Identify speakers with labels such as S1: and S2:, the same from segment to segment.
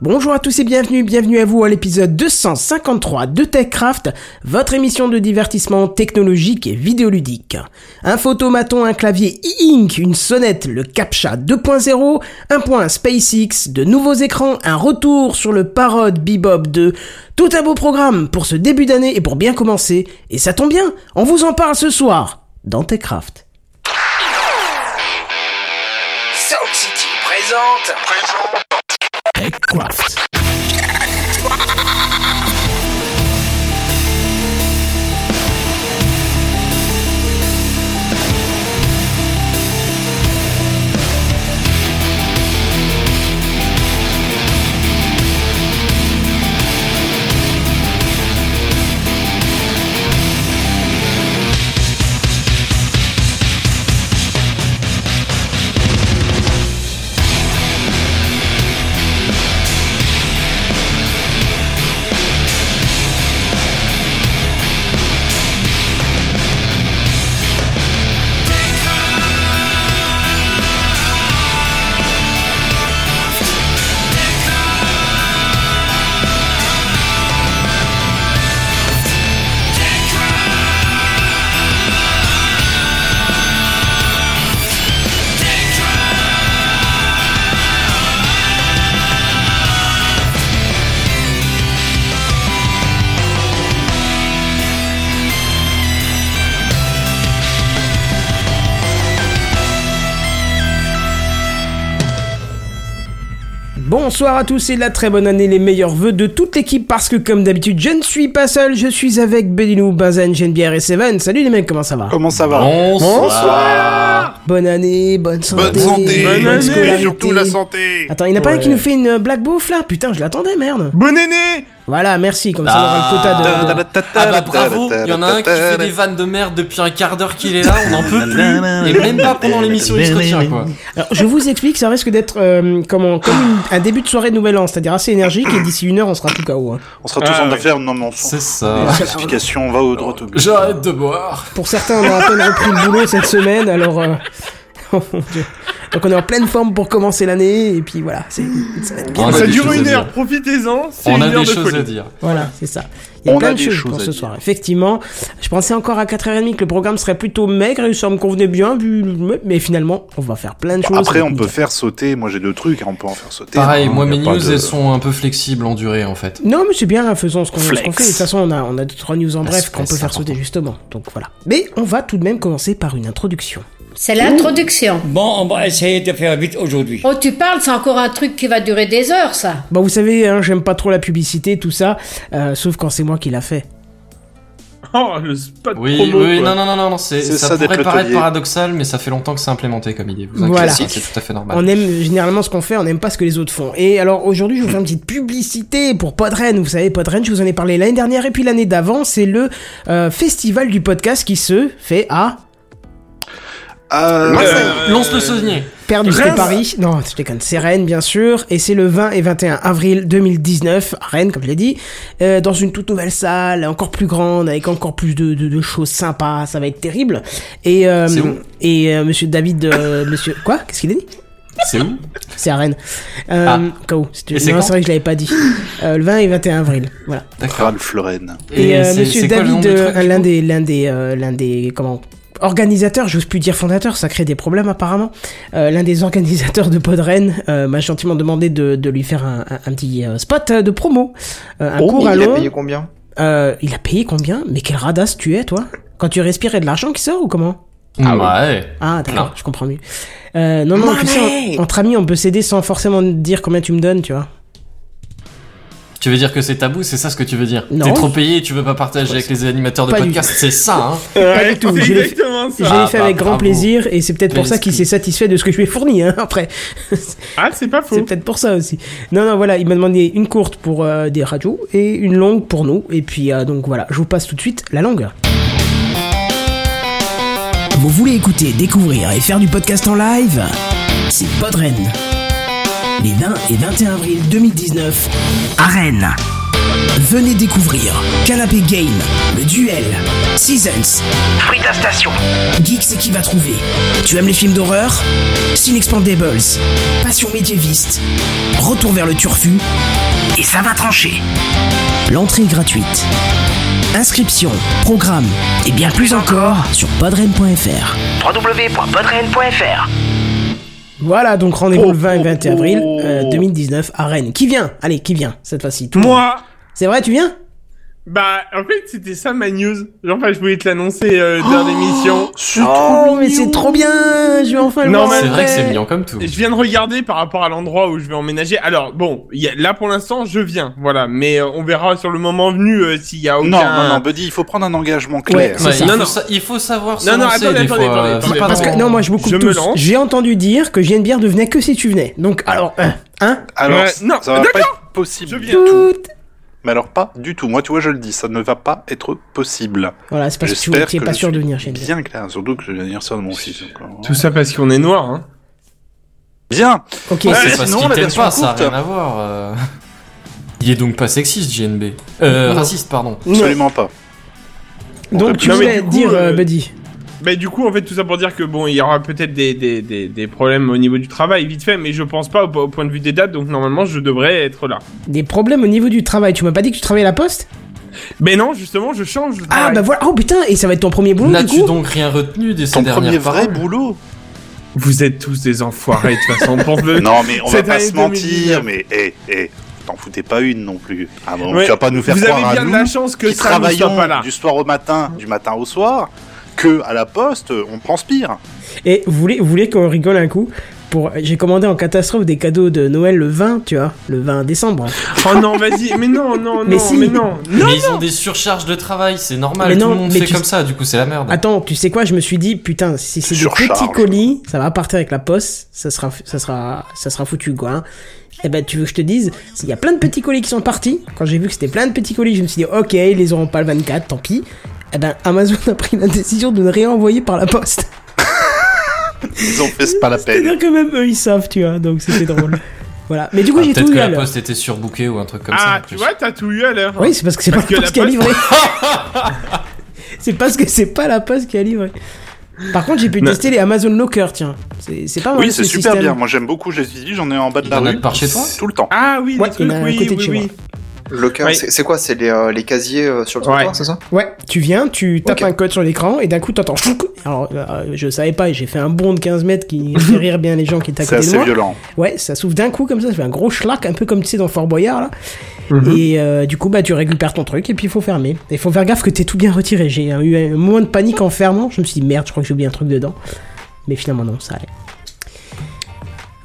S1: Bonjour à tous et bienvenue, bienvenue à vous à l'épisode 253 de TechCraft, votre émission de divertissement technologique et vidéoludique. Un photomaton, un clavier e-ink, une sonnette, le CAPTCHA 2.0, un point SpaceX, de nouveaux écrans, un retour sur le parode Bebop 2, tout un beau programme pour ce début d'année et pour bien commencer. Et ça tombe bien, on vous en parle ce soir dans TechCraft.
S2: Sound City présente. présente.
S1: TechCraft. Bonsoir à tous et de la très bonne année, les meilleurs vœux de toute l'équipe parce que comme d'habitude je ne suis pas seul, je suis avec Belinou, Benzen, Genebière et Seven. Salut les mecs, comment ça va
S3: Oh.
S4: Comment ça va
S1: Bonne année, bonne santé.
S3: Bonne santé,
S4: Bonne année.
S3: et
S1: scolarité.
S3: surtout la santé.
S1: Attends, il n'y en a pas un qui
S4: Ouais.
S1: nous fait une euh, blague bouffe là Putain, je l'attendais, merde.
S4: Bonne année
S1: Voilà, merci, comme ça on aura le
S3: Ah.
S1: quota de...
S5: Ah bah bravo, il y en a un qui fait des vannes de merde depuis un quart d'heure qu'il est là, on n'en peut plus. Et même pas pendant l'émission, il se retient quoi.
S3: Ah.
S1: Alors, je vous explique, ça risque d'être euh, comment comme une- un début de soirée de Nouvel An, c'est-à-dire assez énergique et d'ici une heure on sera tout KO. hein.
S4: On sera tous
S3: Ah,
S4: en
S3: oui.
S4: affaire, non mais on s'en
S5: C'est ça.
S4: fout. Explication, on va au droit au but.
S5: J'arrête de boire.
S1: Pour certains, on a à peine repris le boulot cette semaine, alors. euh, Donc on est en pleine forme pour commencer l'année et puis voilà, c'est ça va être bien.
S5: On a
S3: Ça
S5: des
S3: dure
S5: choses
S3: une
S5: à
S3: heure,
S5: dire.
S3: profitez-en. c'est
S5: On
S3: une
S5: a
S3: heure
S5: des
S3: de
S5: choses
S3: folie.
S5: à dire.
S1: Voilà, c'est ça. Il y a
S4: On
S1: plein
S4: a
S1: de
S4: des
S1: choses,
S4: choses
S1: pour
S4: à
S1: ce
S4: dire.
S1: soir. Effectivement, je pensais encore à 4h30 que le programme serait plutôt maigre et ça me convenait bien, vu- mais finalement, on va faire plein de choses.
S4: Après, on
S1: Nickel.
S4: peut faire sauter. Moi, j'ai deux trucs, hein, on peut en faire sauter.
S5: Pareil,
S4: hein,
S5: moi
S4: y a
S5: mes
S4: pas
S5: news
S4: de-
S5: elles sont un peu flexibles en durée en fait.
S1: Non, mais c'est bien, faisons ce qu'on ce qu'on fait.
S5: Flex.
S1: De toute façon, on a, on a deux, trois news en
S4: Bah,
S5: Ah,
S1: bref
S5: c'est
S1: qu'on peut
S5: ça,
S1: faire sauter,
S5: pardon.
S1: justement. Donc voilà. Mais on va tout de même commencer par une introduction.
S6: C'est l'introduction.
S7: Bon, on va essayer de faire vite aujourd'hui.
S6: Oh, tu parles, c'est encore un truc qui va durer des heures, ça.
S1: Bah, vous savez, hein, j'aime pas trop la publicité, tout ça, euh, sauf quand c'est moi qui l'a fait.
S3: Oh, le spot
S5: Oui,
S3: promo.
S5: oui,
S3: quoi.
S5: non, non, non, non, non, c'est,
S4: C'est
S5: ça,
S4: ça d'être
S5: pourrait
S4: le
S5: paraître
S4: taulier.
S5: paradoxal, mais ça fait longtemps que c'est implémenté comme idée. Vous inquiétez
S1: Voilà.
S5: pas, c'est tout à fait normal.
S1: On aime généralement ce qu'on fait, on n'aime pas ce que les autres font. Et alors aujourd'hui, je vous fais une petite publicité pour Podren. Vous savez, Podren, je vous en ai parlé l'année dernière et puis l'année d'avant. C'est le euh, festival du podcast qui se fait à
S4: Euh,
S5: Euh, Lance le saunier.
S1: Perdu, c'était Paris. Non, je déconne. C'est Rennes, bien sûr. Et c'est le 20 et 21 avril 2019, à Rennes, comme je l'ai dit, euh, dans une toute nouvelle salle, encore plus grande, avec encore plus de, de, de choses sympas. Ça va être terrible. Et, euh,
S5: C'est où
S1: et euh, monsieur David, euh, monsieur. Quoi Qu'est-ce qu'il a dit
S5: C'est où
S1: C'est à Rennes. Euh,
S5: Ah.
S1: cas où, si tu-
S5: Et c'est
S1: non,
S5: quand
S1: c'est vrai que je l'avais pas dit. Euh, le 20 et 21 avril. Voilà.
S5: D'accord.
S4: Ralph Lauren.
S1: Et, euh,
S5: c'est-
S1: monsieur
S5: c'est quoi le nom
S1: David,
S5: du
S1: euh,
S5: truc, du
S1: l'un
S5: coup
S1: des, l'un des, euh, l'un des, comment, organisateurs, j'ose plus dire fondateur, ça crée des problèmes apparemment. Euh, l'un des organisateurs de Podren euh, m'a gentiment demandé de, de lui faire un, un- un petit euh, spot euh, de promo, Euh, un cours à
S8: Oh, il
S1: Londres.
S8: a payé combien
S1: Euh, il a payé combien Mais quel radasse tu es, toi Quand tu respires, il y a de l'argent qui sort ou comment
S5: Ah ouais.
S1: Ah, d'accord,
S5: Non.
S1: je comprends mieux. Euh, non,
S8: Ah,
S1: non, tu sais, en- entre amis, on peut s'aider sans forcément dire combien tu me donnes, tu vois.
S5: Tu veux dire que c'est tabou, c'est ça ce que tu veux dire
S1: Non.
S5: T'es trop payé et tu veux pas partager avec les animateurs de
S1: Pas du
S5: podcast, c'est ça, hein
S1: Pas du tout,
S3: C'est
S1: je l'ai-
S3: exactement
S1: Je
S3: ça.
S1: l'ai
S5: Ah,
S1: fait
S5: bah,
S1: avec grand
S5: bravo.
S1: plaisir et c'est peut-être pour
S5: Bel
S1: ça qu'il
S5: esprit.
S1: s'est satisfait de ce que je lui ai fourni, hein, après.
S3: Ah, c'est pas faux.
S1: C'est peut-être pour ça aussi. Non, non, voilà, il m'a demandé une courte pour euh, des radios et une longue pour nous. Et puis, euh, donc voilà, je vous passe tout de suite la longue. Vous voulez écouter, découvrir et faire du podcast en live C'est Podren. Les 20 et 21 avril 2019 à Rennes. Venez découvrir Canapé Game, le duel, Seasons,
S2: Fruit de la station.
S1: Geek c'est qui va trouver. Tu aimes les films d'horreur Inexpandables, Passion médiéviste, Retour vers le turfu, et ça va trancher. L'entrée est gratuite. Inscription, programme et bien plus encore sur podren.fr.
S2: www.podren.fr.
S1: Voilà, donc rendez-vous le 20 et 21 avril euh, 2019 à Rennes. Qui vient Allez, qui vient cette fois-ci Tout le monde.
S3: Moi
S1: C'est vrai, tu viens
S3: Bah, en fait, c'était ça ma news. Genre, enfin, je voulais te l'annoncer euh, dans l'émission.
S1: Oh, mais c'est trop bien Je vais enfin le
S3: Non,
S1: voir. Euh,
S3: mais
S5: C'est vrai que c'est
S3: Ouais.
S5: mignon comme tout.
S3: Je viens de regarder par rapport à l'endroit où je vais emménager. Alors, bon, il y a- là pour l'instant, je viens, voilà. Mais euh, on verra sur le moment venu euh, s'il y a aucun...
S4: Non, non, non, Buddy, il faut prendre un engagement clair.
S1: Ouais,
S5: Ouais,
S1: c'est
S5: il,
S1: ça.
S5: faut
S3: non.
S5: sa- il faut savoir se
S3: Non, non,
S5: lancer
S3: attendez,
S5: des fois.
S3: attendez, attendez,
S5: C'est
S3: attendez,
S5: pas
S1: euh, Parce que,
S5: bon.
S1: non, moi je vous coupe
S3: Je me
S1: tous.
S3: lance.
S1: J'ai entendu dire que Gene Bière ne venait que si tu venais. Donc, alors, hein, hein
S4: Alors,
S3: Ouais, non,
S4: ça va pas
S3: d'accord.
S4: être possible
S3: Je
S4: du
S3: viens.
S4: tout.
S1: Tout.
S4: Mais alors pas du tout. Moi, tu vois, je le dis, ça ne va pas être possible.
S1: Voilà, c'est parce que tu
S4: J'espère
S1: n'es
S4: que
S1: pas
S4: je
S1: sûr de
S4: suis
S1: venir Gene Bière.
S4: Bien clair, surtout que c'est l'anniversaire de mon fils. donc, euh,
S3: Tout ça parce qu'on est noir, hein.
S4: Bien.
S1: Ok,
S5: Ouais,
S4: Ouais,
S5: c'est parce
S4: sinon,
S5: qu'il
S4: la
S5: t'aime
S4: version
S5: pas, ça a
S4: courte.
S5: rien à voir. euh. Il est donc pas sexiste, JNB. Euh, raciste, pardon.
S4: Absolument pas.
S1: donc tu
S3: Non, mais
S1: voulais
S3: du coup,
S1: dire,
S3: euh,
S1: euh, Buddy.
S3: Mais Bah, du coup, en fait, tout ça pour dire que bon, il y aura peut-être des, des, des, des problèmes au niveau du travail, vite fait, mais je pense pas au, au point de vue des dates, donc normalement, je devrais être là.
S1: Des problèmes au niveau du travail. Tu m'as pas dit que tu travaillais à la poste
S3: Mais non, justement, je change. de
S1: Ah,
S3: travail.
S1: bah voilà. Oh putain, et ça va être ton premier boulot du
S5: N'as-tu
S1: coup
S5: donc rien retenu de ces
S4: Ton
S5: dernières
S4: premier vrai
S5: paroles
S4: boulot.
S3: Vous êtes tous des enfoirés, de toute façon, pour le...
S4: Non, mais on va
S3: Cette
S4: pas
S3: année
S4: se mentir,
S3: 2019.
S4: mais hé, hé, t'en foutais pas une non plus. Ah bon,
S3: Ouais,
S4: tu vas pas nous faire
S3: Vous
S4: croire
S3: avez
S4: à
S3: bien
S4: nous
S3: de la chance que
S4: qui
S3: ça ne soit
S4: travaillons
S3: pas là.
S4: du soir au matin, du matin au soir, que à la poste, on transpire.
S1: Et vous voulez, vous voulez qu'on rigole un coup pour... J'ai commandé en catastrophe des cadeaux de Noël le 20, tu vois, le 20 décembre.
S3: Oh non, vas-y, mais non, non,
S1: Mais
S3: non,
S1: si.
S3: mais non. Non,
S5: mais ils ont des surcharges de travail, c'est normal,
S1: Mais
S5: tout
S1: non,
S5: le monde
S1: mais
S5: fait
S1: tu- Ah,
S5: comme ça, du coup c'est la merde.
S1: Attends, tu sais quoi Je me suis dit, putain, si c'est des
S4: Surcharge.
S1: petits colis, ça va partir avec la poste, ça sera, ça sera, ça sera foutu, quoi. hein. Eh ben, tu veux que je te dise, il y a plein de petits colis qui sont partis. Quand j'ai vu que c'était plein de petits colis, je me suis dit, ok, ils les auront pas le 24, tant pis. Eh ben, Amazon a pris la décision de ne rien envoyer par la poste.
S4: Ils ont fait c'est pas la peine.
S1: C'est-à-dire que même eux, ils savent, tu vois, donc c'était drôle. voilà. Mais du coup,
S5: Ah,
S1: j'ai
S5: Peut-être
S1: tout
S5: que
S1: eu à
S5: la
S1: l'heure.
S5: poste était surbookée ou un truc comme ça. en
S3: Ah, tu
S5: plus.
S3: vois, t'as tout eu à l'heure.
S1: Oui, c'est parce que c'est pas
S3: Parce que
S1: la poste qui
S3: la
S1: a livré. c'est parce que c'est pas la poste qui a livré. Par contre, j'ai pu
S3: Non.
S1: tester les Amazon Locker, tiens. C'est c'est pas mal.
S4: Oui, c'est
S1: ce
S4: super
S1: système.
S4: bien. Moi, j'aime beaucoup. Je les utilise. J'en ai en bas de
S5: Il
S4: la
S5: y en a
S4: rue.
S5: par chez toi
S4: Tout le temps.
S3: Ah oui,
S1: Ouais,
S3: les trucs,
S1: il y en a à
S3: oui,
S1: côté de
S3: oui,
S1: chez moi.
S3: oui.
S8: Locker,
S3: Ouais.
S8: c'est c'est quoi C'est les, euh, les casiers euh, sur le
S3: Ouais.
S8: trottoir, c'est ça
S1: Ouais, tu viens, tu tapes
S8: Ok.
S1: un code sur l'écran et d'un coup t'entends. chouc Alors, euh, je savais pas, et j'ai fait un bond de 15 mètres qui fait rire bien les gens qui étaient à
S4: C'est
S1: côté de
S4: assez
S1: moi.
S4: violent.
S1: Ouais, ça s'ouvre d'un coup comme ça, ça fait un gros schlac, un peu comme tu sais dans Fort Boyard là.
S3: Mhm.
S1: Et euh, du coup, bah tu récupères ton truc et puis il faut fermer. Il faut faire gaffe que t'es tout bien retiré. J'ai euh, eu un moment de panique en fermant, je me suis dit merde, je crois que j'ai oublié un truc dedans. Mais finalement, non, ça allait.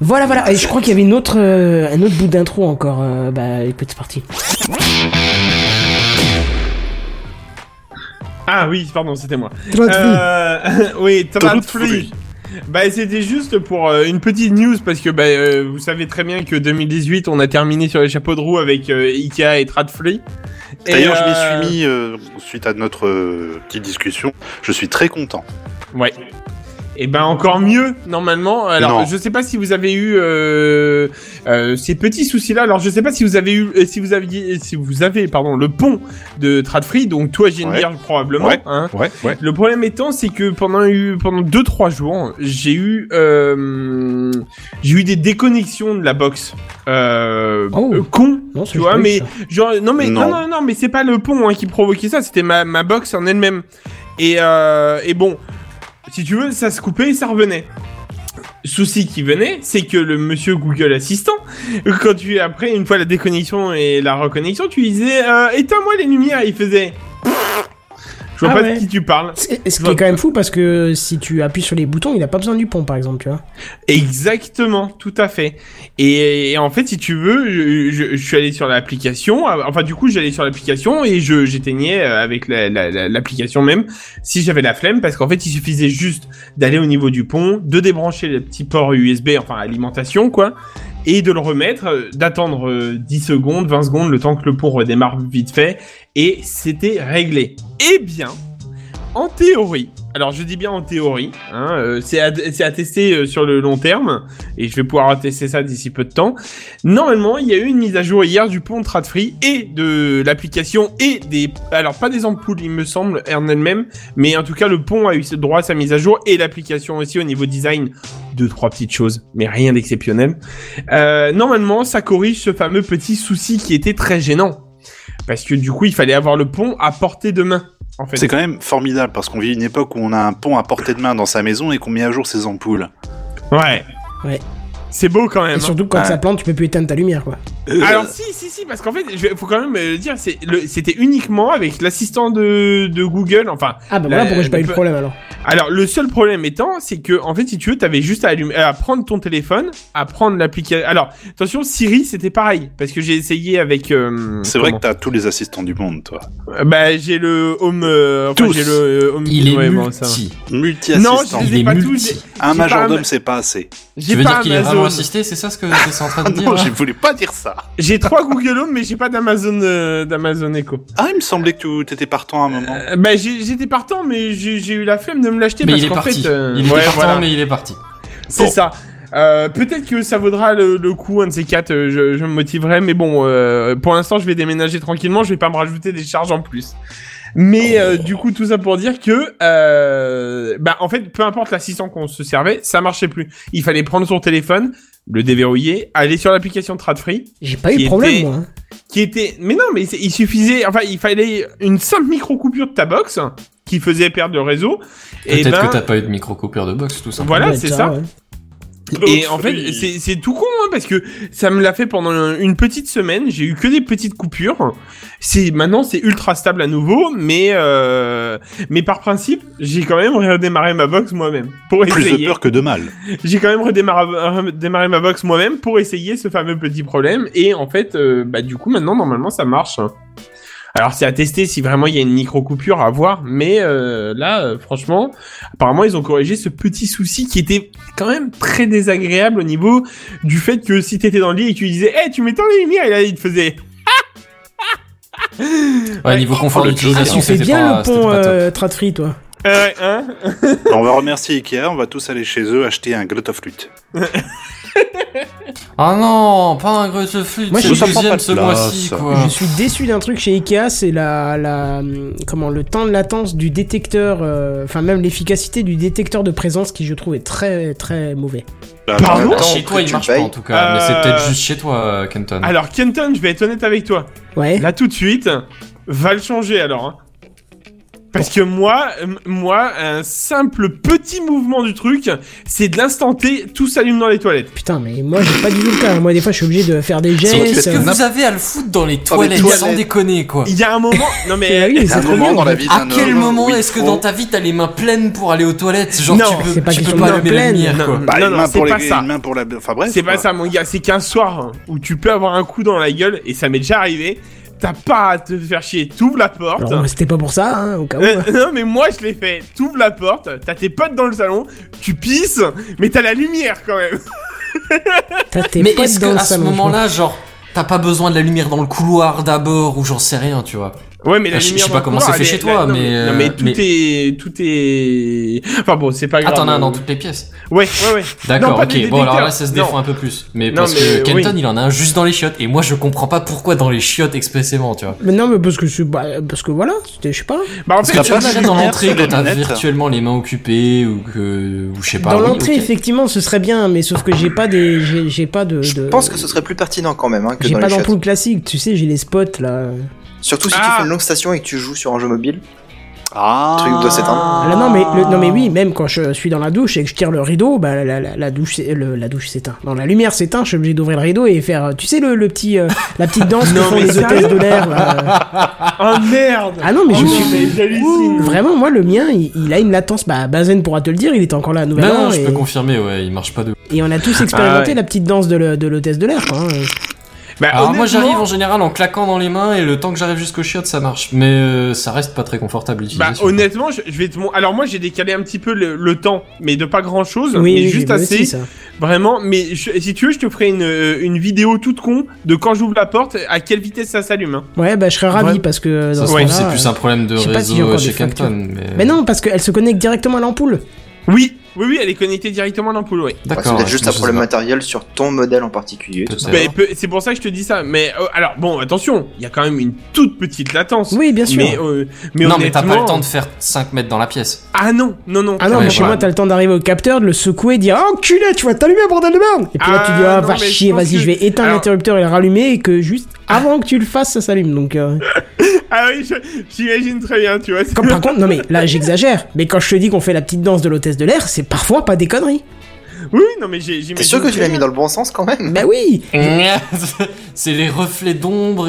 S1: Voilà, voilà, et je crois qu'il y avait une autre, euh, un autre bout d'intro encore. euh, bah écoute, c'est parti.
S3: Ah oui, pardon, c'était moi. Euh, oui,
S4: Tolut
S3: Tomat Free. Bah, c'était juste pour euh, une petite news parce que bah, euh, vous savez très bien que 2018, on a terminé sur les chapeaux de roue avec euh, Ikea et Tradfree. Et,
S4: D'ailleurs, je
S3: euh,
S4: m'y suis mis euh, suite à notre euh, petite discussion. Je suis très content.
S3: Ouais. Et ben encore mieux normalement. Alors
S4: Non.
S3: je sais pas si vous avez eu euh, euh, ces petits soucis là. Alors je sais pas si vous avez eu euh, si vous aviez si vous avez pardon le pont de Tradfree donc toi j'ai une
S4: Ouais.
S3: bière probablement.
S4: Ouais.
S3: Hein.
S4: Ouais, ouais.
S3: Le problème étant c'est que pendant eu pendant deux trois jours j'ai eu euh, j'ai eu des déconnexions de la box. Euh,
S1: Oh.
S3: euh, con
S1: Non, c'est
S3: tu vois,
S1: joli,
S3: mais
S1: ça.
S3: genre non mais non
S4: Non.
S3: non, non, mais c'est pas le pont hein, qui provoquait ça, c'était ma, ma box en elle-même. Et euh, et bon, si tu veux, ça se coupait et ça revenait. Souci qui venait, c'est que le monsieur Google Assistant, quand tu après une fois la déconnexion et la reconnexion, tu disais euh, éteins-moi les lumières, et il faisait. Je vois
S1: Ah
S3: pas
S1: ouais.
S3: de qui tu parles.
S1: C'est- Ce qui est quand même fou parce que si tu appuies sur les boutons, il a pas besoin du pont par exemple, tu vois.
S3: Exactement, tout à fait. Et, et en fait, si tu veux, je, je- je suis allé sur l'application. euh, Enfin, du coup, j'allais sur l'application et je j'éteignais euh, avec la- la- la- l'application même si j'avais la flemme, parce qu'en fait, il suffisait juste d'aller au niveau du pont, de débrancher le petit port USB, enfin alimentation, quoi, et de le remettre, euh, d'attendre euh, 10 secondes, 20 secondes, le temps que le pont redémarre vite fait, et c'était réglé. Eh bien. en théorie, alors je dis bien en théorie, hein, euh, c'est à, c'est à tester euh, sur le long terme, et je vais pouvoir tester ça d'ici peu de temps. Normalement, il y a eu une mise à jour hier du pont de Radfree et de l'application et des... Alors pas des ampoules, il me semble, en elle-même, mais en tout cas, le pont a eu droit à sa mise à jour et l'application aussi au niveau design. Deux, trois petites choses, mais rien d'exceptionnel. Euh, normalement, ça corrige ce fameux petit souci qui était très gênant. Parce que du coup, il fallait avoir le pont à portée de main. En fait.
S4: C'est quand même formidable parce qu'on vit une époque où on a un pont à portée de main dans sa maison et qu'on met à jour ses ampoules.
S3: Ouais.
S1: Ouais.
S3: C'est beau quand même. hein.
S1: Et surtout quand
S4: Ah.
S1: ça plante, tu peux plus éteindre ta lumière quoi.
S5: euh,
S3: Alors si, si, si, parce qu'en fait, il faut quand même euh, le dire, c'est le- c'était uniquement avec l'assistant de, de Google. Enfin,
S1: Ah bah
S3: La-
S1: voilà pourquoi j'ai pas eu le
S3: la-
S1: problème alors.
S3: alors le seul problème étant, c'est que en fait, si tu veux, t'avais juste à, allumer, à prendre ton téléphone, à prendre l'application. Alors attention, Siri, c'était pareil, parce que j'ai essayé avec. euh,
S4: C'est vrai que
S3: comment
S4: t'as tous les assistants du monde, toi.
S3: Euh, Bah j'ai le Home. euh, enfin,
S4: Tous.
S3: j'ai le euh, Home.
S5: Il est
S3: ouais, bon, ça va.
S5: multi.
S3: Non,
S4: Multi-assistant.
S3: je
S5: Il
S3: les ai
S5: est
S3: pas tous.
S5: multi.
S3: j'ai-
S4: Un
S3: j'ai pas
S4: majordome,
S3: un-
S4: c'est pas assez.
S5: Tu
S3: J'ai
S5: veux
S3: pas
S5: dire qu'il est vraiment
S3: Amazon.
S5: assisté, c'est ça ce que tu es en train de dire
S4: Non,
S5: là
S4: je voulais pas dire ça.
S3: J'ai trois Google Home, mais j'ai pas d'Amazon euh, d'Amazon Echo.
S4: Ah, il me semblait que tu t'étais partant à un moment.
S3: Euh, bah j'ai- j'étais partant, mais j'ai j'ai eu la flemme de me l'acheter
S5: Mais
S3: parce
S5: il est
S3: qu'en
S5: parti.
S3: fait, euh,
S5: Il est
S3: ouais,
S5: partant,
S3: voilà.
S5: mais il est parti.
S3: C'est
S4: Bon.
S3: ça. Euh, Peut-être que ça vaudra le, le coup, un de ces quatre, euh, je, je me motiverai, mais bon, euh, pour l'instant, je vais déménager tranquillement, je vais pas me rajouter des charges en plus. Mais euh, du coup, tout ça pour dire que, euh, bah, en fait, peu importe l'assistant qu'on se servait, ça marchait plus. Il fallait prendre son téléphone, le déverrouiller, aller sur l'application Tradfree,
S1: J'ai pas eu
S3: Qui
S1: de problème
S3: était-
S1: moi. hein.
S3: qui était, mais non, mais c'est- il suffisait, enfin, il fallait une simple micro coupure de ta box qui faisait perdre le réseau. Et
S5: Peut-être
S3: ben,
S5: que t'as pas eu de micro-coupure de box, tout ça.
S3: voilà,
S1: Ouais,
S3: c'est ça.
S1: ouais.
S3: Et en fait, c'est c'est tout con, hein, parce que ça me l'a fait pendant un- une petite semaine. J'ai eu que des petites coupures. C'est maintenant c'est ultra stable à nouveau, mais euh, mais par principe, j'ai quand même redémarré ma box moi-même pour
S4: Plus de
S3: essayer.
S4: peur que de mal.
S3: J'ai quand même redémarra- euh, redémarré ma box moi-même pour essayer ce fameux petit problème. Et en fait, euh, bah du coup maintenant normalement ça marche. hein. Alors c'est à tester si vraiment il y a une micro coupure à voir, mais euh, là euh, franchement, apparemment ils ont corrigé ce petit souci qui était quand même très désagréable au niveau du fait que si t'étais dans le lit et que tu disais, eh tu m'éteins les lumières, et là il te faisait.
S5: Ouais, niveau confort
S4: le
S1: Ah,
S5: d'utilisation,
S1: tu fais
S5: c'était
S1: bien
S5: pas
S1: le
S5: c'était
S1: pont
S5: pas top.
S1: euh, Tradfree toi.
S3: Euh, hein
S4: on va remercier Ikea, on va tous aller chez eux acheter un glut of lutte.
S5: Ah non, pas un gros de flûte,
S1: Moi,
S5: c'est
S1: je-
S5: le
S1: ça prend
S4: pas
S5: deuxième
S4: de
S5: ce
S4: place.
S5: mois-ci, quoi.
S1: Je suis déçu d'un truc chez Ikea, c'est la, la hum, comment le temps de latence du détecteur, euh, enfin même l'efficacité du détecteur de présence qui je trouve est très très mauvais.
S3: Pardon
S5: Bah, Chez
S8: Tant
S5: toi,
S8: que
S5: il
S8: tu
S5: marche
S8: payes.
S5: pas en tout cas, mais c'est
S3: Euh,
S5: peut-être juste chez toi, euh, Kenton.
S3: Alors Kenton, je vais être honnête avec toi.
S1: Ouais.
S3: Là tout de suite, va le changer alors. hein. Parce que moi, euh, moi, un simple petit mouvement du truc, c'est de l'instant T, tout s'allume dans les toilettes.
S1: Putain, mais moi j'ai pas du tout le cas. Moi des fois je suis obligé de faire des
S8: vrai que
S1: gestes.
S8: c'est
S5: Que
S1: euh,
S5: vous avez à le foutre dans les toilettes,
S8: toilettes.
S5: sans déconner, quoi.
S3: Il y a un moment, non
S1: Ah oui,
S3: mais,
S1: mais
S8: C'est
S1: c'est
S8: un
S1: trop
S8: moment
S1: bien.
S8: dans la vie
S5: À
S8: d'un homme.
S5: quel moment
S8: oui,
S5: est-ce que
S8: faut-
S5: dans ta vie t'as les mains pleines pour aller aux toilettes Genre,
S3: Non,
S5: tu
S1: c'est
S5: peux,
S1: pas
S5: tu
S1: question
S5: peux
S1: de
S5: pas
S1: mains
S5: allumer la
S1: pleines.
S5: lumière,
S3: Non,
S5: quoi.
S4: Bah,
S3: non,
S4: une
S3: non,
S4: main
S3: c'est
S4: pour
S3: pas
S4: les-
S3: ça.
S4: Une main pour la. Enfin bref.
S3: c'est pas
S4: quoi.
S3: ça mon gars, c'est qu'un soir hein, où tu peux avoir un coup dans la gueule et ça m'est déjà arrivé. T'as pas à te faire chier, t'ouvres la porte.
S1: Alors, c'était pas pour ça, hein, au cas où.
S3: Euh, non mais moi je l'ai fait. T'ouvres la porte, t'as tes potes dans le salon, tu pisses, mais t'as la lumière quand même.
S1: T'as tes
S5: Mais
S1: potes
S5: est-ce
S1: dans le
S5: qu'à ce
S1: salon, je
S5: moment-là, genre, t'as pas besoin de la lumière dans le couloir d'abord, ou j'en sais rien, tu vois
S3: Ouais, mais la
S5: Ah, Je- je
S3: lumière.
S5: sais pas
S3: dans le
S5: comment c'est
S3: couloir,
S5: fait
S3: elle
S5: chez
S3: est-
S5: toi,
S3: non,
S5: mais,
S3: non,
S5: euh,
S3: mais tout
S5: mais-
S3: est, tout est. Enfin bon, c'est pas grave.
S5: Ah, t'en as un dans
S3: Euh,
S5: toutes les pièces.
S3: Ouais, ouais, ouais. Non,
S5: D'accord,
S3: pas des
S5: ok. Bon, alors là,
S3: détecteurs.
S5: ça se
S3: Non.
S5: défend un peu plus. Mais
S3: Non,
S5: parce
S3: mais
S5: que Kenton,
S3: oui.
S5: il en a un juste dans les chiottes. Et moi, je comprends pas pourquoi dans les chiottes expressément, tu vois.
S1: crois. Mais non, mais parce que c'est- bah, parce que voilà, c'était, je sais pas.
S3: Bah en
S5: Parce
S3: fait,
S5: que
S4: pas
S5: tu
S4: la
S5: le mets dans
S4: lumière
S5: l'entrée
S4: sur les
S5: quand t'as
S4: lunettes
S5: virtuellement les mains occupées ou que ou je sais pas.
S1: dans
S5: Bah oui,
S1: l'entrée,
S5: ok.
S1: effectivement, ce serait bien, mais sauf que j'ai pas des, j'ai, j'ai pas de.
S8: Je
S1: de-
S8: pense que ce serait plus pertinent quand même hein, que
S1: euh, J'ai
S8: dans
S1: pas
S8: les chiottes.
S1: d'ampoule classique, tu sais, j'ai les spots là.
S8: Surtout si
S3: Ah.
S8: tu fais une longue station et que tu joues sur un jeu mobile.
S4: Ah.
S8: Truc de s'éteindre.
S1: Ah, là, non, mais, le- non, mais oui, même quand je suis dans la douche et que je tire le rideau, bah, la, la- la douche, s'é- le- la douche s'éteint. Non, la lumière s'éteint, je suis obligé d'ouvrir le rideau et faire, euh, tu sais, le, le petit, euh, la petite danse que
S3: Non,
S1: font
S3: mais
S1: les hôtesses
S3: sérieux
S1: de l'air. là.
S3: Ah merde.
S1: Ah non, mais je
S3: Oh,
S1: suis.
S3: mais j'hallucine.
S1: Vraiment, moi, le mien, il, il a une latence. Bah, Bazen pourra te le dire, il était encore là à Nouvel
S5: Non,
S1: An
S5: non, je
S1: et,
S5: peux confirmer, ouais, il marche pas de.
S1: et on a tous expérimenté
S3: Ah ouais.
S1: la petite danse de, le- de l'hôtesse de l'air, quoi. hein.
S3: Bah,
S5: Alors moi
S3: honnêtement-
S5: j'arrive en général en claquant dans les mains et le temps que j'arrive jusqu'aux chiottes ça marche, mais euh, ça reste pas très confortable
S3: Bah
S5: l'utilisation.
S3: honnêtement, je, je vais te mon- alors moi j'ai décalé un petit peu le, le temps, mais de pas grand chose,
S1: Oui,
S3: mais
S1: oui,
S3: juste
S1: moi
S3: assez,
S1: aussi, ça.
S3: vraiment. Mais je- si tu veux, je te ferai une, euh, une vidéo toute con de quand j'ouvre la porte, à quelle vitesse ça s'allume. hein.
S1: Ouais, bah, je serais ravi
S5: Ouais.
S1: parce que
S5: Ça
S1: dans
S5: se
S1: ce
S5: trouve,
S1: cas-là,
S5: c'est
S1: euh,
S5: plus un problème de
S1: je sais pas s'il y a
S5: réseau
S1: encore
S5: chez
S1: des factures.
S5: Canton. Mais,
S1: Mais non, parce qu'elle se connecte directement à l'ampoule.
S3: Oui, oui, oui, elle est connectée directement à l'ampoule, oui.
S8: Bah,
S5: d'accord.
S8: c'est peut-être
S5: ouais,
S8: juste
S5: je
S8: un
S5: sais
S8: problème
S5: pas.
S8: matériel sur ton modèle en particulier. tout ça.
S5: Peut-être.
S3: Mais peu- Bah, c'est pour ça que je te dis ça. Mais euh, alors bon, attention, il y a quand même une toute petite latence.
S1: Oui, bien sûr.
S3: Mais, euh, mais
S5: non, mais t'as pas
S3: honnêtement-
S5: le temps de faire 5 mètres dans la pièce.
S3: Ah non, non, non.
S1: Ah non,
S5: Ouais,
S1: mais chez
S5: voilà.
S1: moi, t'as le temps d'arriver au capteur, de le secouer, de dire Oh, enculé, tu vas t'allumer, bordel de merde Et puis là, tu dis
S3: Ah,
S1: ah,
S3: non,
S1: va
S3: mais je
S1: chier,
S3: pense
S1: vas-y,
S3: que-
S1: je vais éteindre
S3: Alors-
S1: l'interrupteur et le rallumer, et que juste avant que tu le fasses, ça s'allume. Donc, euh,
S3: Ah oui, je- j'imagine très bien, tu vois. c'est-
S1: comme par contre, non mais là, j'exagère, mais quand je te dis qu'on fait la petite danse de l'hôtesse de l'air, c'est parfois pas des conneries.
S3: Oui, non, mais j'ai- j'imagine.
S8: T'es sûr que tu
S3: très
S8: l'as mis
S3: bien.
S8: dans le bon sens quand même
S1: Bah oui
S5: c'est les reflets d'ombre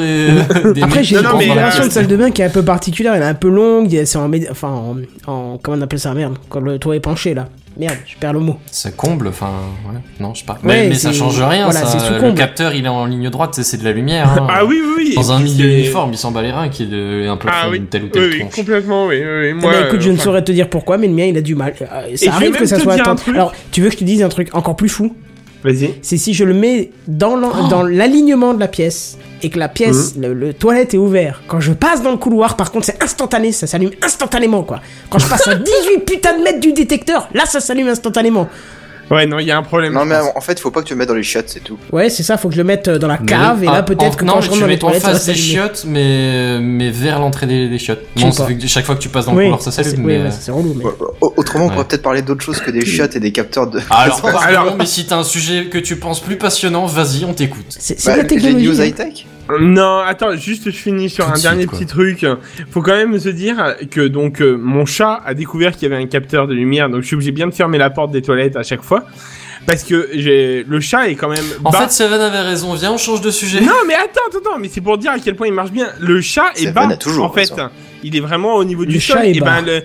S5: et euh, des
S1: Après, j'ai
S3: Non,
S1: une
S3: non, mais
S1: configuration
S3: là-
S1: de salle de bain qui est un peu particulière, elle est un peu longue, et c'est en, médi- enfin, en, en- Comment on appelle ça Merde, quand le toit est penché là. Merde, je perds le mot.
S5: Ça comble, enfin, ouais. Non, je sais pas.
S1: Ouais,
S5: mais, mais ça
S1: c'est-
S5: change rien.
S1: voilà,
S5: ça.
S1: c'est sous
S5: le
S1: comble.
S5: capteur, il est en ligne droite, c'est c'est de la lumière. hein.
S3: Ah oui, oui, oui.
S5: Dans
S3: et
S5: un
S3: puis
S5: milieu
S3: c'est-
S5: uniforme, il s'en bat les reins qu'il est euh, un peu
S3: Ah
S5: près
S3: oui,
S5: d'une telle ou
S3: oui,
S5: telle
S3: oui,
S5: tronche.
S3: complètement, oui. oui, oui,
S1: Eh
S3: moi,
S1: ben, écoute, je
S3: euh,
S1: ne
S3: enfin,
S1: saurais te dire pourquoi, mais le mien, il a du mal. Euh,
S3: je vais
S1: ça arrive
S3: même
S1: que ça
S3: te
S1: soit
S3: dire un
S1: attentif.
S3: truc.
S1: Alors, tu veux que je te dise un truc encore plus fou
S3: Vas-y.
S1: c'est si je le mets dans l'en- dans l'alignement de la pièce et que la pièce,
S5: Mmh.
S1: le, le toilette est ouvert. Quand je passe dans le couloir, par contre, c'est instantané, ça s'allume instantanément, quoi. Quand je passe à 18 putains de mètres du détecteur, là, ça s'allume instantanément.
S3: Ouais, non, il y a un problème.
S8: Non,
S3: je
S8: mais
S3: pense.
S8: en fait, faut pas que tu le mettes dans les chiottes, c'est tout.
S1: Ouais, c'est ça, faut que je le mette euh, dans la cave et
S5: Ah,
S1: là, peut-être
S5: en-
S1: que
S5: non,
S1: quand
S5: mais
S1: je
S5: tu
S1: rentre dans
S5: mets
S1: les
S5: en
S1: toilettes, ça va
S5: face des
S1: s'allumer.
S5: chiottes, mais, euh, mais vers l'entrée des, des chiottes.
S1: Je
S5: Bon,
S1: sais
S5: ça
S1: pas.
S5: fait que chaque fois que tu passes dans le
S1: Oui,
S5: couloir, ça
S1: ça, c'est
S5: s'allume.
S1: oui,
S5: mais... euh,
S1: ouais, ça, c'est relou, mais.
S8: Ouais, o- Autrement, on
S5: Ouais. Ah,
S8: pourrait peut-être parler d'autre chose que des chiottes et des capteurs de. Bah,
S5: Alors, pardon,
S3: Alors-
S5: mais si t'as un sujet que tu penses plus passionnant, vas-y, on t'écoute.
S1: C'est c'est
S8: Bah,
S1: de la
S8: les
S1: technologie.
S8: news
S1: hein.
S8: high tech.
S3: Non, attends, juste je finis sur
S5: Tout de
S3: un
S5: suite,
S3: dernier
S5: quoi.
S3: petit truc. Faut quand même se dire que donc euh, mon chat a découvert qu'il y avait un capteur de lumière, donc je suis obligé bien de fermer la porte des toilettes à chaque fois parce que j'ai le chat est quand même.
S5: En
S3: bas-
S5: fait, Seven avait raison, viens, on change de sujet.
S3: non mais attends, attends, attends, mais c'est pour dire à quel point il marche bien. Le chat est
S8: Seven
S3: bas.
S8: a toujours
S3: en fait,
S8: raison.
S3: il est vraiment au niveau
S1: Le
S3: du
S1: chat
S3: sol.
S1: est
S3: et
S1: bas.
S3: ben le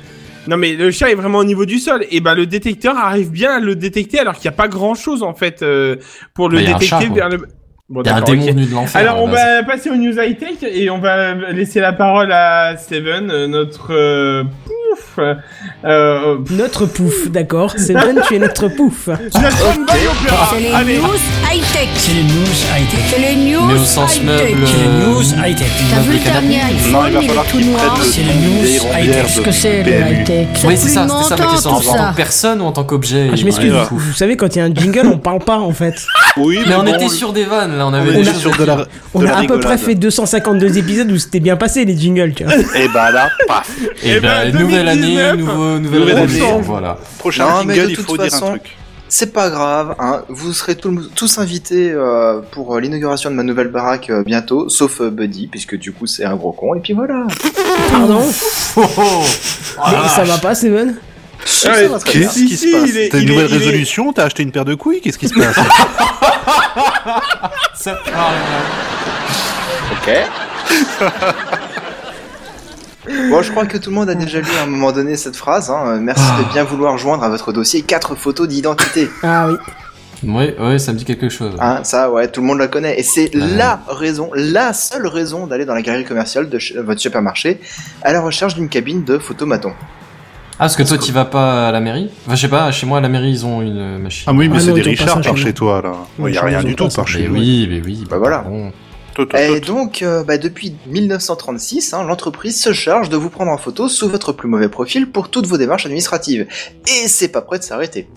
S3: non mais le chat est vraiment au niveau du sol. Et ben le détecteur arrive bien à le détecter alors qu'il n'y a pas grand chose en fait euh, pour le
S5: Bah, il y a un
S3: détecter
S5: chat, quoi.
S3: vers le. Bon,
S5: Il y a un
S3: d'accord,
S5: démon Ah,
S3: ok.
S5: venu de l'enfer.
S3: Alors,
S5: à
S3: on
S5: la base.
S3: va passer aux news high-tech et on va laisser la parole à Steven, euh, notre. euh, pouf euh, euh,
S1: Notre pouf, d'accord. C'est Ben, tu es notre pouf.
S3: notre Boy
S5: Ah,
S3: Opera.
S9: C'est les
S3: Allez,
S9: news high-tech.
S7: C'est les news high-tech.
S9: C'est les news
S5: Mais au sens
S9: high-tech.
S5: mable.
S7: C'est les
S5: euh,
S7: news high-tech.
S9: T'as vu
S5: le
S9: le dernier iPhone,
S4: Non, il va
S9: il
S4: falloir
S9: est tout
S4: qu'ils
S9: noir.
S4: prennent
S7: C'est les news
S4: le vieille
S7: high-tech.
S4: rombière
S9: Qu'est-ce que c'est
S4: de
S9: le
S4: PMU.
S9: high-tech Ça
S5: Oui, c'est
S9: plus
S5: ça,
S9: longtemps,
S5: c'était ça ma question.
S9: tout
S5: En
S9: ça.
S5: tant que personne ou en tant qu'objet euh,
S1: Ah, je
S5: il-
S1: m'excuse,
S5: il est
S1: vous
S5: fou.
S1: vous savez, quand il y a un jingle, on parle pas, en fait.
S4: Oui,
S5: Mais on
S4: bon,
S5: était sur des vannes, là, on
S4: On
S5: avait des
S4: était
S5: choses
S4: sur
S5: à
S4: de
S5: dire.
S4: la.
S1: On
S4: de
S1: a
S4: la
S1: à peu près
S4: rigolade.
S1: fait 252 épisodes où c'était bien passé, les jingles, tu vois.
S4: Et bah là, paf.
S5: Et
S3: Eh ben,
S5: ben, nouvelle année,
S3: 2019,
S5: nouveau,
S4: nouvelle
S5: nouvelle année,
S4: année.
S5: voilà.
S4: Prochain
S8: Non, mais
S4: jingle,
S8: de
S4: il
S8: toute
S4: faut dire
S8: façon-
S4: un truc.
S8: C'est pas grave, hein. vous serez tout- tous invités euh, pour euh, l'inauguration de ma nouvelle baraque euh, bientôt, sauf euh, Buddy, puisque du coup c'est un gros con, et puis voilà.
S1: Pardon
S5: Oh, oh. Ah,
S1: Mais ça va pas, Steven
S8: Ça,
S3: ouais,
S8: va très
S4: qu'est-ce
S8: bien.
S3: Si,
S4: qui
S3: si,
S4: se passe
S3: il Ah, est-
S4: T'as une
S3: il est-
S4: nouvelle
S3: il est-
S4: résolution T'as acheté une paire de couilles Qu'est-ce qui se passe
S5: ça oh parle.
S8: Bon, je crois que tout le monde a déjà lu à un moment donné cette phrase. Hein. Merci de bien vouloir joindre à votre dossier quatre photos d'identité.
S1: Ah oui.
S5: Oui, oui, ça me dit quelque chose.
S8: Hein, ça, ouais, tout le monde la connaît. Et c'est
S5: Ouais.
S8: la raison, la seule raison d'aller dans la galerie commerciale de ch- votre supermarché à la recherche d'une cabine de photomaton.
S5: Ah, parce que toi, t'y vas pas à la mairie Enfin, je sais pas, chez moi, à la mairie, ils ont une euh, machine.
S4: Ah oui, mais
S1: Ah
S4: c'est
S1: non,
S4: des
S1: ils ont pas ça
S4: Richards
S1: chez
S4: par
S1: nous.
S4: chez toi là.
S1: Oui,
S4: Il y a
S1: ils
S4: rien
S1: ont
S4: du
S1: pas
S4: tout
S1: ça
S4: par
S5: mais
S4: chez nous.
S5: Eh oui, mais oui.
S8: Bah voilà.
S5: pardon.
S4: Tout, tout,
S8: Et
S4: tout.
S8: donc, euh, bah, depuis 1936, hein, l'entreprise se charge de vous prendre en photo sous votre plus mauvais profil pour toutes vos démarches administratives. Et c'est pas prêt de s'arrêter.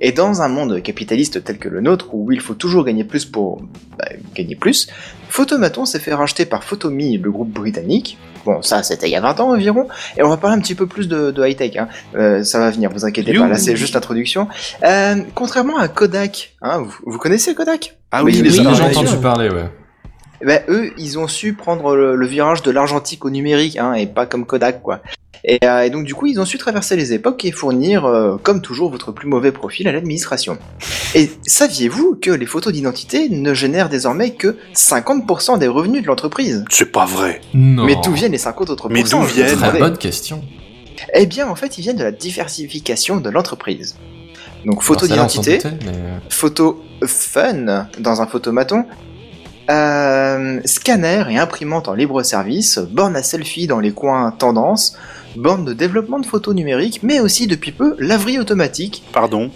S8: Et dans un monde capitaliste tel que le nôtre, où il faut toujours gagner plus pour bah, gagner plus, Photomaton s'est fait racheter par Photomy, le groupe britannique. Bon, ça, c'était il y a 20 ans environ. Et on va parler un petit peu plus de, de high-tech. hein. Euh, ça va venir, vous inquiétez pas. Là, c'est juste l'introduction. Euh, contrairement à Kodak, hein, vous, vous connaissez Kodak
S4: Ah oui, les
S5: Oui,
S1: appareils.
S5: j'ai entendu
S1: Sûr.
S5: parler, ouais.
S8: eh ben, eux, ils ont su prendre le, le virage de l'argentique au numérique, hein, et pas comme Kodak, quoi. Et, euh, et donc, du coup, ils ont su traverser les époques et fournir, euh, comme toujours, votre plus mauvais profil à l'administration. Et saviez-vous que les photos d'identité ne génèrent désormais que 50% des revenus de l'entreprise
S4: C'est pas vrai.
S5: Non.
S8: Mais d'où viennent les 50 autres
S4: Mais
S8: pourcents,
S4: d'où
S8: je me
S4: viennent
S5: Très
S8: demandais
S5: bonne question.
S8: Eh bien, en fait, ils viennent de la diversification de l'entreprise. Donc,
S5: Alors,
S8: photo
S5: celle-là, on s'en
S8: d'identité,
S5: doutait, mais-
S8: photo fun dans un photomaton, Euh, scanner et imprimante en libre service, borne à selfie dans les coins tendance, borne de développement de photos numériques, mais aussi depuis peu laverie automatique.
S4: Pardon.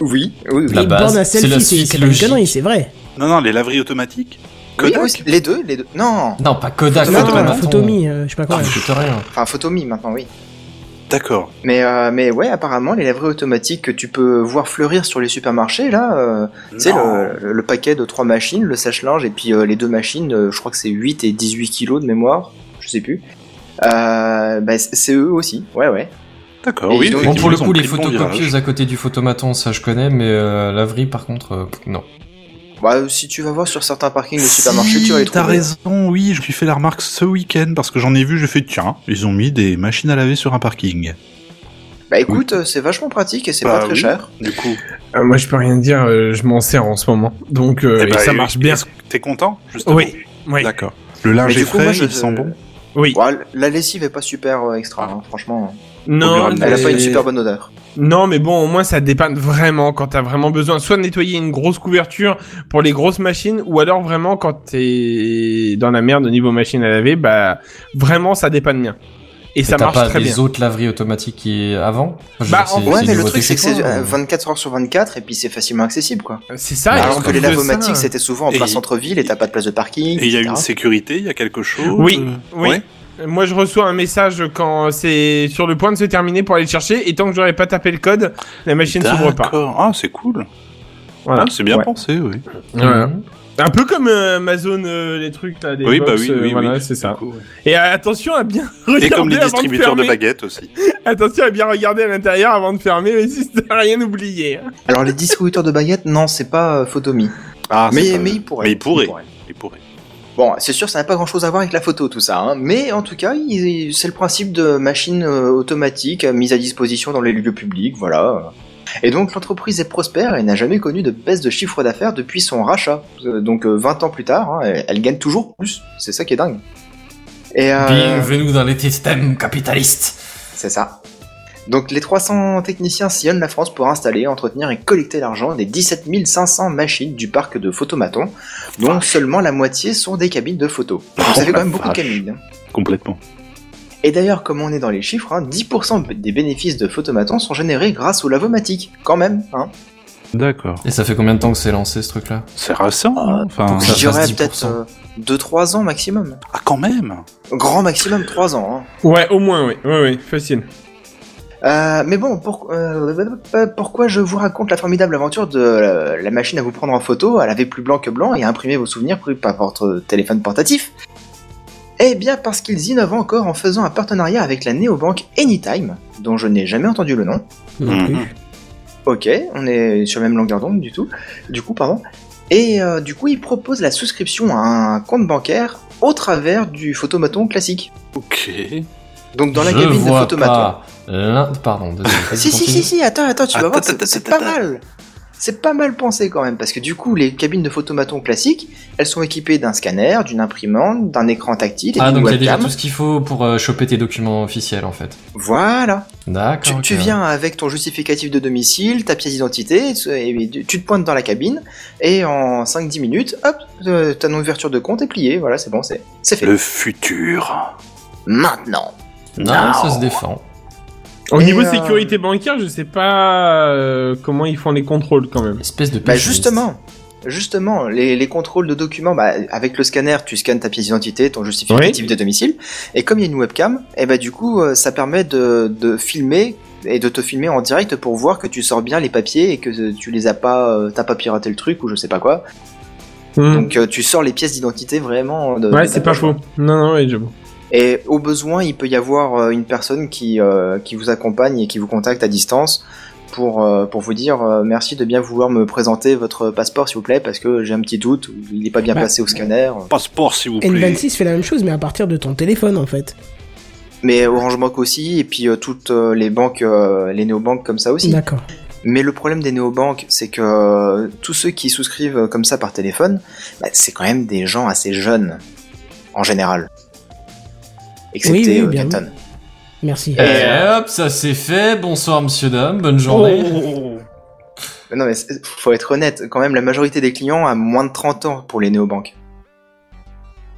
S8: Oui, oui, oui.
S5: La
S1: Les
S5: base,
S1: bornes à
S5: c'est
S1: selfie,
S5: la
S1: c'est
S5: suite
S1: c'est pas une
S5: logique.
S1: connerie, c'est vrai.
S4: Non, non, les laveries automatiques.
S8: Oui,
S4: Kodak
S8: oui, les deux, les deux. Non,
S5: Non, pas Kodak.
S1: Non,
S5: Photomaton.
S1: la photomie, euh, je sais pas quoi.
S5: Ah, putain, rien.
S8: enfin Photomi maintenant, oui.
S4: D'accord.
S8: Mais euh, mais ouais, apparemment les laveries automatiques que tu peux voir fleurir sur les supermarchés là, euh, tu sais
S4: Non.
S8: le, le- le paquet de trois machines, le sèche-linge et puis euh, les deux machines, euh, je crois que c'est 8 et 18 kilos de mémoire, je sais plus. Euh, bah, c'est- c'est eux aussi, ouais ouais.
S4: D'accord,
S8: Et
S4: oui.
S8: ils ont-
S5: Bon, pour
S4: effectivement,
S5: le
S4: ils ont
S5: coup, les
S4: pris bon
S5: photocopieuses
S4: virage.
S5: à côté du photomaton, ça je connais, mais euh, laverie, par contre, euh, non.
S8: Bah, euh, si tu vas voir sur certains parkings de supermarchés, tu vas les
S4: Si, T'as
S8: trouver.
S4: raison, oui, je me suis fait la remarque ce week-end parce que j'en ai vu, je fais tiens, ils ont mis des machines à laver sur un parking.
S8: Bah écoute, euh, c'est vachement pratique et c'est
S4: Bah
S8: pas très
S4: oui.
S8: cher.
S4: Du coup,
S3: Euh, moi, je peux rien dire, euh, je m'en sers en ce moment. Donc, euh,
S4: Eh
S3: et
S8: ben,
S4: bah,
S3: ça
S4: euh,
S3: marche bien.
S4: est-ce que T'es content justement
S3: Oui, oui,
S4: D'accord. Le linge
S8: Mais
S4: est
S8: du coup,
S4: frais,
S8: moi, je-
S4: il Ah. sent bon.
S3: oui.
S8: Ouais, Bah, la lessive est pas super euh, extra, hein, franchement.
S3: Non,
S4: Elle
S8: Elle a
S3: mais-
S8: pas une super bonne odeur.
S3: Non, mais bon, au moins ça dépanne vraiment quand t'as vraiment besoin. Soit de nettoyer une grosse couverture pour les grosses machines, ou alors vraiment quand t'es dans la merde au niveau machine à laver, bah vraiment ça dépanne bien. Et ça
S5: Mais t'as
S3: marche
S5: pas
S3: très
S5: les
S3: bien.
S5: autres laveries automatiques qui avant Enfin, je veux
S3: Bah,
S5: dire, c'est- hein
S3: en-
S8: Ouais,
S5: une
S8: mais le
S5: nouveauté
S8: truc, c'est que
S5: chez
S8: c'est
S5: toi,
S4: hein.
S8: euh,
S5: ou-
S8: 24 heures sur 24 et puis c'est facilement accessible quoi.
S3: C'est ça.
S4: Ah,
S3: et en
S8: Alors que
S3: plus
S8: Bah, les
S3: de ça-
S8: lavomatiques c'était souvent en
S4: Et-
S8: plein centre-ville et t'as pas de place de parking.
S4: Et il y a
S8: etc.
S4: une sécurité, il y a quelque chose.
S3: Oui,
S4: euh,
S3: oui.
S4: ouais.
S3: Moi, je reçois un message quand c'est sur le point de se terminer pour aller le chercher, et tant que j'aurais pas tapé le code, la machine s'ouvre pas.
S4: D'accord. Ah, c'est cool.
S3: Voilà.
S4: Ah, c'est bien
S3: Ouais.
S4: pensé, oui.
S3: Voilà.
S5: hein.
S3: Un peu comme euh, Amazon, euh, les trucs là, des
S4: Oui,
S3: box,
S4: bah oui,
S3: euh,
S4: oui, oui.
S3: voilà, c'est ça.
S4: Du coup, ouais.
S3: Et euh, attention à bien regarder
S4: Et comme les
S3: avant de
S4: distributeurs de
S3: fermer.
S4: baguettes aussi.
S3: Attention à bien regarder à l'intérieur avant de fermer, mais si t'as rien hein. oublié.
S8: Alors les distributeurs de baguettes, non, c'est pas euh, photomie.
S4: Ah, c'est
S8: mais,
S4: pas-
S8: mais ils pourraient.
S4: Mais ils pourraient. Ils pourraient.
S8: Bon, c'est sûr, ça n'a pas grand chose à voir avec la photo, tout ça. hein. Mais en tout cas, il- il- c'est le principe de machines euh, automatiques euh, mises à disposition dans les lieux publics, voilà. Et donc l'entreprise est prospère et n'a jamais connu de baisse de chiffre d'affaires depuis son rachat. Euh, Donc euh, 20 ans plus tard, hein, elle, elle gagne toujours plus. C'est ça qui est dingue. Et euh,
S5: Bienvenue dans les systèmes capitalistes.
S8: c'est ça. Donc les 300 techniciens sillonnent la France pour installer, entretenir et collecter l'argent des 17 500 machines du parc de photomaton, dont seulement la moitié sont des cabines de photo. Donc, ça
S4: Oh,
S8: fait quand
S4: la
S8: même beaucoup de
S4: vache.
S8: cabines. hein.
S4: Complètement.
S8: Et d'ailleurs, comme on est dans les chiffres, hein, 10% des bénéfices de Photomaton sont générés grâce aux lavomatiques, quand même. Hein.
S4: D'accord.
S5: Et ça fait combien de temps que c'est lancé ce truc-là
S4: C'est récent.
S3: Ah,
S4: hein. Enfin,
S5: donc ça
S8: Je dirais
S5: fasse
S8: peut-être
S5: 10%.
S8: 2-3 ans maximum.
S4: ah, quand même.
S8: Grand maximum 3 ans. hein.
S3: Ouais, au moins, oui, ouais, ouais, facile.
S8: Euh, mais bon, pour- euh, pourquoi je vous raconte la formidable aventure de euh, la, la machine à vous prendre en photo à laver plus blanc que blanc et à imprimer vos souvenirs pris par votre téléphone portatif Eh bien parce qu'ils innovent encore en faisant un partenariat avec la néobanque Anytime, dont je n'ai jamais entendu le nom.
S1: Non plus.
S4: Mhm.
S8: Ok, on est sur la même longueur d'onde du tout. Du coup, pardon. Et euh, du coup, il propose la souscription à un compte bancaire au travers du photomaton classique.
S4: Ok.
S8: Donc dans la
S5: Je
S8: cabine de
S5: vois
S8: photomaton.
S5: pas l'un- Pardon, désolé. vas-y,
S8: Si si
S5: continue. Ah,
S8: si si, attends attends, tu vas
S4: Attends,
S8: voir, c'est
S4: attends,
S8: c'est pas
S4: attends,
S8: mal. C'est pas mal pensé quand même parce que du coup, les cabines de photomaton classiques, elles sont équipées d'un scanner, d'une imprimante, d'un écran tactile et
S5: Ah,
S8: d'une
S5: donc il y a déjà
S8: webcam.
S5: tout ce qu'il faut pour euh, choper tes documents officiels en fait.
S8: Voilà.
S5: D'accord.
S8: Tu,
S5: Ah, ok,
S8: tu
S5: ouais.
S8: viens avec ton justificatif de domicile, ta pièce d'identité, et tu- tu te pointes dans la cabine, et en 5-10 minutes, hop, euh, ta non-ouverture de compte est pliée, voilà, c'est bon, c'est c'est fait.
S4: Le futur.
S8: Maintenant
S5: Non, ça se défend.
S3: Au
S8: Et,
S3: niveau
S8: euh,
S3: sécurité bancaire, je sais pas euh, comment ils font les contrôles quand même.
S5: Espèce de.
S8: Bah
S5: pessimiste.
S8: justement Justement, les, les contrôles de documents, bah, avec le scanner, tu scannes ta pièce d'identité, ton justificatif de domicile, et comme il y a une webcam, et bah du coup, euh, ça permet de, de filmer et de te filmer en direct pour voir que tu sors bien les papiers et que euh, tu les as pas, euh, t'as pas piraté le truc ou je sais pas quoi.
S3: Hmm.
S8: Donc euh, tu sors les pièces d'identité vraiment. De,
S3: ouais,
S8: de-
S3: c'est pas faux. Non, non, ouais, j'avoue.
S8: Et au besoin, il peut y avoir euh, une personne qui, euh, qui vous accompagne et qui vous contacte à distance pour, euh, pour vous dire euh, merci de bien vouloir me présenter votre passeport s'il vous plaît parce que j'ai un petit doute, il n'est pas bien
S1: Bah.
S8: placé au scanner.
S4: Passeport, s'il vous plaît.
S1: N26 fait la même chose, mais à partir de ton téléphone en fait.
S8: Mais Orange Bank aussi et puis euh, toutes euh, les banques, euh, les néobanques comme ça aussi.
S1: D'accord.
S8: Mais le problème des néobanques, c'est que euh, tous ceux qui souscrivent euh, comme ça par téléphone, bah, c'est quand même des gens assez jeunes, en général. Excepté
S1: Oui, oui,
S8: euh,
S1: bien
S8: Kenton.
S1: Merci.
S8: Euh,
S5: Et Eh, hop, ça c'est fait. Bonsoir, monsieur, dame.
S8: Oh.
S5: Bonne journée.
S8: Non mais c'est- faut être honnête, quand même la majorité des clients a moins de 30 ans pour les néobanques.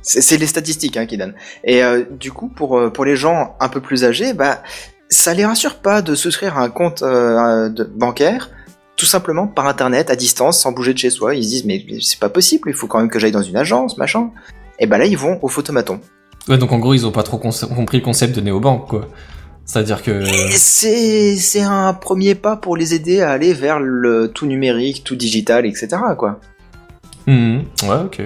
S8: C'est c'est les statistiques hein, qui donnent. Et euh, du coup, pour, euh, pour les gens un peu plus âgés, bah, ça les rassure pas de souscrire à un compte euh, de- bancaire tout simplement par internet, à distance, sans bouger de chez soi. Ils se disent, mais c'est pas possible, il faut quand même que j'aille dans une agence, machin. Et bah là, ils vont au photomaton.
S5: Ouais, donc en gros, ils ont pas trop conce- compris le concept de néobanque, quoi. C'est-à-dire que...
S8: Et C'est c'est un premier pas pour les aider à aller vers le tout numérique, tout digital, etc. quoi.
S5: Hmm, ouais, ok.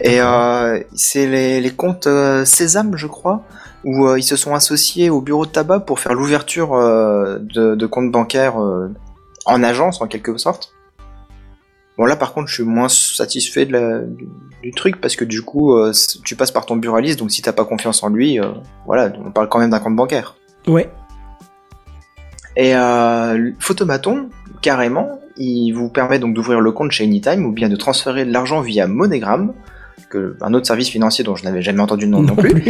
S8: Et euh, c'est les, les comptes euh, Sésame, je crois, où euh, ils se sont associés au bureau de tabac pour faire l'ouverture euh, de, de comptes bancaires euh, en agence, en quelque sorte. Bon là par contre je suis moins satisfait de la- du, du truc parce que du coup euh, c- tu passes par ton buraliste donc si t'as pas confiance en lui euh, voilà on parle quand même d'un compte bancaire.
S1: Ouais.
S8: Et euh, le Photomaton, carrément, il vous permet donc d'ouvrir le compte chez Anytime ou bien de transférer de l'argent via Monogram, que, un autre service financier dont je n'avais jamais entendu le nom non plus.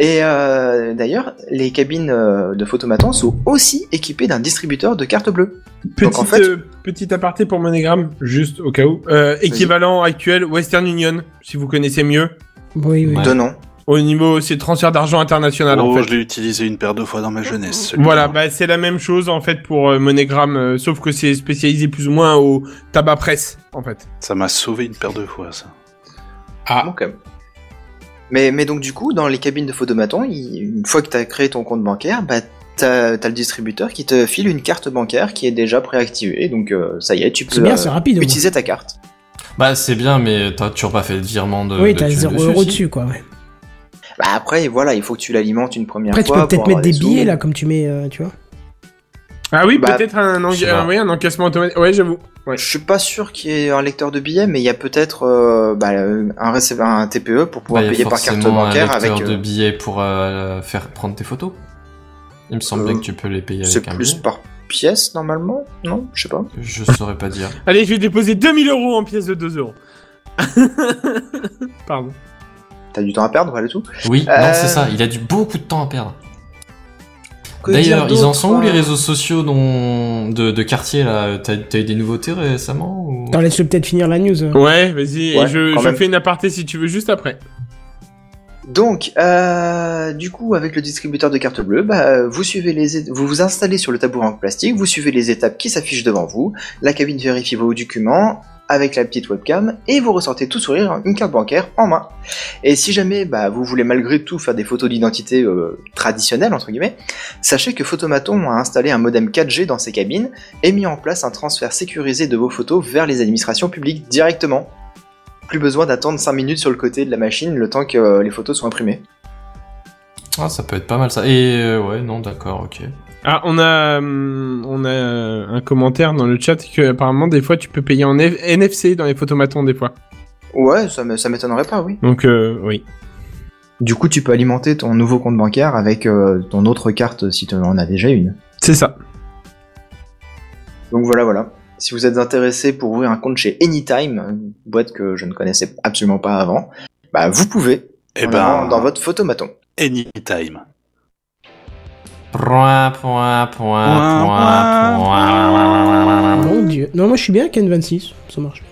S8: Et euh, d'ailleurs, les cabines euh, de Photomaton sont aussi équipées d'un distributeur de cartes bleues.
S3: Petite,
S8: en fait-
S3: euh, petit aparté pour Monogram, juste au cas où. Euh, équivalent actuel Western Union, si vous connaissez mieux.
S1: Oui, oui.
S5: Ouais.
S8: De nom.
S3: Au niveau, c'est transfert d'argent international Ah, en
S4: Oh,
S3: fait.
S4: je l'ai utilisé une paire de fois dans ma jeunesse. celui-là.
S3: Voilà, bah, c'est la même chose en fait pour euh, Monogram, euh, sauf que c'est spécialisé plus ou moins au tabac presse en fait.
S4: Ça m'a sauvé une paire de fois, ça.
S3: Ah.
S8: Bon, quand même. euh, Mais, mais donc du coup, dans les cabines de Photomaton, il- une fois que tu as créé ton compte bancaire, bah, t'as t'as le distributeur qui te file une carte bancaire qui est déjà préactivée. Donc euh, ça y est, tu peux
S1: C'est bien,
S8: euh,
S1: c'est rapide. hein. au moins.
S8: utiliser ta carte.
S5: Bah, c'est bien, mais t'as toujours pas fait le virement de...
S8: Euh,
S1: Oui,
S5: de
S1: t'as
S5: thunes
S1: 0
S5: dessus,
S1: euro
S5: si
S1: dessus, quoi. ouais.
S8: Bah après, voilà, il faut que tu l'alimentes une première
S1: Après, tu
S8: fois.
S1: peux
S8: pour
S1: peut-être
S8: avoir
S1: mettre des
S8: sous.
S1: billets, là, comme tu mets, euh, tu vois.
S3: Ah oui,
S8: Bah,
S3: peut-être un,
S5: je sais
S3: enca-
S5: pas.
S3: euh, oui, un encaissement automatique. Ouais, j'avoue. Ouais.
S8: Je suis pas sûr qu'il y ait un lecteur de billets, mais il y a peut-être euh, bah, un, réce- un TPE pour
S5: Bah,
S8: pouvoir
S5: y a
S8: payer par carte
S5: forcément
S8: bancaire
S5: un
S8: avec.
S5: lecteur de
S8: euh,
S5: billets pour euh, faire prendre tes photos. Il me semblait
S8: Euh,
S5: que tu peux les payer
S8: C'est
S5: avec un
S8: plus
S5: billet.
S8: par pièce normalement, non Je sais pas.
S5: Je saurais pas dire.
S3: Allez, je vais déposer 2000 euros en pièces de 2 euros. Pardon.
S8: T'as du temps à perdre, voilà tout.
S5: Oui,
S8: Euh,
S5: non, c'est ça. Il a dû beaucoup de temps à perdre.
S8: Que
S5: D'ailleurs,
S8: dire
S5: ils en
S8: d'autre,
S5: sont où les
S8: euh,
S5: réseaux sociaux dont... de, de quartier là T'as t'as eu des nouveautés récemment ou...
S1: T'en laisses peut-être finir la news. hein.
S3: Ouais, vas-y,
S8: Ouais,
S3: et je,
S8: quand
S3: je
S8: même.
S3: fais une aparté si tu veux juste après.
S8: Donc, euh, du coup, avec le distributeur de cartes bleues, bah, euh, vous suivez les, é- vous vous installez sur le tabouret en plastique, vous suivez les étapes qui s'affichent devant vous, la cabine vérifie vos documents avec la petite webcam et vous ressortez tout sourire une carte bancaire en main. Et si jamais bah, vous voulez malgré tout faire des photos d'identité euh, traditionnelles entre guillemets, sachez que Photomaton a installé un modem 4G dans ses cabines et mis en place un transfert sécurisé de vos photos vers les administrations publiques directement. Plus besoin d'attendre 5 minutes sur le côté de la machine le temps que euh, les photos sont imprimées.
S5: Ah, ça peut être pas mal ça. Et euh, ouais, non, d'accord, ok.
S3: Ah, on a, hum, on a euh, un commentaire dans le chat que apparemment des fois tu peux payer en F- NFC dans les photomatons des fois.
S8: Ouais, ça me- ça m'étonnerait pas, oui.
S3: Donc euh, oui.
S8: Du coup, tu peux alimenter ton nouveau compte bancaire avec euh, ton autre carte si tu en as déjà une.
S3: C'est ça.
S8: Donc voilà, voilà. Si vous êtes intéressé pour ouvrir un compte chez Anytime, une boîte que je ne connaissais absolument pas avant, bah vous pouvez.
S4: Eh
S8: en
S4: ben,
S8: allant dans votre photomaton.
S4: anytime.
S5: Point, point, point,
S3: Ah,
S4: Point,
S5: point, point.
S1: Mon dieu. Non, moi je suis bien avec N26, ça marche.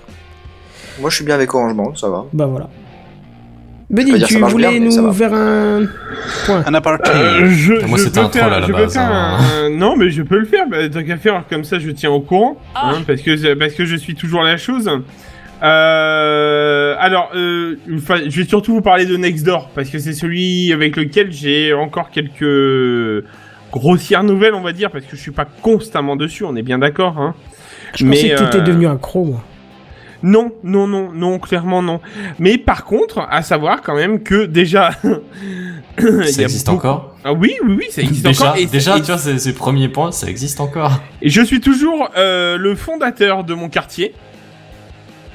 S8: Moi, je suis bien avec Orange Bank, ça va.
S1: Bah voilà.
S8: Je peux
S1: Benny,
S8: dire, ça
S1: tu
S8: marche
S1: voulais
S8: bien, mais ça
S1: nous
S8: va.
S1: faire un.
S4: Un aparté.
S3: Euh, je,
S5: Moi,
S3: je
S5: c'était
S3: peux
S5: un troll
S3: faire-
S5: à la
S3: je peux
S5: base,
S3: faire
S5: hein.
S3: un- Non, mais je peux le faire. Bah, tant qu'à faire, comme ça, je tiens au courant. hein, parce, que, parce que je suis toujours la chose. Euh, alors, euh, enfin, je vais surtout vous parler de Nextdoor. Parce que c'est celui avec lequel j'ai encore quelques grossières nouvelles, on va dire. Parce que je suis pas constamment dessus, on est bien d'accord. Hein.
S1: Je
S3: Mais,
S1: pensais que t'étais
S3: euh,
S1: devenu un croc, moi.
S3: Non, non, non, non, clairement non. Mais par contre, à savoir quand même que déjà. il y
S5: Ça
S3: a
S5: existe
S3: beaucoup-
S5: encore
S3: Ah oui, oui, oui, ça existe
S5: Déjà,
S3: encore. Et-
S5: déjà
S3: et-
S5: tu vois, c'est c'est le premier point, ça existe encore.
S3: Et je suis toujours euh, le fondateur de mon quartier.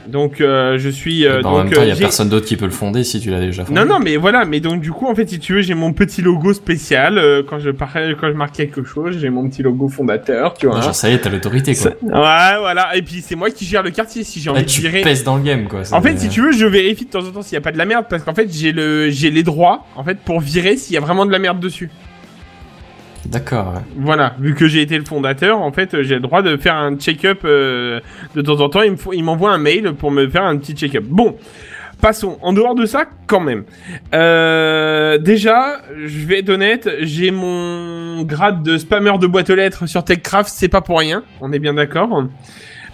S3: Donc euh, je suis euh,
S5: Et ben, en
S3: donc
S5: même temps,
S3: euh,
S5: il y a
S3: j'ai-
S5: personne d'autre qui peut le fonder si tu l'as déjà fondé.
S3: Non non mais voilà mais donc du coup en fait si tu veux j'ai mon petit logo spécial euh, quand je par- quand je marque quelque chose j'ai mon petit logo fondateur tu vois.
S5: Genre, ça y est, t'as l'autorité quoi.
S3: Ça- Ouais voilà et puis c'est moi qui gère le quartier si j'ai
S5: Là,
S3: envie de
S5: Ah, tu
S3: gérer.
S5: pèses dans le game quoi. euh,
S3: En fait, si tu veux, je vérifie de temps en temps s'il n'y a pas de la merde, parce qu'en fait, j'ai le, j'ai les droits, en fait, pour virer s'il y a vraiment de la merde dessus.
S5: D'accord, ouais.
S3: Voilà, vu que j'ai été le fondateur, en fait, euh, j'ai le droit de faire un check-up euh, de temps en temps. Ils me font- ils m'envoient un mail pour me faire un petit check-up. Bon, Passons. En dehors de ça, quand même. Euh, déjà, je vais être honnête, j'ai mon grade de spammeur de boîte aux lettres sur TechCraft, c'est pas pour rien. On est bien d'accord.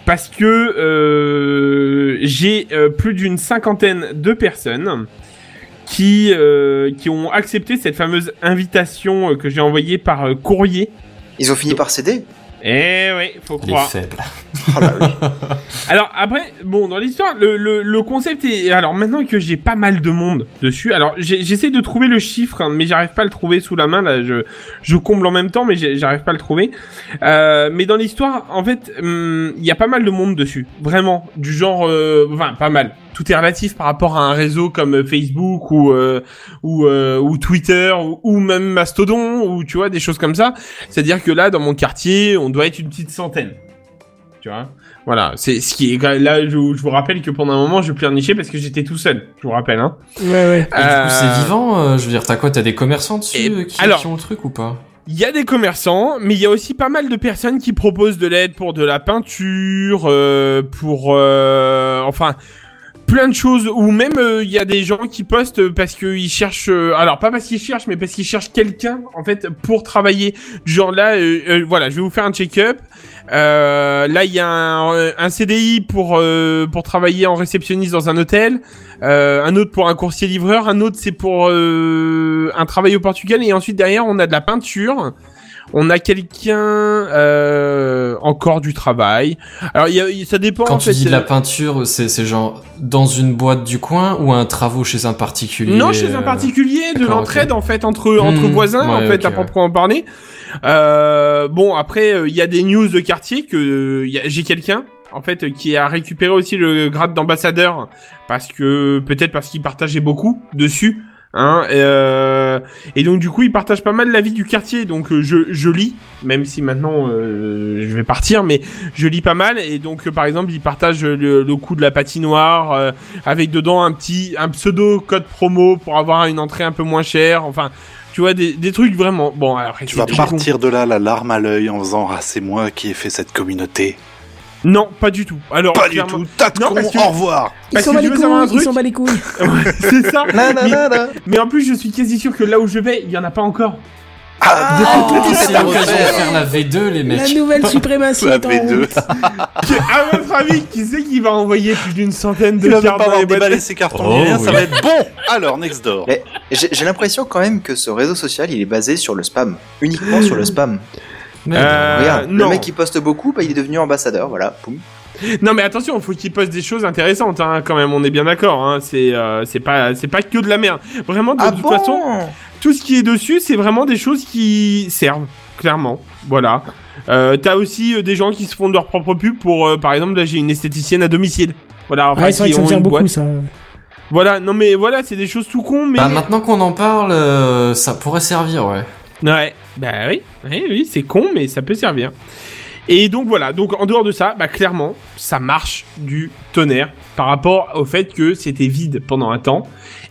S3: Parce que euh, j'ai euh, plus d'une cinquantaine de personnes qui euh, qui ont accepté cette fameuse invitation euh, que j'ai envoyée par euh, courrier.
S8: Ils ont fini par céder
S3: Eh oui, faut
S5: Il est
S3: croire.
S5: faible.
S8: Oh là oui.
S3: Alors après, bon, dans l'histoire, le, le, le concept est... Alors maintenant que j'ai pas mal de monde dessus, alors j'ai- j'essaie de trouver le chiffre, hein, mais j'arrive pas à le trouver sous la main, là, je, je comble en même temps, mais j'ai- j'arrive pas à le trouver. Euh, mais dans l'histoire, en fait, hum, il y a pas mal de monde dessus, vraiment, du genre... euh, Enfin, pas mal. Tout est relatif par rapport à un réseau comme euh, Facebook ou euh, ou, euh, ou Twitter ou, ou même Mastodon ou tu vois des choses comme ça. C'est-à-dire que là, dans mon quartier, on doit être une petite centaine. Tu vois voilà, c'est ce qui est quand même- là. Je, je vous rappelle que pendant un moment, je pleurnichais parce que j'étais tout seul. Je vous rappelle, hein.
S1: Ouais, ouais.
S5: Et du coup,
S3: Euh,
S5: c'est vivant. euh, je veux dire, t'as quoi T'as des commerçants dessus
S3: et-
S5: euh, qui,
S3: alors-
S5: qui ont le truc ou pas
S3: Il y a des commerçants, mais il y a aussi pas mal de personnes qui proposent de l'aide pour de la peinture, euh, pour euh, enfin plein de choses. Ou même euh, il y a des gens qui postent parce qu'ils cherchent, euh, alors pas parce qu'ils cherchent, mais parce qu'ils cherchent quelqu'un en fait pour travailler. Du Genre là, euh, euh, voilà, je vais vous faire un check-up. Euh, là, il y a un, un CDI pour euh, pour travailler en réceptionniste dans un hôtel. Euh, un autre pour un coursier livreur, un autre c'est pour euh, un travail au Portugal et ensuite derrière on a de la peinture. On a quelqu'un euh, encore du travail. Alors il y a- ça dépend
S5: Quand
S3: en
S5: tu
S3: fait.
S5: dis de la
S3: euh,
S5: peinture, c'est c'est genre dans une boîte du coin ou un travaux chez un particulier
S3: non, chez un
S5: euh,
S3: particulier, de
S5: d'accord,
S3: l'entraide
S5: ok.
S3: en fait entre entre
S5: Hmm,
S3: voisins en
S5: ouais,
S3: fait
S5: ok,
S3: à
S5: ouais.
S3: proprement parler. Euh, bon après euh, il y a des news de quartier que euh, il y a- j'ai quelqu'un en fait euh, qui a récupéré aussi le grade d'ambassadeur parce que peut-être parce qu'il partageait beaucoup dessus. Hein, et, euh, et donc du coup il partage pas mal la vie du quartier donc euh, je, je lis même si maintenant euh, je vais partir mais je lis pas mal et donc euh, par exemple il partage le, le coup de la patinoire euh, avec dedans un petit un pseudo code promo pour avoir une entrée un peu moins chère enfin tu vois des, des trucs vraiment bon alors
S4: Tu
S3: c'est
S4: vas
S3: tout
S4: partir de là la larme à l'œil en faisant Ah, c'est moi qui ai fait cette communauté.
S3: con. non pas du tout alors
S4: Pas du
S3: clairement-
S4: tout, tas de
S3: Non,
S4: cons,
S3: parce que-
S4: au revoir
S1: Ils
S3: parce
S1: s'en
S3: que
S1: bat
S3: tu
S1: les
S3: veux savoir un
S1: couilles, ils
S3: truc
S1: s'en bat les couilles.
S3: Ouais, c'est ça mais,
S8: Nanana.
S3: mais en plus je suis quasi sûr que là où je vais il y en a pas encore
S8: Ah,
S5: Oh,
S8: c'est
S5: c'est
S8: la
S5: l'occasion de
S8: nouvelle.
S5: faire la V2, les
S1: La
S5: mecs.
S1: nouvelle suprématie
S4: La
S1: est en
S4: V2,
S1: route.
S3: Qui- à votre avis qui c'est qui va envoyer plus d'une centaine de
S4: il va même
S3: cartes
S4: pas
S3: dans les
S4: avoir
S3: boîtes
S4: déballé ses cartons,
S5: Oh,
S4: ni rien, ça
S5: oui.
S4: va être bon Alors, next door.
S8: Mais j'ai j'ai l'impression quand même que ce réseau social, il est basé sur le spam. Uniquement sur le spam.
S3: Euh,
S8: Regarde,
S3: non.
S8: le mec qui poste beaucoup, bah, il est devenu ambassadeur, voilà. Poum.
S3: Non mais attention, faut qu'il poste des choses intéressantes hein, quand même, on est bien d'accord hein, c'est euh, c'est pas c'est pas que de la merde. Vraiment de
S8: Ah
S3: toute
S8: bon
S3: façon, tout ce qui est dessus, c'est vraiment des choses qui servent clairement. Voilà. Euh, t'as aussi euh, des gens qui se font de leur propre pub pour euh, par exemple là, j'ai une esthéticienne à domicile. Voilà,
S1: Ouais, c'est vrai que ça me
S3: ont
S1: sert
S3: une
S1: beaucoup
S3: boîte.
S1: ça.
S3: Voilà, non mais voilà, c'est des choses tout con mais
S5: Bah, maintenant qu'on en parle, euh, ça pourrait servir, ouais.
S3: Ouais, bah oui, oui, oui, c'est con, mais ça peut servir. Et donc voilà, donc en dehors de ça, bah clairement, ça marche du tonnerre par rapport au fait que c'était vide pendant un temps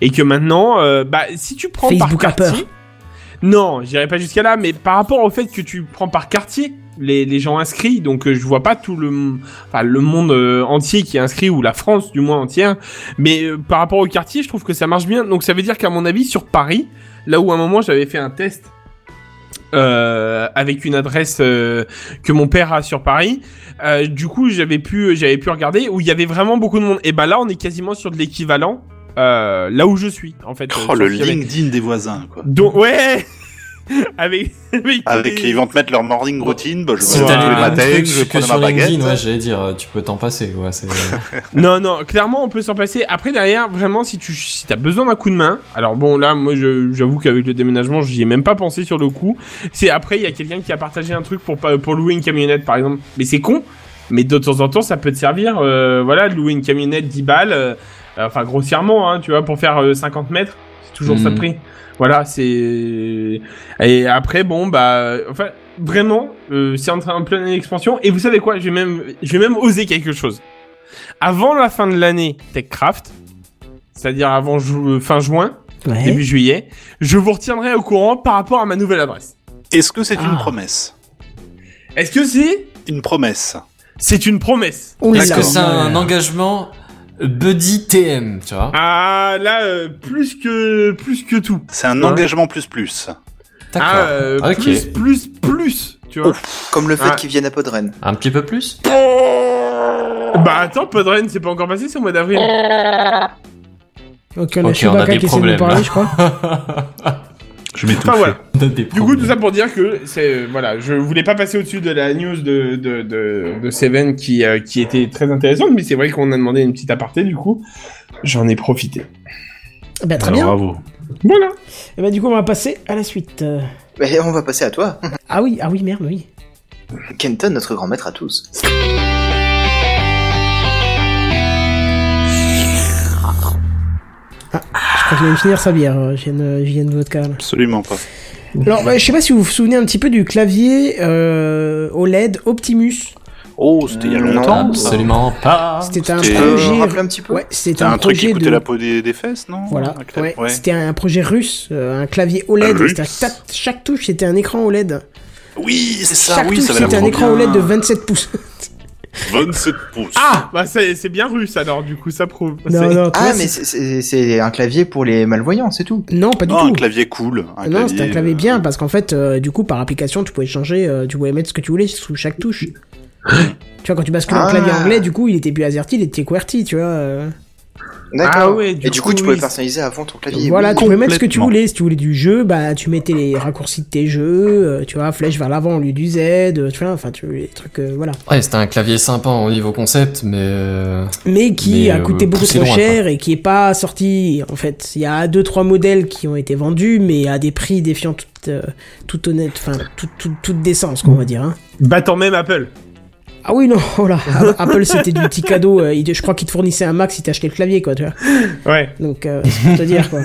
S3: et que maintenant, euh, bah si tu prends
S1: Facebook a
S3: par
S1: peur.
S3: quartier, non, j'irai pas jusqu'à là, mais par rapport au fait que tu prends par quartier les, les gens inscrits, donc euh, je vois pas tout le, m- enfin, le monde euh, entier qui est inscrit ou la France du moins entière, mais euh, par rapport au quartier, je trouve que ça marche bien. Donc ça veut dire qu'à mon avis sur Paris, là où à un moment j'avais fait un test euh, avec une adresse euh, que mon père a sur Paris. Euh, du coup, j'avais pu, j'avais pu regarder où il y avait vraiment beaucoup de monde. Et bah là, on est quasiment sur de l'équivalent euh, là où je suis, en fait. euh,
S4: Oh,
S3: sur
S4: le
S3: ce qu'il y avait.
S4: LinkedIn des voisins, quoi.
S3: Donc ouais, avec avec,
S4: Avec, ils vont te mettre leur morning routine, bah, je
S5: Si
S4: me
S5: t'as
S4: lève tous
S5: les
S4: les
S5: mêmes
S4: matins,
S5: trucs
S4: je
S5: que
S4: prends ma
S5: sur
S4: baguette.
S5: LinkedIn, ouais, j'allais dire, euh, tu peux t'en passer, ouais, c'est...
S3: Non, non, clairement, on peut s'en passer. Après, derrière, vraiment, si tu si t'as besoin d'un coup de main, alors bon, là, moi, je- j'avoue qu'avec le déménagement, j'y ai même pas pensé sur le coup. C'est après, il y a quelqu'un qui a partagé un truc pour, pas- pour louer une camionnette, par exemple. Mais c'est con, mais de temps en temps, ça peut te servir. euh, voilà, de louer une camionnette 10 balles, euh, enfin, grossièrement, hein, tu vois, pour faire euh, 50 mètres, c'est toujours ça de
S5: Mhm.
S3: prix. Voilà, c'est. Et après, bon, bah, enfin, vraiment, euh, c'est en train en pleine expansion. Et vous savez quoi Je vais même, je vais même oser quelque chose. Avant la fin de l'année TechCraft, c'est-à-dire avant ju- euh, fin juin,
S5: Eh
S1: Ouais.
S3: début juillet, je vous retiendrai au courant par rapport à ma nouvelle adresse.
S4: Est-ce que c'est une
S1: Ah.
S4: promesse
S3: Est-ce que c'est
S4: Une promesse.
S3: C'est une promesse.
S1: Oula. euh,
S5: Est-ce que c'est un engagement Buddy TM, tu vois.
S3: Ah là, euh, plus que plus que tout.
S4: C'est un
S3: Ouais.
S4: engagement plus plus.
S5: D'accord.
S3: Ah, euh,
S5: ok.
S3: plus plus plus. Tu vois.
S8: Comme le fait
S3: Ah.
S8: qu'ils viennent à Podren.
S5: Un petit peu plus
S3: Bah attends, Podren, c'est pas encore passé, c'est au mois d'avril.
S1: Ok, on a
S5: Ok, on a
S1: Chewbacca
S5: des
S1: qui essaie de nous
S5: problèmes,
S1: parler,
S5: là.
S1: je crois.
S4: Je m'étouffe. Ah,
S3: Enfin voilà.
S5: Du
S3: Du coup, tout ça pour dire que c'est euh, voilà, je voulais pas passer au-dessus de la news de de de, de Seven qui euh, qui était très intéressante, mais c'est vrai qu'on a demandé une petite aparté. Du coup, j'en ai profité.
S1: Eh ben, très
S4: Alors,
S1: bien.
S4: Bravo.
S3: Voilà.
S1: Et bah, du coup, on va passer à la suite. Euh,
S8: Mais Eh, on va passer à toi,
S1: Ah oui, ah oui, merde, oui.
S8: Kenton, notre grand maître à tous.
S1: Je crois qu'il vient de finir sa bière, euh, je viens de- je viens de vodka. là.
S4: Absolument pas.
S1: Alors, bah, je sais pas si vous vous souvenez un petit peu du clavier euh, OLED Optimus.
S4: Oh, c'était il y a
S8: Non,
S4: longtemps. ça.
S5: Absolument pas.
S1: C'était un
S4: C'était, Euh,
S8: Tu peux me
S1: projet.
S8: rappeler un petit peu
S1: Ouais, c'était
S4: C'était
S1: un,
S4: un truc
S1: projet
S4: qui coûtait
S1: de...
S4: la peau des, des fesses, non
S1: Voilà,
S4: Un clap-
S1: ouais, c'était un projet russe, euh, un clavier OLED.
S4: Russe.
S1: c'était à ta- Chaque touche, c'était un écran OLED.
S4: Oui, c'est ça,
S1: Chaque
S4: oui,
S1: touche,
S4: ça va
S1: c'était
S4: l'air
S1: un
S4: trop
S1: écran
S4: bien.
S1: OLED de 27 pouces.
S4: 27 pouces.
S3: Ah bah c'est c'est bien russe alors. Du coup, ça prouve.
S1: non,
S3: C'est-
S1: non, tu
S8: Ah,
S1: vois,
S8: mais
S1: c'est-
S8: c'est- c'est c'est un clavier pour les malvoyants, c'est tout.
S1: non, pas du
S4: Non, un
S1: tout.
S4: Oh,
S1: Ah
S4: clavier cool. Un
S1: non, c'était un clavier
S4: euh,
S1: bien parce qu'en fait, euh, du coup, par application, tu pouvais changer, euh, tu pouvais mettre ce que tu voulais sous chaque touche. tu vois, quand tu bascules en
S8: Ah.
S1: clavier anglais, du coup, il était plus AZERTY, il était QWERTY, tu vois. euh.
S8: D'accord.
S3: Ah ouais, du
S8: Et du coup,
S3: coup,
S8: tu pouvais
S3: oui.
S8: personnaliser à fond ton clavier.
S1: voilà,
S8: oui.
S1: tu pouvais mettre ce que tu
S4: complètement.
S1: voulais. Si tu voulais du jeu, bah, tu mettais les raccourcis de tes jeux, euh, tu vois, flèche vers l'avant au lieu du Z, euh, tu vois, enfin, tu les trucs, euh, voilà.
S5: Ouais, c'était un clavier sympa au niveau concept, mais... euh,
S1: mais qui
S5: Mais,
S1: a
S5: euh,
S1: coûté beaucoup
S5: poussé
S1: trop
S5: loin,
S1: cher et qui est pas sorti en fait. Il y a deux trois modèles qui ont été vendus mais à des prix défiant toute, euh, toute honnête, enfin toute, toute, toute décence qu'on va dire. hein.
S3: Battant même Apple.
S1: Ah oui non, oh là, Apple c'était du petit cadeau. euh, il- je crois qu'ils te fournissaient un Mac si t'achetais le clavier quoi, tu vois.
S3: Ouais.
S1: Donc euh, c'est pour te dire quoi.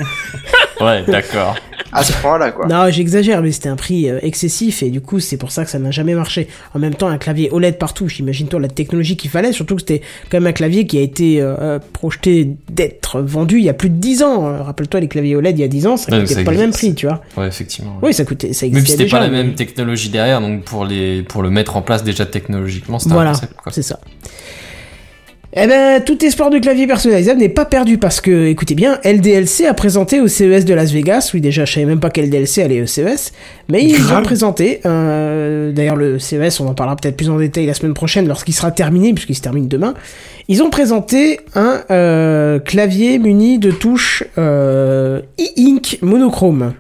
S5: Ouais, d'accord.
S8: À ce point-là, quoi.
S1: Non, j'exagère, mais c'était un prix euh, excessif et du coup, c'est pour ça que ça n'a jamais marché. En même temps, un clavier OLED partout, j'imagine-toi la technologie qu'il fallait, surtout que c'était quand même un clavier qui a été euh, euh, projeté d'être vendu il y a plus de 10 ans. Euh, Rappelle-toi, les claviers OLED il y a 10 ans, ça
S5: Ouais, mais
S1: coûtait
S5: ça
S1: pas le même
S5: existe.
S1: prix, tu vois.
S5: Ouais, effectivement.
S1: Oui, ça coûtait, ça
S5: Même
S1: existait
S5: si c'était
S1: déjà,
S5: pas la
S1: mais-
S5: même technologie derrière, donc pour, les, pour le mettre en place déjà technologiquement, c'était
S1: Voilà.
S5: un concept, quoi.
S1: C'est ça. Eh ben, tout espoir de clavier personnalisable n'est pas perdu parce que, écoutez bien, LDLC a présenté au CES de Las Vegas, oui déjà je savais même pas quel DLC allait au CES, mais ils
S3: Grave.
S1: ont présenté, euh, d'ailleurs le CES on en parlera peut-être plus en détail la semaine prochaine lorsqu'il sera terminé, puisqu'il se termine demain, ils ont présenté un euh, clavier muni de touches euh, e-ink monochrome.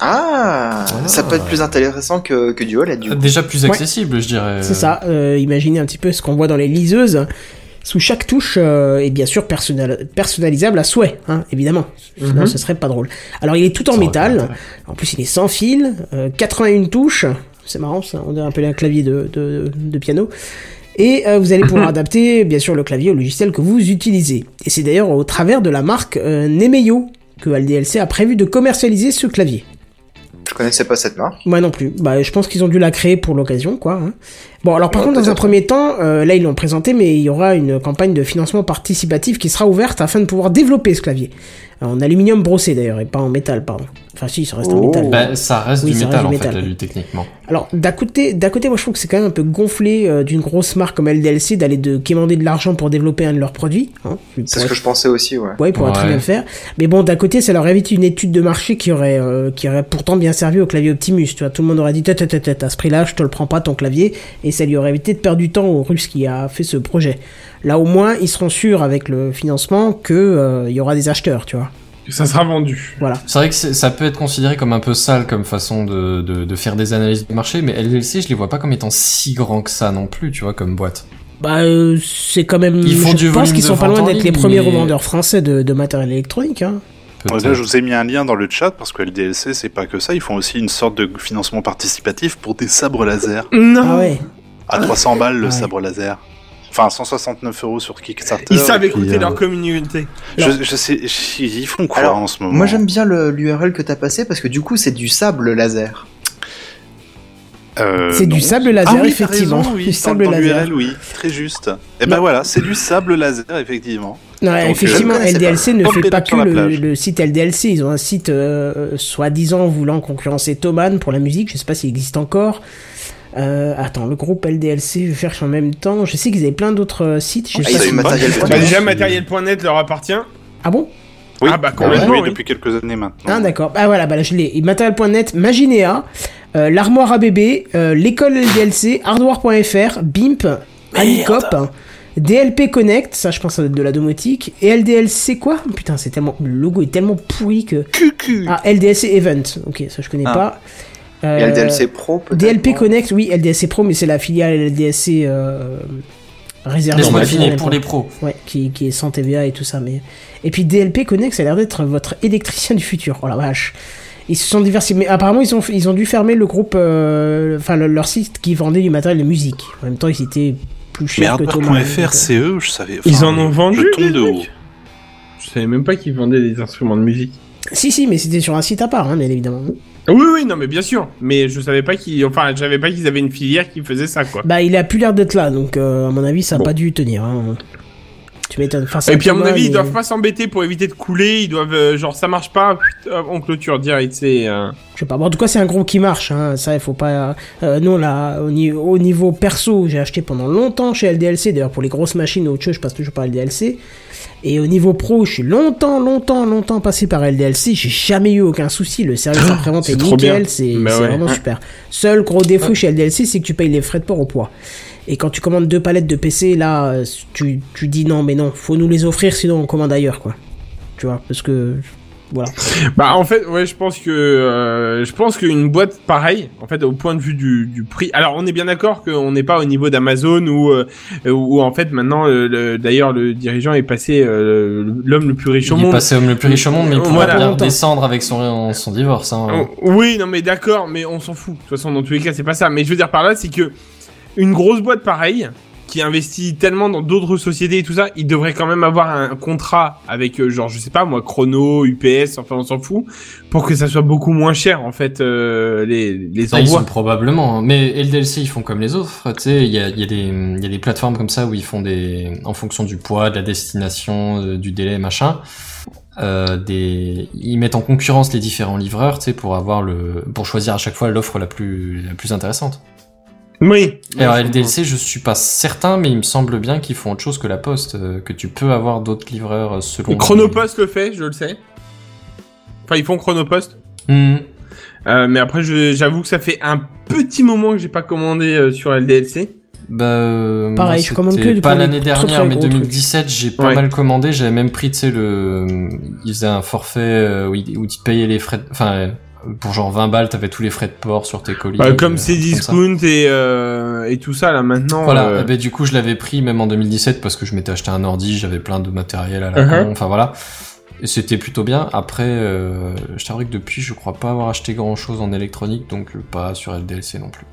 S8: Ah, ça peut être plus intéressant que, que du OLED, du coup.
S5: Déjà plus accessible, je dirais.
S1: C'est ça, euh, imaginez un petit peu ce qu'on voit dans les liseuses. Sous chaque touche, euh, et bien sûr personnal- personnalisable à souhait, hein, évidemment. Sinon, ce serait pas drôle. Alors, il est tout en
S5: Mhm. Ça aurait pas
S1: métal.
S5: d'intérêt.
S1: En plus, il est sans fil. euh, 81 touches. C'est marrant, ça. On dirait un peu un clavier de, de, de piano. Et euh, vous allez pouvoir adapter, bien sûr, le clavier au logiciel que vous utilisez. Et c'est d'ailleurs au travers de la marque euh, Nemeo que LDLC a prévu de commercialiser ce clavier.
S8: Je connaissais pas cette marque.
S1: Moi non plus. Bah, je pense qu'ils ont dû la créer pour l'occasion, quoi. hein. Bon, alors par
S8: Ouais,
S1: contre, dans un
S8: peut-être.
S1: premier temps, euh, là ils l'ont présenté, mais il y aura une campagne de financement participatif qui sera ouverte afin de pouvoir développer ce clavier. Euh, En aluminium brossé d'ailleurs, et pas en métal, pardon. Enfin si, ça reste en
S8: Oh.
S1: métal.
S5: Bah, ça reste
S1: Oui,
S5: du
S1: ça
S5: métal,
S1: reste
S5: en
S1: du
S5: fait,
S1: métal.
S5: la lutte, techniquement.
S1: Alors d'un côté, d'un côté, moi je trouve que c'est quand même un peu gonflé euh, d'une grosse marque comme LDLC d'aller de quémander de l'argent pour développer un de leurs produits. Hein.
S8: C'est ce que je pensais aussi, ouais.
S1: Ouais, ils pourraient très
S5: Ouais.
S1: bien le faire. Mais bon, d'un côté, ça leur évite une étude de marché qui aurait, euh, qui aurait pourtant bien servi au clavier Optimus. Tu vois, tout le monde aurait dit, tête, tête, tête, à ce prix-là, je te le prends pas ton clavier, et ça lui aurait évité de perdre du temps au Russe qui a fait ce projet. Là, au moins, ils seront sûrs avec le financement que euh, il y aura des acheteurs, tu vois.
S3: Ça sera vendu.
S5: C'est vrai que c'est- ça peut être considéré comme un peu sale comme façon de, de, de faire des analyses de marché, mais LLC, je les vois pas comme étant si grands que ça non plus, tu vois, comme boîte.
S1: Bah, euh, c'est quand même.
S5: Ils font
S1: je
S5: du
S1: pense
S5: volume
S1: qu'ils
S5: de
S1: sont pas
S5: vente
S1: loin
S5: en
S1: d'être les
S5: ligne,
S1: premiers
S5: mais-
S1: revendeurs français de, de matériel électronique. Hein.
S5: Peut-être.
S4: Là, je vous ai mis un lien dans le chat parce que LDLC, c'est pas que ça. Ils font aussi une sorte de financement participatif pour des sabres laser.
S3: Non.
S1: Ah ouais.
S4: À 300 balles, le
S1: Ouais.
S4: sabre laser. Enfin, 169 euros sur Kickstarter.
S3: Ils savent
S4: et puis,
S3: écouter
S4: euh,
S3: leur communauté.
S4: Je, je sais, je- ils font quoi
S8: Alors,
S4: en ce moment
S8: Moi, j'aime bien le- l'URL que t'as passé parce que du coup, c'est du sable laser.
S4: Euh,
S1: c'est du
S4: non.
S1: sable laser,
S4: ah, oui, t'as
S1: effectivement.
S4: raison, oui,
S1: du
S4: dans-
S1: sable
S4: dans
S1: laser.
S4: l'URL, oui, très juste. Et ben
S1: Non.
S4: voilà, c'est du sable laser, effectivement.
S1: Non,
S4: Donc, euh,
S1: effectivement,
S8: je ne connaissais
S1: LDLC ne
S4: Comme
S1: fait pas
S4: Pédale
S1: que
S4: sur la
S1: le,
S4: plage.
S1: le site LDLC. Ils ont un site euh, soi-disant voulant concurrencer Thomann pour la musique. Je sais pas s'il existe encore. Euh, attends, le groupe LDLC, je cherche en même temps. Je sais qu'ils avaient plein d'autres euh, sites. Je
S4: Ah,
S1: sais pas
S4: ils avaient
S1: si-
S4: une matériel
S1: Ah,
S4: photo.
S3: Bah,
S1: bon
S3: déjà,
S5: c'est-
S3: matériel.net leur appartient.
S1: Ah bon
S4: Oui,
S3: Ah bah,
S4: oui,
S3: complètement,
S4: oui,
S3: oui.
S4: depuis quelques années maintenant.
S1: Ah d'accord. Ah voilà, bah là je l'ai. Matériel.net, Maginea, euh, l'armoire à bébé, euh, l'école LDLC, hardware.fr, BIMP, Anicop, DLP Connect, ça je pense que ça doit être de la domotique, et LDLC quoi Putain, c'est tellement le logo est tellement pourri que
S8: Cucu
S1: ah LDLC Event. OK, ça je connais
S8: Ah.
S1: pas. Euh,
S8: Et LDLC Pro, peut-être
S1: DLP
S8: non
S1: Connect, oui, LDLC Pro mais c'est la filiale LDLC euh, réservée
S5: Laisse-moi
S1: aux
S5: finir
S1: Japonais,
S5: pour
S1: quoi.
S5: les pros.
S1: Ouais, qui, qui est sans TVA et tout ça. Mais... Et puis DLP Connect, ça a l'air d'être votre électricien du futur. Oh la vache. Ils se sont diversifiés. Mais apparemment, ils ont, ils ont dû fermer le groupe, euh, enfin le- leur site qui vendait du matériel de musique. En même temps, ils étaient plus
S4: Mais
S1: chers que tout le monde.
S4: Hardware.fr, c'est eux, E, je savais.
S3: Ils
S4: enfin,
S3: en ont vendu.
S4: Je tombe
S3: des
S4: de
S3: trucs
S4: haut.
S3: Je savais même pas qu'ils vendaient des instruments de musique.
S1: euh, Si, si, mais c'était sur un site à part, hein, bien évidemment.
S3: Ah Oui, oui, non, mais bien sûr. Mais je savais pas qu'ils, enfin, je savais pas qu'ils avaient une filière qui faisait ça, quoi.
S1: Bah, il a plus l'air d'être là, donc euh, à mon avis, ça a
S3: Bon.
S1: pas dû tenir. hein. Tu m'étonnes. Enfin, ça
S3: Et puis à mon
S1: tombe,
S3: avis, ils
S1: mais-
S3: doivent pas s'embêter pour éviter de couler. Ils doivent, euh, genre, ça marche pas, put- hop, on clôture direct. C'est. euh,
S1: Je sais pas. Bon, en tout cas, c'est un groupe qui marche. Hein. Ça, il faut pas. Euh, non, là, au, ni- au niveau perso, j'ai acheté pendant longtemps chez LDLC. D'ailleurs, pour les grosses machines ou autre chose, je passe toujours par LDLC. Et au niveau pro, je suis longtemps, longtemps, longtemps passé par LDLC. J'ai jamais eu aucun souci. Le service après-vente
S3: Ah, c'est
S1: est
S3: trop bien.
S1: nickel. C'est
S3: Bah
S1: c'est
S3: ouais. Ah.
S1: vraiment super. Seul gros défaut chez LDLC, c'est que tu payes les frais de port au poids. Et quand tu commandes deux palettes de PC, là, euh, tu, tu dis non, mais non, faut nous les offrir, sinon on commande ailleurs, quoi. Tu vois, parce que. Voilà.
S3: Bah en fait, ouais, je pense que euh, je pense qu'une boîte pareille, en fait, au point de vue du, du prix. Alors, on est bien d'accord qu'on n'est pas au niveau d'Amazon où euh, où en fait maintenant, euh, le- d'ailleurs, le dirigeant est passé euh, l'homme le plus riche au
S5: Il est
S3: monde.
S5: passé homme le plus riche au monde, mais il pourra
S3: Voilà.
S5: bien
S1: Longtemps.
S5: descendre avec son, son divorce. Hein.
S3: Oh, Oui, non, mais d'accord, mais on s'en fout. De toute façon, dans tous les cas, c'est pas ça. Mais je veux dire par là, c'est que une grosse boîte pareille, qui investit tellement dans d'autres sociétés et tout ça, il devrait quand même avoir un contrat avec, euh, genre, je sais pas, moi, Chrono, UPS, enfin, on s'en fout, pour que ça soit beaucoup moins cher, en fait, euh, les, les
S5: Ça, Ah, Bah, ils sont
S3: envois.
S5: probablement, hein. mais LDLC ils font comme les autres, tu sais, il y a, il y, a des- il y a des plateformes comme ça où ils font des, en fonction du poids, de la destination, euh, du délai, machin, euh, des, ils mettent en concurrence les différents livreurs, tu sais, pour avoir le, pour choisir à chaque fois l'offre la plus, la plus intéressante.
S3: Oui.
S5: Alors LDLC, je suis pas certain, mais il me semble bien qu'ils font autre chose que la poste, euh, que tu peux avoir d'autres livreurs euh, selon.
S3: Chronopost le fait, je le sais. Enfin, ils font Chronopost.
S5: Hmm.
S3: Euh, mais après, je- j'avoue que ça fait un petit moment que j'ai pas commandé euh, sur LDLC.
S5: Bah, euh,
S1: Pareil,
S5: moi,
S1: je commande
S5: c'était
S1: que
S5: pas
S1: pour les
S5: l'année
S1: très, très
S5: dernière, mais
S1: gros trucs.
S5: 2017, j'ai pas
S3: Ouais.
S5: mal commandé. J'avais même pris, tu sais, le, il faisait un forfait euh, où il, où il te payait les frais, de- enfin, euh, pour genre 20 balles, t'avais tous les frais de port sur tes colis.
S3: Bah,
S5: euh,
S3: comme c'est
S5: ça.
S3: discount et, euh, et tout ça là maintenant.
S5: Voilà,
S3: euh,
S5: eh ben, du coup je l'avais pris même en 2017 parce que je m'étais acheté un ordi, j'avais plein de matériel à la
S3: Mhm.
S5: con, enfin voilà. Et c'était plutôt bien. Après, euh, je t'avoue que depuis, je crois pas avoir acheté grand chose en électronique, donc euh, pas sur LDLC non plus.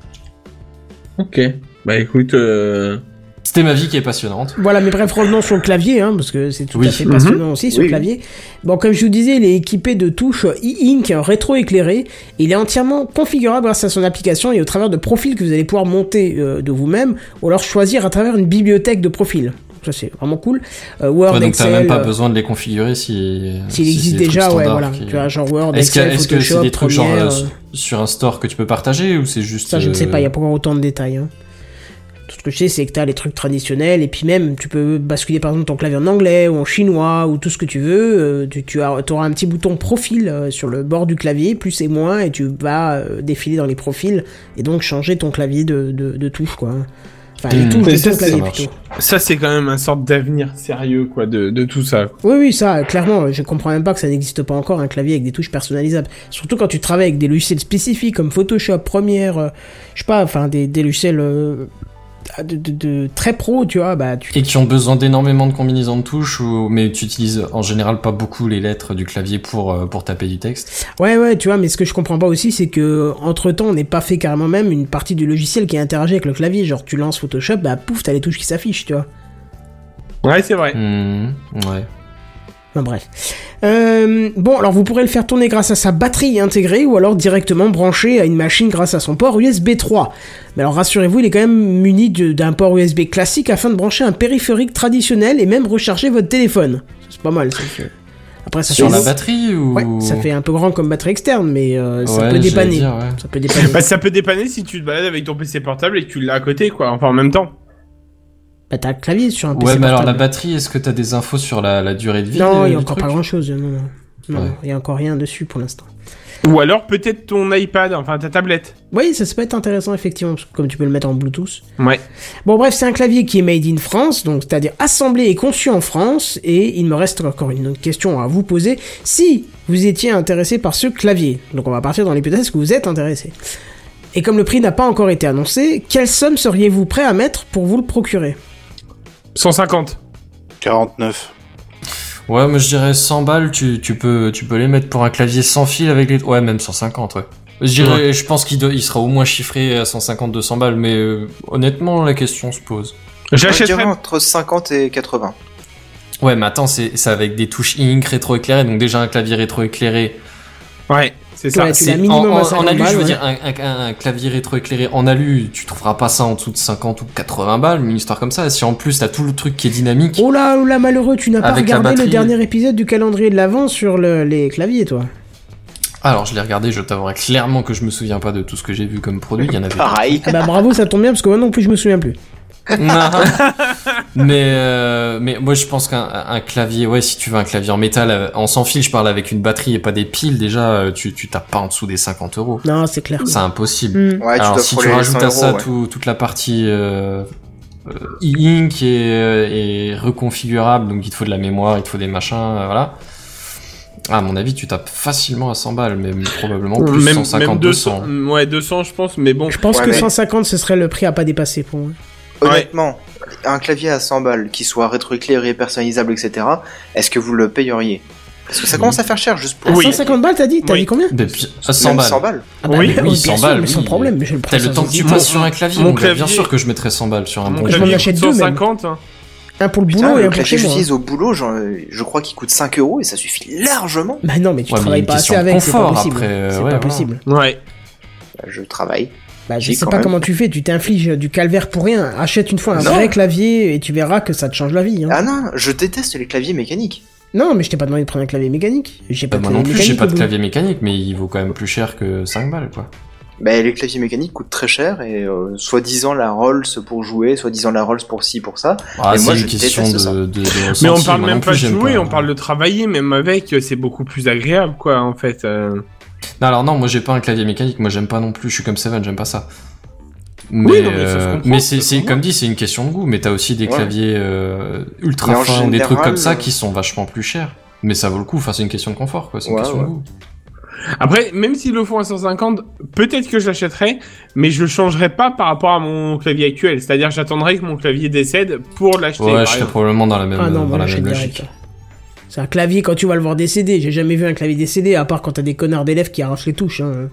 S5: ben-
S3: Ok. Bah écoute, euh...
S5: C'était ma vie qui est passionnante.
S1: Voilà, mais bref, revenons sur le clavier, hein, parce que c'est tout
S5: Oui.
S1: à fait
S3: Mhm.
S1: passionnant aussi sur
S8: Oui,
S1: le clavier. Bon, comme je vous disais, il est équipé de touches e-ink rétro-éclairées. Il est entièrement configurable grâce à son application et au travers de profils que vous allez pouvoir monter euh, de vous-même, ou alors choisir à travers une bibliothèque de profils. Ça, c'est vraiment cool. Euh, Word,
S5: Ouais, donc t'as
S1: Excel,
S5: même pas
S1: euh,
S5: besoin de les configurer si.
S1: s'il
S5: si
S1: existe
S5: c'est des trucs
S1: déjà, ouais,
S5: standards
S1: voilà.
S5: qui-
S1: Tu vois, genre Word,
S5: Est-ce que
S1: Excel,
S5: est-ce que c'est
S1: Photoshop,
S5: des trucs genre
S1: Premiere,
S5: euh,
S1: euh,
S5: su- sur un store que tu peux partager ou c'est juste
S1: Ça, je ne sais pas, il n'y
S5: euh,
S1: a pas encore autant de détails. hein. Tout ce que je sais, c'est que tu as les trucs traditionnels, et puis même, tu peux basculer par exemple ton clavier en anglais ou en chinois ou tout ce que tu veux. euh, tu tu as, auras un petit bouton profil euh, sur le bord du clavier, plus et moins, et tu vas euh, défiler dans les profils et donc changer ton clavier de, de, de touche, quoi. Enfin, les
S5: Hmm.
S1: touches
S3: Mais
S1: de
S3: ça,
S1: ton
S3: ça
S1: clavier
S5: marche.
S1: plutôt.
S3: ça c'est quand même un sorte d'avenir sérieux quoi de, de tout ça.
S1: Oui, oui, ça, euh, clairement, je comprends même pas que ça n'existe pas encore un clavier avec des touches personnalisables. Surtout quand tu travailles avec des logiciels spécifiques comme Photoshop, Premiere, euh, je sais pas, enfin des, des logiciels euh, de, de- de- très pro, tu vois, bah tu.
S5: et qui ont besoin d'énormément de combinaisons de touches ou mais tu utilises en général pas beaucoup les lettres du clavier pour euh, pour taper du texte.
S1: Ouais, ouais, tu vois, mais ce que je comprends pas aussi, c'est que entre temps, on n'est pas fait carrément même une partie du logiciel qui interagit avec le clavier. Genre, tu lances Photoshop, bah pouf, t'as les touches qui s'affichent, tu vois.
S3: Ouais c'est vrai.
S5: Hmm, ouais.
S1: Enfin bref. Euh, bon, alors vous pourrez le faire tourner grâce à sa batterie intégrée ou alors directement branché à une machine grâce à son port USB 3. Mais alors rassurez-vous, il est quand même muni de- d'un port USB classique afin de brancher un périphérique traditionnel et même recharger votre téléphone. C'est pas mal. ça, c'est- Après, ça
S5: Sur
S1: fait...
S5: la batterie ou
S1: Ouais, ça fait un peu grand comme batterie externe, mais euh, ça,
S5: Ouais,
S1: peut
S5: j'allais
S1: dépanner.
S5: dire, ouais.
S1: ça peut dépanner.
S3: Bah, ça peut dépanner si tu te balades avec ton PC portable et que tu l'as à côté, quoi. Enfin, en même temps.
S1: Bah, t'as un clavier sur un PC.
S5: Ouais, mais alors la
S1: portable.
S5: batterie, est-ce que t'as des infos sur la, la durée de vie
S1: Non,
S5: euh,
S1: il n'y
S5: du
S1: a encore
S5: truc
S1: pas grand chose. Non, non. Non,
S5: Ouais.
S1: il n'y a encore rien dessus pour l'instant.
S3: Ou alors peut-être ton iPad, enfin ta tablette.
S1: Oui, ça, ça peut être intéressant, effectivement, parce que comme tu peux le mettre en Bluetooth.
S3: Ouais.
S1: Bon, bref, c'est un clavier qui est made in France, donc c'est-à-dire assemblé et conçu en France. Et il me reste encore une autre question à vous poser si vous étiez intéressé par ce clavier. Donc on va partir dans l'hypothèse que vous êtes intéressé. Et comme le prix n'a pas encore été annoncé, quelle somme seriez-vous prêt à mettre pour vous le procurer
S3: 150.
S4: 49.
S5: Ouais, moi je dirais 100 balles, tu, tu, peux, tu peux les mettre pour un clavier sans fil avec les. Ouais, même 150, ouais. Je, dirais, je pense qu'il doit- il sera au moins chiffré à 150-200 balles, mais euh, honnêtement, la question se pose.
S8: Je
S3: J'achèterais.
S8: dirais entre 50 et 80.
S5: Ouais, mais attends, c'est c'est avec des touches ink rétroéclairées, donc déjà un clavier rétroéclairé.
S3: Ouais, c'est ça.
S1: Ouais, tu
S5: C'est-
S1: l'as minimum
S5: en,
S1: à
S5: en-
S1: 50
S5: en alu, je
S1: balles,
S5: veux
S1: ouais.
S5: dire, un, un- un clavier rétroéclairé en alu, tu trouveras pas ça en dessous de 50 ou 80 balles, une histoire comme ça. Si en plus t'as tout le truc qui est dynamique.
S1: Oh là, oh là, malheureux, tu n'as pas
S5: Avec la
S1: regardé le
S5: batterie.
S1: dernier épisode du calendrier de l'avant sur le- les claviers, toi.
S5: Alors, je l'ai regardé, je t'avouerai clairement que je me souviens pas de tout ce que j'ai vu comme produit, il y en avait
S8: Pareil.
S1: Ah bah bravo, ça tombe bien, parce que moi non plus, je me souviens plus.
S5: Non. mais euh, mais moi je pense qu'un un clavier ouais si tu veux un clavier en métal euh, en sans fil je parle avec une batterie et pas des piles déjà euh, tu tu tapes pas en dessous des 50 euros
S1: Non, c'est clair.
S5: c'est impossible
S1: Hmm.
S8: Ouais, tu
S5: alors
S8: dois
S5: si
S8: frôler
S5: tu
S8: les
S5: rajoutes
S8: 100
S5: à ça
S8: euros, ouais.
S5: tout- toute la partie euh, euh, e-ink et, euh, et reconfigurable donc il te faut de la mémoire il te faut des machins euh, voilà Ah, à mon avis tu tapes facilement à 100 balles mais probablement
S3: Euh,
S5: plus 150 200
S3: Ouais, 200, je pense, mais bon.
S1: Je pense
S8: Ouais,
S1: que
S8: mais-
S1: 150, ce serait le prix à pas dépasser pour moi.
S8: Honnêtement, un clavier à 100 balles qui soit rétroéclairé, personnalisable, etc., est-ce que vous le payeriez Parce que ça commence à faire cher juste
S1: À
S8: pour.
S3: Oui.
S1: 150 Ah, balles, t'as dit T'as
S3: Oui.
S1: dit combien
S5: Mais puis, à 100
S8: Même
S5: balles
S8: 100 balles.
S1: ah
S3: Oui,
S1: mais-
S5: oui,
S1: bien
S5: 100
S1: sûr,
S5: balles,
S1: mais sans
S5: oui.
S1: problème, mais je le prends.
S5: T'as le
S1: sans
S5: temps que tu
S1: hésiter.
S5: passes sur un clavier,
S3: mon
S5: mon gars, bien
S3: clavier-
S5: sûr que je mettrais 100 balles sur un
S3: Mon
S5: bon
S1: je
S5: clavier.
S1: m'en
S3: clavier coûte
S1: achète deux, même.
S3: 150. hein.
S1: Un pour le
S8: Putain,
S1: boulot et
S8: le
S1: un pour
S8: clavier
S1: chez
S8: que
S1: moi.
S8: j'utilise au boulot, j'en- je crois qu'il coûte 5 euros et ça suffit largement.
S1: Bah non, mais tu
S5: Ouais, mais
S1: travailles
S5: une
S1: pas assez
S5: question de
S1: avec, c'est pas
S5: confort,
S1: possible.
S5: après, euh,
S1: c'est pas
S5: ouais, voilà.
S1: possible.
S3: Ouais.
S8: Je travaille.
S1: Bah, je
S8: Si,
S1: sais
S8: quand
S1: pas
S8: même.
S1: comment tu fais, tu t'infliges du calvaire pour rien. Achète une fois un
S8: Non.
S1: vrai clavier et tu verras que ça te change la vie. hein.
S8: Ah non, je déteste les claviers mécaniques.
S1: Non, mais je t'ai pas demandé de prendre un clavier mécanique. J'ai pas
S5: Bah,
S1: de
S5: moi
S1: clavier
S5: non plus,
S1: mécanique.
S5: j'ai pas
S1: au
S5: de
S1: boulot.
S5: clavier mécanique, mais il vaut quand même plus cher que 5 balles, quoi.
S8: Bah, les claviers mécaniques coûtent très cher et euh, soi-disant la Rolls pour jouer, soi-disant la Rolls pour ci, pour ça.
S5: Ah,
S8: Et moi,
S5: c'est
S8: je
S5: une question
S8: déteste ça.
S5: de, de, de
S3: Mais on
S5: ressenti,
S3: parle
S5: moi non
S3: même
S5: plus,
S3: pas de
S5: j'aime
S3: jouer,
S5: pas.
S3: on parle de travailler, même avec, euh, c'est beaucoup plus agréable, quoi, en fait. euh.
S5: Non, alors non, moi j'ai pas un clavier mécanique, moi j'aime pas non plus, je suis comme Seven, j'aime pas ça. Mais,
S3: non, mais ça se
S5: euh,
S3: comprend,
S5: mais
S3: ça
S5: c'est,
S3: se
S5: c'est-
S3: comprend.
S5: comme dit, c'est une question de goût, mais t'as aussi des
S8: Ouais.
S5: claviers euh, ultra
S8: Mais en
S5: fins, des trucs
S8: général,
S5: comme ça
S8: euh,
S5: qui sont vachement plus chers. Mais ça vaut le coup, enfin c'est une question de confort, quoi, c'est une
S8: Ouais,
S5: question
S8: ouais.
S5: de goût.
S3: Après, même s'ils le font à 150, peut-être que je l'achèterai, mais je le changerai pas par rapport à mon clavier actuel. C'est-à-dire, j'attendrai que mon clavier décède pour l'acheter. par
S5: Ouais, je serais
S3: exemple.
S5: probablement dans la même,
S1: Ah non,
S5: euh, dans
S1: moi
S5: la
S1: j'achète
S5: même
S1: direct.
S5: logique.
S1: C'est un clavier quand tu vas le voir décédé. J'ai jamais vu un clavier décédé, à part quand t'as des connards d'élèves qui arrachent les touches. hein.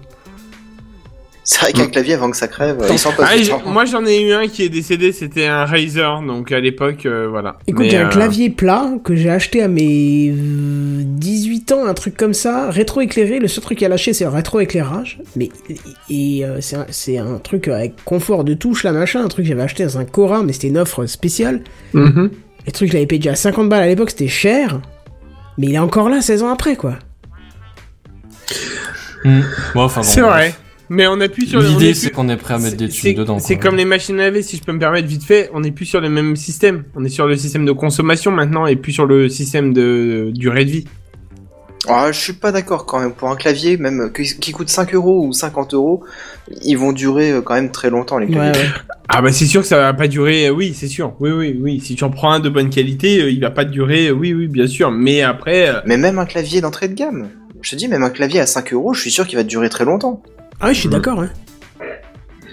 S8: C'est vrai qu'un clavier avant que ça crève, ils s'en
S3: Ah,
S8: passent.
S3: j'ai- moi j'en ai eu un qui est décédé, c'était un Razer, donc à l'époque, euh, voilà.
S1: Écoute,
S3: Mais,
S1: j'ai un
S3: euh,
S1: clavier plat que j'ai acheté à mes euh, 18 ans, un truc comme ça, rétroéclairé. Le seul truc à lâcher, c'est le rétroéclairage. Mais et, euh, c'est un, c'est un truc avec confort de touche, là, machin. Un truc que j'avais acheté dans un Cora, mais c'était une offre spéciale.
S3: mhm.
S1: Le truc, je l'avais payé déjà à 50 balles à l'époque, c'était cher. Mais il est encore là 16 ans après, quoi.
S5: Hmm. Bon, enfin, bon,
S3: C'est
S5: bref.
S3: vrai. Mais on appuie sur on est
S5: L'idée,
S3: plus-
S5: c'est qu'on est prêt à mettre des
S3: c'est- c'est-
S5: tubes dedans.
S3: C'est
S5: quoi.
S3: comme les machines à laver, si je peux me permettre vite fait, on n'est plus sur les mêmes systèmes. On est sur le système de consommation maintenant et plus sur le système de durée de vie.
S8: Ah, je suis pas d'accord quand même. Pour un clavier, même que- qui coûte 5 euros ou 50 euros, ils vont durer euh, quand même très longtemps les
S1: Ouais,
S8: claviers.
S1: ouais.
S3: Ah bah c'est sûr que ça va pas durer, euh, oui, c'est sûr. Oui, oui, oui. Si tu en prends un de bonne qualité, euh, il va pas durer, euh, oui, oui, bien sûr. Mais après, euh,
S8: Mais même un clavier d'entrée de gamme. Je te dis, même un clavier à 5 euros, je suis sûr qu'il va durer très longtemps.
S1: Ah oui, je suis d'accord, hein.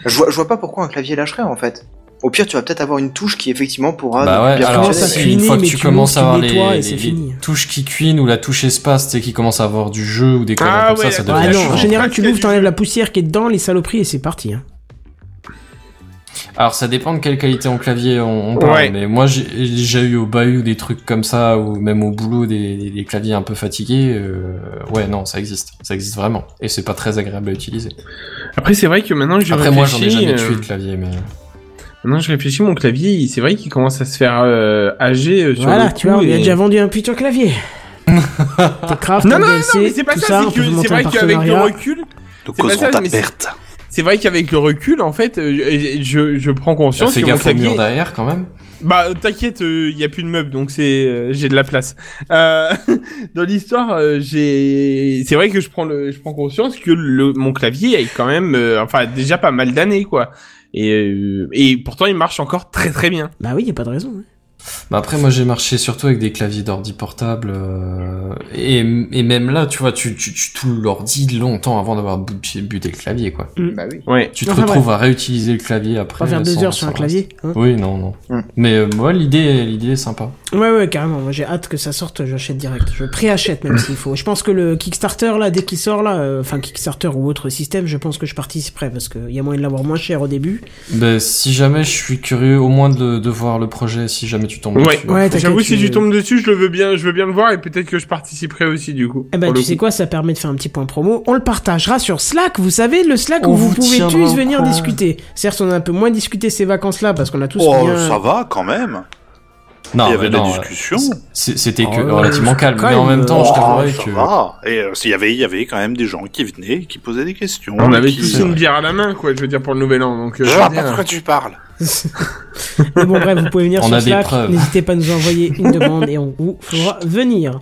S8: Je vois, je vois pas pourquoi un clavier lâcherait en fait. Au pire, tu vas peut-être avoir une touche qui effectivement
S1: Ah,
S8: pourra.
S5: Bah ouais, alors
S1: commences à
S5: si,
S1: cuiner,
S5: une fois que
S1: mais
S5: tu
S1: tu
S5: commences à
S1: l'ouvres,
S5: avoir
S1: tu nettoies et
S5: les,
S1: c'est
S5: les-
S1: fini.
S5: les touches qui cuinent ou la touche espace, tu sais, qui commence à avoir du jeu ou des conneries
S3: Ah
S5: comme ça,
S3: ouais,
S5: ça
S3: attends,
S5: devient
S1: Ah non,
S5: chiant.
S1: en
S3: je-
S1: général, tu
S3: Parce
S1: l'ouvres,
S3: qu'il y a
S1: t'enlèves
S3: du-
S1: la poussière qui est dedans, les saloperies, et c'est parti. hein.
S5: Alors ça dépend de quelle qualité en clavier on, on parle,
S3: Ouais.
S5: mais moi j'ai j'ai déjà eu au bahut des trucs comme ça, ou même au boulot des, des- des claviers un peu fatigués. euh, ouais, non, ça existe, ça existe vraiment, et c'est pas très agréable à utiliser.
S3: après c'est vrai que maintenant que je
S5: Après moi j'en ai
S3: réfléchis,
S5: jamais
S3: euh,
S5: tué de clavier, mais...
S3: Maintenant je réfléchis, mon clavier, il- c'est vrai qu'il commence à se faire euh, âger euh, sur
S1: Voilà,
S3: le
S1: tu
S3: coup
S1: vois, on lui a
S3: et-
S1: déjà vendu un putain clavier. Tes crafts,
S3: Non,
S1: tes
S3: non, non,
S1: DLC,
S3: mais c'est pas
S1: tout
S3: ça,
S1: ça,
S3: c'est
S1: on peut
S3: que
S1: monter
S3: c'est
S1: un
S3: vrai qu'avec le
S1: partenariat.
S3: recul,
S4: Nous
S3: C'est pas
S4: causerons
S3: ça,
S4: ta
S3: mais c'est-
S4: perte.
S3: c'est vrai qu'avec le recul, en fait, euh, je, je, je prends conscience
S5: Fais
S3: que mon
S5: gaffe au
S3: tablier-
S5: mur derrière quand même.
S3: Bah euh, t'inquiète, il y a plus de meubles donc c'est euh, j'ai de la place. Euh, dans l'histoire, euh, j'ai c'est vrai que je prends le je prends conscience que le mon clavier est quand même euh, enfin déjà pas mal d'années quoi. Et euh, et pourtant il marche encore très très bien.
S1: Bah oui, y a pas de raison. hein.
S5: Bah après, moi, j'ai marché surtout avec des claviers d'ordi portable. euh, et, et même là, tu vois, tu, tu, tu toules l'ordi longtemps avant d'avoir bu- buté le clavier, quoi.
S8: Bah oui.
S3: Ouais.
S5: Tu te
S1: Enfin,
S5: retrouves à réutiliser le clavier après.
S1: Pas faire deux
S5: sans-
S1: heures sur un
S5: sans-
S1: clavier. hein.
S5: Oui, non, non.
S8: Mm.
S5: Mais euh, moi, l'idée, l'idée est sympa.
S1: Ouais, ouais, carrément. Moi, j'ai hâte que ça sorte. J'achète direct. Je préachète même s'il faut. Je pense que le Kickstarter là, dès qu'il sort là, euh, enfin Kickstarter ou autre système, je pense que je participerai parce qu'il y a moyen de l'avoir moins cher au début.
S5: Ben, si jamais je suis curieux, au moins de, de voir le projet, si jamais tu tombes
S3: Ouais.
S5: dessus.
S1: Ouais, t'inquiète,
S3: J'avoue si
S1: tu-
S3: tu tombes dessus, je le veux bien je veux bien le voir et peut-être que je participerai aussi du coup.
S1: Eh ben,
S3: pour le
S1: tu sais
S3: coup.
S1: quoi, ça permet de faire un petit point promo. On le partagera sur Slack, vous savez, le Slack
S5: On
S1: où vous
S5: vous
S1: pouvez
S5: tiendra
S1: tous
S5: au
S1: venir
S5: courant.
S1: discuter. Certes, on a un peu moins discuté ces vacances-là parce qu'on a tous
S4: Oh,
S1: bien...
S4: ça va quand même.
S5: Non,
S4: Il y avait
S5: non,
S4: des
S5: euh,
S4: discussions.
S5: c'est- C'était que
S1: Oh, ouais,
S5: relativement calme,
S1: calme.
S5: mais en même temps, je
S1: Oh,
S5: t'avouerais
S4: ça
S5: que.
S4: va. Et euh, s'il y avait, il y avait quand même des gens qui venaient, qui posaient des questions.
S3: On avait
S4: qui-
S3: tous une bière à la main quoi, je veux dire pour le nouvel an donc euh,
S4: Je
S3: je
S4: vois
S3: veux
S4: pas de
S3: dire,
S4: quoi tu parles.
S1: Mais bon, bref, vous pouvez venir
S5: On
S1: sur
S5: a des
S1: Slack.
S5: preuves.
S1: N'hésitez pas à nous envoyer une demande et on vous fera venir.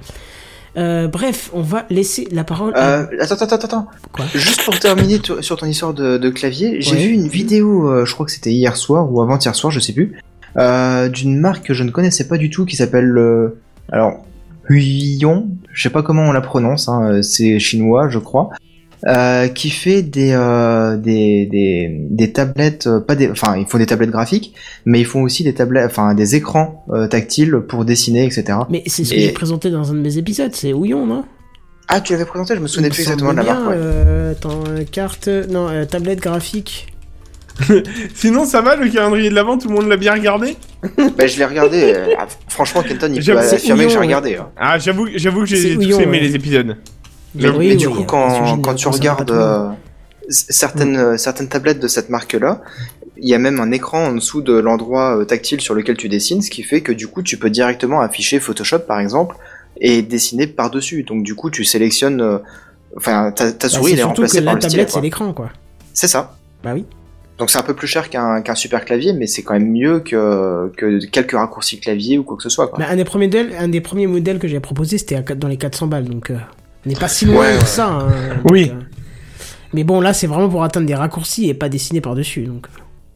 S1: Euh, bref, on va laisser la parole. à-
S8: Euh, attends, attends, attends, attends.
S1: Quoi
S8: Juste pour terminer to- sur ton histoire de, de clavier, j'ai
S1: Ouais.
S8: vu une vidéo, euh, je crois que c'était hier soir ou avant-hier soir, je sais plus, euh, d'une marque que je ne connaissais pas du tout qui s'appelle. euh, alors, Huyon, je sais pas comment on la prononce, hein, euh, c'est chinois, je crois. euh, qui fait des, euh, des, des, des tablettes, euh, pas des, enfin ils font des tablettes graphiques, mais ils font aussi des tablettes, enfin des écrans euh, tactiles pour dessiner, etc.
S1: Mais c'est ce que
S8: Et-
S1: j'ai présenté dans un de mes épisodes, c'est Houillon, non
S8: Ah, tu l'avais présenté, je me souvenais
S1: Il me
S8: plus exactement de la
S1: semble
S8: marque.
S1: bien,
S8: ouais.
S1: euh, attends, euh, carte, non, euh, tablette graphique.
S3: Sinon ça va le calendrier de l'avant, tout le monde l'a bien regardé
S8: Bah, je l'ai regardé. euh, ah, franchement, Kenton, il peut
S3: J'avoue, c'est
S8: affirmer
S1: mignon,
S8: que j'ai
S1: ouais.
S8: regardé. hein.
S3: Ah, j'avoue j'avoue que
S1: C'est
S3: j'ai tous
S1: houillon,
S3: aimé
S1: ouais.
S3: les épisodes.
S8: Mais,
S3: J'avoue.
S1: oui,
S8: mais
S1: oui,
S8: du
S1: oui,
S8: coup,
S1: il y a un sujet
S8: quand,
S1: de
S8: quand tu
S1: concernant
S8: regardes
S1: Batman.
S8: euh, c- certaines, euh, certaines tablettes de cette marque-là, il y a même un écran en dessous de l'endroit euh, tactile sur lequel tu dessines, ce qui fait que du coup, tu peux directement afficher Photoshop, par exemple, et dessiner par-dessus. Donc, du coup, tu sélectionnes... euh, Enfin, ta, ta
S1: Bah,
S8: souris,
S1: c'est
S8: elle est
S1: surtout que
S8: remplacée
S1: la
S8: par le stylet.
S1: tablette, c'est
S8: quoi.
S1: l'écran, quoi.
S8: C'est ça.
S1: Bah oui.
S8: Donc c'est un peu plus cher qu'un qu'un super clavier, mais c'est quand même mieux que, que quelques raccourcis clavier ou quoi que ce soit. Quoi.
S1: Mais Bah, un des premiers modèles, un des premiers modèles que j'ai proposé, c'était à quatre- dans les 400 balles, donc euh, on n'est pas si loin
S8: Ouais,
S1: que ça. hein, donc,
S3: Oui.
S1: euh, mais bon, là, c'est vraiment pour atteindre des raccourcis et pas dessiner par-dessus, donc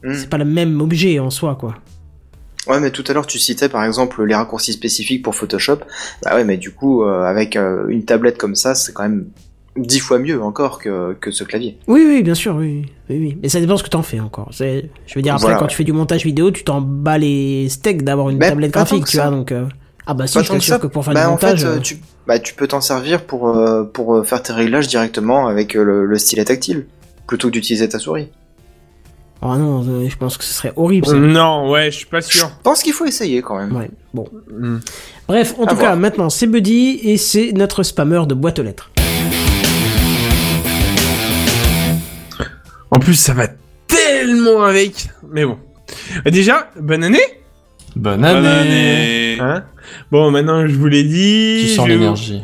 S8: Hmm.
S1: c'est pas le même objet en soi, quoi.
S8: Ouais, mais tout à l'heure tu citais par exemple les raccourcis spécifiques pour Photoshop. Bah ouais, mais du coup, euh, avec euh, une tablette comme ça, c'est quand même dix fois mieux encore que, que ce clavier.
S1: Oui, oui, bien sûr, oui, oui, oui. Mais ça dépend ce que t'en fais encore. C'est- Je veux dire, après,
S8: Voilà,
S1: quand
S8: ouais.
S1: tu fais du montage vidéo, tu t'en bats les steaks d'avoir une
S8: Mais
S1: tablette
S8: pas tant
S1: graphique,
S8: que
S1: tu
S8: ça.
S1: vois, donc... euh, Ah bah si,
S8: Pas
S1: je
S8: tant que
S1: t'assure
S8: ça.
S1: que pour faire
S8: bah
S1: du
S8: en
S1: montage...
S8: fait, euh,
S1: euh,
S8: tu, bah, tu peux t'en servir pour, euh, pour euh, faire tes réglages directement avec euh, le, le stylet tactile, plutôt que d'utiliser ta souris.
S1: Oh non, euh, je pense que ce serait horrible, ça.
S3: Non, ouais, je suis pas
S8: Je
S3: sûr.
S8: pense qu'il faut essayer quand même.
S1: Ouais, bon. Bref, en
S8: Hmm. À
S1: tout cas,
S8: voir.
S1: maintenant, c'est Buddy, et c'est notre spammeur de boîte aux lettres.
S3: En plus, ça va tellement avec. Mais bon. Bah, Déjà, bonne année.
S5: Bonne année,
S3: Hein bon, maintenant, je vous l'ai dit.
S5: Tu sens
S3: je-
S5: l'énergie.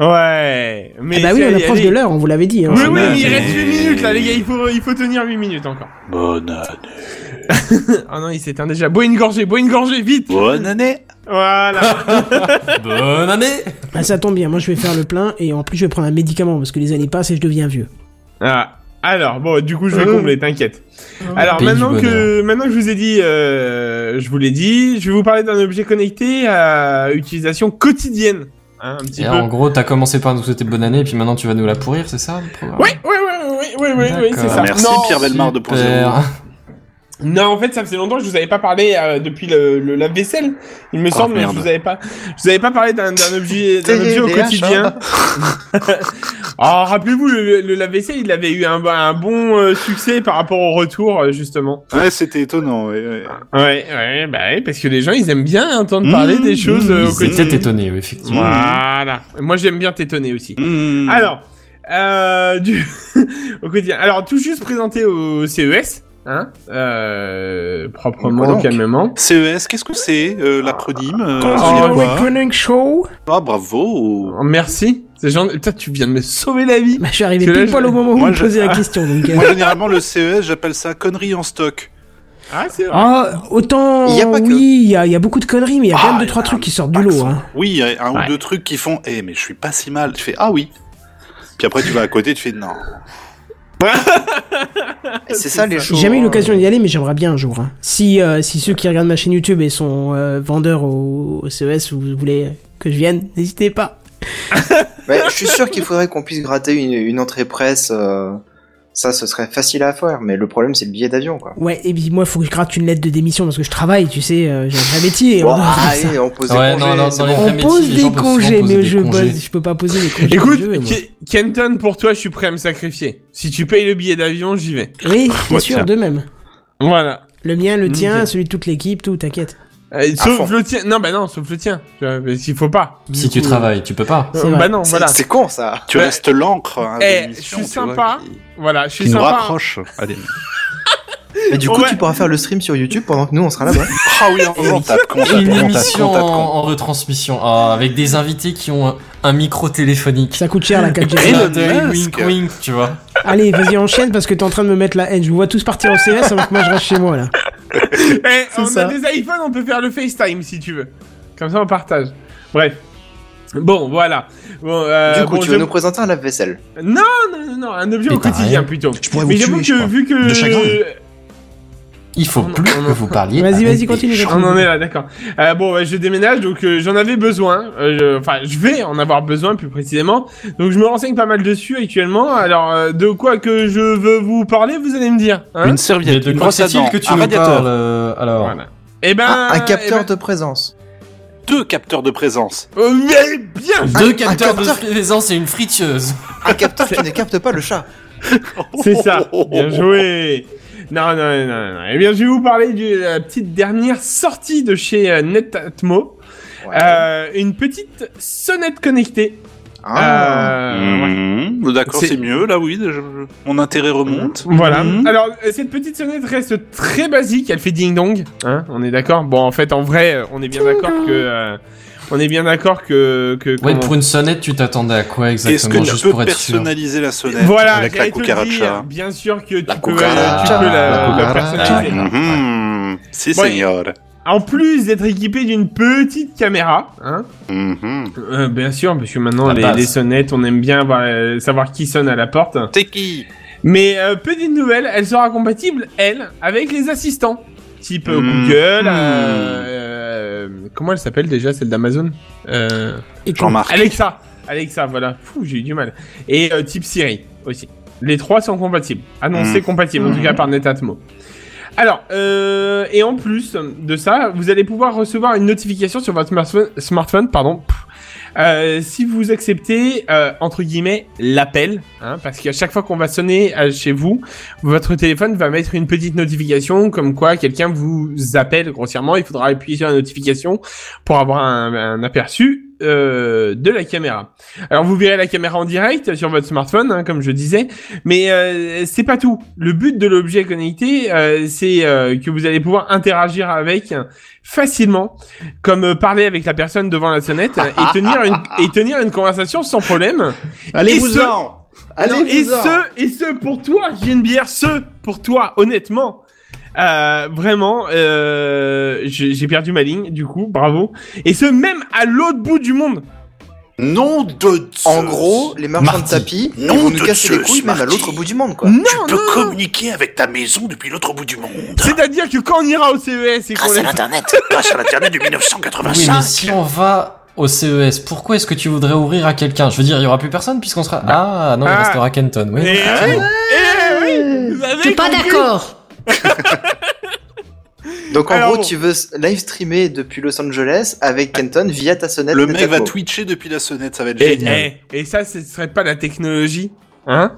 S3: Ouais. Mais
S1: Eh bah oui,
S3: ça,
S1: on
S3: y
S1: approche
S3: allez.
S1: de l'heure, on vous l'avait dit. Hein,
S3: Oui,
S1: c'est
S3: oui,
S1: mal.
S3: mais il
S4: année.
S3: reste 8 minutes là, les gars, il faut, il faut tenir 8 minutes encore.
S4: Bonne année.
S3: Oh non, il s'éteint déjà. Bois une gorgée, bois une gorgée, vite
S4: Bonne année.
S3: Voilà
S5: Bonne année
S1: Ah, ça tombe bien, moi je vais faire le plein et en plus je vais prendre un médicament parce que les années passent et je deviens vieux.
S3: Ah, Alors, bon, du coup, je vais
S8: Euh.
S3: combler, t'inquiète. Alors,
S5: Pays du
S3: maintenant que,
S5: bonheur.
S3: maintenant que je vous ai dit, euh, je vous l'ai dit, je vais vous parler d'un objet connecté à utilisation quotidienne. Hein, un petit
S5: Et
S3: peu.
S5: en gros, t'as commencé par nous souhaiter bonne année, et puis maintenant tu vas nous la pourrir, c'est ça le programme
S3: Ouais, ouais, ouais, ouais, ouais, ouais, ouais, c'est
S5: D'accord.
S3: ça.
S4: Merci
S3: non,
S4: Pierre Belmar de Point Zéro.
S5: Super.
S3: non, en fait, ça faisait longtemps que je vous avais pas parlé euh, depuis le, le lave-vaisselle. Il me
S4: Oh,
S3: semble,
S4: merde.
S3: je vous avais pas, je vous avais pas parlé d'un d'un objet, d'un objet au
S8: TDAH,
S3: quotidien. hein. Alors, rappelez-vous, le, le lave-vaisselle, il avait eu un, un bon euh, succès par rapport au retour, euh, justement.
S4: Ouais, c'était étonnant. ouais, ouais.
S3: Ouais, ouais, bah ouais, parce que les gens, ils aiment bien entendre
S4: Mmh,
S3: parler des choses euh, au
S5: Ils
S3: quotidien.
S5: étaient étonnés, oui, effectivement.
S3: Voilà. Moi, j'aime bien t'étonner aussi.
S4: Mmh.
S3: Alors, euh, du... au quotidien. Alors, tout juste présenté au CES. hein, euh, proprement,
S4: Quoi donc
S3: calmement.
S4: CES, E qu'est-ce que c'est euh, L'acronyme euh,
S3: Consumer
S4: c'est quoi
S1: Reckoning Show
S4: Ah, bravo
S3: Oh, Merci. C'est genre, putain, tu viens de me sauver la vie.
S1: bah, Je suis arrivé
S3: Parce que là,
S1: pile poil
S3: je-
S1: au moment où
S4: moi,
S1: vous me
S4: je-
S1: posez la question. Donc, euh,
S4: Moi, généralement, le CES, j'appelle ça connerie en stock.
S3: Ah, c'est vrai.
S1: Ah, autant
S8: Il y a pas que-
S1: oui, il y, a- il y a beaucoup de conneries, mais il y a quand
S4: Ah,
S1: même deux
S4: il y
S1: trois
S4: a
S1: trucs qui sortent du
S4: Pas que
S1: lot.
S4: ça.
S1: Hein.
S4: Oui, il y a un
S3: Ouais.
S4: ou deux trucs qui font Eh, mais je suis pas si mal. Tu fais Ah oui Puis après, tu vas à côté, tu fais Non.
S8: Et C'est ça les
S1: J'ai
S8: choses.
S1: jamais eu l'occasion d'y aller, mais j'aimerais bien un jour. hein. Si euh, si ceux qui regardent ma chaîne YouTube et sont euh, vendeurs au, au CES, vous voulez que je vienne, n'hésitez pas.
S8: Ouais, je suis sûr qu'il faudrait qu'on puisse gratter une, une entrée presse. euh, Ça, ce serait facile à faire, mais le problème, c'est le billet d'avion, quoi.
S1: Ouais, et puis moi, faut que je gratte une lettre de démission parce que je travaille, tu sais, euh, j'ai un vrai métier. et on
S8: Bon,
S1: doit faire ça.
S8: allez, on pose des
S5: Ouais,
S8: congés,
S5: non, non,
S8: c'est
S5: dans
S8: bon.
S5: les-
S1: on
S5: vrais
S1: pose
S5: métiers, les
S1: des
S5: gens peuvent souvent
S1: congés,
S5: poser
S1: mais
S5: des
S1: je,
S5: congés.
S1: pose- je peux pas poser des congés.
S3: Écoute,
S1: je veux, moi.
S3: Ke- Kenton, pour toi, je suis prêt à me sacrifier. Si tu payes le billet d'avion, j'y vais.
S1: oui, bien
S4: Moi,
S1: sûr,
S4: tiens.
S1: de même.
S3: Voilà.
S1: Le mien,
S3: Mmh.
S1: le tien,
S3: Nickel.
S1: celui de toute l'équipe, tout, t'inquiète.
S3: Euh,
S8: À
S3: sauf
S8: fond.
S3: le tien. Non, bah non, sauf le tien. Tu vois, parce qu'il faut pas.
S5: Si
S1: Mmh.
S5: tu travailles, tu peux pas.
S3: Euh,
S1: C'est vrai.
S3: bah non,
S8: C'est-
S3: voilà.
S8: C'est con, ça.
S4: Tu
S3: Ouais.
S4: restes l'encre hein, de
S3: Bah, Eh, je
S4: l'émission,
S3: suis
S4: tu vois,
S3: sympa.
S4: qui-
S3: Voilà, je suis
S4: Qui nous
S3: sympa. hein.
S4: rapproche. Allez.
S8: Et du
S3: coup,
S8: coup,
S3: Ouais. tu
S8: tu pourras faire le stream sur YouTube pendant que nous, on sera là-bas.
S4: Ah oui, on on tape con, on tape
S5: Une
S4: con, on tape
S5: émission
S4: con, on
S5: en,
S3: hein.
S4: tape con.
S5: en retransmission, Ah, avec des invités qui ont un, un micro téléphonique.
S1: Ça coûte cher la 4G.
S4: Elon
S5: Clin d'œil,
S4: Musk.
S5: wink wink, tu vois.
S1: Allez, vas-y, enchaîne parce que t'es en train de me mettre la haine. Je vous vois tous partir au CES alors que moi je reste chez moi là.
S3: Eh, on
S1: ça.
S3: a des iPhones, on peut faire le FaceTime si tu veux. Comme ça, on partage. Bref. Bon, voilà. Bon, euh,
S8: du coup,
S3: bon,
S8: tu
S3: je-
S8: vas nous présenter un lave-vaisselle.
S3: Non, non, non, non, un objet
S5: Mais
S3: au
S5: t'as
S3: quotidien
S5: rien.
S3: plutôt.
S9: Je pourrais
S3: Mais
S9: vous
S3: j'avoue
S9: tuer, je
S3: que,
S9: crois.
S3: vu que.
S9: De chagrin.
S5: Il faut
S3: On-
S5: plus
S3: on-
S5: que vous parliez.
S1: Vas-y,
S5: avec
S1: vas-y,
S5: des
S1: continue.
S5: gens.
S3: On en est là, d'accord. Euh, bon, ouais, je déménage, donc euh, j'en avais besoin. Euh, je- Enfin, je vais en avoir besoin plus précisément. Donc, je me renseigne pas mal dessus actuellement. Alors, euh, de quoi que je veux vous parler, vous allez me dire. hein
S4: Une
S5: Il y a
S4: serviette,
S5: de
S4: une
S5: quoi
S4: brosse à
S5: s'agit-il
S4: dents,
S5: que tu
S4: un
S5: nous
S4: radiateur,
S5: parles euh, Alors,
S3: Voilà. Eh ben,
S8: Ah, un
S3: eh
S8: capteur
S3: ben-
S8: de présence.
S4: deux capteurs de présence.
S3: Oh, mais bien
S5: deux
S8: Un- un
S5: capteurs
S8: capteur-
S5: de présence et une friteuse.
S8: Un capteur qui ne capte pas le chat.
S3: C'est ça. Bien joué. Non, non, non, non. non. Eh bien, je vais vous parler de la petite dernière sortie de chez euh, Netatmo.
S8: Ouais.
S3: Euh, une petite sonnette connectée.
S8: Ah.
S3: Euh, ouais.
S4: Mmh, D'accord,
S3: C'est-
S4: c'est mieux, là oui, je- mon intérêt remonte.
S3: Voilà.
S8: Hmm.
S4: Mmh.
S3: Alors, euh, cette petite sonnette reste très basique. Elle fait ding dong. Hein on est d'accord. Bon, en fait, en vrai, euh, on est bien d'accord que. euh, on est bien d'accord que. que
S5: Ouais,
S3: comment-
S5: pour une sonnette, tu t'attendais à quoi
S4: Est-ce que
S5: exactement
S4: tu
S5: Juste
S4: peux
S5: pour être sûr.
S4: personnaliser la sonnette
S3: Voilà,
S4: avec
S3: j'allais
S4: la
S3: te le dire.
S4: cucaracha
S3: Bien sûr que tu peux,
S8: La
S3: euh, tu peux
S8: cucaracha.
S3: la-
S5: La
S3: la
S5: cucaracha.
S3: personnaliser.
S4: Mhm. Mmh. Si,
S3: Bon,
S4: seigneur.
S3: En plus d'être équipé d'une petite caméra, hein,
S4: Mhm.
S3: euh, bien sûr, parce que maintenant
S5: La
S3: les,
S5: base.
S3: les sonnettes, on aime bien avoir, euh, savoir qui sonne à la porte.
S4: T'es qui
S3: Mais euh, petite nouvelle, elle sera compatible, elle, avec les assistants. Type euh,
S4: Mmh.
S3: Google,
S4: Mmh.
S3: euh, euh, comment elle s'appelle déjà, celle d'Amazon euh,
S4: Jean-Marc.
S3: Alexa Alexa, voilà. Fou, j'ai eu du mal. Et euh, type Siri aussi. Les trois sont compatibles. Annoncés
S4: Mmh.
S3: compatibles, en tout cas par Netatmo. Alors, euh, et en plus de ça, vous allez pouvoir recevoir une notification sur votre smartphone, smartphone pardon, pff, euh, si vous acceptez, euh, entre guillemets, l'appel, hein, parce qu'à chaque fois qu'on va sonner euh, chez vous, votre téléphone va mettre une petite notification comme quoi quelqu'un vous appelle grossièrement, il faudra appuyer sur la notification pour avoir un, un aperçu euh, de la caméra. Alors vous verrez la caméra en direct sur votre smartphone, hein, comme je disais, mais euh, c'est pas tout. Le but de l'objet connecté, euh, c'est euh, que vous allez pouvoir interagir avec facilement, comme euh, parler avec la personne devant la sonnette et tenir une et tenir une conversation sans problème. Et ce-
S8: Allez-vous-en
S3: non, et
S8: Allez-vous-en
S3: ce, et ce pour toi, j'ai une bière, ce pour toi, honnêtement. Euh, vraiment, euh, j'ai j'ai perdu ma ligne, du coup, bravo. Et ce, même à l'autre bout du monde.
S4: Nom de Zeus.
S8: En gros, les marchands de
S5: Marty.
S8: tapis, ils
S9: Nom
S8: vont
S9: de
S8: nous casser les
S9: Zeus,
S8: couilles même à
S9: Marty.
S8: l'autre bout du monde, quoi.
S3: non,
S9: tu peux
S3: non, non.
S9: communiquer avec ta maison depuis l'autre bout du monde.
S3: C'est-à-dire que quand on ira au CES et qu'on
S9: Grâce à
S3: est...
S9: l'internet. Grâce à l'internet de
S5: Oui,
S9: 1985.
S5: mais si on va au CES, pourquoi est-ce que tu voudrais ouvrir à quelqu'un Je veux dire, il y aura plus personne puisqu'on sera. Ah non, il
S3: Ah.
S5: restera Kenton. Oui.
S3: Eh oui,
S5: effectivement.
S3: eh oui, vous avez
S6: Je suis pas
S3: compris.
S6: d'accord.
S8: Donc en
S3: Alors
S8: gros,
S3: bon.
S8: tu veux live streamer depuis Los Angeles avec Kenton via ta sonnette.
S4: le mec va
S8: Netatmo.
S4: twitcher depuis la sonnette, ça va être
S3: Et,
S4: génial.
S3: eh, et ça, ce serait pas la technologie, hein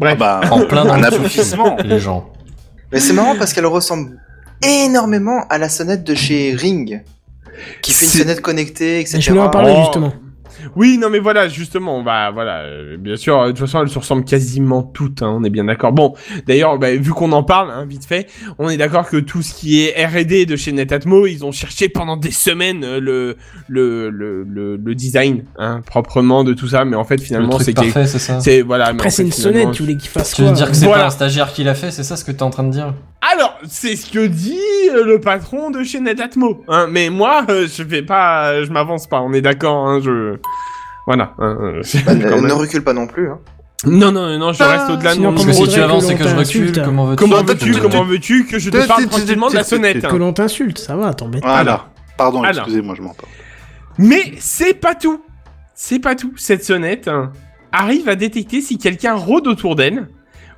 S4: Ah bah,
S5: En plein dans
S4: un
S5: le
S4: aboutissement.
S5: Les gens.
S8: Mais c'est marrant parce qu'elle ressemble énormément à la sonnette de chez Ring, qui fait une
S3: C'est-
S8: sonnette connectée,
S1: Je
S8: etc.
S1: voulais en parler
S3: Oh.
S1: justement.
S3: Oui, non, mais voilà, justement, on va, voilà, euh, bien sûr, euh, de toute façon, elles se ressemblent quasiment toutes, hein, on est bien d'accord. Bon, d'ailleurs, bah, vu qu'on en parle, hein, vite fait, on est d'accord que tout ce qui est R&D de chez Netatmo, ils ont cherché pendant des semaines euh, le, le, le, le, le design, hein, proprement de tout ça, mais en fait,
S5: Le
S3: finalement, c'est
S5: truc
S3: que-
S5: parfait, c'est ça
S3: c'est, voilà, mais en
S1: Après, c'est
S3: fait,
S1: une
S3: finalement,
S1: sonnette, tu voulais qu'il fasse
S5: Tu veux
S1: quoi
S5: dire que c'est
S3: Voilà.
S5: pas un stagiaire qui l'a fait, c'est ça ce que t'es en train de dire
S3: Alors, c'est ce que dit euh, le patron de chez Netatmo. Hein, mais moi, euh, je vais pas, euh, je m'avance pas. On est d'accord. Hein, je voilà. hein, euh,
S8: Bah, ne,
S3: quand même.
S8: ne recule pas non plus. Hein.
S3: non, non, non, je
S1: Ah,
S3: reste au-delà de
S1: sinon,
S3: mon
S5: Parce
S1: comment
S5: que
S1: on
S5: si
S3: numéro.
S1: voudrait
S5: tu
S1: que
S5: avances
S1: l'on
S5: et que je recule,
S1: t'insulte
S5: comment veux-tu
S3: Comment
S5: que je
S3: veux-tu,
S5: te-
S3: comment veux-tu que je te parle tranquillement de la sonnette
S1: Que
S3: hein
S1: l'on t'insulte, ça va, t'embête pas.
S4: Voilà. Pardon,
S3: Alors.
S4: excusez-moi, je m'entends.
S3: Mais c'est pas tout. C'est pas tout. Cette sonnette hein, arrive à détecter si quelqu'un rôde autour d'elle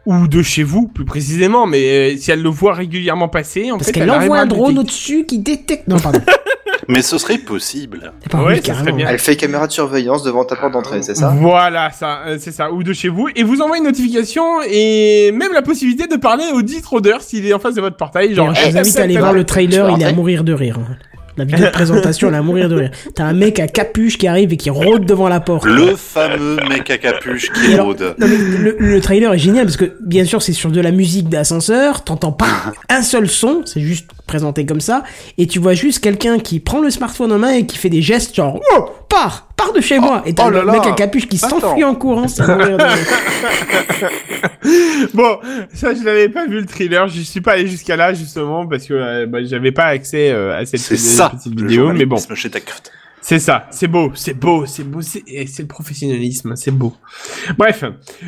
S3: ou de chez vous, plus précisément. Mais euh, si elle le voit régulièrement passer, en
S1: Parce
S3: fait,
S1: qu'elle
S3: elle
S1: envoie
S3: arrivera à
S1: un
S3: le
S1: drone
S3: détecter.
S1: au-dessus qui détecte. Non, pardon.
S4: Mais ce serait possible.
S1: C'est pas
S3: Ouais,
S1: lui,
S3: ça serait
S1: carrément.
S3: bien.
S8: Elle fait caméra de surveillance devant ta porte d'entrée, c'est ça
S3: Voilà, ça, euh, c'est ça, ou de chez vous, et vous envoie une notification et même la possibilité de parler au titre odeur s'il est en face de votre portail, genre.
S1: Genre, je
S3: eh,
S1: vous invite à aller
S3: eh,
S1: voir le
S8: Tu
S1: trailer,
S8: vas
S1: il est à
S8: rentrer
S1: mourir de rire. hein. La vidéo de présentation, elle est à mourir de rire. T'as un mec à capuche qui arrive et qui rôde devant la porte.
S4: Le fameux mec à capuche qui
S1: Alors-
S4: rôde.
S1: Non, mais le, le trailer est génial parce que bien sûr c'est sur de la musique d'ascenseur, t'entends pas un seul son, c'est juste présenté comme ça, et tu vois juste quelqu'un qui prend le smartphone en main et qui fait des gestes genre oh pars pars de chez moi et t'as
S4: oh
S1: le
S4: là
S1: mec
S4: là,
S1: à capuche qui
S4: attends.
S1: s'enfuit en courant, c'est à mourir de rire.
S3: Bon, ça je l'avais pas vu le thriller, je suis pas allé jusqu'à là justement parce que euh, bah, j'avais pas accès euh, à cette
S4: C'est
S3: petite,
S4: ça,
S3: petite
S4: le
S3: vidéo, mais bon,
S4: journalisme chez Techcraft.
S3: c'est ça, c'est beau, c'est beau, c'est beau, c'est eh, c'est le professionnalisme, c'est beau. Bref,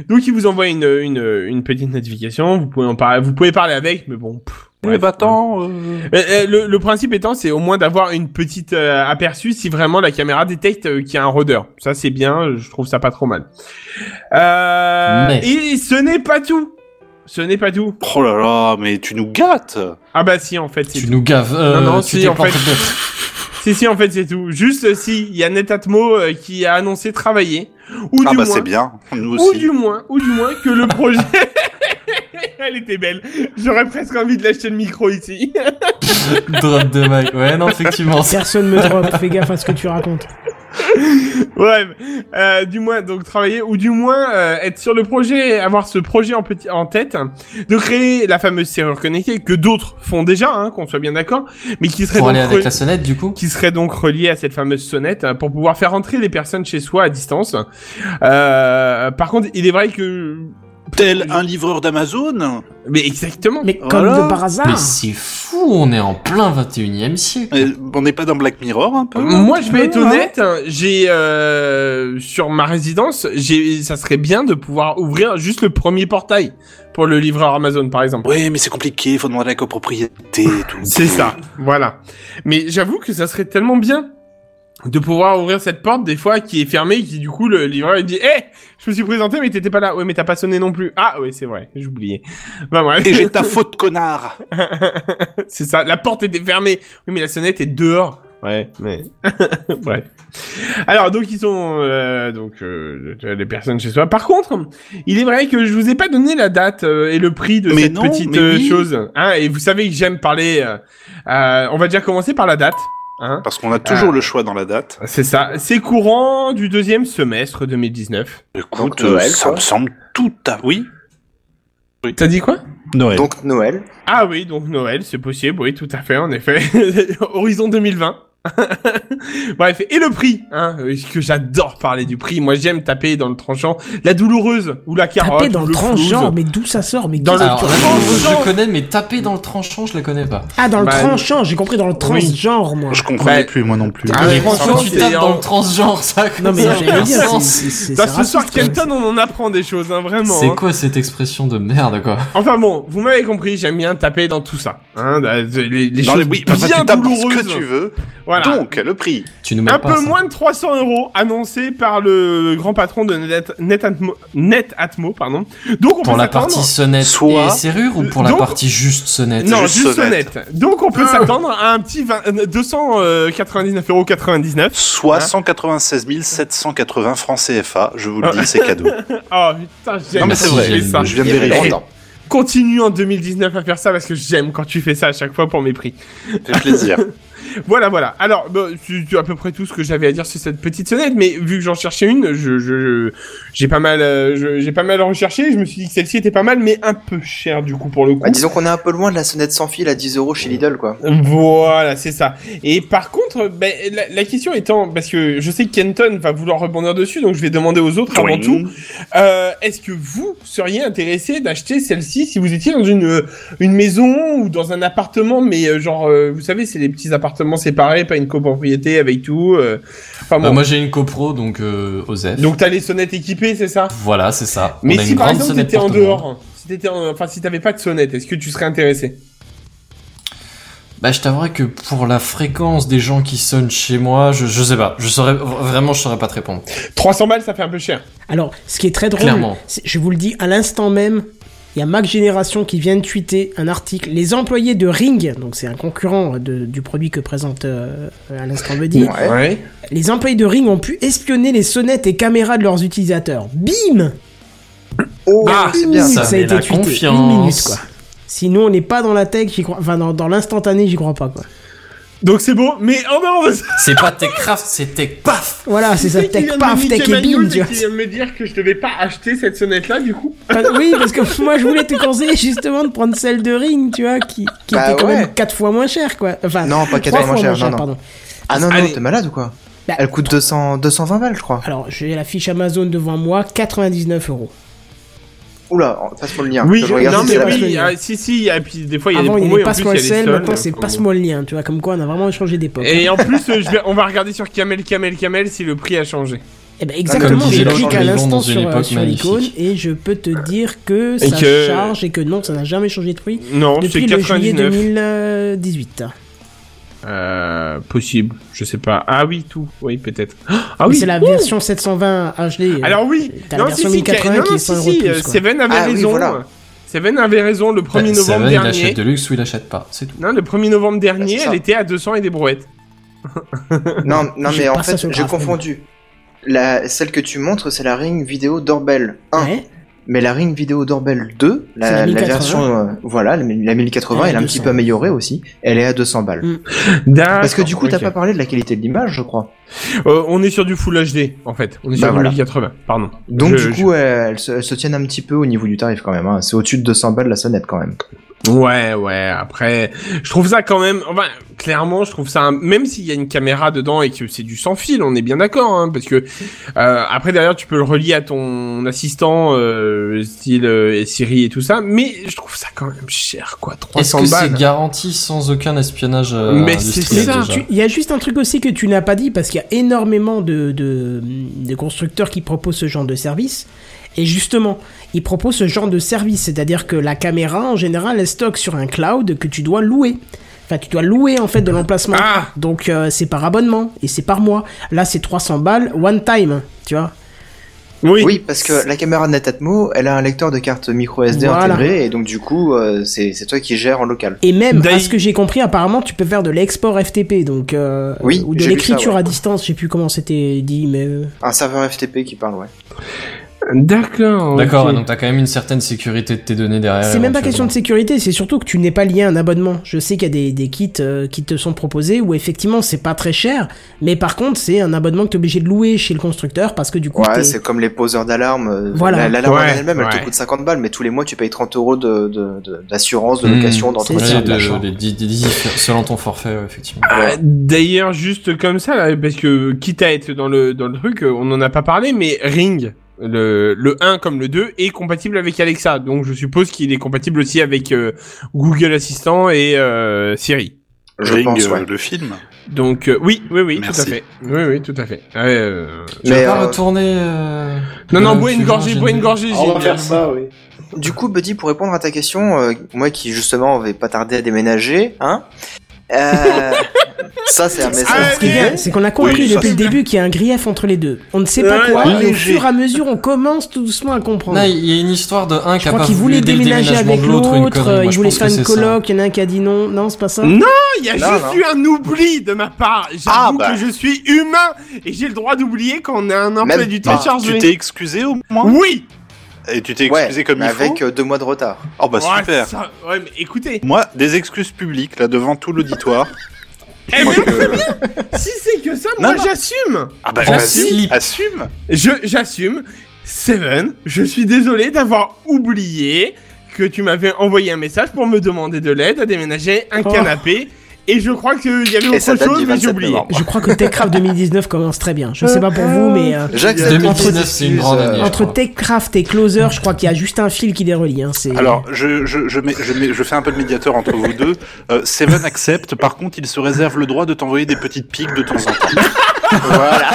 S3: donc il vous envoie une, une, une petite notification, vous pouvez en parler, vous pouvez parler avec, mais bon. pff, bref. Euh, euh, le, le principe étant, c'est au moins d'avoir une petite euh, aperçu si vraiment la caméra détecte euh, qu'il y a un rôdeur. Ça, c'est bien. euh, Je trouve ça pas trop mal. Euh,
S5: Mais.
S3: Et ce n'est pas tout. Ce n'est pas tout.
S4: Oh là là, mais tu nous gâtes
S3: Ah bah si, en fait, c'est
S5: Tu
S3: tout.
S5: nous gaves. euh,
S3: Non, non,
S5: tu
S3: si,
S5: t'es
S3: en
S5: planté
S3: fait-
S5: dedans.
S3: Si, si, en fait, c'est tout. Juste euh, si, il y a Netatmo euh, qui a annoncé travailler. Ou
S4: Ah
S3: du
S4: bah
S3: moins,
S4: c'est bien, nous
S3: ou
S4: aussi.
S3: du moins, ou du moins que le projet. Elle était belle. J'aurais presque envie de lâcher le micro ici.
S5: Drop de mic. Ouais, non, effectivement.
S1: Personne me drop, fais gaffe à ce que tu racontes.
S3: Ouais, euh, du moins donc travailler ou du moins euh, être sur le projet, avoir ce projet en petit en tête, hein, de créer la fameuse serrure connectée que d'autres font déjà, hein, qu'on soit bien d'accord, mais qui serait
S5: Pour
S3: donc
S5: aller avec
S3: re-
S5: la sonnette, du coup
S3: qui serait donc reliée à cette fameuse sonnette hein, pour pouvoir faire entrer les personnes chez soi à distance. Euh, par contre, il est vrai que
S4: Tel un livreur d'Amazon
S3: mais exactement.
S1: Mais
S4: Voilà.
S1: comme de par
S3: Ah.
S5: Mais
S1: hasard.
S5: c'est fou, on est en plein 21 e siècle.
S4: Euh, On n'est pas dans Black Mirror un peu
S3: Moi, je vais être
S1: Ouais.
S3: honnête, hein, j'ai euh, sur ma résidence, j'ai ça serait bien de pouvoir ouvrir juste le premier portail pour le livreur Amazon par exemple.
S4: Ouais, mais c'est compliqué, faut demander la copropriété et tout.
S3: C'est ça, voilà. Mais j'avoue que ça serait tellement bien de pouvoir ouvrir cette porte des fois qui est fermée et qui du coup le livreur il dit Eh Je me suis présenté mais t'étais pas là. Ouais mais t'as pas sonné non plus. Ah ouais c'est vrai, j'oubliais. Bah bref,
S4: Et j'ai ta faute, connard
S3: c'est ça, la porte était fermée. Oui mais la sonnette est dehors. Ouais, mais bref. Alors donc ils sont euh, donc euh, les personnes chez soi. Par contre, il est vrai que je vous ai pas donné la date euh, et le prix de
S4: Mais
S3: cette
S4: non,
S3: petite
S4: mais
S3: euh,
S4: oui.
S3: chose. Hein, et vous savez que j'aime parler. euh, euh, on va déjà commencer par la date. Hein.
S4: Parce qu'on a toujours le choix dans la date.
S3: C'est ça. C'est courant du deuxième semestre 2019.
S4: Écoute,
S8: Noël,
S4: ça
S8: quoi.
S4: me semble tout à... Oui
S3: T'as dit quoi
S4: Noël.
S8: Donc Noël.
S3: Ah oui, donc Noël, c'est possible. Oui, tout à fait, en effet. Horizon 2020. Bref, et le prix, hein, euh, que j'adore parler du prix. Moi, j'aime taper dans le tranchant, la douloureuse ou la carotte.
S1: Tapé dans
S3: ou
S1: le
S3: flouze.
S1: tranchant, mais d'où ça sort mais
S3: Dans
S1: qu'est-ce
S3: le
S1: que
S5: Alors,
S1: tu
S5: là,
S1: racontes
S5: je,
S3: tranchant.
S5: je connais, mais taper dans le tranchant, je la connais pas.
S1: Ah dans le
S3: Bah,
S1: tranchant, j'ai compris dans le transgenre moi.
S4: Je comprenais
S3: Bah,
S4: plus, moi non plus.
S3: Ah, mais
S5: Quand
S3: franchement,
S5: tu
S3: c'est-
S5: tapes dans le transgenre, ça
S1: Non mais
S5: ça a
S1: j'allais
S5: aucun
S1: dire, c'est-
S5: sens.
S1: c'est c'est-
S3: Bah,
S1: c'est
S3: ce soir,
S1: raciste, quand même.
S3: Kenton, on en apprend des choses, hein, vraiment. hein.
S5: hein. C'est quoi cette expression de merde, quoi
S3: Enfin bon, vous m'avez compris, j'aime bien taper dans tout ça. Hein, les, les
S4: Dans
S3: choses
S4: les- Oui,
S3: bien
S4: parce que tu tapes dans ce
S3: douloureuses.
S4: que tu veux.
S3: Voilà.
S4: Donc, le prix.
S5: Tu nous mets
S3: Un
S5: pas
S3: peu
S5: ça.
S3: moins de 300 euros annoncé par le grand patron de Net, Netatmo, Netatmo, pardon. Donc
S5: Pour
S3: on peut
S5: la
S3: s'attendre.
S5: partie sonnette
S4: Soit-
S5: et serrure ou pour la
S3: Donc-
S5: partie juste sonnette
S3: Non,
S4: juste
S3: juste
S4: sonnette.
S3: sonnette. Donc on peut s'attendre à un petit 20 euh, 299 euros 99.
S4: Soit
S3: Hein
S4: 196 780 francs CFA, je vous le dis, c'est cadeau.
S3: Oh putain, j'aime
S4: Non, mais
S3: quand
S4: c'est
S3: tu
S4: vrai,
S3: fais ça. Eh,
S4: je viens de
S8: Il y avait
S4: vérifier.
S8: longtemps.
S3: Continue en 2019 à faire ça parce que j'aime quand tu fais ça à chaque fois pour mes prix.
S4: Fait plaisir.
S3: Voilà, voilà. Alors, bah, c'est c'est à peu près tout ce que j'avais à dire sur cette petite sonnette, mais vu que j'en cherchais une, je, je- j'ai pas mal, euh, je- j'ai pas mal recherché. Je me suis dit que celle-ci était pas mal, mais un peu chère du coup pour le coup.
S8: Bah, disons qu'on est un peu loin de la sonnette sans fil à 10 euros chez Lidl, quoi.
S3: Voilà, c'est ça. Et par contre, ben, la, la question étant, parce que je sais que Kenton va vouloir rebondir dessus, donc je vais demander aux autres avant
S4: Oui.
S3: tout, euh, est-ce que vous seriez intéressé d'acheter celle-ci si vous étiez dans une une maison ou dans un appartement, mais euh, genre, euh, vous savez, c'est les petits appartements séparés, pas une copropriété avec tout. euh, Enfin bon.
S5: Bah, moi j'ai une copro donc euh, Osef.
S3: donc t'as les sonnettes équipées, c'est ça
S5: voilà, c'est ça.
S3: Mais
S5: On a
S3: si
S5: une
S3: par
S5: grande
S3: exemple
S5: sonnette
S3: t'étais en
S5: par tout le monde.
S3: dehors, si t'étais, en- enfin si t'avais pas de sonnette, est-ce que tu serais intéressé
S5: Bah, je t'avouerais que pour la fréquence des gens qui sonnent chez moi, je, je sais pas. Je saurais, vraiment, je saurais pas te répondre.
S3: 300 balles, ça fait un peu cher.
S1: Alors, ce qui est très drôle,
S5: Clairement.
S1: c'est- je vous le dis à l'instant même, il y a Mac Génération qui vient de tweeter un article. Les employés de Ring, donc c'est un concurrent de- du produit que présente euh, à l'instant Buddy,
S8: Ouais.
S1: les employés de Ring ont pu espionner les sonnettes et caméras de leurs utilisateurs. Bim
S8: Oh,
S3: Ah,
S8: c'est
S1: Une
S8: bien.
S1: minute,
S5: ça.
S1: ça a
S5: met
S1: été
S5: la
S1: tweeté.
S5: confiance.
S1: Une minute, quoi. Sinon, on n'est pas dans la tech, j'y crois... enfin, dans, dans l'instantané, j'y crois pas, quoi.
S3: Donc c'est beau, mais oh non,
S5: C'est pas Techcraft, c'est Tech Paf.
S1: Voilà, Ah, c'est
S3: Tu sais
S1: ça,
S3: qu'il vient
S1: tech,
S3: de
S1: paf,
S3: me
S1: tech
S3: niquer
S1: et
S3: ma
S1: bim,
S3: news
S1: tu
S3: et
S1: vois.
S3: qu'il vient de me dire que je devais pas acheter cette sonnette-là, du coup.
S1: Pas- Oui, parce que moi, je voulais te conseiller, justement, de prendre celle de Ring, tu vois, qui, qui
S8: Bah
S1: était quand
S8: ouais.
S1: même 4 fois moins chère, quoi. Enfin,
S8: Non, pas 4
S1: trois
S8: fois moins cher, non, non.
S1: pardon.
S8: Ah non, non,
S3: Allez.
S8: t'es malade ou quoi
S1: Bah,
S8: Elle coûte 200, 220 balles, je crois.
S1: Alors, j'ai la fiche Amazon devant moi, 99 euros.
S8: Oula, passe-moi le lien.
S3: Oui,
S8: Ah, je regarde
S3: non,
S8: si
S3: mais
S8: c'est la
S1: passe
S3: oui,
S1: le lien.
S3: ah, si, si, et puis des fois il y a
S1: Avant,
S3: des
S1: il y
S3: promos
S1: avait
S3: et en
S1: passe-moi
S3: plus
S1: le
S3: il y a
S1: sel,
S3: des
S1: maintenant
S3: soldes.
S1: c'est
S3: Enfin,
S1: passe-moi le lien, tu vois, comme quoi on a vraiment changé
S3: bon.
S1: d'époque.
S3: Et en plus, euh, je vais- on va regarder sur Camel, Camel, Camel si le prix a changé.
S1: Eh ben exactement,
S8: Comme
S1: j'ai
S8: disait
S1: cliqué
S8: l'autre,
S1: à
S5: ils vont
S1: l'instant
S5: dans une
S1: sur, euh,
S5: époque
S1: sur l'icône
S5: magnifique.
S1: et je peux te dire que
S3: Et
S1: ça
S3: que-
S1: charge et que non, ça n'a jamais changé de prix
S3: Non, Oh, c'est
S1: depuis le juillet
S3: 99.
S1: 2018.
S3: Euh, possible, je sais pas. Ah oui, tout, oui, peut-être. Ah
S1: Mais
S3: oui.
S1: c'est la version 720 HD. euh,
S3: Alors oui,
S1: T'as la
S3: non, si,
S1: version
S3: si,
S1: 1080
S3: non,
S1: qui est
S3: si,
S1: 100 euros
S3: si,
S1: de plus,
S3: euh,
S1: quoi.
S3: Seven avait
S8: Ah oui,
S3: raison.
S8: voilà.
S3: Seven avait raison le 1er
S5: Bah, ça
S3: novembre
S5: va, il achète
S3: dernier.
S5: de luxe ou il achète pas. C'est tout.
S3: Non, le 1er novembre dernier,
S8: c'est ça.
S3: elle était à 200 et des brouettes.
S8: Non, non
S1: J'ai
S8: mais
S1: pas
S8: en
S1: ça
S8: fait,
S1: sur le
S8: j'ai
S1: graphe,
S8: confondu. La, celle que tu montres, c'est la Ring Vidéo Doorbell 1.
S1: Ouais.
S8: Mais la Ring Vidéo Doorbell 2,
S1: C'est la
S8: la, la
S1: 1080.
S8: version, euh, voilà, la, la 1080,
S1: Elle est
S8: elle est
S1: à
S8: un petit
S1: 200.
S8: peu améliorée aussi. Elle est à 200 balles.
S1: Mm.
S8: Parce que du coup, t'as pas parlé de la qualité de l'image, je crois.
S3: Euh, on est sur du Full HD en fait. On est sur
S8: Bah
S3: du
S8: voilà.
S3: 1080. Pardon.
S8: Donc
S3: Je-
S8: du coup, euh, elles, se, elles se tiennent un petit peu au niveau du tarif quand même. hein. C'est au-dessus de 200 balles la sonnette quand même.
S3: je- ouais, ouais. Après, je trouve ça quand même. Enfin, clairement, je trouve ça. un- Même s'il y a une caméra dedans et que c'est du sans fil, on est bien d'accord. Hein, parce que euh, après, derrière, tu peux le relier à ton assistant, euh, style euh, Siri et tout ça. Mais je trouve ça quand même cher, quoi.
S5: Est-ce
S3: 300
S5: que c'est
S3: balles.
S5: garanti sans aucun espionnage euh,
S3: Mais c'est
S5: industriel,
S3: ça,
S5: déjà
S1: Tu- Il y a juste un truc aussi que tu n'as pas dit parce qu'il y a énormément de, de, de constructeurs qui proposent ce genre de service. Et justement, ils proposent ce genre de service, c'est-à-dire que la caméra en général elle stocke sur un cloud que tu dois louer. Enfin, tu dois louer en fait de l'emplacement.
S3: Ah
S1: Donc euh, c'est par abonnement et c'est par mois. Là, c'est 300 balles one time, tu vois.
S3: oui.
S8: Oui, parce que la caméra de Netatmo, elle a un lecteur de carte micro SD
S1: Voilà.
S8: intégré, et donc du coup, euh, c'est c'est toi qui gères en local.
S1: Et même, à
S3: D'ailleurs-
S1: ce que j'ai compris, apparemment, tu peux faire de l'export FTP, donc euh,
S8: Oui,
S1: ou de
S8: j'ai vu ça,
S1: l'écriture
S8: ouais.
S1: à distance. Je sais plus comment c'était dit, mais euh,
S8: Un serveur FTP qui parle, ouais.
S3: D'accord.
S5: D'accord,
S3: ok.
S5: donc t'as quand même une certaine sécurité de tes données derrière.
S1: C'est même pas question
S5: éventuellement.
S1: de sécurité, c'est surtout que tu n'es pas lié à un abonnement. Je sais qu'il y a des, des kits euh, qui te sont proposés où effectivement c'est pas très cher, mais par contre c'est un abonnement que t'es obligé de louer chez le constructeur parce que du coup
S8: Ouais,
S1: t'es-
S8: c'est comme les poseurs d'alarme. euh,
S1: Voilà.
S8: la- L'alarme
S3: Ouais,
S8: en elle-même, elle
S3: ouais.
S8: te coûte 50 balles, mais tous les mois, tu payes 30 euros de- de- de- d'assurance, de,
S5: Mmh,
S8: location,
S1: c'est
S8: d'entretien,
S5: Ouais,
S8: de
S5: de-
S8: machin.
S5: de- de- de- de- selon ton forfait, ouais, effectivement.
S3: Euh, D'ailleurs, juste comme ça, là, parce que quitte à être dans le, dans le truc, euh, on n'en a pas parlé, mais Ring, le, le 1 comme le 2, est compatible avec Alexa. Donc je suppose qu'il est compatible aussi avec euh, Google Assistant et euh, Siri.
S8: Je
S4: Ring,
S8: pense,
S4: euh,
S8: ouais.
S4: le film.
S3: Donc euh, oui, oui, oui,
S4: Merci.
S3: tout à fait. Oui, oui, tout à fait. Ouais, euh,
S5: Tu vas
S8: Mais,
S5: pas
S8: euh,
S5: retourner. euh,
S3: Non, non,
S5: euh,
S3: bois
S5: tu
S3: une
S5: vois,
S3: gorgée,
S5: j'ai
S3: bois
S5: une-
S3: une gorgée. j'ai
S4: Ah,
S3: une-
S10: oui.
S8: Du coup, Buddy, pour répondre à ta question, euh, moi qui justement vais pas tarder à déménager, hein euh, Ça, c'est un
S1: Ah,
S8: message.
S1: ce qui est
S3: mais-
S1: bien, c'est qu'on a compris
S4: Oui, ça,
S1: depuis le
S3: c'est bien.
S1: début qu'il y a un grief entre les deux. On ne sait pas
S3: Ouais,
S1: quoi,
S3: ouais,
S1: et au
S3: léger.
S1: fur et à mesure on commence tout doucement à comprendre.
S5: Non, il y a une histoire de un qui
S1: Je
S5: a
S1: crois
S5: pas
S1: qu'il
S5: voulu
S1: voulait
S5: dès le
S1: déménager
S5: déménagement
S1: avec
S5: de l'autre, une connerie.
S1: l'autre,
S5: Moi,
S1: il
S5: je
S1: voulait
S5: pense
S1: faire
S5: que
S1: une
S5: c'est ça.
S1: coloc, il y en a un qui a dit non, non, c'est pas ça.
S3: Non, Ah, Il y a
S8: Non,
S3: juste
S8: non.
S3: eu un oubli de ma part.
S4: Ah,
S3: J'avoue
S4: bah.
S3: que je suis humain et j'ai le droit d'oublier quand on a un emploi
S8: Même
S3: du temps
S4: Bah, tu
S3: chargé.
S4: t'es excusé au moins
S3: Oui.
S4: Et tu t'es
S8: Ouais,
S4: excusé comme
S8: mais
S4: il
S8: avec
S4: faut
S8: euh, deux mois de retard.
S4: Oh bah
S3: Ouais,
S4: super
S3: ça- Ouais, mais écoutez.
S4: Moi, des excuses publiques, là, devant tout l'auditoire.
S3: Eh,
S4: Moi,
S3: mais
S4: je-
S3: si c'est que ça,
S4: Non,
S3: moi
S4: non.
S3: j'assume
S9: Ah bah
S5: Ah,
S9: vas-y.
S5: si.
S4: Assume
S3: Je j'assume. Seven, je suis désolé d'avoir oublié que tu m'avais envoyé un message pour me demander de l'aide à déménager un
S1: Oh.
S3: canapé. Et je crois qu'il y avait
S8: Et ça
S3: autre
S8: date
S3: chose,
S8: du
S3: mais j'ai
S8: 27
S3: oublié.
S8: novembre.
S1: Je crois que TechCraft 2019 commence très bien. Je sais pas pour vous, mais euh,
S8: J'accepte
S5: 2019,
S8: tes
S5: c'est une grande
S8: excuses,
S5: année.
S8: euh,
S1: entre TechCraft et Closer, je crois qu'il y a juste un fil qui les relie. Hein. C'est-
S4: Alors, je, je, je, mets- je, mets- je fais un peu de médiateur entre vous deux. Euh, Seven accepte, par contre, il se réserve le droit de t'envoyer des petites piques de temps en temps. voilà.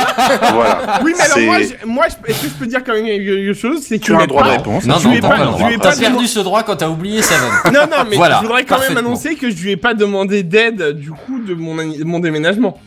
S4: voilà.
S3: Oui, mais alors
S4: C'est-
S3: moi, je- moi je- est-ce que je peux dire quand même quelque chose C'est que
S4: Tu as un droit de
S3: pas-
S4: réponse.
S5: Non,
S3: Tu
S5: non,
S3: es
S5: t'as
S3: pas-
S5: pas le
S3: tu
S5: droit.
S3: es pas
S5: T'as perdu ce droit quand t'as oublié Seven.
S3: Non, non, mais
S5: Voilà,
S3: je voudrais quand même
S5: parfaitement.
S3: annoncer que je lui ai pas demandé d'aide du coup de mon, ani- mon déménagement.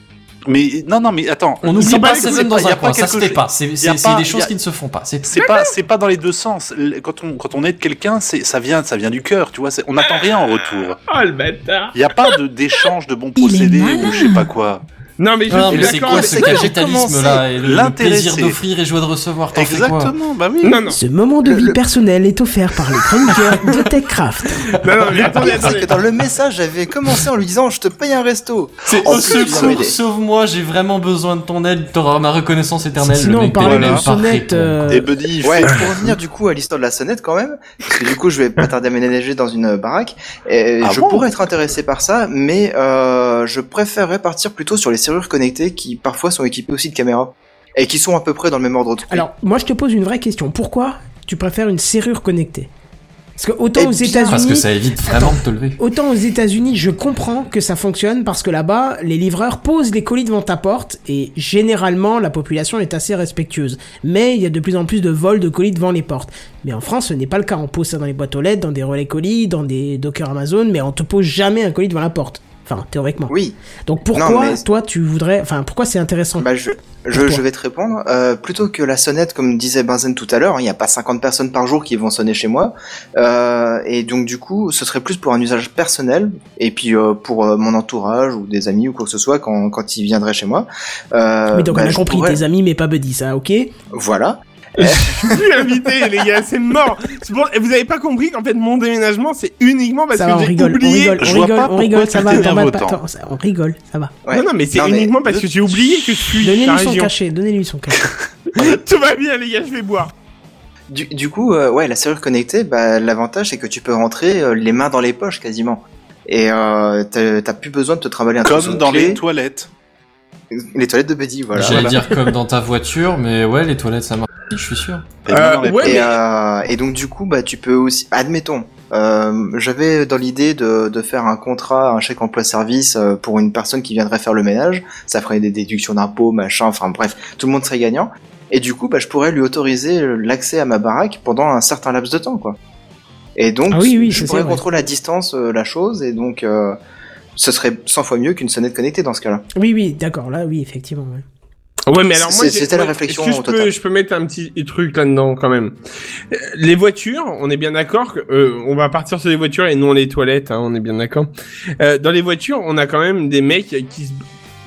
S4: Mais non, non, mais attends.
S5: On
S4: C'est
S5: n'oublie pas
S4: les-
S5: Seven
S4: c'est
S5: dans
S4: y a
S5: un coin, ça se
S4: quelque
S5: fait pas. C'est
S4: y a
S5: c'est- c'est
S4: pas-
S5: des
S4: y a-
S5: choses qui ne se font pas. C'est-
S4: C'est pas, c'est pas dans les deux sens. Le- Quand on, quand on aide quelqu'un, c'est, ça vient, ça vient du cœur, tu vois. c'est- On n'attend rien en retour.
S3: Oh le bâtard
S4: Il n'y a pas de, d'échange de bons
S6: Il est
S4: procédés
S6: malin.
S4: ou je sais pas quoi.
S3: Non, mais je
S5: Non,
S3: suis
S5: mais c'est
S3: d'accord.
S5: quoi
S3: mais-
S5: ce
S4: c'est que j'ai
S5: capitalisme-là
S4: commencé
S5: et le- le plaisir
S4: l'intéresser.
S5: d'offrir et joie de recevoir t'en fais quoi
S4: Exactement, bah oui.
S3: Non, non,
S1: Ce moment de vie personnelle est offert par les chroniqueurs de TechCraft.
S3: non, non, mais attendez,
S8: Pire, c'est que
S3: attendez.
S8: dans le message, j'avais commencé en lui disant Je te paye un resto.
S5: C'est
S8: En
S5: au
S8: plus, il m'a aidé.
S5: secours, sauve-moi, j'ai vraiment besoin de ton aide, t'auras ma reconnaissance éternelle.
S1: Sinon,
S5: le
S1: on
S5: mec
S1: parle
S5: t'aime
S1: de
S5: pas,
S1: sonnette.
S5: réponds.
S1: euh,
S4: Et Buddy, il
S8: Ouais,
S4: fait-
S8: pour revenir du coup à l'histoire de la sonnette quand même, parce que du coup je vais pas tarder à ménager dans une euh, baraque, et
S4: Ah
S8: je
S4: bon
S8: pourrais être intéressé par ça, mais euh, je préférerais partir plutôt sur les serrures connectées qui parfois sont équipées aussi de caméras, et qui sont à peu près dans le même ordre de prix.
S1: Alors, moi, je te pose une vraie question. Pourquoi tu préfères une serrure connectée Parce que autant
S8: Eh
S1: aux
S8: bien,
S5: Parce que
S1: États-Unis,
S5: ça évite vraiment de te lever.
S1: autant aux États-Unis, je comprends que ça fonctionne parce que là-bas, les livreurs posent les colis devant ta porte et généralement la population est assez respectueuse. Mais il y a de plus en plus de vols de colis devant les portes. Mais en France, ce n'est pas le cas. On pose ça dans les boîtes aux lettres, dans des relais colis, dans des dockers Amazon, mais on te pose jamais un colis devant la porte. Enfin, théoriquement.
S8: Oui,
S1: Donc pourquoi
S8: mais-
S1: toi tu voudrais, enfin pourquoi c'est intéressant
S8: bah je, je, je vais te répondre. Euh, plutôt que la sonnette, comme disait Benzen tout à l'heure, il n'y a pas 50 personnes par jour qui vont sonner chez moi, euh, et donc du coup ce serait plus pour un usage personnel, et puis euh, pour euh, mon entourage ou des amis ou quoi que ce soit quand, quand ils viendraient chez moi. Euh,
S1: Oui, donc
S8: bah,
S1: on a
S8: je
S1: compris,
S8: pourrais-
S1: tes amis, mais pas Buddy, ça, ok
S8: Voilà.
S3: Je suis invité, les gars, c'est mort. C'est bon, et vous avez pas compris qu'en fait, mon déménagement, c'est uniquement parce
S1: Ça
S3: que
S1: va, on
S3: j'ai
S1: rigole, on
S3: oublié.
S1: rigole,
S4: je
S1: on
S4: vois
S1: rigole,
S4: pas
S1: on rigole,
S4: pourquoi
S1: ça
S4: tu
S1: va, t'en
S4: t'énerves
S1: vas pas,
S4: autant.
S1: attends, ça- on rigole, ça va.
S8: Ouais.
S3: Non, non, mais c'est uniquement parce que j'ai oublié que je suis. t'as
S1: Donnez-lui son
S3: raison.
S1: cachet, donnez-lui son cachet.
S3: Tout va bien, les gars, je vais boire.
S8: Du, du coup, euh, ouais, la serrure connectée, bah, l'avantage c'est que tu peux rentrer euh, les mains dans les poches quasiment. Et euh, t'as t'as plus besoin de te travailler un trousseau
S4: Comme
S8: de
S4: dans
S8: clé.
S4: les toilettes.
S8: les toilettes de Buddy, voilà.
S5: J'allais dire comme dans ta voiture, mais ouais, les toilettes ça marche, je suis sûr.
S4: Et même dans les-
S3: ouais,
S8: Et,
S3: mais-
S8: euh, et donc du coup, bah, tu peux aussi, admettons, euh, j'avais dans l'idée de, de faire un contrat, un chèque emploi-service euh, pour une personne qui viendrait faire le ménage. Ça ferait des déductions d'impôts, machin. Enfin bref, tout le monde serait gagnant. Et du coup, bah, je pourrais lui autoriser l'accès à ma baraque pendant un certain laps de temps, quoi. Et donc,
S1: Ah oui, oui,
S8: je
S1: ça,
S8: pourrais
S1: c'est vrai.
S8: contrôler à distance euh, la chose, et donc, euh, ce serait 100 fois mieux qu'une sonnette connectée dans ce cas-là.
S1: Oui, oui, d'accord, là, oui, effectivement. ouais.
S3: Ouais, mais alors moi,
S8: C'est-
S3: j'ai-
S8: c'était la
S3: ouais,
S8: réflexion
S3: Est-ce que je
S8: totale.
S3: peux, je peux mettre un petit truc là-dedans quand même Euh, Les voitures, on est bien d'accord que euh, on va partir sur les voitures et non les toilettes, hein, on est bien d'accord. Euh, dans les voitures, on a quand même des mecs qui se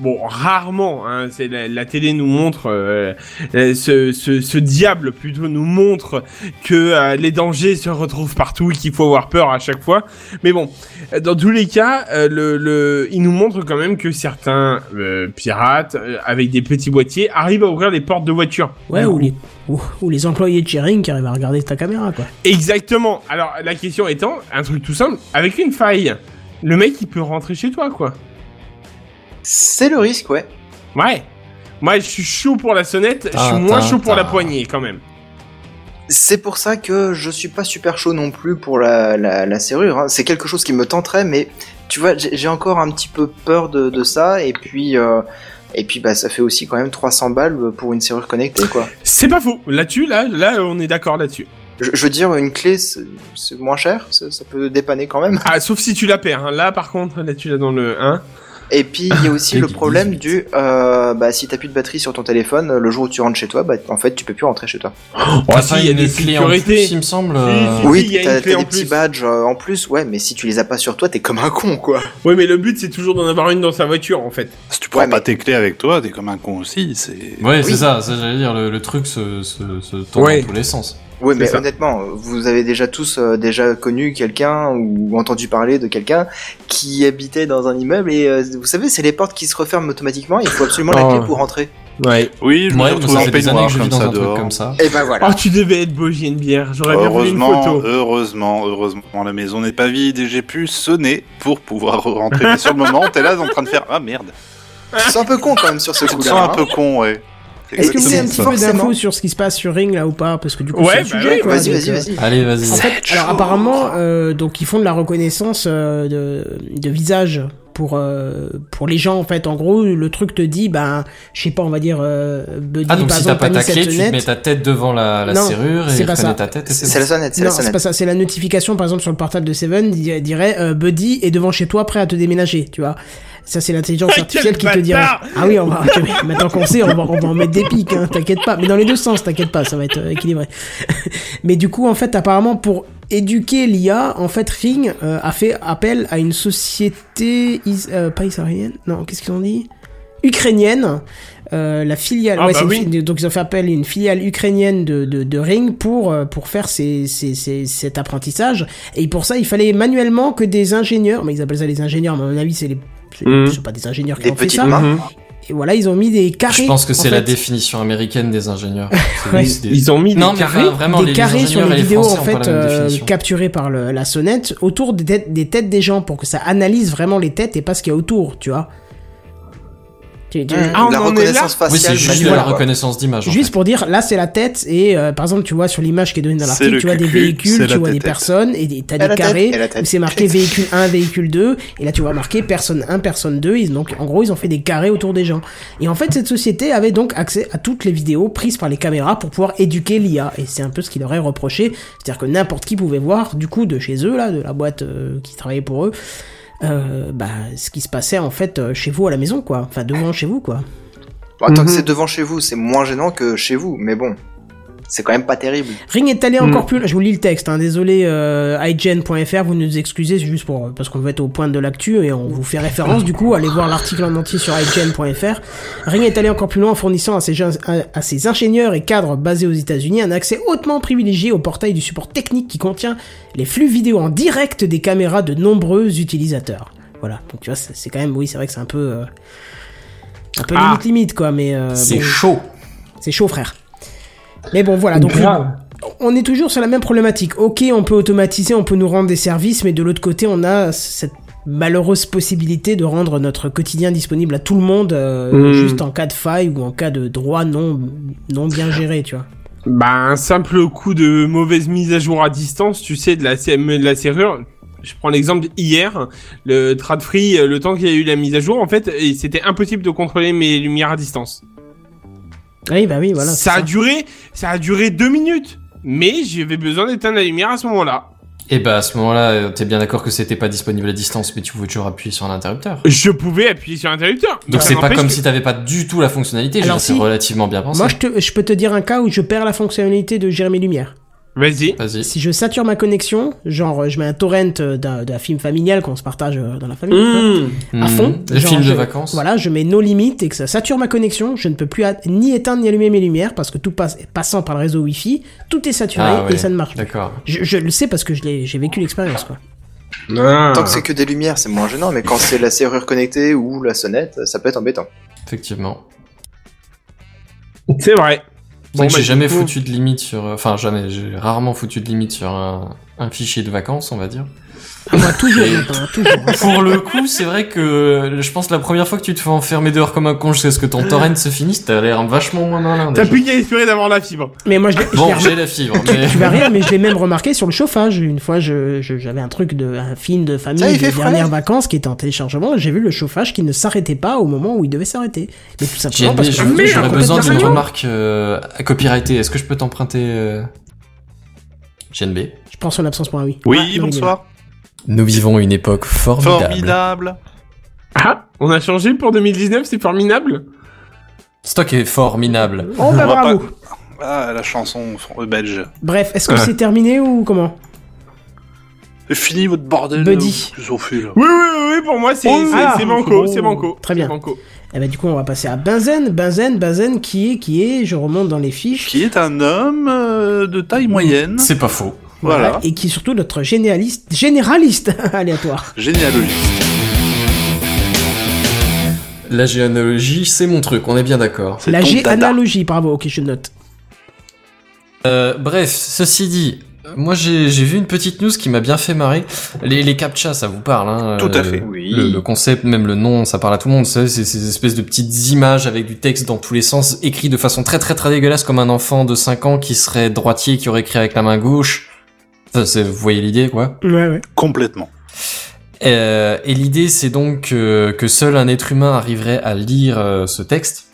S3: Bon, rarement, hein, c'est la, la télé nous montre, euh, euh, ce, ce, ce diable plutôt nous montre que euh, les dangers se retrouvent partout et qu'il faut avoir peur à chaque fois. Mais bon, euh, dans tous les cas, euh, le, le, il nous montre quand même que certains euh, pirates, euh, avec des petits boîtiers, arrivent à ouvrir les portes de voitures.
S1: Ouais, ou les, ou, ou les employés de sharing qui arrivent à regarder ta caméra, quoi.
S3: Exactement. Alors, la question étant, un truc tout simple, avec une faille, le mec, il peut rentrer chez toi, quoi.
S8: C'est le risque, ouais.
S3: Ouais. Moi, je suis chaud pour la sonnette, je suis
S5: Tin,
S3: moins
S5: tin,
S3: chaud pour la
S5: tin.
S3: poignée, quand même.
S8: C'est pour ça que je suis pas super chaud non plus pour la, la, la serrure. hein. C'est quelque chose qui me tenterait, mais tu vois, j'ai j'ai encore un petit peu peur de, de ça. Et puis, euh, et puis bah, ça fait aussi quand même 300 balles pour une serrure connectée, quoi.
S3: C'est pas faux. Là-dessus, là, là, on est d'accord là-dessus.
S8: Je, je veux dire, une clé, c'est c'est moins cher, ça, ça peut dépanner quand même.
S3: Ah, sauf si tu la perds. hein. Là, par contre, là, tu l'as dans le 1.
S8: Et puis, il y a aussi
S5: Et
S8: le
S5: du
S8: problème
S5: 18.
S8: du, euh, bah, si t'as plus de batterie sur ton téléphone, le jour où tu rentres chez toi, bah, en fait, tu peux plus rentrer chez toi.
S3: Oh,
S5: T'as
S3: si,
S5: pas
S3: il y a
S5: une
S3: des
S5: clé en
S3: sécurités.
S5: plus, il me semble.
S3: Si,
S5: euh,
S3: si. il
S8: Oui,
S3: y a une
S8: t'as
S3: clé
S8: t'as
S3: en
S8: des petits
S3: plus.
S8: badges euh, en plus, ouais, mais si tu les as pas sur toi, t'es comme un con, quoi.
S3: Oui, mais le but, c'est toujours d'en avoir une dans sa voiture, en fait.
S4: Si tu prends
S8: Ouais,
S4: pas
S8: mais-
S4: tes clés avec toi, t'es comme un con aussi. C'est.
S5: Ouais,
S8: Oui.
S5: c'est ça, ça j'allais dire, le, le truc se, se, se tourne
S3: Ouais.
S5: dans tous les sens.
S8: Oui,
S3: C'est
S8: mais
S3: ça.
S8: honnêtement, vous avez déjà tous euh, déjà connu quelqu'un ou entendu parler de quelqu'un qui habitait dans un immeuble et euh, vous savez, c'est les portes qui se referment automatiquement. Il faut absolument la
S3: Oh.
S8: clé pour rentrer.
S3: Ouais.
S4: Oui, je me
S5: Ouais,
S4: suis
S5: mais
S4: retrouvé
S5: ça
S4: en
S5: fait des années que
S4: peignoir
S5: je vis
S4: comme
S5: dans
S4: ça
S5: un truc
S4: dehors.
S5: comme ça.
S8: Et ben voilà.
S3: Oh, tu devais être beau, j'ai une bière. J'aurais bien voulu une
S4: Heureusement,
S5: euh,
S3: photo.
S4: heureusement, heureusement, la maison n'est pas vide et j'ai pu sonner pour pouvoir rentrer. Mais sur le moment, t'es là en train de faire Ah merde.
S8: C'est un peu con quand même sur ce
S4: Tu te
S8: coup-là.
S4: sens un
S8: hein.
S4: peu con, ouais.
S1: Est-ce que vous avez un
S4: Exactement
S1: petit
S4: ça.
S1: peu
S8: Forcément.
S1: d'infos sur ce qui se passe sur Ring là ou pas Parce que du coup, c'est le
S3: Ouais, bah
S1: sujet,
S3: oui,
S1: quoi,
S8: Vas-y,
S1: donc,
S8: vas-y,
S1: euh,
S8: vas-y.
S5: Allez, vas-y.
S1: En fait, alors apparemment, euh, donc ils font de la reconnaissance euh, de, de visage pour euh, pour les gens en fait. En gros, le truc te dit, ben, je sais pas, on va dire, euh, Buddy,
S5: Ah, donc
S1: par
S5: si t'as
S1: exemple, t'as
S5: pas
S1: mis
S5: ta clé,
S1: cette
S5: tu te mets
S1: lunette.
S5: ta tête devant la, la
S1: Non,
S5: serrure
S1: c'est
S5: et
S1: pas ça.
S5: reconnais ta tête et
S8: C'est
S5: c'est
S8: la
S5: bon.
S8: sonnette, c'est
S1: Non,
S8: la
S1: c'est
S8: sonnette.
S1: pas ça. C'est la notification, par exemple, sur le portable de Seven, il dirait euh, Buddy est devant chez toi, prêt à te déménager. Tu vois. Ça, c'est l'intelligence
S3: Ah, quel
S1: artificielle qui te dirait.
S3: bâtard
S1: Ah oui, on va. Maintenant qu'on sait, on va, on va en mettre des pics. Hein, t'inquiète pas. Mais dans les deux sens, t'inquiète pas, ça va être euh, équilibré. Mais du coup, en fait, apparemment, pour éduquer l'IA, en fait, Ring euh, a fait appel à une société is- euh, pas israélienne. Non, qu'est-ce qu'ils ont dit Ukrainienne. Euh, la filiale,
S3: Ah, bah
S1: c'est une
S3: oui.
S1: fi- donc ils ont fait appel à une filiale ukrainienne de, de, de Ring pour euh, pour faire ces, ces, ces- cet apprentissage et pour ça il fallait manuellement que des ingénieurs, mais ils appellent ça les ingénieurs, mais à mon avis c'est les c'est
S3: Mhm.
S1: c'est pas des ingénieurs qui
S8: Des
S1: ont fait
S8: petites
S1: ça.
S8: mains.
S3: Mhm.
S1: Et voilà, ils ont mis des carrés.
S5: Je pense que
S1: en
S5: c'est la
S1: fait.
S5: définition américaine des ingénieurs. C'est-
S1: Ouais.
S5: c'est des-
S3: Ils ont mis
S5: Non,
S3: des
S5: mais
S3: carrés.
S5: enfin, vraiment,
S1: des
S5: les, les
S1: carrés sur
S5: ingénieurs
S1: les
S5: et les
S1: vidéos
S5: Français
S1: en
S5: ont pas
S1: fait
S5: la même
S1: euh,
S5: définition.
S1: capturées par le- la sonnette autour des têtes, des têtes des gens pour que ça analyse vraiment les têtes et pas ce qu'il y a autour, tu vois. Tu- tu-
S8: Mmh,
S3: Ah, on
S8: la
S3: en est
S8: reconnaissance
S5: Oui,
S8: faciale.
S5: c'est juste de
S8: manuelle,
S5: la
S8: quoi.
S5: reconnaissance d'image. en
S1: Juste
S5: fait.
S1: pour dire, là c'est la tête et euh, par exemple tu vois sur l'image qui est donnée dans
S4: C'est
S1: l'article,
S4: le
S1: tu vois des
S4: cucu, c'est
S1: véhicules,
S4: la
S1: tu vois des
S4: tête-tête.
S1: personnes et des- t'as
S8: la
S1: des
S8: tête,
S1: carrés
S8: et la tête.
S1: où c'est marqué véhicule 1, véhicule 2 et là tu vois marqué personne 1, personne 2. Ils, donc en gros ils ont fait des carrés autour des gens. Et en fait cette société avait donc accès à toutes les vidéos prises par les caméras pour pouvoir éduquer l'IA et c'est un peu ce qu'il aurait reproché, c'est-à-dire que n'importe qui pouvait voir du coup de chez eux là, de la boîte euh, qui travaillait pour eux. euh, bah, ce qui se passait en fait euh, chez vous à la maison quoi, enfin devant chez vous quoi.
S8: Bon, tant
S3: Mhm.
S8: que c'est devant chez vous, c'est moins gênant que chez vous, mais bon, c'est quand même pas terrible.
S1: Ring est allé encore
S3: Mm.
S1: plus loin. Je vous lis le texte. Hein. Désolé, euh, IGN.fr, vous nous excusez, c'est juste pour parce qu'on veut être au point de l'actu et on vous fait référence. Du coup, allez voir l'article en entier sur IGN.fr. Ring est allé encore plus loin en fournissant à ses, gens- à, à ses ingénieurs et cadres basés aux États-Unis un accès hautement privilégié au portail du support technique qui contient les flux vidéo en direct des caméras de nombreux utilisateurs. Voilà. Donc tu vois, c'est c'est quand même, oui, c'est vrai que c'est un peu, euh, un peu
S3: Ah.
S1: limite limite quoi, mais euh,
S5: C'est
S1: bon,
S5: chaud.
S1: c'est chaud, frère. Mais bon, voilà. Donc
S3: Grave.
S1: on est toujours sur la même problématique. Ok, on peut automatiser, on peut nous rendre des services, mais de l'autre côté, on a cette malheureuse possibilité de rendre notre quotidien disponible à tout le monde, euh,
S3: Mm.
S1: juste en cas de faille ou en cas de droit non, non bien géré, tu vois.
S3: Bah, un simple coup de mauvaise mise à jour à distance, tu sais, de la, CME de la serrure. Je prends l'exemple d'hier, le trad free, euh, le temps qu'il y a eu la mise à jour, en fait, et c'était impossible de contrôler mes lumières à distance.
S1: Oui, bah oui, voilà.
S3: ça a
S1: c'est
S3: duré, ça a duré deux minutes, mais j'avais besoin d'éteindre la lumière à ce moment-là.
S5: Et bah à ce moment-là, euh, t'es bien d'accord que c'était pas disponible à distance, mais tu pouvais toujours appuyer sur l'interrupteur.
S3: Je pouvais appuyer sur l'interrupteur.
S5: Donc
S3: Ça
S5: c'est pas
S3: n'empêche
S5: comme
S3: que-
S5: si t'avais pas du tout la fonctionnalité. je veux
S1: Alors
S5: dire, C'est
S1: si.
S5: relativement bien pensé.
S1: Moi, je, te- je peux te dire un cas où je perds la fonctionnalité de gérer mes lumières.
S3: Vas-y.
S5: Vas-y.
S1: Si je sature ma connexion, genre je mets un torrent euh, d'un d'un film familial qu'on se partage euh, dans la famille,
S5: Hmm.
S3: Mmh.
S1: à fond.
S5: Les
S1: Genre,
S5: films
S1: je-
S5: de vacances.
S1: Voilà, je mets nos limites et que ça sature ma connexion. Je ne peux plus a- ni éteindre ni allumer mes lumières parce que tout passe, passant par le réseau Wi-Fi, tout est saturé
S5: Ah, ouais.
S1: et ça ne marche plus.
S5: D'accord.
S1: Je, je le sais parce que je l'ai- j'ai vécu l'expérience, quoi.
S3: Ah.
S8: Tant que c'est que des lumières, c'est moins gênant, mais quand c'est la serrure connectée ou la sonnette, ça peut être embêtant.
S5: Effectivement.
S3: C'est vrai.
S5: Bon,
S3: bah,
S5: j'ai
S3: du
S5: jamais
S3: coup-
S5: foutu de limite sur. euh, Enfin, jamais. J'ai rarement foutu de limite sur un, un fichier de vacances, on va dire.
S1: Ah, moi, toujours, maintenant, toujours.
S5: Pour le coup, c'est vrai que je pense que la première fois que tu te fais enfermer dehors comme un con jusqu'à ce que ton torrent se finisse, t'as l'air vachement moins malin.
S3: T'as
S5: déjà.
S3: plus qu'à espérer d'avoir la fibre.
S1: Mais moi, je l'ai. je l'ai
S5: Bon,
S1: remarqué.
S5: j'ai la fibre, mais.
S1: tu vas rire, mais je l'ai même remarqué sur le chauffage. Une fois, je- je- j'avais un truc de, un film de
S8: Ça,
S1: famille,
S8: il
S1: des
S8: fait frais.
S1: dernières vacances qui était en téléchargement. J'ai vu le chauffage qui ne s'arrêtait pas au moment où il devait s'arrêter. Mais tout
S5: J'ai-
S1: simplement parce que
S5: je-
S1: le chauffage
S5: J'aurais
S1: était
S5: besoin d'une
S1: complètement-
S5: remarque euh, copyrightée. Est-ce que je peux t'emprunter euh... GNB
S1: Je prends son absence pour un oui.
S4: Oui,
S1: Ah, non, il est là.
S4: bonsoir.
S5: Nous vivons une époque formidable.
S4: Formidable.
S3: Ah, on a changé pour 2019, c'est formidable.
S5: Stock est formidable.
S1: Oh, bah,
S4: On va
S1: bravo.
S4: Ah, la chanson fr- belge.
S1: Bref, est-ce que
S3: Ouais.
S1: c'est terminé ou comment
S4: Fini votre bordel.
S1: Buddy.
S4: euh, Ils ont fait, là.
S3: Oui, oui, oui, oui, pour moi, c'est
S1: Oh,
S3: c'est-
S1: ah,
S3: c'est banco,
S1: bon.
S3: c'est banco.
S1: Très bien.
S3: C'est banco.
S1: Eh ben du coup, on va passer à Benzen. Benzen, Benzen, qui est, qui est, je remonte dans les fiches.
S4: Qui est un homme euh, de taille moyenne.
S5: C'est pas faux.
S4: Voilà.
S1: Et qui est surtout notre généraliste, généraliste aléatoire.
S4: Généalogie.
S5: La généalogie, c'est mon truc, on est bien d'accord.
S4: C'est
S1: La
S4: ton dada.
S1: géanalogie, bravo, ok, je note.
S5: Euh, bref, ceci dit, moi j'ai j'ai vu une petite news qui m'a bien fait marrer. Les, les captchas, ça vous parle, hein
S4: Tout à fait,
S8: oui.
S5: Le, le concept, même le nom, ça parle à tout le monde. C'est c'est ces espèces de petites images avec du texte dans tous les sens, écrit de façon très très très dégueulasse, comme un enfant de 5 ans qui serait droitier, qui aurait écrit avec la main gauche. Enfin, c'est- vous voyez l'idée, quoi
S1: Ouais, ouais.
S4: Complètement.
S5: euh, et l'idée, c'est donc euh, que seul un être humain arriverait à lire euh, ce texte,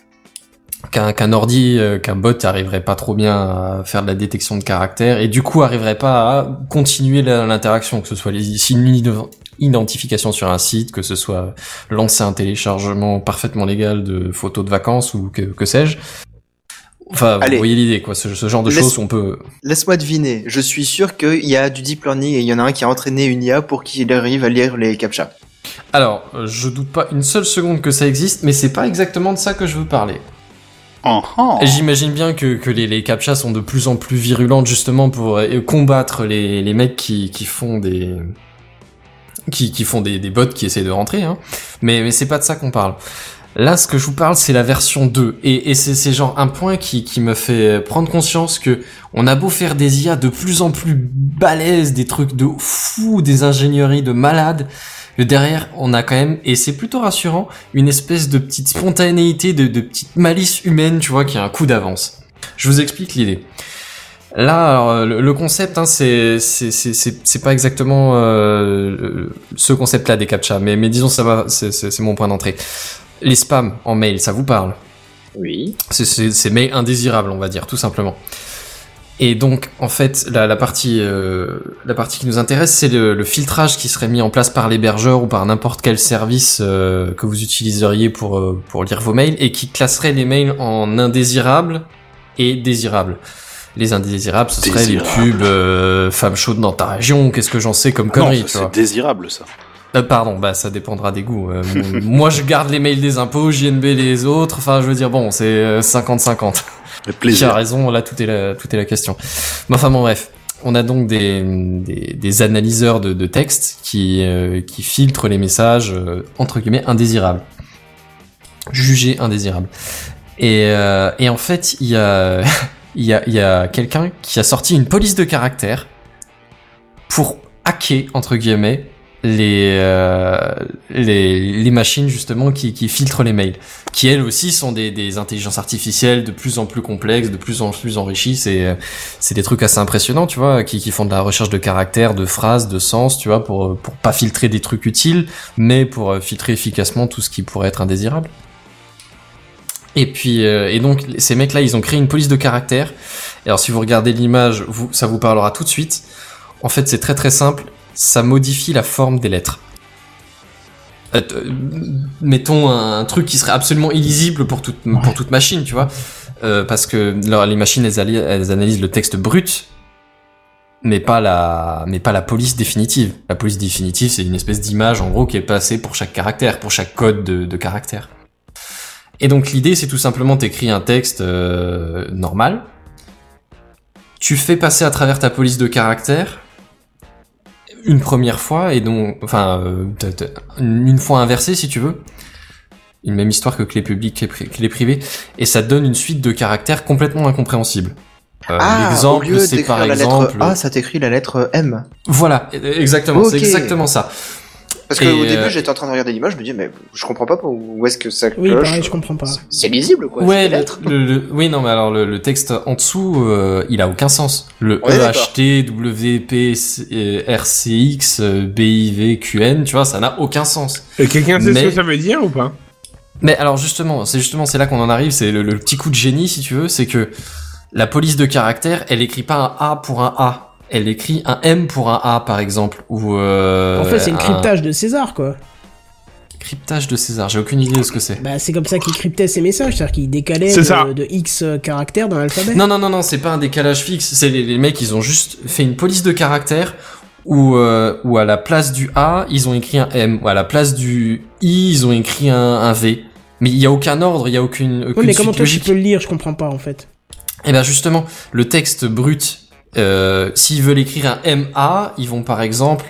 S5: qu'un qu'un ordi, euh, qu'un bot arriverait pas trop bien à faire de la détection de caractère, et du coup arriverait pas à continuer la- l'interaction, que ce soit les signes d'ident- identification sur un site, que ce soit lancer un téléchargement parfaitement légal de photos de vacances ou que, que sais-je. Enfin, vous
S8: Allez.
S5: voyez l'idée, quoi. Ce, ce genre de
S8: Laisse-
S5: choses, on peut.
S8: Laisse-moi deviner, je suis sûr qu'il y a du deep learning et il y en a un qui a entraîné une IA pour qu'il arrive à lire les captcha.
S5: Alors, euh, je doute pas une seule seconde que ça existe, mais c'est pas exactement de ça que je veux parler.
S4: Ah, ah.
S5: Et J'imagine bien que, que les, les captchas sont de plus en plus virulentes justement pour euh, combattre les, les mecs qui, qui font des qui, qui font des, des bots qui essaient de rentrer. Hein. Mais, mais c'est pas de ça qu'on parle. Là, ce que je vous parle, c'est la version 2. Et, et c'est, c'est genre un point qui, qui me fait prendre conscience que on a beau faire des IA de plus en plus balèzes, des trucs de fou, des ingénieries de malades, que derrière, on a quand même, et c'est plutôt rassurant, une espèce de petite spontanéité, de, de petite malice humaine, tu vois, qui a un coup d'avance. Je vous explique l'idée. Là, alors, euh, le, le concept, hein, c'est c'est- c'est- c'est- c'est pas exactement euh, le- ce concept-là des captcha, mais, mais disons ça va, c'est- c'est c'est mon point d'entrée. Les spams en mail, ça vous parle
S8: Oui.
S5: c'est- C'est c'est mail indésirable, on va dire, tout simplement. Et donc, en fait, la, la partie, euh, la partie qui nous intéresse, c'est le, le filtrage qui serait mis en place par l'hébergeur ou par n'importe quel service euh, que vous utiliseriez pour, euh, pour lire vos mails et qui classerait les mails en indésirables et désirables. Les indésirables, ce seraient les
S4: Désirables.
S5: pubs euh, femmes chaudes dans ta région, qu'est-ce que j'en sais comme
S4: Ah Non,
S5: conneries,
S4: ça,
S5: tu vois.
S4: c'est désirable ça.
S5: Euh, pardon, bah ça dépendra des goûts. Euh, m- moi, je garde les mails des impôts, JNB les autres. Enfin, je veux dire, bon, c'est euh, 50-50.
S4: Avec
S5: Qui a
S4: plaisir.
S5: raison, là tout est la, tout est la question. Mais enfin bon bref, on a donc des, des, des analyseurs de, de texte qui, euh, qui filtrent les messages euh, entre guillemets indésirables, jugés indésirables. Et, euh, et en fait, il y a, il y a, il y a quelqu'un qui a sorti une police de caractère pour hacker entre guillemets les, euh, les, les machines justement qui, qui filtrent les mails qui elles aussi sont des, des intelligences artificielles de plus en plus complexes, de plus en plus enrichies. C'est euh, c'est des trucs assez impressionnants, tu vois, qui, qui font de la recherche de caractères, de phrases, de sens, tu vois, pour euh, pour pas filtrer des trucs utiles, mais pour euh, filtrer efficacement tout ce qui pourrait être indésirable. Et puis euh, et donc ces mecs là, ils ont créé une police de caractères. Et alors si vous regardez l'image, vous ça vous parlera tout de suite. En fait, c'est très très simple. Ça modifie la forme des lettres. Euh, t- euh, mettons un, un truc qui serait absolument illisible pour toute pour toute machine, tu vois, Euh, parce que leur- les machines elles, ali- elles analysent le texte brut, mais pas la mais pas la police définitive. La police définitive c'est une espèce d'image en gros qui est passée pour chaque caractère, pour chaque code de, de caractère. Et donc l'idée c'est tout simplement t'écris un texte euh, normal, tu fais passer à travers ta police de caractère une première fois et donc enfin euh, t'as- t'as- une une fois inversé si tu veux une même histoire que clé publique clé, pri- clé privée et ça donne une suite de caractères complètement incompréhensibles Euh,
S8: Ah, au lieu
S5: c'est
S8: d'écrire
S5: par
S8: la
S5: exemple
S8: lettre A, ça t'écrit la lettre M.
S5: voilà e- exactement c'est
S8: Ok.
S5: exactement ça
S8: Parce
S5: Et,
S8: que au
S5: euh,
S8: début, j'étais en train de regarder l'image, je me dis, mais je comprends pas où est-ce que ça cloche.
S1: Oui,
S5: Euh,
S1: pareil, je comprends pas.
S8: C'est lisible, quoi.
S5: ouais
S8: c'est des
S5: le,
S8: lettres.
S5: le- le- oui non mais alors le, le texte en dessous euh, il a aucun sens le E
S8: On est
S5: EHT WP euh, RCX euh, BIV QN tu vois ça n'a aucun sens
S3: Euh, Quelqu'un sait
S5: Mais-
S3: ce que ça veut dire ou pas
S5: Mais alors justement, c'est justement c'est là qu'on en arrive, c'est le, le petit coup de génie si tu veux, c'est que la police de caractère, elle écrit pas un A pour un A, elle écrit un M pour un A par exemple ou euh,
S1: en fait, c'est une
S5: un
S1: cryptage de César, quoi.
S5: cryptage de César. J'ai aucune idée de ce que c'est.
S1: Bah, c'est comme ça qu'il cryptait ses messages, c'est-à-dire qu'il décalait
S3: C'est ça.
S1: de, de X euh, caractères dans l'alphabet.
S5: Non non non non, c'est pas un décalage fixe, c'est les, les mecs ils ont juste fait une police de caractère où, euh, où à la place du A, ils ont écrit un M, ou à la place du I, ils ont écrit un, un V. Mais il n'y a aucun ordre, il n'y a aucune, aucune
S1: Oui, mais
S5: suite
S1: comment toi tu
S5: logique.
S1: peux le lire Je comprends pas en fait.
S5: Eh ben justement, le texte brut, euh, s'ils veulent écrire un MA, ils vont par exemple...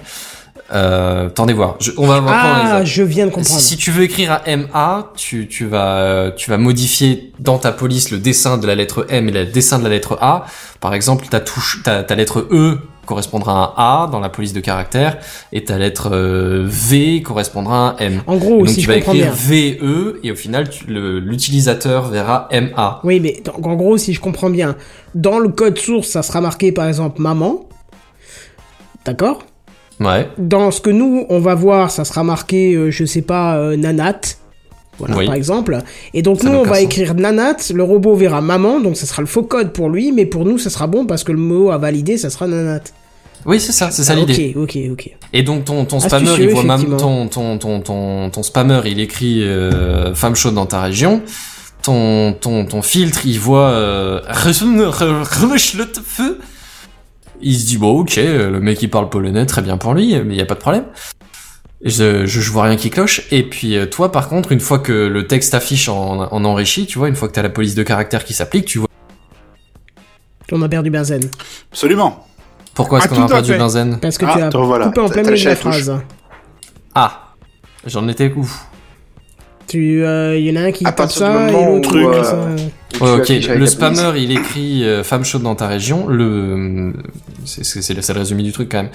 S5: Euh, attendez voir, je- on va voir prendre un
S1: Ah,
S5: exemple.
S1: je viens de
S5: Si,
S1: comprendre.
S5: si tu veux écrire un MA, tu, tu, vas, euh, tu vas modifier dans ta police le dessin de la lettre M et le dessin de la lettre A. Par exemple, ta, touche, ta, ta lettre E correspondra à un A dans la police de caractère et ta lettre euh, V correspondra à un M.
S1: En gros, Oh,
S5: Donc
S1: si
S5: tu
S1: je
S5: vas
S1: comprends
S5: écrire
S1: bien.
S5: VE et au final tu- le- l'utilisateur verra MA.
S1: Oui, mais donc, en gros, si je comprends bien, dans le code source, ça sera marqué par exemple maman. D'accord
S5: Ouais.
S1: Dans ce que nous, on va voir, ça sera marqué, euh, je sais pas, euh, nanate. Voilà,
S5: Oui.
S1: par exemple. Et donc,
S5: Ça
S1: nous,
S5: n'a
S1: on
S5: aucun
S1: va
S5: sens.
S1: écrire nanate, le robot verra maman, donc ça sera le faux code pour lui, mais pour nous, ça sera bon parce que le mot à valider, ça sera nanate.
S5: Oui, c'est ça, c'est ça
S1: Ah,
S5: l'idée.
S1: Ok, ok, ok.
S5: Et donc ton, ton
S1: Astucieux,
S5: spammer, il voit même
S1: effectivement.
S5: ton, ton, ton, ton, ton spammer, il écrit euh, femme chaude dans ta région. Ton, ton, ton filtre, il voit euh, feu. Il se dit bon ok, euh, le mec il parle polonais, très bien pour lui, mais il y a pas de problème. Je, je, je vois rien qui cloche. Et puis euh, toi par contre, une fois que le texte affiche en, en enrichi, tu vois, une fois que t'as la police de caractère qui s'applique, tu vois.
S1: On a perdu Benzen.
S4: Absolument.
S5: Pourquoi est-ce
S3: Ah,
S5: qu'on a
S3: tout à
S5: perdu
S3: fait.
S5: Benzen
S1: Parce que
S4: Ah,
S1: tu as
S4: te revoilà.
S1: coupé en
S8: T'as-
S1: plein
S8: t'as
S1: milieu de
S8: lâché
S1: la
S8: la touche.
S1: phrase.
S5: Ah, j'en étais où
S1: Tu, euh, y en a un qui
S8: À
S1: tape
S8: partir du
S1: ça et
S8: moment
S1: l'autre
S8: où,
S1: qui tape
S8: euh,
S1: ça.
S8: Tu
S5: Ouais, ok,
S8: affiches avec
S5: le
S8: la police.
S5: spammer il écrit euh, femme chaude dans ta région, le c'est c'est- c'est le c'est le résumé du truc quand même.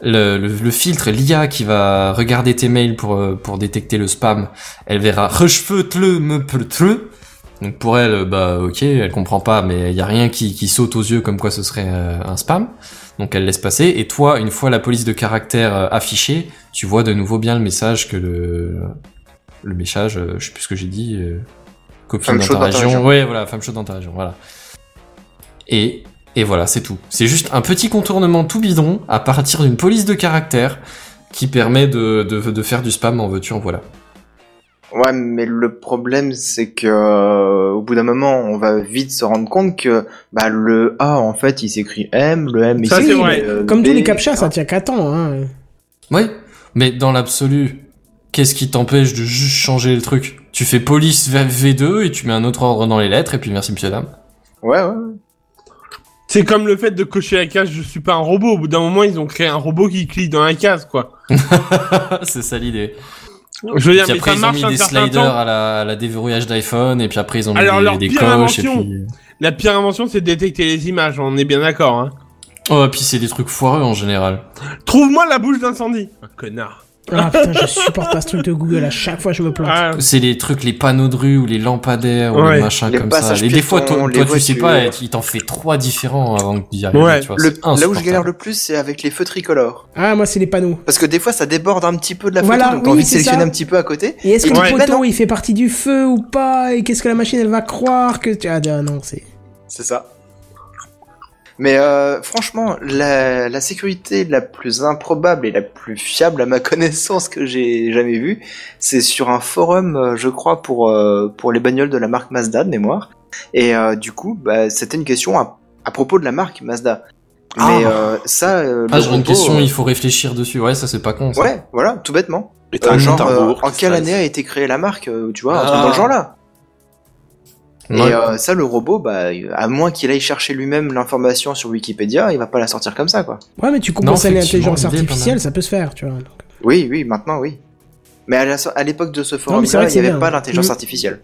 S5: Le, le, le filtre l'IA qui va regarder tes mails pour euh, pour détecter le spam, elle verra recheveux-tle me ple-tle. Donc pour elle euh, bah OK, elle comprend pas mais il y a rien qui qui saute aux yeux comme quoi ce serait euh, un spam. Donc elle laisse passer et toi une fois la police de caractère euh, affichée, tu vois de nouveau bien le message que le le message euh, je sais plus ce que j'ai dit euh, copine
S8: Femme
S5: dans
S8: chaude
S5: ta
S8: dans ta
S5: région.
S8: région.
S5: Ouais, voilà, femme chaude dans ta région, voilà. Et, et voilà, c'est tout. C'est juste un petit contournement tout bidon à partir d'une police de caractère qui permet de, de, de faire du spam en veux-tu en voilà.
S8: Ouais, mais le problème, c'est que euh, au bout d'un moment, on va vite se rendre compte que bah, le A, en fait, il s'écrit M, le M, il
S3: Ça, c'est
S8: s'écrit
S3: vrai.
S8: euh,
S1: Comme tous
S8: B,
S1: les captchas, ça
S8: etc.
S1: tient qu'à temps. Hein.
S5: Ouais, mais dans l'absolu, qu'est-ce qui t'empêche de juste changer le truc Tu fais police V2 et tu mets un autre ordre dans les lettres et puis merci monsieur dame.
S8: Ouais, ouais. ouais.
S3: C'est comme le fait de cocher la case je suis pas un robot. Au bout d'un moment, ils ont créé un robot qui clique dans la case, quoi.
S5: c'est ça l'idée.
S3: Je
S5: Et
S3: veux dire,
S5: puis
S3: mais
S5: après
S3: ça
S5: ils ont
S3: marche
S5: mis
S3: un
S5: des
S3: certain
S5: sliders
S3: temps.
S5: à la, à la déverrouillage d'iPhone et puis après ils ont mis
S3: Alors,
S5: des,
S3: leur
S5: des
S3: pire
S5: coches et
S3: invention.
S5: puis...
S3: La pire invention, c'est de détecter les images. On est bien d'accord, hein.
S5: Oh, et puis c'est des trucs foireux en général.
S3: Trouve-moi la bouche d'incendie. Un connard.
S1: Ah putain, je supporte pas ce truc de Google. À chaque fois, je me plains.
S3: Ah,
S5: C'est les trucs, les panneaux de rue ou les lampadaires ou
S3: Ouais.
S5: les machins
S8: Les
S5: comme ça.
S8: passages
S5: Et des fois, toi,
S8: piétons,
S5: toi,
S8: les
S5: tu sais
S8: voitures.
S5: pas, et il t'en fait trois différents avant que d'y arriver.
S3: Ouais.
S5: tu vois,
S8: Le-
S5: c'est
S8: là où je
S5: insupportable.
S8: galère le plus, c'est avec les feux tricolores.
S1: Ah, moi, c'est les panneaux.
S8: Parce que des fois, ça déborde un petit peu de la
S1: Voilà,
S8: photo,
S1: oui,
S8: donc t'as envie de
S1: c'est
S8: sélectionner
S1: ça.
S8: un petit peu à côté.
S1: Et est-ce que
S3: Ouais.
S1: le
S8: Mais
S1: poteau,
S8: non.
S1: il fait partie du feu ou pas Et qu'est-ce que la machine, elle va croire que tu... Ah non, c'est...
S8: C'est ça. Mais euh, franchement, la, la sécurité la plus improbable et la plus fiable à ma connaissance que j'ai jamais vue, c'est sur un forum, euh, je crois, pour, euh, pour les bagnoles de la marque Mazda de mémoire. Et euh, du coup, bah, c'était une question à, à propos de la marque Mazda. Mais
S5: Ah.
S8: euh, ça, euh,
S5: Ah,
S8: le
S5: j'aurais une
S8: robot,
S5: question,
S8: euh,
S5: il faut réfléchir dessus. Ouais, ça c'est pas con. ça.
S8: Ouais, voilà, tout bêtement.
S4: Et
S8: Euh,
S4: t'as un
S8: genre,
S4: compte à
S8: euh,
S4: rebours
S8: en
S4: qui se
S8: quelle
S4: passe.
S8: année a été créée la marque, euh, tu vois, un truc
S5: Ah.
S8: dans le genre là. Et
S5: Ouais.
S8: euh, ça, le robot, bah, à moins qu'il aille chercher lui-même l'information sur Wikipédia, il va pas la sortir comme ça, quoi.
S1: Ouais, mais tu compenses à
S5: effectivement,
S1: l'intelligence
S5: l'idée est pas
S1: artificielle,
S5: mal.
S1: ça peut se faire, tu vois. donc.
S8: Oui, oui, maintenant, oui. Mais à la so- à l'époque de ce
S1: Non, mais c'est vrai
S8: forum-là,
S1: que
S8: il
S1: c'est
S8: n'y avait
S1: bien.
S8: pas l'intelligence
S1: Mm.
S8: artificielle.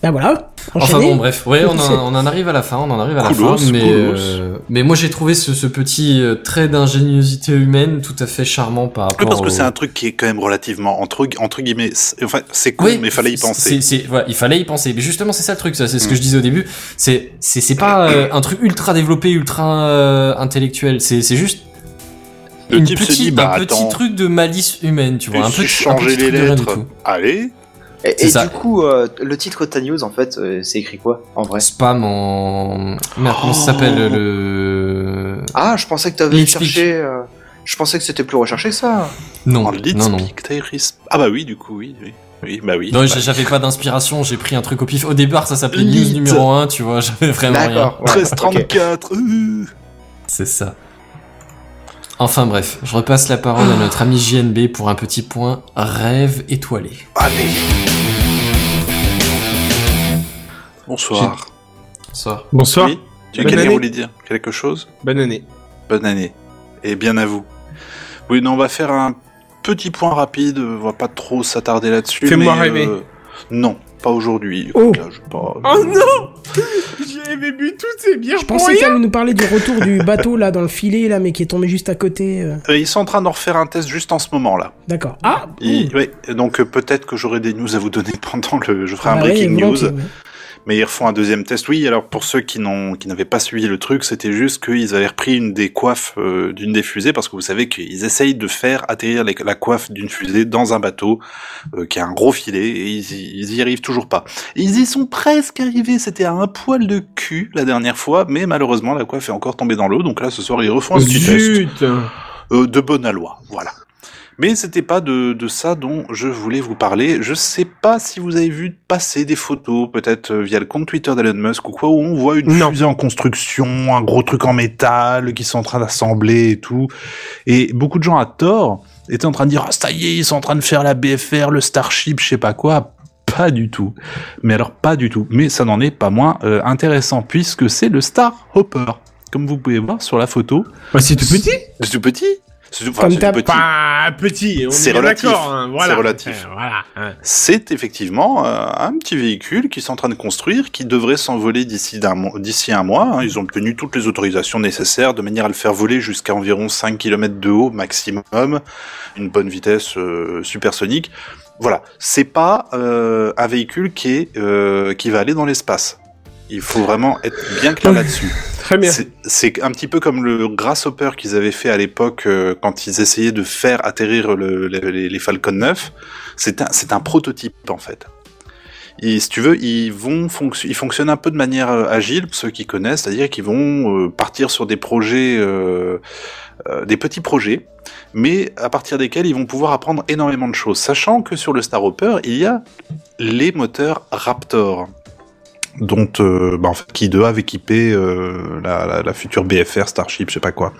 S1: Bah voilà,
S5: Enfin
S1: enchaîné.
S5: bon, bref, ouais, on, en-
S1: C'est-
S5: on en arrive à la fin, on en arrive à la
S4: Coolos,
S5: fin. Mais,
S4: coolos.
S5: euh, mais moi j'ai trouvé ce, ce petit euh, trait d'ingéniosité humaine tout à fait charmant par
S3: Ah,
S5: rapport.
S4: Oui, parce que
S5: au-
S4: c'est un truc qui est quand même relativement entre, gu- entre guillemets, c'est- enfin, c'est con, mais fallait y
S5: c'est-
S4: penser. Mm.
S5: c'est- c'est- voilà, il fallait y penser. Mais justement, c'est ça le truc. Ça, c'est ce que je disais au début. C'est c'est c'est pas euh, un truc ultra développé, ultra euh, intellectuel. C'est c'est juste
S4: Le
S5: une
S4: type se
S5: petite-
S4: dit, bah
S5: un petit
S4: attends,
S5: truc de malice humaine, tu vois. Un
S4: je
S5: petit,
S4: vais
S5: un
S4: changer
S5: petit
S4: les
S5: truc de rien du
S4: lettres.
S5: tout.
S4: Allez,
S5: C'est
S8: Et, et
S5: ça.
S8: du coup, euh, le titre de ta news, en fait, euh, c'est écrit quoi, en vrai
S5: Spam en merde, comment
S4: Oh.
S5: ça s'appelle le
S8: Ah, je pensais que t'avais
S5: Lipstick.
S8: cherché... euh, je pensais que c'était plus recherché que ça.
S5: Non,
S4: en lit,
S5: non, non.
S4: Ah bah oui, du coup, oui, oui. Oui, bah oui.
S5: Non,
S4: Bah,
S5: j- j'avais pas d'inspiration, j'ai pris un truc au pif. Au départ, ça s'appelait
S4: Lit.
S5: News numéro 1, tu vois, j'avais vraiment rien.
S8: D'accord. ouais, ok.
S4: 1334. euh.
S5: C'est ça. Enfin bref, je repasse la parole à notre ami JNB pour un petit point rêve étoilé.
S9: Allez,
S4: Bonsoir.
S5: Ça.
S3: Bonsoir.
S4: Oui Tu-
S3: Bonne
S4: Quel
S3: année.
S4: héros voulez dire Quelque chose
S3: Bonne année.
S4: Bonne année. Et bien à vous. Oui, non, on va faire un petit point rapide. On va pas trop s'attarder là-dessus.
S3: Fais-moi
S4: mais,
S3: rêver.
S4: euh, non, pas aujourd'hui.
S1: Oh.
S4: Là, je- pas-
S3: Oh non J'avais bu toutes ces bières
S1: Je pensais qu'elle allait nous parler du retour du bateau là dans le filet là, mais qui est tombé juste à côté. euh.
S4: Euh, Ils sont en train d'en refaire un test juste en ce moment là.
S1: D'accord. Ah,
S3: Oh.
S4: Ils- ouais, donc euh, peut-être que j'aurai des news à vous donner pendant le. Je ferai
S1: Ah
S4: un
S1: ouais,
S4: breaking news.
S1: volontiers, ouais.
S4: Mais ils refont un deuxième test. Oui, alors pour ceux qui n'ont, qui n'avaient pas suivi le truc, c'était juste qu'ils avaient repris une des coiffes euh, d'une des fusées parce que vous savez qu'ils essayent de faire atterrir les- la coiffe d'une fusée dans un bateau euh, qui a un gros filet et ils, y- ils y arrivent toujours pas. Ils y sont presque arrivés. C'était à un poil de cul la dernière fois, mais malheureusement la coiffe est encore tombée dans l'eau. Donc là, ce soir, ils refont un petit test
S3: Oh, Zut
S4: euh, de bonne aloi, voilà. Mais c'était pas de, de ça dont je voulais vous parler. Je sais pas si vous avez vu passer des photos, peut-être euh, via le compte Twitter d'Elon Musk ou quoi, où on voit une
S3: Non.
S4: fusée en construction, un gros truc en métal qui sont en train d'assembler et tout. Et beaucoup de gens à tort étaient en train de dire Ah, ça y est, ils sont en train de faire la BFR, le Starship, je sais pas quoi. Pas du tout. Mais alors pas du tout. Mais ça n'en est pas moins euh, intéressant puisque c'est le Star Hopper. Comme vous pouvez voir sur la photo,
S3: bah, C'est tout petit
S4: c'est tout petit. C'est tout, enfin,
S1: Comme
S4: c'est tout
S1: ta-
S4: petit.
S3: Pas petit, on
S4: C'est
S3: est bien
S4: relatif.
S3: d'accord. hein, voilà.
S4: C'est relatif.
S3: Euh, voilà. hein.
S4: C'est effectivement euh, un petit véhicule qui sont en train de construire, qui devrait s'envoler d'ici d'un mois- d'ici un mois. hein. Ils ont obtenu toutes les autorisations nécessaires de manière à le faire voler jusqu'à environ 5 km de haut maximum, une bonne vitesse euh, supersonique. Voilà, c'est pas euh, un véhicule qui est euh, qui va aller dans l'espace. Il faut vraiment être bien clair là-dessus.
S3: Très bien.
S4: C'est- C'est un petit peu comme le Grasshopper qu'ils avaient fait à l'époque euh, quand ils essayaient de faire atterrir le- le- les, les Falcon 9. C'est un, c'est un prototype en fait. Et si tu veux, ils vont fonc- ils fonctionnent un peu de manière euh, agile, pour ceux qui connaissent, c'est-à-dire qu'ils vont euh, partir sur des projets, euh, euh, des petits projets, mais à partir desquels ils vont pouvoir apprendre énormément de choses, sachant que sur le Star Hopper, il y a les moteurs Raptor dont euh, bah, en fait, qui doivent équiper euh, la, la, la future BFR, Starship, je sais pas quoi.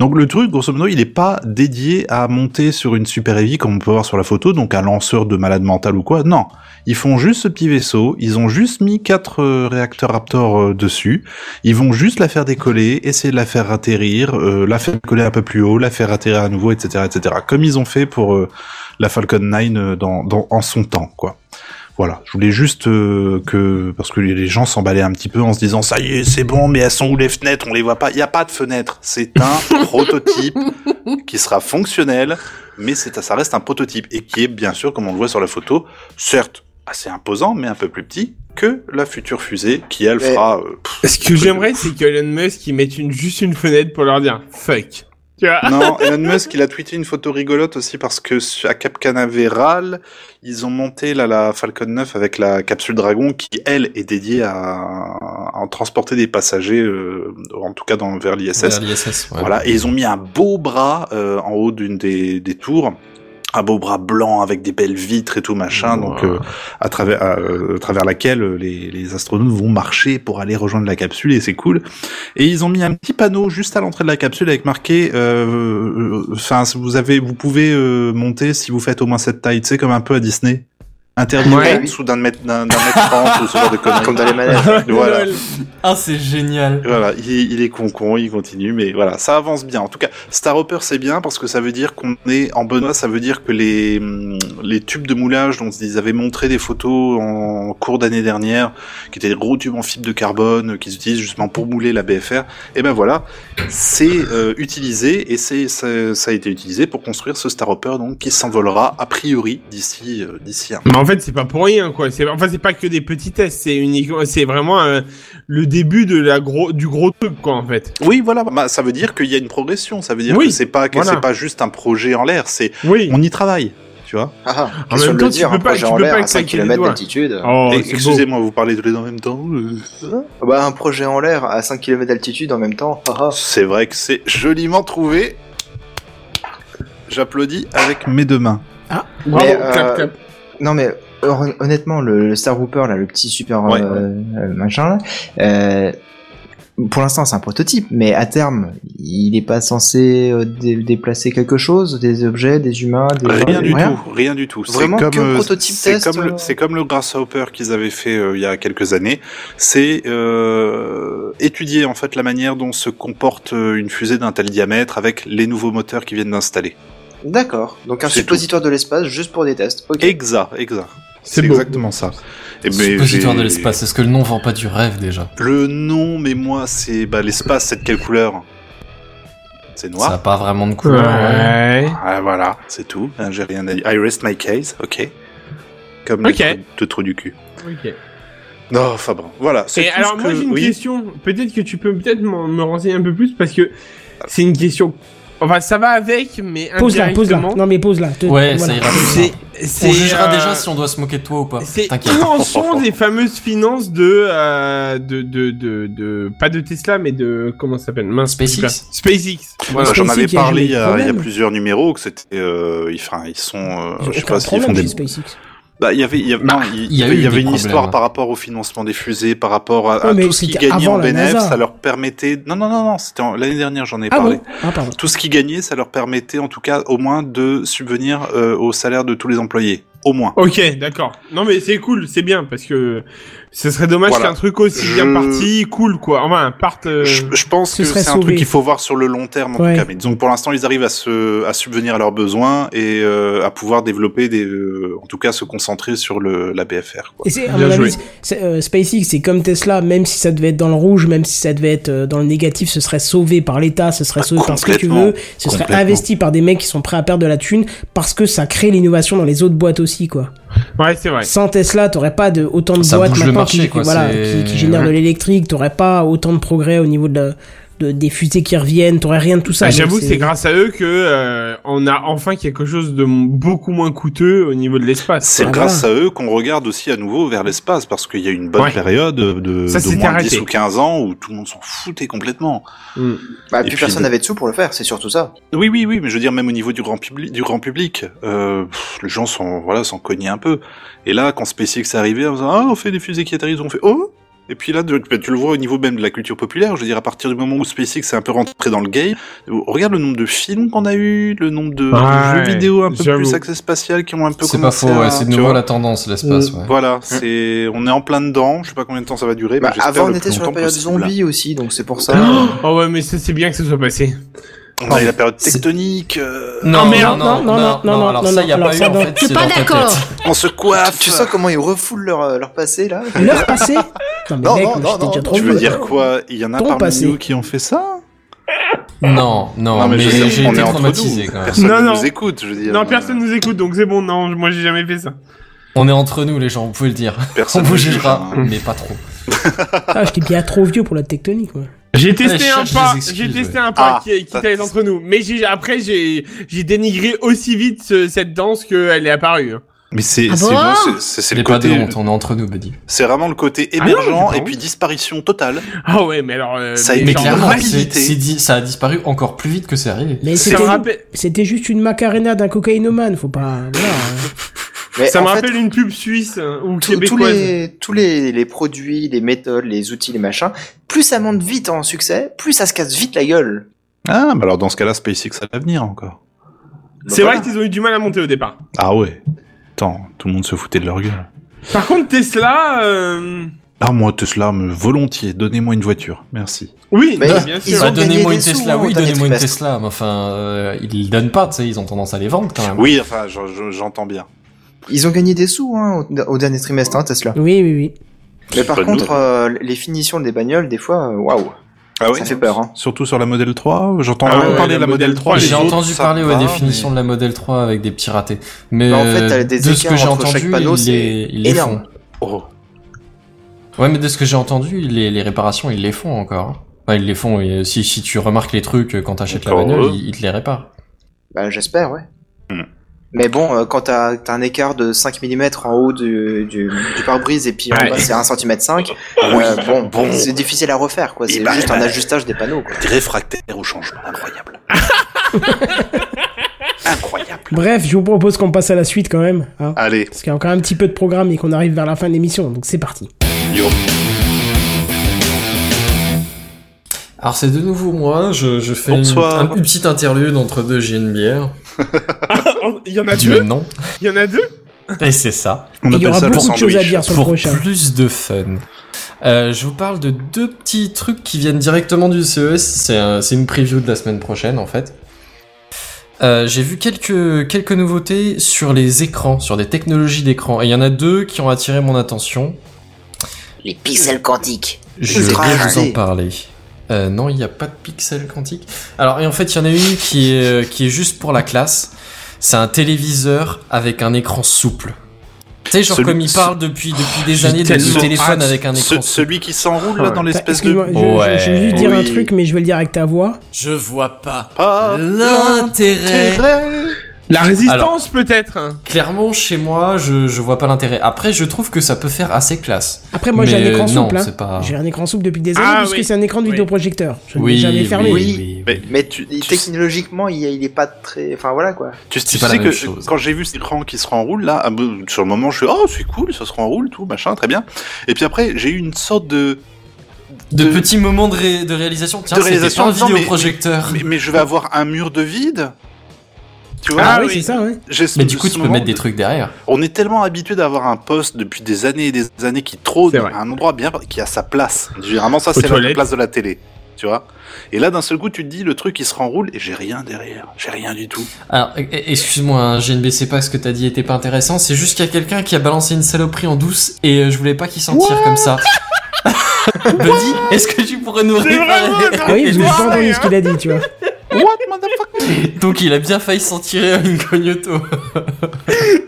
S4: Donc le truc, grosso modo, il n'est pas dédié à monter sur une super hélice comme on peut voir sur la photo, donc un lanceur de malade mental ou quoi. Non, ils font juste ce petit vaisseau, ils ont juste mis quatre euh, réacteurs Raptor euh, dessus, ils vont juste la faire décoller, essayer de la faire atterrir, euh, la faire décoller un peu plus haut, la faire atterrir à nouveau, etc., etc. Comme ils ont fait pour euh, la Falcon 9 euh, dans, dans, en son temps, quoi. Voilà, je voulais juste euh, que parce que les- les gens s'emballaient un petit peu en se disant ça y est, c'est bon, mais elles sont où les fenêtres On les voit pas. Il y a pas de fenêtre. C'est un prototype qui sera fonctionnel, mais c'est ça reste un prototype et qui est bien sûr, comme on le voit sur la photo, certes assez imposant, mais un peu plus petit que la future fusée qui elle
S8: Mais-
S4: fera. euh, pff,
S3: Ce que j'aimerais, c'est que Elon Musk il mette une, juste une fenêtre pour leur dire fuck. Tu vois
S4: Non, Elon Musk, il a tweeté une photo rigolote aussi parce que su- à Cap Canaveral, ils ont monté là, la Falcon 9 avec la capsule Dragon qui, elle, est dédiée à, à en transporter des passagers, euh, en tout cas dans, vers l'ISS.
S5: Vers l'ISS, ouais.
S4: Voilà, et ils ont mis un beau bras euh, en haut d'une des, des tours. Un beau bras blanc avec des belles vitres et tout machin, donc euh, à travers à, euh, à travers laquelle euh, les, les astronautes vont marcher pour aller rejoindre la capsule et c'est cool. Et ils ont mis un petit panneau juste à l'entrée de la capsule avec marqué, euh, euh, enfin si vous avez, vous pouvez euh, monter si vous faites au moins cette taille, tu sais comme un peu à Disney. Interdit de
S3: Ouais.
S4: monter en dessous d'un mètre d'un d'un mètre trente ou ce genre de conneries.
S8: Comme dans les manèges.
S4: Voilà.
S5: Ah, c'est génial.
S4: Voilà, il, il est con con, il continue, mais voilà, ça avance bien. En tout cas, Star Hopper c'est bien parce que ça veut dire qu'on est en bonne voie, ça veut dire que les hum, les tubes de moulage dont ils avaient montré des photos en cours d'année dernière, qui étaient des gros tubes en fibre de carbone euh, qu'ils utilisent justement pour mouler la BFR, et ben voilà, c'est euh, utilisé et c'est ça, ça a été utilisé pour construire ce Star Hopper donc qui s'envolera a priori d'ici euh, d'ici un mois.
S3: Mais en fait, c'est pas pour rien, quoi. C'est enfin, c'est pas que des petits tests. C'est uniquement, c'est vraiment euh, le début de la gros du gros truc, quoi, en fait.
S4: Oui, voilà, bah, ça veut dire qu'il y a une progression, ça veut dire
S3: Oui,
S4: que c'est pas que
S3: voilà.
S4: c'est pas juste un projet en l'air, c'est
S3: Oui.
S4: on y travaille, tu vois.
S8: Ah, ah,
S3: En
S8: question
S3: même
S8: de
S3: temps,
S8: le
S3: tu
S8: dire,
S3: peux
S8: un
S3: pas-
S8: projet
S3: tu
S8: en
S3: peux
S8: l'air
S3: pas
S8: à 5
S3: claquer les
S8: km
S3: doigts.
S8: d'altitude.
S3: Oh,
S4: Et-
S3: c'est beau.
S4: Excusez-moi, vous parlez tous les deux en même temps euh,
S8: Ah Bah, un projet en l'air à 5 km d'altitude en même temps. Ah, ah.
S4: C'est vrai que c'est joliment trouvé. J'applaudis avec mes deux mains.
S3: Bravo.
S8: Mais, euh,
S3: clap, clap.
S8: Non mais hon- honnêtement, le, le Star Hooper euh, là, le petit super
S4: Ouais.
S8: euh, euh, machin là, euh, pour l'instant, c'est un prototype, mais à terme, il n'est pas censé euh, dé- déplacer quelque chose, des objets, des humains, des
S4: Rien
S8: des-
S4: du tout, rien du tout. C'est
S8: Vraiment
S4: comme,
S8: que
S4: euh,
S8: prototype
S4: c'est
S8: test,
S4: comme le,
S8: euh.
S4: c'est comme le Grasshopper qu'ils avaient fait euh, il y a quelques années. C'est euh, étudier en fait la manière dont se comporte euh, une fusée d'un tel diamètre avec les nouveaux moteurs qu'ils viennent d'installer.
S8: D'accord. Donc un
S4: C'est
S8: suppositoire de l'espace juste pour des tests. Ok.
S4: Exa, exa. C'est
S3: beau.
S4: exactement ça. Et ben,
S5: Suppositoire
S4: j'ai-
S5: de l'espace, est-ce que le nom vend pas du rêve déjà
S4: Le nom, mais moi, c'est bah, l'espace, c'est de quelle couleur C'est
S5: Ça n'a
S4: noir.
S5: pas vraiment de couleur. ouais.
S4: Ah, voilà, c'est tout. Hein, J'ai rien à dire. I rest my case, ok. Comme
S3: Ok.
S4: le, trou, le trou du cul.
S3: Ok.
S4: Non, enfin bon, voilà. c'est
S3: Et
S4: tout
S3: alors
S4: ce
S3: moi
S4: que-
S3: j'ai une
S4: oui.
S3: question. Peut-être que tu peux peut-être m'en- me renseigner un peu plus parce que c'est une question. Enfin ça va avec, mais
S1: Pose-la, pose-la.
S3: indirectement.
S1: Non mais pose-la. Te-
S5: Ouais,
S1: voilà.
S5: ça ira plus.
S3: C'est,
S5: On
S3: c'est,
S5: jugera
S3: euh,
S5: déjà si on doit se moquer de toi ou pas.
S3: C'est
S5: T'inquiète.
S3: où en sont les fameuses finances de, euh, de, de, de, de- pas de Tesla, mais de, comment ça s'appelle? Mince,
S5: SpaceX.
S3: je sais pas. SpaceX.
S4: Voilà,
S1: Parce
S4: Bah, j'en
S1: qu'on sait
S4: avais
S1: qu'il y a
S4: parlé
S1: jamais
S4: il y,
S1: de
S4: a- il y a
S1: problème.
S4: plusieurs numéros que c'était, euh, ils, enfin, ils sont, euh,
S1: Ils ont
S4: je sais
S1: aucun
S4: pas s'ils font
S1: problème
S4: des.
S1: chez SpaceX.
S4: Bah, il y avait, il y avait, non, il
S5: il y
S4: y
S5: a
S4: avait,
S5: eu
S4: il y
S5: des
S4: avait une
S5: problèmes.
S4: histoire par rapport au financement des fusées, par rapport à, à
S1: Ouais, mais
S4: tout ce qu'ils
S1: c'était
S4: gagnaient
S1: avant
S4: en
S1: la
S4: bénéfice,
S1: NASA.
S4: ça leur permettait. Non, non, non, non, c'était en- l'année dernière, j'en ai
S1: Ah
S4: parlé.
S1: bon Ah pardon.
S4: Tout ce qu'ils gagnaient, ça leur permettait, en tout cas, au moins, de subvenir euh, au salaire de tous les employés, au moins.
S3: Ok, d'accord. Non, mais c'est cool, c'est bien, parce que ce serait dommage
S4: Voilà.
S3: qu'un truc aussi
S4: Je-
S3: bien parti, cool, quoi. Enfin, parte. euh,
S4: Je, je pense
S1: Ce
S4: que
S1: serait
S4: c'est un
S1: sauvé.
S4: truc qu'il faut voir sur le long terme en
S1: Ouais.
S4: tout cas. Mais disons que pour l'instant, ils arrivent à, se, à subvenir à leurs besoins et euh, à pouvoir développer des, euh, en tout cas, se concentrer sur le, la BFR. Quoi.
S1: Et c'est, à
S3: Bien
S1: mon
S3: joué.
S1: avis, c'est- euh, SpaceX, c'est comme Tesla, même si ça devait être dans le rouge, même si ça devait être euh, dans le négatif, ce serait sauvé par l'État, ce serait
S4: Ah,
S1: sauvé par ce que tu
S4: complètement,
S1: veux, ce serait
S4: complètement.
S1: investi par des mecs qui sont prêts à perdre de la thune, parce que ça crée l'innovation dans les autres boîtes aussi, quoi.
S3: Ouais, c'est vrai.
S1: Sans Tesla, t'aurais pas de, autant de
S5: Ça
S1: boîtes
S5: bouge le
S1: maintenant
S5: marché,
S1: qui,
S5: quoi,
S1: voilà,
S5: c'est-
S1: qui, qui génèrent de
S3: Ouais.
S1: l'électrique, t'aurais pas autant de progrès au niveau de, la- de- des fusées qui reviennent, t'aurais rien de tout ça.
S5: Ah,
S3: Bah,
S1: Donc
S3: J'avoue, c'est grâce à eux que euh, on a enfin quelque chose de m- beaucoup moins coûteux au niveau de l'espace.
S4: C'est
S1: Ah,
S4: grâce à eux qu'on regarde aussi à nouveau vers l'espace parce qu'il y a une bonne
S3: Ouais.
S4: période de,
S3: Ça,
S4: d'au
S3: c'était
S4: moins
S3: arrêté.
S4: 10 ou 15 ans où tout le monde s'en foutait complètement.
S3: Mm.
S8: Bah,
S4: Et
S8: plus
S4: puis
S8: personne
S4: de-
S8: n'avait de sous pour le faire, c'est surtout ça.
S4: Oui, oui, oui, mais je veux dire même au niveau du grand public, du grand public, euh, pff, les gens sont voilà s'en cognaient un peu. Et là, quand SpaceX est arrivé, on faisait, ah, on fait des fusées qui atterrissent, on fait oh. Et puis là, de- bah, tu le vois au niveau même de la culture populaire. Je veux dire, à partir du moment où SpaceX est un peu rentré dans le game, regarde le nombre de films qu'on a eu, le nombre de, de
S3: Ouais,
S4: jeux vidéo un peu
S3: j'avoue.
S4: plus axés spatial qui ont un peu
S5: C'est pas
S4: commencé
S5: faux,
S4: à-
S5: ouais, c'est de
S4: tu
S5: nouveau
S4: vois.
S5: la tendance, l'espace. ouais.
S4: Voilà, c'est on est en plein dedans. Je sais pas combien de temps ça va durer. mais
S8: Bah,
S4: ben, j'espère
S8: avant, on
S4: le
S8: était
S4: plus
S8: sur la
S4: longtemps
S8: période
S4: possible.
S8: zombie aussi, donc c'est pour ça.
S3: Oh ouais, mais ça, c'est bien que ça soit passé.
S4: On a eu la période
S5: C'est-
S4: tectonique. euh,
S5: Non,
S3: Ah, merde,
S5: non, non, non, non, alors
S1: non,
S5: ça,
S1: non,
S5: y a
S1: alors
S5: pas eu
S1: ça,
S5: en
S1: non.
S5: fait.
S6: Je suis
S5: c'est
S6: pas
S5: dans ta
S6: d'accord.
S5: tête.
S4: on se coiffe.
S8: Tu sens comment ils refoulent leur, euh, leur passé là
S1: L'heure passée Non, mais
S8: Non,
S1: mec,
S8: non,
S1: moi,
S8: non,
S1: j'étais
S8: non,
S1: déjà
S8: non,
S1: trop
S4: Tu veux
S1: vieux.
S4: dire quoi Il y en a
S1: Ton
S4: parmi
S1: passé.
S4: nous qui ont fait ça
S5: Non, non,
S4: Non, mais
S5: mais,
S4: je sais,
S5: j'ai
S4: on
S5: été
S4: est entre
S5: traumatisé
S4: nous.
S5: quand même.
S4: Personne
S3: Non,
S4: ne
S3: non.
S4: nous écoute, je veux dire.
S3: Non, personne nous écoute, donc c'est bon. Non, moi j'ai jamais fait ça.
S5: On est entre nous, les gens, vous pouvez le dire.
S4: Personne
S5: On vous
S4: ne juge,
S5: jugera,
S4: hein.
S5: mais pas trop.
S1: Ah, j'étais bien trop vieux pour la tectonique, moi.
S3: J'ai
S5: Ah,
S3: testé
S5: je
S3: un
S5: cherche
S3: pas,
S5: des excuses,
S3: j'ai testé
S5: ouais.
S3: un pas
S4: Ah,
S3: qui, qui
S4: ça-
S3: était entre nous. Mais j'ai, après, j'ai, j'ai dénigré aussi vite ce- cette danse qu'elle est apparue. hein.
S4: Mais c'est
S6: Ah
S4: c'est-
S6: bon
S4: moi, c'est- c'est c'est
S5: Il
S4: le
S5: est pas de
S4: côté
S5: honte, on est entre nous, Buddy.
S4: c'est vraiment le côté
S3: Ah non, j'ai
S4: émergent
S3: pas
S4: et
S3: honte.
S4: puis disparition totale.
S3: Ah ouais, mais alors. euh,
S4: Ça a
S3: mais
S5: Mais
S4: genre,
S5: clairement, c'est-
S4: rapidité.
S5: c'est dit- ça a disparu encore plus vite que c'est arrivé.
S1: Mais
S3: ça
S1: c'était,
S3: me rappelle,
S1: c'était juste une macarena d'un cocaïnomane, faut pas. Voilà. hein.
S8: Mais
S3: ça me
S8: en fait,
S3: rappelle une pub suisse hein, ou
S8: tous- tous
S3: québécoise.
S8: les, tous les, les produits, les méthodes, les outils, les machins, plus ça monte vite en succès, plus ça se casse vite la gueule.
S4: Ah, bah alors dans ce cas-là, SpaceX à l'avenir encore.
S3: C'est
S8: Voilà.
S3: vrai qu'ils ont eu du mal à monter au départ.
S4: Ah ouais. Attends, tout le monde se foutait de leur gueule.
S3: Par contre, Tesla. euh,
S4: Ah moi Tesla, me volontiers, donnez-moi une voiture, merci.
S3: Oui,
S8: Mais
S3: non, bien
S8: ils
S3: sûr.
S8: ont
S5: Bah,
S8: gagné
S5: donnez-moi
S8: des
S5: une
S8: sous,
S5: Tesla,
S8: hein,
S5: oui,
S8: au dernier
S5: donnez-moi une
S8: trimestre.
S5: Tesla, mais enfin, euh, ils donnent pas, tu sais, ils ont tendance à les vendre quand même.
S4: Oui, enfin, je- je- j'entends bien.
S8: Ils ont gagné des sous hein, au, au dernier trimestre, hein, Tesla.
S1: Oui, oui, oui.
S8: Mais par
S4: Pas de
S8: contre,
S4: nous.
S8: euh, les finitions des bagnoles, des fois, euh, waouh,
S4: Ah
S8: ça fait peur. Hein.
S4: Surtout sur la modèle 3, j'entends
S3: Ah
S4: vraiment
S3: ouais,
S4: parler
S3: la
S4: de la
S3: modèle
S4: modèle 3.
S5: J'ai
S4: les autres,
S5: entendu
S4: ça
S5: parler, ouais,
S4: va,
S5: des
S4: mais-
S5: finitions de la Model 3 avec des petits ratés. Mais
S8: Bah, en fait, t'as
S5: euh,
S8: des
S5: de ce que
S8: écarts
S5: j'ai
S8: entre
S5: entendu,
S8: chaque panneau,
S5: ils les,
S8: c'est
S5: ils les font.
S8: énorme.
S4: Oh.
S5: Ouais, mais de ce que j'ai entendu, les, les réparations, ils les font encore. hein. Enfin, ils les font, et euh, si, si tu remarques les trucs euh, quand t'achètes la
S4: Encore
S5: bagnole,
S4: heureux.
S5: ils, ils te les réparent.
S8: Bah, J'espère, ouais.
S4: Hmm.
S8: Mais bon, euh, quand t'as t'as un écart de 5 mm en haut du, du, du pare-brise et puis en
S3: Ouais.
S8: bas c'est 1 cm 5,
S4: Ah Oui,
S8: euh, bon,
S4: bon.
S8: c'est difficile à refaire quoi,
S4: Et
S8: c'est
S4: bah,
S8: juste
S4: bah.
S8: un ajustage des panneaux quoi.
S4: T'es réfractaire au changement, incroyable. incroyable.
S1: Bref, je vous propose qu'on passe à la suite quand même. hein.
S4: Allez,
S1: Parce qu'il y a encore un petit peu de programme et qu'on arrive vers la fin de l'émission, donc c'est parti.
S4: yo.
S5: Alors c'est de nouveau moi, je, je fais une,
S4: Bonsoir.
S5: un- une petite interlude entre deux bière
S3: oh, Il y en a
S5: du
S3: deux
S5: même nom.
S3: Il y en a deux
S5: Ah, Et c'est ça.
S1: Et il
S4: On
S1: y
S4: appelle
S1: aura
S4: ça le
S1: beaucoup de choses à
S4: sandwich.
S1: dire sur le
S5: pour
S1: prochain.
S5: plus de fun. Euh, je vous parle de deux petits trucs qui viennent directement du CES. C'est un- c'est une preview de la semaine prochaine en fait. Euh, J'ai vu quelques, quelques nouveautés sur les écrans, sur des technologies d'écran. Et il y en a deux qui ont attiré mon attention.
S2: Les pixels quantiques.
S5: Je vais
S8: Ultra
S5: vous en
S8: HD.
S5: parler. Euh, non, il n'y a pas de pixels quantiques. Alors, et en fait, il y en a une qui est, euh, qui est juste pour la classe. C'est un téléviseur avec un écran souple. Tu sais, genre
S4: Celui-
S5: comme il parle depuis, depuis des
S3: j'ai
S5: années de
S3: tellement
S5: de téléphone
S3: hâte.
S5: avec un
S4: Ce-
S5: écran souple.
S4: celui qui s'enroule là dans l'espèce de.
S1: Bah, Excuse-moi, je- je, je vais juste
S5: Ouais.
S1: dire un
S4: Oui.
S1: truc, mais je vais le dire avec ta voix.
S5: Je vois pas
S4: Ah,
S5: l'intérêt.
S3: La résistance
S5: Alors.
S3: peut-être
S5: Clairement, chez moi, je, je vois pas l'intérêt. Après, je trouve que ça peut faire assez classe.
S1: Après, moi, j'ai
S5: Mais,
S1: un écran
S5: euh,
S1: souple.
S5: non,
S1: hein.
S5: c'est pas-
S1: J'ai un écran souple depuis des années,
S3: Ah,
S1: puisque
S3: oui.
S1: c'est un écran de
S3: Oui.
S1: vidéoprogecteur. Je ne l'ai jamais fermé.
S8: oui.
S4: Mais-
S8: Mais tu-
S4: Tu-
S8: technologiquement, il, il est pas très. Enfin voilà quoi.
S4: Tu, tu
S5: pas la
S4: sais
S5: même
S4: que
S5: chose.
S4: quand j'ai vu cet écran qui se renroule là, à bout- sur le moment, je suis oh c'est cool, ça se renroule, tout machin, très bien. Et puis après, j'ai eu une sorte de
S5: De petits moments de, ré- de réalisation. Tiens,
S4: de
S5: c'était
S4: réalisation
S5: un
S4: en disant, mais-
S5: vidéoprojecteur.
S4: mais, mais je vais avoir un mur de vide. Tu vois
S1: Ah,
S3: Ah
S1: oui,
S3: oui.
S1: c'est ça, ouais.
S4: j'ai ce-
S5: Mais du coup,
S4: ce
S5: tu peux
S4: moment
S5: mettre des
S4: de-
S5: trucs derrière.
S4: On est tellement habitué d'avoir un poste depuis des années et des années qui trône
S3: C'est vrai.
S4: à un endroit bien qui a sa place. Généralement, ça
S3: Aux
S4: c'est la
S3: toilettes.
S4: place de la télé. Tu vois Et là, d'un seul coup, tu te dis le truc il se renroule et j'ai rien derrière, j'ai rien du tout.
S5: Alors, e- e- excuse-moi, hein, GNB, c'est pas ce que t'as dit était pas intéressant. C'est juste qu'il y a quelqu'un qui a balancé une saloperie en douce et euh, je voulais pas qu'il s'en tire comme ça. Buddy, est-ce que tu pourrais nous
S3: C'est
S5: réparer
S3: vraiment-
S1: Oui, je n'ai pas
S3: Ouais,
S1: entendu
S3: hein.
S1: ce qu'il a dit, tu vois.
S5: Donc, il a bien failli s'en tirer à une cognoto.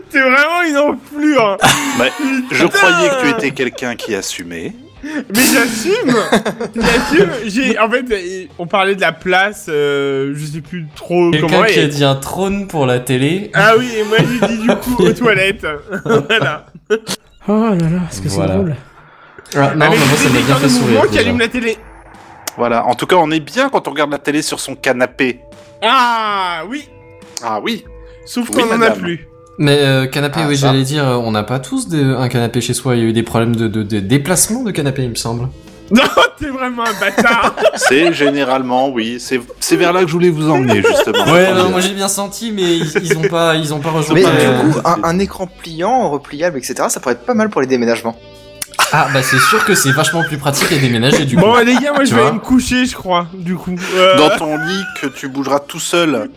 S3: C'est vraiment une enflure
S4: Je croyais que tu étais quelqu'un qui assumait.
S3: Mais j'assume J'assume J'ai- En fait, euh, on parlait de la place, euh, je sais plus trop comment...
S5: Quelqu'un qui
S3: et-
S5: a dit un trône pour la télé.
S3: Ah oui, et moi j'ai dit du coup aux toilettes Voilà
S1: Oh là là, est-ce que
S5: Voilà.
S1: c'est drôle.
S5: Ah, non, mais
S3: Avec
S5: moi, ça
S3: des
S5: m'a bien
S3: décors de
S5: fait sourire.
S3: mouvement qui
S5: déjà.
S3: allument la télé
S4: Voilà, en tout cas, on est bien quand on regarde la télé sur son canapé.
S3: Ah oui
S4: Ah oui
S3: Sauf
S4: Oui,
S3: qu'on en a
S4: madame.
S3: plus
S5: Mais euh, canapé,
S4: Ah,
S5: oui,
S4: ça.
S5: j'allais dire, euh, on n'a pas tous des- un canapé chez soi. Il y a eu des problèmes de, de, de déplacement de canapé, il me semble.
S3: T'es vraiment un bâtard
S4: C'est généralement, oui. C'est c'est vers là que je voulais vous emmener, justement.
S5: Ouais, non, moi j'ai bien senti, mais ils, ils ont pas, ils ont pas rejoint.
S8: Mais
S5: pas-
S8: du coup,
S4: euh,
S8: un, un écran pliant, repliable, etc. Ça pourrait être pas mal pour les déménagements.
S5: Ah bah c'est sûr que c'est vachement plus pratique à déménager du coup.
S3: Bon bah, les gars, moi
S5: Tu
S3: je vais
S5: vois
S3: aller me coucher, je crois, du coup. Euh,
S4: Dans ton lit que tu bougeras tout seul,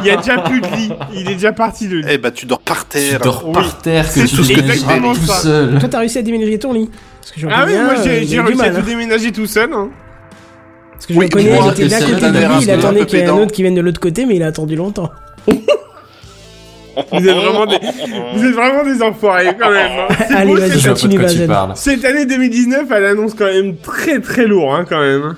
S3: Il y a déjà plus de lit, il est déjà parti le lit.
S4: eh ben tu dors par
S5: tu
S4: terre.
S5: dors
S3: oui.
S5: par terre, que
S3: C'est
S5: tu
S3: tout ce que
S5: déménageras
S3: t'as
S5: tout
S3: fait.
S5: seul.
S1: Toi, t'as réussi à déménager ton lit. Parce que je
S3: Ah oui,
S1: reconnais,
S3: moi
S1: euh,
S3: j'ai
S1: il
S3: j'ai
S1: a eu du
S3: réussi à
S1: mal,
S3: tout
S1: hein.
S3: déménager tout seul. hein.
S1: Parce que je
S4: Oui,
S1: le connais,
S5: moi,
S1: il était
S5: que
S1: d'un
S5: c'est
S1: côté
S5: la
S1: de
S5: dernière
S1: lui, il
S5: fois,
S1: attendait
S4: un peu
S1: qu'il y ait un
S4: pédant.
S1: autre qui vienne de l'autre côté, mais il a attendu longtemps.
S3: Vous êtes vraiment des, vous êtes vraiment des enfoirés quand même. hein. C'est
S1: Allez,
S3: beau,
S1: vas-y.
S5: Je
S3: cette,
S5: vois pas de
S1: Continue,
S5: quoi tu
S1: Bazen.
S5: parles.
S3: cette année 2019, elle annonce quand même très très lourd hein, quand même.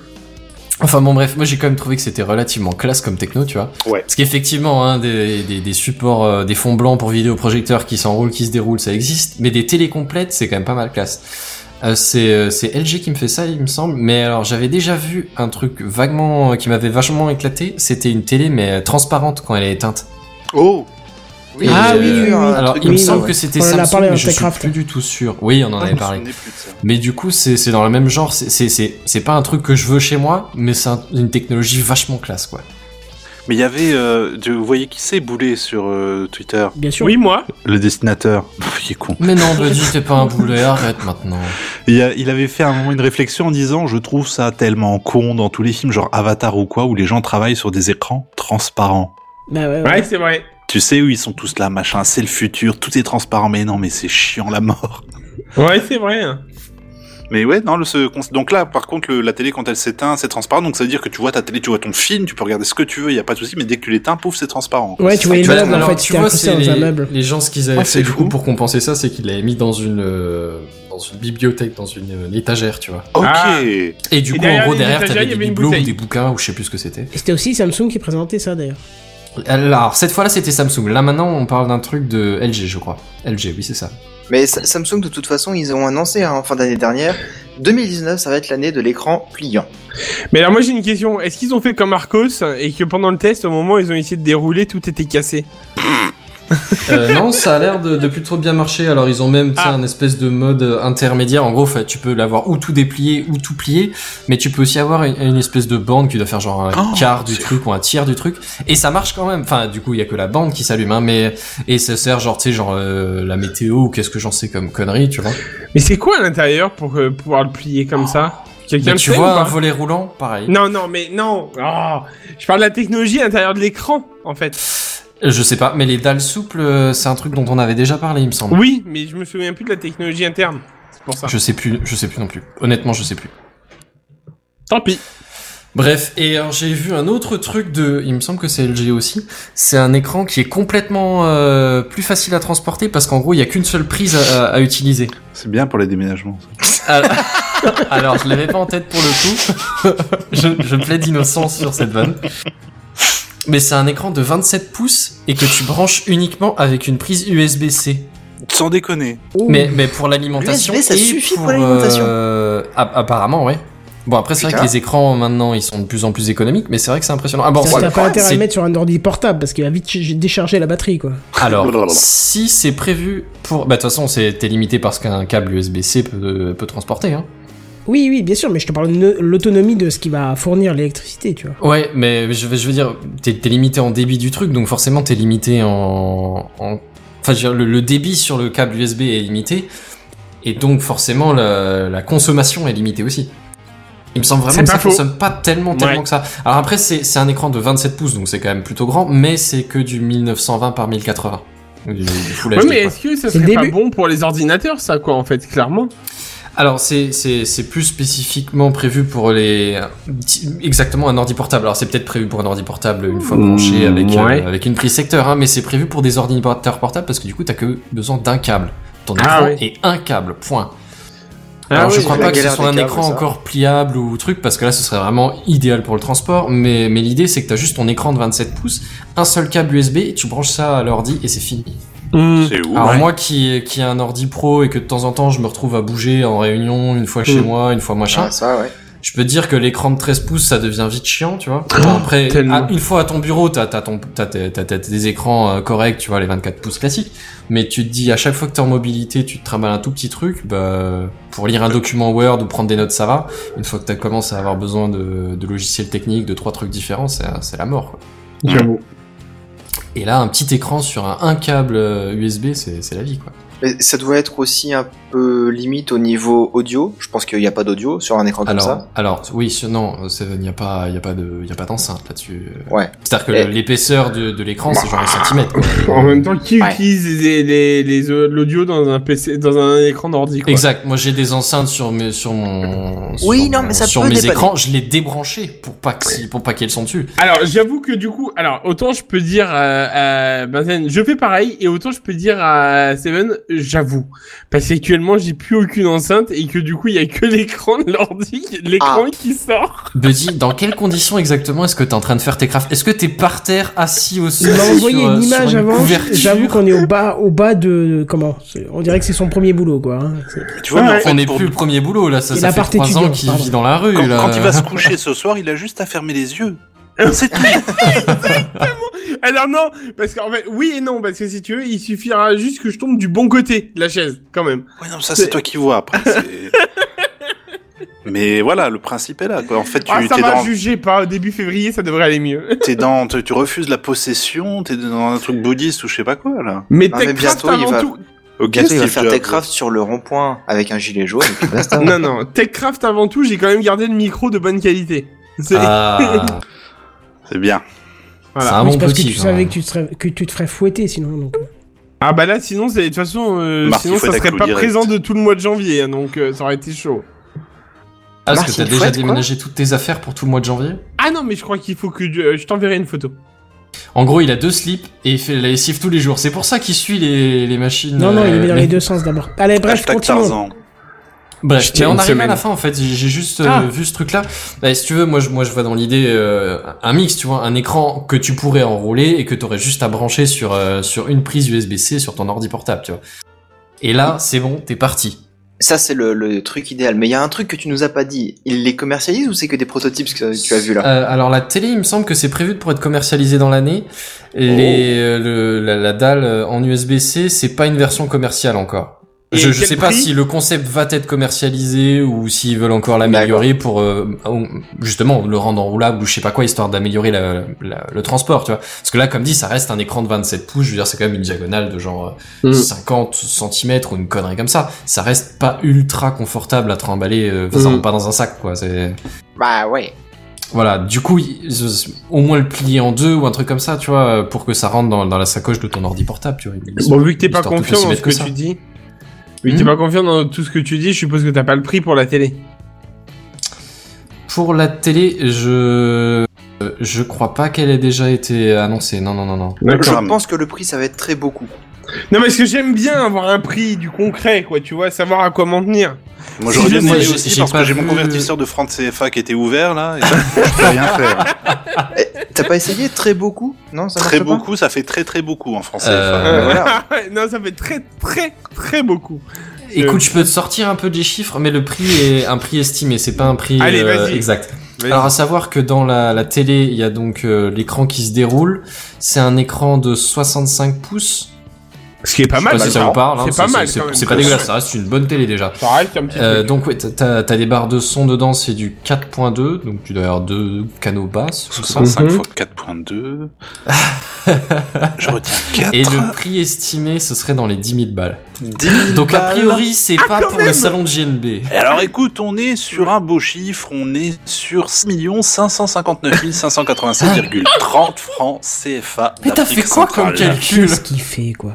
S5: Enfin bon bref, moi j'ai quand même trouvé que c'était relativement classe comme techno, tu vois.
S4: Ouais.
S5: Parce qu'effectivement, hein, des, des, des supports, euh, des fonds blancs pour vidéoprojecteurs qui s'enroulent, qui se déroulent, ça existe. Mais des télé complètes, c'est quand même pas mal classe. Euh, c'est euh, c'est LG qui me fait ça, il me semble. Mais alors j'avais déjà vu un truc vaguement euh, qui m'avait vachement éclaté. C'était une télé mais euh, transparente quand elle est éteinte.
S4: Oh
S8: Oui,
S5: Ah
S8: j'ai
S5: oui,
S8: vu
S1: oui,
S8: un
S1: oui.
S5: Alors
S8: truc
S5: il me
S8: comme
S1: oui,
S8: ça,
S5: semble
S8: ouais.
S5: que c'était
S1: On en a
S5: Samsung,
S1: parlé dans
S5: mais je suis
S1: Techcraft.
S5: plus du tout sûr. Oui, on en avait parlé.
S4: Je me souvenais plus de ça.
S5: Mais du coup, c'est c'est dans le même genre. C'est- C'est c'est- c'est pas un truc que je veux chez moi, mais c'est un- une technologie vachement classe, quoi.
S4: Mais il y avait, euh, tu- vous voyez qui c'est Boulet sur euh, Twitter
S1: Bien sûr.
S3: Oui, moi.
S4: Le destinateur. Pff, il est con.
S5: Mais non, Buddy, t'es pas un boulet, arrête maintenant.
S4: Il, a- il avait fait à un moment une réflexion en disant Je trouve ça tellement con dans tous les films, genre Avatar ou quoi, où les gens travaillent sur des écrans transparents.
S1: Bah ouais, ouais.
S3: Ouais, c'est vrai.
S4: Tu sais où ils sont tous là, machin, c'est le futur, tout est transparent, mais non, mais c'est chiant la mort.
S3: Ouais, c'est vrai.
S4: Mais ouais, non, le, ce, cons- donc là, par contre, le- la télé, quand elle s'éteint, c'est transparent, donc ça veut dire que tu vois ta télé, tu vois ton film, tu peux regarder ce que tu veux, il y a pas de souci, mais dès que tu l'éteins, pouf, c'est transparent.
S1: Ouais, tu voyais le
S5: Bah,
S1: meuble en
S5: alors,
S1: fait,
S5: tu
S1: c'était
S5: vois,
S1: incrusté
S5: c'est
S1: dans un
S5: les,
S1: meuble.
S5: les gens ce qu'ils avaient
S4: Ah,
S5: fait
S4: c'est
S5: du coup
S4: fou.
S5: pour compenser ça, c'est qu'ils l'avaient mis dans une euh, dans une bibliothèque, dans une, euh, une étagère, tu vois.
S4: Ok
S3: Ah.
S5: Et du coup,
S3: Et
S5: en
S3: derrière
S5: gros,
S3: les
S5: derrière,
S3: étagères,
S5: t'avais
S3: il y
S5: des
S3: avait une
S5: bibelots ou
S3: bouteille.
S5: des bouquins ou je sais plus ce que c'était.
S1: Et C'était aussi Samsung qui présentait ça d'ailleurs.
S5: Alors cette fois-là, c'était Samsung. Là maintenant, on parle d'un truc de LG, je crois. LG, oui, c'est ça.
S8: Mais Sa- Samsung, de toute façon, ils ont annoncé hein, en fin d'année dernière 2019, ça va être l'année de l'écran pliant.
S3: Mais alors, moi j'ai une question. Est-ce qu'ils ont fait comme Arcos et que pendant le test, au moment où ils ont essayé de dérouler, tout était cassé
S5: Euh, non, ça a l'air de, de plutôt bien marcher. Alors ils ont même tu sais,
S3: Ah.
S5: un espèce de mode euh, intermédiaire. En gros, fait, tu peux l'avoir ou tout déplié ou tout plié, mais tu peux aussi avoir une, une espèce de bande qui doit faire genre un
S4: Oh,
S5: quart du
S4: c'est
S5: truc ou un tiers du truc. Et ça marche quand même. Enfin, du coup, il y a que la bande qui s'allume, hein, mais et ça sert genre tu sais genre euh, la météo ou qu'est-ce que j'en sais comme connerie, tu vois.
S3: Mais c'est quoi à l'intérieur pour euh, pouvoir le plier comme ça Quelqu'un
S5: Mais
S3: le
S5: Bah, tu
S3: sait ou
S5: vois un
S3: pas
S5: volet roulant, pareil.
S3: Non, non, mais non. Oh, je parle de la technologie à l'intérieur de l'écran, en fait.
S5: Euh, Je sais pas, mais les dalles souples, euh, c'est un truc dont on avait déjà parlé, il me semble.
S3: Oui, mais je me souviens plus de la technologie interne. C'est pour ça.
S5: Je sais plus, je sais plus non plus. Honnêtement, je sais plus.
S3: Tant pis.
S5: Bref, et alors j'ai vu un autre truc de, il me semble que c'est LG aussi. C'est un écran qui est complètement euh, plus facile à transporter parce qu'en gros il y a qu'une seule prise à, à utiliser.
S4: C'est bien pour les déménagements. ça.
S5: Alors, alors, je l'avais pas en tête pour le coup. je, je plaide d'innocence sur cette vanne. Mais c'est un écran de 27 pouces et que tu branches uniquement avec une prise USB-C.
S4: Sans déconner.
S5: Mais, mais pour l'alimentation.
S8: USB, ça
S5: et
S8: suffit pour
S5: euh,
S8: l'alimentation.
S5: app- apparemment, ouais. Bon, après, c'est vrai que
S8: Putain.
S5: les écrans maintenant ils sont de plus en plus économiques, mais c'est vrai que c'est impressionnant. Ah bon,
S1: Ça,
S5: voilà.
S1: t'as pas intérêt à
S5: C'est-
S1: le mettre sur un ordi portable parce qu'il va vite ch- décharger la batterie, quoi.
S5: Alors, si c'est prévu pour. Bah, de toute façon, c'est t'es limité parce qu'un câble USB-C peut, peut transporter, hein.
S1: Oui, oui, bien sûr, mais je te parle de l'autonomie de ce qui va fournir l'électricité, tu vois.
S5: Ouais, mais je veux, je veux dire, t'es t'es limité en débit du truc, donc forcément t'es limité en, en- Enfin, je veux dire, le, le débit sur le câble USB est limité, et donc forcément la, la consommation est limitée aussi. Il me semble
S3: C'est
S5: vraiment que
S3: pas
S5: ça
S3: faux.
S5: consomme pas tellement, tellement
S3: Ouais.
S5: que ça. Alors après, c'est c'est un écran de 27 pouces, donc c'est quand même plutôt grand, mais c'est que du 1920 par 1080. Du- du full
S3: Ouais,
S5: HD,
S3: mais
S5: quoi.
S3: est-ce que ça
S1: C'est le
S3: serait pas
S1: début.
S3: bon pour les ordinateurs, ça, quoi, en fait, clairement
S5: Alors c'est c'est c'est plus spécifiquement prévu pour les exactement un ordi portable. Alors c'est peut-être prévu pour un ordi portable une fois branché
S3: Mmh,
S5: avec euh,
S3: ouais.
S5: avec une prise secteur, hein, mais c'est prévu pour des ordinateurs portables parce que du coup t'as que besoin d'un câble. Ton
S3: Ah
S5: écran
S3: ouais.
S5: est un câble. Point.
S3: Ah
S5: Alors je
S3: oui,
S5: crois
S8: c'est
S5: pas
S8: la
S5: que ce
S8: galère
S5: soit un
S8: des câbles,
S5: écran
S8: ça.
S5: encore pliable ou truc parce que là ce serait vraiment idéal pour le transport. Mais mais l'idée c'est que t'as juste ton écran de 27 pouces, un seul câble USB, et tu branches ça à l'ordi et c'est fini.
S4: C'est ouf.
S5: Hmm. Alors
S3: Ouais.
S5: moi qui qui a un ordi pro et que de temps en temps je me retrouve à bouger en réunion une fois chez
S3: Mm.
S5: moi une fois machin,
S8: Ah, ça, ouais.
S5: je peux te dire que l'écran de 13 pouces ça devient vite chiant tu vois. Bon, après
S3: Ah, tellement.
S5: à- une fois à ton bureau t'as t'as ton t'as tes- t'as- t'as des écrans euh, corrects tu vois les 24 pouces classiques, mais tu te dis à chaque fois que t'es en mobilité tu te trimbales un tout petit truc bah pour lire un document Word ou prendre des notes ça va. Une fois que t'as commencé à avoir besoin de, de logiciels techniques de trois trucs différents c'est c'est la mort. Quoi. Et là un petit écran sur un, un câble euh, USB c'est c'est la vie quoi.
S8: Mais ça doit être aussi un peu limite au niveau audio. Je pense qu'il n'y a pas d'audio sur un écran
S5: Alors,
S8: comme ça.
S5: alors oui, ce- non, c'est- il n'y a pas, il y a pas de, il y a pas d'enceinte là-dessus.
S8: Ouais.
S5: C'est-à-dire que
S8: Et-
S5: l'épaisseur de, de l'écran, c'est genre un centimètre. quoi.
S3: En même temps, qui
S8: Ouais.
S3: utilise les- les- les- l'audio dans un PC, dans un écran d'ordi, quoi
S5: Exact. Moi, j'ai des enceintes sur mes, sur mon, sur,
S8: Oui,
S5: mon-
S8: non, mais ça
S5: sur
S8: peut
S5: mes
S8: dépanner.
S5: écrans. Je l'ai débranché pour pas que, si- pour pas qu'elles sont dessus.
S3: Alors, j'avoue que du coup, alors autant je peux dire euh, à Benzen, je fais pareil, et autant je peux dire à Seven, j'avoue, parce qu'actuellement j'ai plus aucune enceinte et que du coup il y a que l'écran de l'ordi, l'écran
S8: Ah.
S3: qui sort.
S5: Buddy, dans quelles conditions exactement est-ce que t'es en train de faire tes crafts Est-ce que t'es par terre, assis au
S1: Il
S5: sol
S1: m'a
S5: sur- euh,
S1: envoyé une
S5: sur
S1: image avant.
S5: couverture
S1: J'avoue qu'on est au bas, au bas de comment c'est- On dirait que c'est son premier boulot, quoi. hein. C'est-
S4: Tu vois, mais en fait,
S5: On n'est
S4: pour-
S5: plus le premier boulot là. Ça,
S1: Il
S5: ça
S1: a
S5: fait
S1: part
S5: trois ans
S1: étudiant,
S5: qu'il
S1: pardon.
S5: vit dans la rue.
S4: quand,
S5: là.
S4: quand il va se coucher ce soir, il a juste à fermer les yeux.
S3: Ah.
S4: C'est tout.
S3: Alors non, parce qu'en fait, oui et non, parce que si tu veux, il suffira juste que je tombe du bon côté de la chaise, quand même.
S4: Ouais, non, ça c'est toi qui vois après. c'est- Mais voilà, le principe est là. Quoi. En fait, tu
S3: Ah ça
S4: t'es
S3: va,
S4: dans,
S3: jugez pas. Début février, ça devrait aller mieux.
S4: t'es dans, tu, tu refuses la possession, t'es dans un truc bouddhiste ou je sais pas quoi là.
S3: Mais
S8: Non, mais
S3: Techcraft
S8: bientôt, il
S3: avant
S8: va-
S3: tout.
S4: Ok,
S8: Bientôt, il va
S4: Steve
S8: faire
S4: Jobs.
S8: Techcraft sur le rond-point avec un gilet jaune et puis
S5: Ah.
S8: basta.
S3: Non non, Techcraft avant tout, j'ai quand même gardé le micro de bonne qualité. C'est-
S5: Ah,
S4: C'est bien.
S5: c'est
S3: Voilà.
S5: un
S1: Mais
S5: Ah bon
S1: c'est parce que
S5: petit. hein.
S1: tu
S5: quand
S1: savais
S5: même.
S1: que tu, te serais- que tu te ferais fouetter sinon. Donc.
S3: Ah bah là sinon c'est de toute façon euh,
S4: Marty
S3: sinon ça
S4: Fouette à
S3: serait
S4: Clou
S3: pas
S4: direct.
S3: présent de tout le mois de janvier hein, donc euh, ça aurait été chaud.
S5: Ah, est-ce que
S8: Martine
S5: t'as déjà
S8: Fouette, quoi
S5: déménagé toutes tes affaires pour tout le mois de janvier
S3: Ah non mais je crois qu'il faut que euh, je t'enverrai une photo.
S5: En gros, il a deux slips et il fait la lessive tous les jours. C'est pour ça qu'il suit les, les machines.
S1: Non, non, il
S5: euh,
S1: est dans
S5: les-
S1: les deux sens d'abord. Allez, bref,
S4: Hashtag
S1: continuons.
S4: Tarzan.
S5: Bref,
S3: J'étais
S5: mais Bah, on
S3: une
S5: arrive à
S3: semaine.
S5: la fin en fait. J'ai j'ai juste euh,
S3: Ah.
S5: vu ce truc-là. Bah, si tu veux, moi je, moi je vois dans l'idée euh, un mix, tu vois, un écran que tu pourrais enrouler et que t'aurais juste à brancher sur euh, sur une prise USB-C sur ton ordi portable, tu vois. Et là, c'est bon, t'es parti.
S8: Ça, c'est le, le truc idéal. Mais il y a un truc que tu nous as pas dit. Ils les commercialisent ou c'est que des prototypes que tu as vu là
S5: Euh, alors la télé, il me semble que c'est prévu pour être commercialisé dans l'année.
S3: Oh.
S5: Les, euh, le- la, la dalle euh, en USB-C, c'est pas une version commerciale encore.
S3: Et
S5: Je, je
S3: quel
S5: sais pas
S3: prix
S5: si le concept va être commercialisé ou s'ils veulent encore l'améliorer pour euh, justement le rendre enroulable ou je sais pas quoi histoire d'améliorer la- la- le transport, tu vois. Parce que là, comme dit, ça reste un écran de 27 pouces. Je veux dire, c'est quand même une diagonale de genre euh,
S3: Mm.
S5: 50 cm ou une connerie comme ça. Ça reste pas ultra confortable à trimballer. euh, Enfin, ça
S3: Mm.
S5: rentre pas dans un sac, quoi. C'est
S8: Bah ouais.
S5: voilà, du coup, il- je- au moins le plier en deux ou un truc comme ça, tu vois, euh, pour que ça rentre dans, dans la sacoche de ton ordi portable, tu vois.
S3: Bon, vu que t'es pas
S5: Histoire tout
S3: confiant
S5: aussi
S3: dans
S5: bête
S3: ce
S5: que
S3: que,
S5: ça.
S3: tu dis, vu que t'es
S5: Hmm.
S3: pas confiant dans tout ce que tu dis, je suppose que t'as pas le prix pour la télé.
S5: Pour la télé, je euh, je crois pas qu'elle ait déjà été annoncée. Non, non, non, non.
S8: Je pense que le prix, ça va être très beaucoup.
S3: Non, mais ce que j'aime bien avoir un prix du concret, quoi, tu vois, savoir à quoi m'en tenir.
S4: Moi
S5: Si
S4: j'aurais
S5: je
S4: bien
S5: sais,
S4: aimé
S5: j'ai-
S4: aussi
S5: j'ai
S4: parce que
S5: pas
S4: j'ai mon
S5: vu-
S4: convertisseur de francs CFA qui était ouvert là. Et ça, je peux rien faire.
S8: T'as pas essayé très beaucoup Non, ça
S4: Très
S8: marche pas
S4: beaucoup, ça fait très très beaucoup en français.
S5: Euh,
S8: Ouais, voilà.
S3: non, ça fait très, très, très beaucoup.
S5: Écoute, je peux te sortir un peu des chiffres, mais le prix est un prix estimé, c'est pas un prix
S3: Allez,
S5: euh,
S3: vas-y.
S5: exact.
S3: Vas-y.
S5: Alors à savoir que dans la, la télé, il y a donc euh, l'écran qui se déroule. C'est un écran de 65 pouces.
S3: ce qui est pas
S5: Je sais
S3: mal,
S5: si
S3: ça,
S5: ça vous parle. hein,
S3: C'est pas mal,
S5: C'est
S3: quand même.
S5: c'est pas dégueulasse, ça reste une bonne télé déjà.
S3: Ça reste un petit
S5: Euh,
S3: truc.
S5: donc ouais, t'as- t'as t'as des barres de son dedans, c'est du 4.2, donc tu dois avoir deux canaux basses. ou ça.
S4: 65
S3: Mhm.
S4: fois 4.2. je retiens 4.
S5: Et le prix estimé, ce serait dans les 10 000 balles.
S4: 10
S5: Donc a
S4: balles.
S5: priori, c'est pas
S3: Ah, quand
S5: pour
S3: même
S5: le salon de GNB.
S4: Et Alors écoute, on est sur un beau chiffre, on est sur 6 559 587,30 francs CFA.
S5: Mais t'as fait
S4: d'Afrique
S5: quoi comme
S4: centrale.
S5: calcul
S1: Qu'est-ce qu'il fait, quoi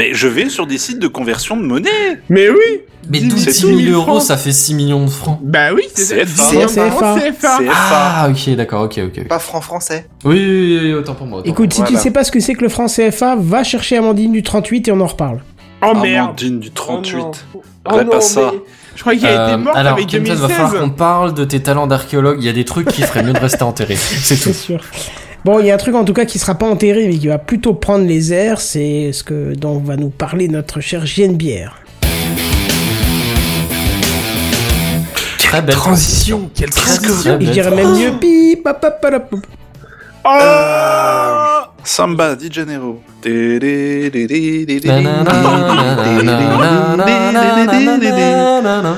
S4: Mais je vais sur des sites de conversion de monnaie.
S3: Mais oui
S5: Mais
S3: 10
S5: d'où 10
S3: 000
S5: 000 euros,
S3: francs.
S5: ça fait 6 millions de francs.
S3: Bah oui, c'est
S4: CFA.
S3: c'est- c'est-
S1: CFA.
S3: CFA.
S4: CFA.
S5: Ah ok, d'accord, ok, ok.
S8: Pas franc français.
S5: Oui, oui, oui, oui, autant pour moi. autant
S1: Écoute, si
S8: Voilà.
S1: tu sais pas ce que c'est que le franc CFA, va chercher Amandine du 38 et on en reparle.
S3: Oh merde
S4: Amandine du
S3: Oh non.
S4: 38.
S3: Oh
S4: Ouais,
S3: non,
S4: pas ça.
S3: mais Je croyais qu'il
S5: Euh,
S3: a été mort
S5: alors,
S3: avec
S5: Kenton, va
S3: 2016.
S5: falloir qu'on parle de tes talents d'archéologue. Il y a des trucs qui feraient mieux de rester enterrés. C'est
S1: C'est
S5: tout.
S1: sûr. Bon, il y a un truc en tout cas qui sera pas enterré, mais qui va plutôt prendre les airs, c'est ce que dont va nous parler notre cher JNBR.
S5: Très belle transition.
S3: Quelle
S5: Très
S1: Et je dirais même mieux, pip, pap, pap, pap, pap.
S3: Oh
S4: Samba Di Janeiro.
S1: Ah
S5: Qu'est-ce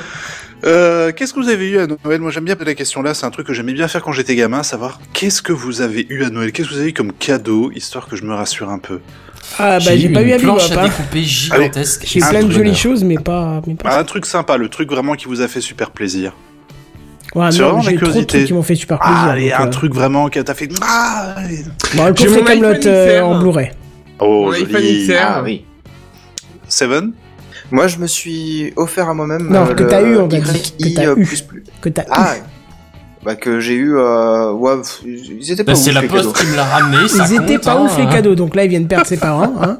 S4: Euh, qu'est-ce que vous avez eu à Noël Moi j'aime bien la question là, c'est un truc que j'aimais bien faire quand j'étais gamin, savoir qu'est-ce que vous avez eu à Noël, qu'est-ce que vous avez eu comme cadeau, histoire que je me rassure un peu.
S1: Ah bah j'ai pas eu à vivre,
S5: planche à Ah,
S1: hein.
S5: découper gigantesque.
S1: J'ai eu
S5: Un
S1: plein de
S5: truc
S1: jolies
S5: d'honneur.
S1: choses, mais pas. Mais pas...
S4: Un truc sympa, le truc vraiment qui vous a fait super plaisir.
S1: Ouais,
S4: c'est
S1: non,
S4: vraiment
S1: j'ai eu
S4: la
S1: trop de
S4: curiosité.
S1: trucs qui m'ont fait super plaisir.
S4: Ah, allez,
S1: donc,
S4: un
S1: euh,
S4: truc vraiment qui t'a fait. Ah, allez.
S1: Bon, le
S3: J'ai
S1: coffret
S3: mon
S1: Kaamelott,
S3: iPhone
S1: euh,
S3: XR.
S1: en Blu-ray.
S4: Oh,
S3: Mon iPhone
S4: joli.
S3: XR.
S8: Ah oui.
S4: Seven
S8: Moi, je me suis offert à moi-même. euh,
S1: Non, que
S8: le
S1: t'as eu, on va dire,
S8: YI,
S1: que t'as
S8: euh,
S1: eu.
S8: plus, plus.
S1: Que t'as
S8: Ah,
S1: eu.
S8: bah que j'ai eu. Euh... Ouais, pff, ils étaient pas
S5: Bah,
S8: ouf,
S5: c'est la
S8: les
S5: poste
S8: cadeaux.
S5: qui me l'a ramené. ça
S1: Ils étaient
S5: compte,
S1: pas
S5: hein.
S1: ouf les cadeaux, donc là ils viennent perdre ses parents. Hein.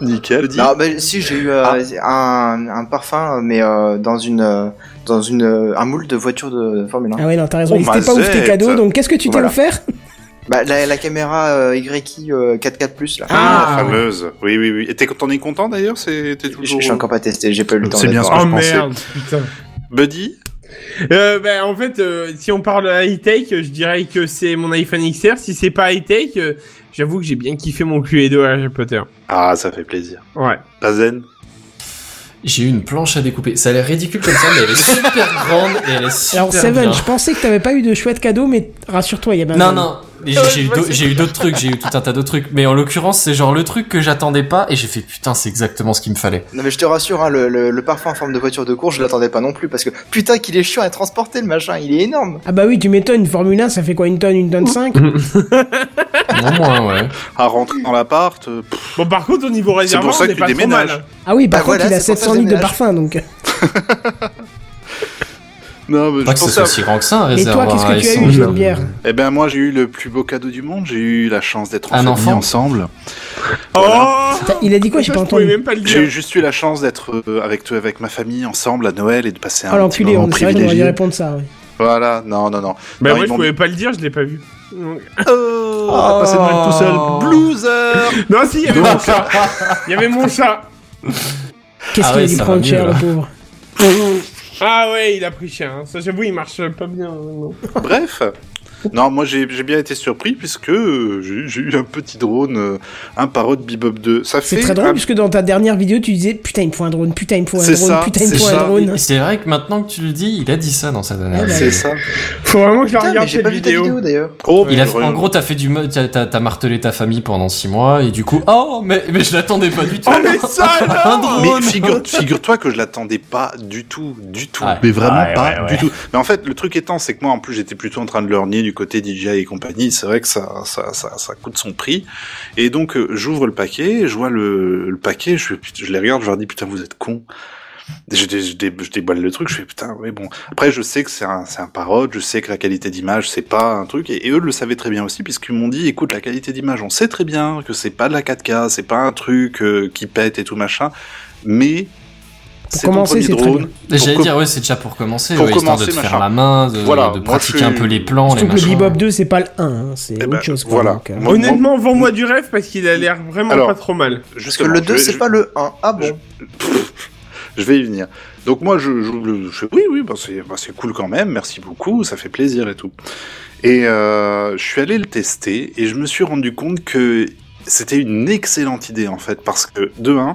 S4: Nickel, dit.
S8: Non, mais si j'ai eu euh,
S4: Ah.
S8: un, un parfum, mais euh, dans une euh, dans une euh, un moule de voiture de Formule 1.
S1: Ah ouais, non, t'as raison,
S4: Oh,
S1: ils étaient pas ouf tes
S4: mazette.
S1: cadeaux, donc qu'est-ce que tu t'es
S8: Voilà.
S1: offert
S8: Bah la, la caméra euh, YI euh, 4x4 plus là.
S3: Ah,
S4: la fameuse. Oui, oui, oui. Et t'es- t'en es content d'ailleurs C'est t'es
S8: Je
S4: toujours.
S8: je suis encore pas testé, j'ai pas eu le temps.
S4: C'est bien
S8: d'être-
S4: ce que
S3: Oh
S4: je pensais.
S3: merde, putain.
S4: Buddy
S3: Euh, bah, en fait, euh, si on parle high-tech, je dirais que c'est mon iPhone XR. Si c'est pas high-tech, euh, j'avoue que j'ai bien kiffé mon Cluedo à Harry Potter.
S4: Ah, ça fait plaisir.
S3: Ouais.
S4: Bazen
S5: J'ai eu une planche à découper. Ça a l'air ridicule comme ça, mais elle est super grande et elle est super
S1: Alors Seven,
S5: bien.
S1: je pensais que t'avais pas eu de chouette cadeau, mais rassure-toi, il y avait un.
S5: Non, non. mais j'ai- J'ai eu d'au- j'ai eu d'autres trucs, j'ai eu tout un tas de trucs, mais en l'occurrence, c'est genre le truc que j'attendais pas et j'ai fait putain, c'est exactement ce qu'il me fallait.
S8: Non mais je te rassure, hein, le, le, le parfum en forme de voiture de course, je l'attendais pas non plus parce que putain qu'il est chiant à transporter le machin, il est énorme.
S1: Ah bah oui, tu m'étonnes, une Formule 1, ça fait quoi Une tonne, une tonne 5
S5: Mm-hmm. Non moins, ouais.
S4: à rentrer Ah, dans l'appart. euh, pff,
S3: Bon, par contre, au niveau
S4: C'est pour
S3: réservoir,
S4: ça
S3: on
S4: que
S3: est
S4: tu
S3: pas trop
S4: déménages.
S3: mal.
S1: Ah oui, par
S8: Bah
S1: contre,
S8: voilà,
S1: il a
S8: c'est pour ça
S1: 700 litres de
S8: que je
S1: parfum, donc.
S4: Non, mais je
S5: Pas que ce
S4: pense
S5: soit
S4: à...
S5: aussi grand que ça, un
S1: Et toi,
S5: réservoir.
S1: qu'est-ce
S5: à
S1: que tu as eu,
S5: essence,
S1: jeune bière
S4: Eh ben moi j'ai eu le plus beau cadeau du monde, j'ai eu la chance d'être en
S5: Un
S4: famille
S5: enfant
S4: ensemble.
S3: Oh
S1: T'as- Il a dit quoi J'ai
S3: Ça,
S1: pas
S3: je pouvais
S1: entendu.
S3: même pas le
S4: J'ai
S3: dire.
S4: juste eu la chance d'être euh, avec toi, avec ma famille ensemble à Noël et de passer
S1: Ah
S4: un petit
S1: l'enculé,
S4: moment
S1: on c'est vrai qu'on aurait dû
S4: privilégié.
S1: répondre ça. ouais.
S4: Voilà, non non non.
S3: Bah,
S4: Non, Ah,
S3: moi,
S4: ils
S3: je
S4: m'ont-
S3: pouvais pas le dire, je l'ai pas vu.
S4: Oh, on va passer Noël tout
S3: Ah.
S4: seul, blueser.
S3: Non, si, il y avait mon chat. Il y avait mon chat.
S1: Qu'est-ce qu'il
S5: Ah
S1: a
S5: ouais,
S1: dû
S5: ça va
S1: prendre
S5: mieux,
S1: cher,
S5: là.
S1: le pauvre
S3: Ah ouais, il a pris cher. hein. Ça, j'avoue, il marche pas bien. hein, non.
S4: Bref. Non, moi j'ai j'ai bien été surpris puisque euh, j'ai j'ai eu un petit drone, euh, un parrot de Bebop 2. Ça
S1: C'est
S4: fait
S1: très drôle,
S4: un-
S1: puisque dans ta dernière vidéo, tu disais putain, il me faut un drone, putain, il me faut un
S4: C'est
S1: drone,
S4: ça,
S1: putain, il me
S4: c'est
S1: faut un
S4: ça.
S1: drone.
S5: C'est vrai que maintenant que tu le dis, il a dit ça dans sa dernière
S1: Ouais,
S4: C'est
S5: vidéo.
S4: ça.
S3: Faut vraiment que je la
S8: Putain, mais
S3: regarde
S8: j'ai
S3: cette
S8: pas vu ta
S3: vidéo.
S8: vidéo d'ailleurs.
S4: Oh,
S5: Il a,
S4: purée.
S5: en gros, t'as fait du, mo- t'as, t'as- t'as martelé ta famille pendant 6 mois, et du coup, oh, mais, mais je l'attendais pas du tout.
S4: Ah,
S3: Oh, mais ça
S5: Un
S3: alors
S5: drone.
S4: Mais figure- figure-toi que je l'attendais pas du tout, du tout,
S5: Ouais.
S4: mais vraiment
S5: Ouais,
S4: pas
S5: ouais,
S4: du
S5: ouais.
S4: tout. Mais en fait, le truc étant, c'est que moi, en plus, j'étais plutôt en train de lorgner du côté DJI et compagnie. C'est vrai que ça, ça, ça, ça coûte son prix. Et donc, euh, j'ouvre le paquet, je vois le, le paquet, je, fais, putain, je les regarde, je leur dis putain, vous êtes cons. Je, dé- je dé- je déballe le truc, je fais putain, oui bon. Après, je sais que c'est un, c'est un parode, je sais que la qualité d'image, c'est pas un truc, et, et eux le savaient très bien aussi, puisqu'ils m'ont dit, écoute, la qualité d'image, on sait très bien que c'est pas de la 4K, c'est pas un truc euh, qui pète et tout machin, mais c'est ton
S1: commencer,
S4: premier
S1: c'est très
S4: drone.
S5: Mais J'allais
S4: Pour
S5: dire, ouais, c'est déjà pour commencer,
S4: pour
S5: ouais, histoire de
S4: commencer,
S5: te faire
S4: machin.
S5: la main, de,
S4: Voilà,
S5: de
S4: moi,
S5: pratiquer
S4: je
S5: un
S4: suis-
S5: peu les plans, les
S1: Surtout que le
S5: machins.
S1: Bebop 2, c'est pas le 1, hein, c'est
S4: Eh
S1: autre
S4: ben,
S1: chose. quoi,
S4: voilà.
S1: donc, euh.
S4: Moi-
S3: Honnêtement, vends-moi du rêve parce qu'il a l'air vraiment
S4: Alors,
S3: pas trop mal.
S8: Parce que le 2, c'est pas le 1. Ah bon
S4: Je vais y venir. Donc moi, je, je, le- je fais, oui, oui, bah c'est bah c'est cool quand même, merci beaucoup, ça fait plaisir et tout. Et euh, je suis allé le tester et je me suis rendu compte que c'était une excellente idée en fait, parce que de 1,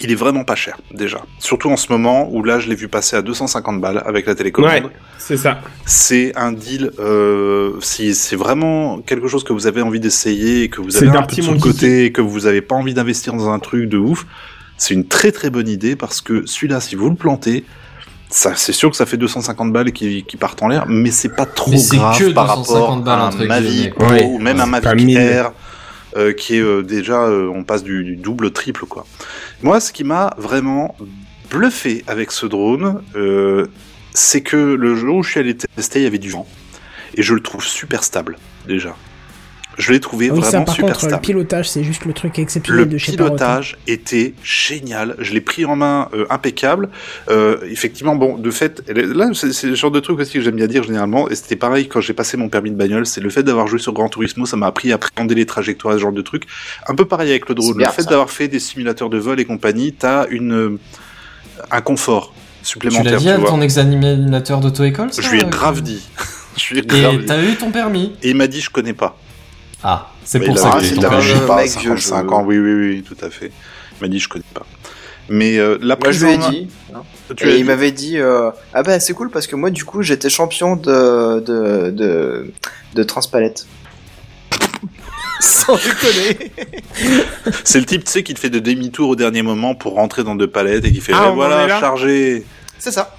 S4: il est vraiment pas cher déjà. Surtout en ce moment où là, je l'ai vu passer à 250 balles avec la télécommande.
S3: Ouais, c'est ça.
S4: C'est un deal, euh, si c'est vraiment quelque chose que vous avez envie d'essayer, et que vous
S3: C'est
S4: avez un
S3: Dirty
S4: petit de
S3: Monkey.
S4: côté, et que vous n'avez pas envie d'investir dans un truc de ouf, c'est une très très bonne idée parce que celui-là, si vous le plantez, ça, c'est sûr que ça fait 250 balles qui, qui partent en l'air, mais c'est pas trop
S5: Mais c'est
S4: grave
S5: que
S4: par
S5: 250
S4: rapport
S5: balles,
S4: à un
S5: entre guillemets,
S4: Mavic Pro
S5: quoi. Ouais,
S4: ou même
S5: c'est
S4: un
S3: pas
S4: Mavic
S3: mille.
S4: Air euh, qui est euh, déjà, euh, on passe du, du double triple quoi. Moi, ce qui m'a vraiment bluffé avec ce drone, euh, c'est que le jour où je suis allé tester, il y avait du vent. Et je le trouve super stable, déjà. Je l'ai trouvé
S1: Ah oui, ça,
S4: vraiment
S1: par
S4: super
S1: contre, le
S4: stable.
S1: pilotage, c'est juste le truc exceptionnel
S4: Le
S1: de chez Parrot.
S4: pilotage était génial. Je l'ai pris en main euh, impeccable. Euh, effectivement, bon, de fait, là, c'est c'est le genre de truc aussi que j'aime bien dire généralement. Et c'était pareil quand j'ai passé mon permis de bagnole. C'est le fait d'avoir joué sur Gran Turismo, ça m'a appris à appréhender les trajectoires, ce genre de truc. Un peu pareil avec le drone.
S8: C'est bien,
S4: le fait
S8: ça.
S4: d'avoir fait des simulateurs de vol et compagnie, t'as une euh, un confort
S5: Tu l'as
S4: supplémentaire.
S5: dit
S4: tu
S5: à
S4: vois.
S5: ton examinateur d'auto-école, ça
S4: Je lui ai
S5: euh,
S4: grave
S5: que-
S4: dit. Je lui ai grave
S5: Et
S4: dit.
S5: t'as eu ton permis
S4: Et il m'a dit, je connais pas.
S5: Ah, c'est
S4: Mais
S5: pour
S4: il
S5: ça
S4: a-
S5: que
S8: ah,
S5: t'as eu
S8: c'est
S5: ton
S8: un
S4: je sais
S5: permis.
S8: vieux
S4: pas,
S8: mec,
S4: 55
S8: je-
S4: ans, oui, oui, oui, tout à fait. Il m'a dit, je connais pas. Mais euh, la
S8: Moi, je
S4: prise
S8: lui ai
S4: en main-
S8: dit.
S4: tu as
S8: et
S4: dit-
S8: il m'avait dit euh, Ah bah c'est cool parce que moi, du coup, j'étais champion de. de. de, de transpalette. Sans déconner
S4: C'est le type, tu sais, qui te fait des demi-tours au dernier moment pour rentrer dans deux palettes et qui fait,
S3: Ah,
S4: eh,
S3: on en est
S4: voilà,
S3: là
S4: chargé.
S8: C'est ça.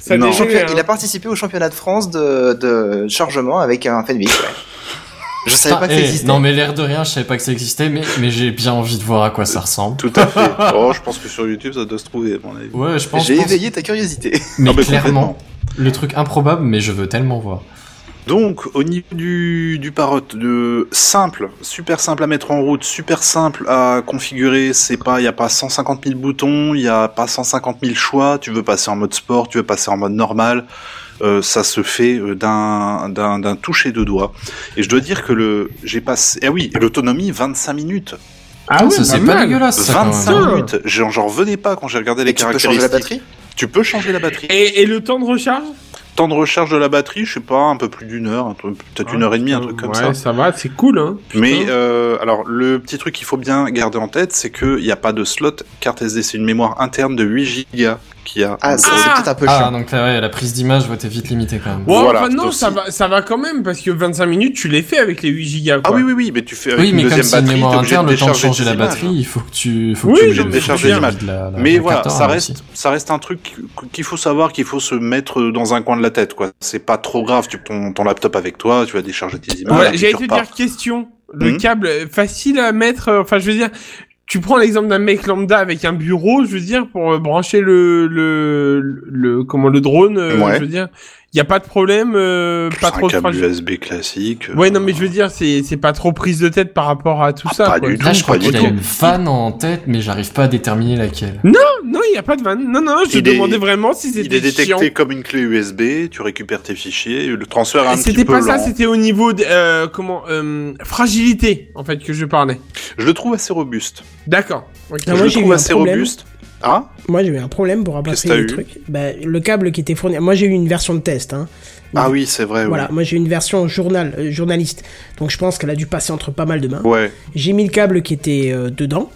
S3: Ça
S4: Non.
S3: déchire,
S8: Champion-
S3: hein.
S8: Il a participé au championnat de France de, de chargement avec un Fenwick. Ouais. Je savais
S5: Ah,
S8: pas que
S5: eh,
S8: ça existait.
S5: non mais l'air de rien, je savais pas que ça existait, mais, mais j'ai bien envie de voir à quoi ça ressemble.
S4: Tout à fait. oh, je pense que sur YouTube, ça doit se trouver, à mon avis.
S5: Ouais, je pense.
S8: J'ai
S5: pense-
S8: éveillé ta curiosité.
S5: Mais
S4: Non, Ah, mais
S5: clairement,
S4: complètement.
S5: le truc improbable, mais je veux tellement voir.
S4: Donc, au niveau du, du parrot, de simple, super simple à mettre en route, super simple à configurer, c'est pas, il y a pas 150 000 boutons, il y a pas 150 000 choix, tu veux passer en mode sport, tu veux passer en mode normal, euh, ça se fait euh, d'un, d'un, d'un toucher de doigts. Et je dois dire que le, j'ai passé, ah oui, et l'autonomie 25 minutes.
S3: Ah ouais,
S5: ça c'est pas
S3: mal.
S5: dégueulasse. Ça, quand même.
S4: 25 minutes, j'en, j'en revenais pas quand j'ai regardé les
S8: Et tu peux changer
S4: caractéristiques.
S8: la batterie
S4: Tu peux changer la batterie.
S3: Et, et le temps de recharge
S4: Temps de recharge de la batterie, je sais pas, un peu plus d'une heure, un truc- peut-être une heure et demie, un truc comme
S3: ouais,
S4: ça.
S3: ça va, c'est cool. Hein.
S4: Mais
S3: Putain.
S4: euh, alors le petit truc qu'il faut bien garder en tête, c'est qu'il n'y a pas de slot carte SD, c'est une mémoire interne de 8 Go qui a.
S8: Ah, c'est c'est peut-être un peu
S5: Ah
S8: chiant.
S5: donc là, ouais, la prise d'image, ouais, t'es vite limité quand même.
S3: Bon,
S4: Voilà,
S3: enfin, non,
S4: aussi.
S3: ça va, ça va quand même, parce que 25 minutes, tu les fais avec les 8 gigas.
S4: Ah
S3: quoi.
S4: oui oui oui, mais tu fais avec
S5: Oui,
S4: une
S5: mais comme
S4: deuxième
S5: c'est une
S4: batterie,
S5: mémoire
S4: t'es obligé
S5: interne,
S4: de
S5: le temps de
S4: décharger
S5: changer
S4: tes
S5: la
S4: images.
S5: batterie, il faut que tu, faut que
S3: Oui,
S5: tu
S3: non,
S5: obligé de-
S3: mais
S5: faut que
S4: charger
S5: tu
S4: l'image.
S5: de la- la-
S4: Mais
S5: la
S4: voilà,
S5: carte,
S4: ça
S5: hein,
S4: reste,
S5: aussi.
S4: ça reste un truc qu'il faut savoir, qu'il faut se mettre dans un coin de la tête, quoi. C'est pas trop grave, tu ton, ton laptop avec toi, tu vas décharger tes images.
S3: Ouais,
S4: puis
S3: J'allais
S4: tu
S3: te
S4: repars.
S3: dire question. Le
S4: Mhm.
S3: câble euh, facile à mettre. euh, Enfin, je veux dire, tu prends l'exemple d'un mec lambda avec un bureau. Je veux dire, pour euh, brancher le le, le comment le drone. euh,
S4: Ouais.
S3: Je veux dire, il y a pas de problème, euh, pas
S4: C'est
S3: trop
S4: un
S3: de
S4: câble
S3: fragilité.
S4: USB euh, classique.
S3: Ouais, non, mais je veux dire, c'est c'est pas trop prise de tête par rapport à tout ça.
S4: Ah, pas
S3: quoi.
S4: du tout.
S5: Là, je crois
S4: pas
S5: qu'il
S4: du
S5: a
S4: tout.
S5: une fan en tête, mais j'arrive pas à déterminer laquelle.
S3: Non, il y a pas de vanne. Non, non, je
S4: Il est-
S3: demandais vraiment si
S4: Il est
S3: c'était
S4: détecté
S3: chiant.
S4: comme une clé USB, tu récupères tes fichiers, le transfert est un petit
S3: C'était
S4: peu
S3: pas ça,
S4: lent.
S3: c'était au niveau de, euh, comment euh, fragilité en fait que je parlais.
S4: Je le trouve assez robuste.
S3: D'accord. ok.
S1: Ah,
S4: je
S1: moi,
S4: le
S1: j'ai
S4: trouve
S1: eu un
S4: assez
S1: problème.
S4: robuste. Ah
S1: Moi j'ai eu un problème pour rapatrier
S4: Qu'est-ce
S1: le
S4: que t'as
S1: truc. Bah, le câble qui était fourni. Moi j'ai eu une version de test. Hein.
S4: Ah oui, c'est vrai. ouais.
S1: Voilà, moi j'ai une version journal, euh, journaliste. Donc je pense qu'elle a dû passer entre pas mal de mains.
S4: Ouais.
S1: J'ai mis le câble qui était euh, dedans.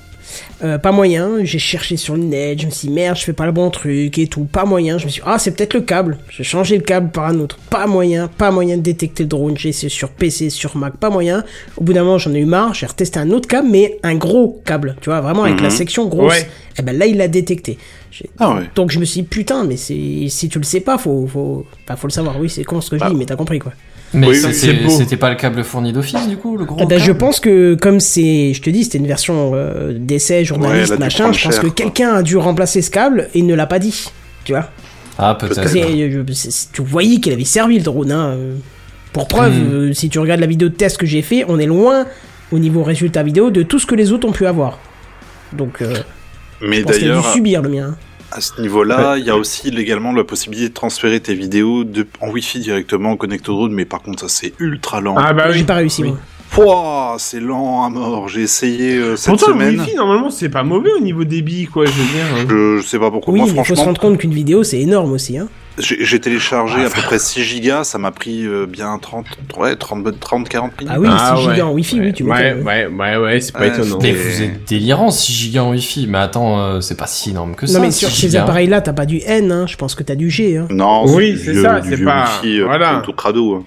S1: Euh, pas moyen, j'ai cherché sur le net, je me suis dit merde, je fais pas le bon truc et tout, pas moyen. Je me suis dit, ah, c'est peut-être le câble. J'ai changé le câble par un autre, pas moyen, pas moyen de détecter le drone. J'ai essayé sur PC, sur Mac, pas moyen. Au bout d'un moment, j'en ai eu marre, j'ai retesté un autre câble, mais un gros câble, tu vois, vraiment avec la
S4: Mhm.
S1: section grosse.
S3: Ouais.
S1: Et ben là, il l'a détecté. J'ai-
S4: Ah ouais.
S1: Donc je me suis dit, putain, mais c'est- si tu le sais pas, faut, faut, enfin, faut le savoir. Oui, c'est con ce que
S4: Bah,
S1: je dis, mais t'as compris quoi.
S5: Mais
S4: Oui,
S5: c'était-
S3: c'est beau.
S5: c'était pas le câble fourni d'office, du coup, le gros.
S1: Ah bah, je
S5: câble
S1: pense que comme c'est, je te dis, c'était une version euh, d'essai,
S4: Ouais, elle
S1: journaliste,
S4: a dû
S1: machin,
S4: prendre
S1: je pense
S4: cher,
S1: que
S4: quoi.
S1: quelqu'un a dû remplacer ce câble et ne l'a pas dit. Tu vois
S5: Ah, peut-être.
S1: C'est- euh, je- c'est- Tu voyais qu'il avait servi le drone. hein. Euh, Pour preuve,
S5: Hmm.
S1: euh, si tu regardes la vidéo de test que j'ai fait, on est loin au niveau résultat vidéo de tout ce que les autres ont pu avoir. Donc, euh,
S4: Mais
S1: je pense qu'il a dû
S4: d'ailleurs,
S1: subir le mien. hein.
S4: à ce niveau-là, il y a aussi légalement la possibilité de transférer tes vidéos de... en Wi-Fi directement connecté au drone, mais par contre, ça c'est ultra lent.
S3: Ah bah
S1: J'ai
S3: oui.
S1: pas réussi.
S3: Oui.
S1: moi.
S4: Pouah, c'est lent à mort. J'ai essayé euh, cette
S3: Pourtant, le
S4: semaine.
S3: wifi, normalement, c'est pas mauvais au niveau débit, quoi, je veux dire.
S1: Ah,
S3: euh.
S4: Je, je sais pas pourquoi.
S1: Oui,
S4: Moi,
S1: mais faut se
S4: franchement,
S1: rendre compte qu'une vidéo, c'est énorme aussi. Hein.
S4: j'ai j'ai téléchargé
S3: Ah.
S4: à peu près 6 gigas. Ça m'a pris euh, bien 30, ouais, 30, 30 40 minutes.
S1: Ah oui,
S3: Ah,
S1: 6
S3: ouais.
S1: giga en Wi-Fi, oui, tu
S3: ouais,
S1: m'étonnes.
S3: ouais, ouais, ouais, c'est Ah. pas
S4: Ouais,
S3: étonnant.
S5: Mais
S4: Et-
S5: vous êtes délirant, 6 gigas en wifi. Mais attends, euh, c'est pas si énorme que ça.
S1: Non, mais sur
S5: 6
S1: ces
S5: gigas.
S1: appareils-là, t'as pas du N, hein. je pense que t'as du G. Hein.
S4: Non,
S3: Oui,
S4: du
S3: c'est
S4: vieux-
S3: ça,
S4: du
S3: c'est
S4: vieux
S3: pas-
S4: wifi, euh,
S3: voilà.
S4: tout crado. hein.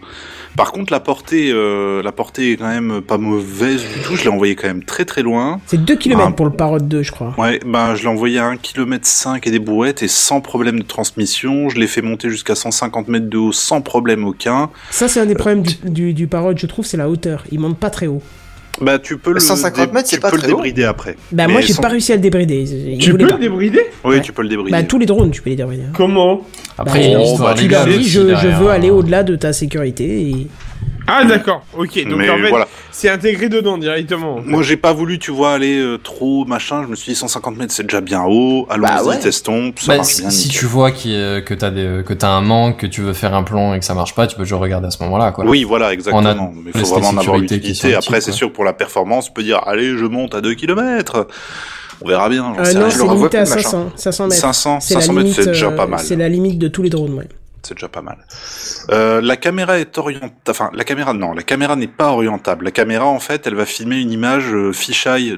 S4: Par contre, la portée, euh, la portée est quand même pas mauvaise du tout. Je l'ai envoyé quand même très très loin.
S1: C'est 2 km
S4: Ah.
S1: pour le Parrot 2, je crois.
S4: Ouais, ben je l'ai envoyé à 1,5 km et des brouettes et sans problème de transmission. Je l'ai fait monter jusqu'à 150 mètres de haut sans problème aucun.
S1: Ça, c'est un des problèmes du, du, du Parrot, je trouve, c'est la hauteur. Il monte pas très haut.
S4: Bah tu peux le
S8: 150
S4: dé-
S8: mètres, c'est
S4: tu
S8: pas
S4: peux le
S8: très haut.
S4: débrider après.
S1: Bah,
S4: Mais
S1: moi, j'ai
S4: sans-
S1: pas réussi à le débrider. Il
S3: Tu
S1: voulait
S3: peux
S1: pas.
S3: le débrider
S4: Oui,
S1: Ouais.
S4: tu peux le débrider.
S1: Bah, tous les drones, tu peux les débrider. hein.
S3: Comment
S5: Après,
S1: Bah,
S5: il y a
S4: oh,
S5: une histoire
S4: bah,
S1: Tu leur
S5: légale
S1: dis,
S5: aussi
S1: je, je
S5: derrière,
S1: veux
S5: hein.
S1: aller au-delà de ta sécurité. Et...
S3: Ah, d'accord, ok, donc
S4: Mais
S3: en fait,
S4: voilà.
S3: c'est intégré dedans directement.
S4: Moi, j'ai pas voulu, tu vois, aller euh, trop machin. Je me suis dit 150 mètres, c'est déjà bien haut. Allons-y,
S8: Bah ouais.
S4: testons. Ça
S5: Bah,
S4: marche
S5: si,
S4: bien.
S5: si
S4: nickel.
S5: tu vois qu'il y a- que t'as des- que t'as un manque, que tu veux faire un plan et que ça marche pas, tu peux toujours regarder à ce moment-là. Quoi.
S4: Oui, voilà,
S5: On a
S4: exactement. Mais il
S5: les
S4: faut vraiment en avoir
S5: sécurités qui sont
S4: l'utilité. Après,
S5: utiles,
S4: c'est
S5: quoi.
S4: sûr, pour la performance, on peut dire, allez, je monte à 2 km. On verra bien. j'en
S1: Euh,
S4: sais
S1: non,
S4: rien.
S1: c'est
S8: le revois
S1: limité
S8: plus,
S1: à
S8: machin.
S1: 500, 500 mètres.
S4: 500,
S1: C'est la
S4: 500 mètres,
S1: limite,
S4: c'est déjà
S1: euh,
S4: pas mal.
S1: C'est la limite de tous les drones, ouais.
S4: C'est déjà pas mal. Euh, la caméra est orientée. Enfin, la caméra, non, la caméra n'est pas orientable. La caméra, en fait, elle va filmer une image euh, fisheye de,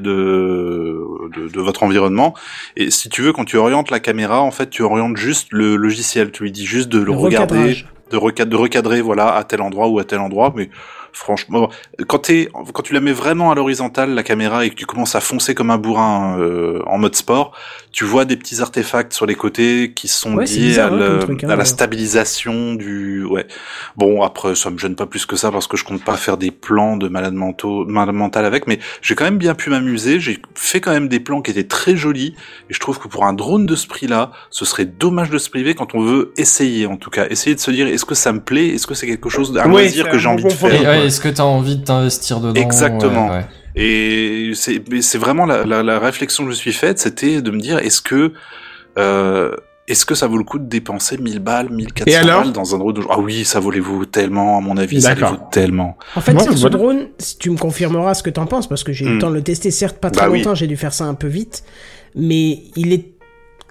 S4: de de votre environnement. Et si tu veux, quand tu orientes la caméra, en fait, tu orientes juste le logiciel. Tu lui dis juste de le, regarder,
S1: recadrage.
S4: de, reca- de recadrer, voilà, à tel endroit ou à tel endroit. Mais franchement, quand t'es, quand tu la mets vraiment à l'horizontale la caméra et que tu commences à foncer comme un bourrin euh, en mode sport, tu vois des petits artefacts sur les côtés qui sont
S1: Ouais, c'est
S4: liés
S1: bizarre,
S4: à,
S1: hein,
S4: le-
S1: comme truc, hein,
S4: à la
S1: d'ailleurs.
S4: stabilisation du. Ouais. Bon, après, ça me gêne pas plus que ça parce que je compte pas faire des plans de malade mentaux, malade mental avec, mais j'ai quand même bien pu m'amuser. J'ai fait quand même des plans qui étaient très jolis et je trouve que pour un drone de ce prix-là, ce serait dommage de se priver quand on veut essayer, en tout cas, essayer de se dire est-ce que ça me plaît, est-ce que c'est quelque chose, un
S3: Ouais,
S4: loisir
S3: c'est
S4: que
S3: un
S4: j'ai
S3: bon
S4: envie de
S3: compromis.
S5: Et,
S4: faire.
S5: ouais,
S4: quoi.
S5: Est-ce que t'as envie de t'investir dedans
S4: Exactement.
S5: Ouais, ouais.
S4: Et c'est mais c'est vraiment la, la, la réflexion que je me suis faite, c'était de me dire est-ce que euh, est-ce que ça vaut le coup de dépenser 1000 balles, 1400
S3: Et alors
S4: balles dans un drone de Ah oui, ça vaut les vaut tellement, à mon avis, ça les
S3: D'accord.
S4: vaut tellement.
S1: En fait,
S3: Ouais,
S1: sur ce
S3: voilà.
S1: drone, si tu me confirmeras ce que t'en penses, parce que j'ai eu
S4: Hmm.
S1: le temps de le tester, certes pas très
S4: Bah oui.
S1: longtemps, j'ai dû faire ça un peu vite, mais il est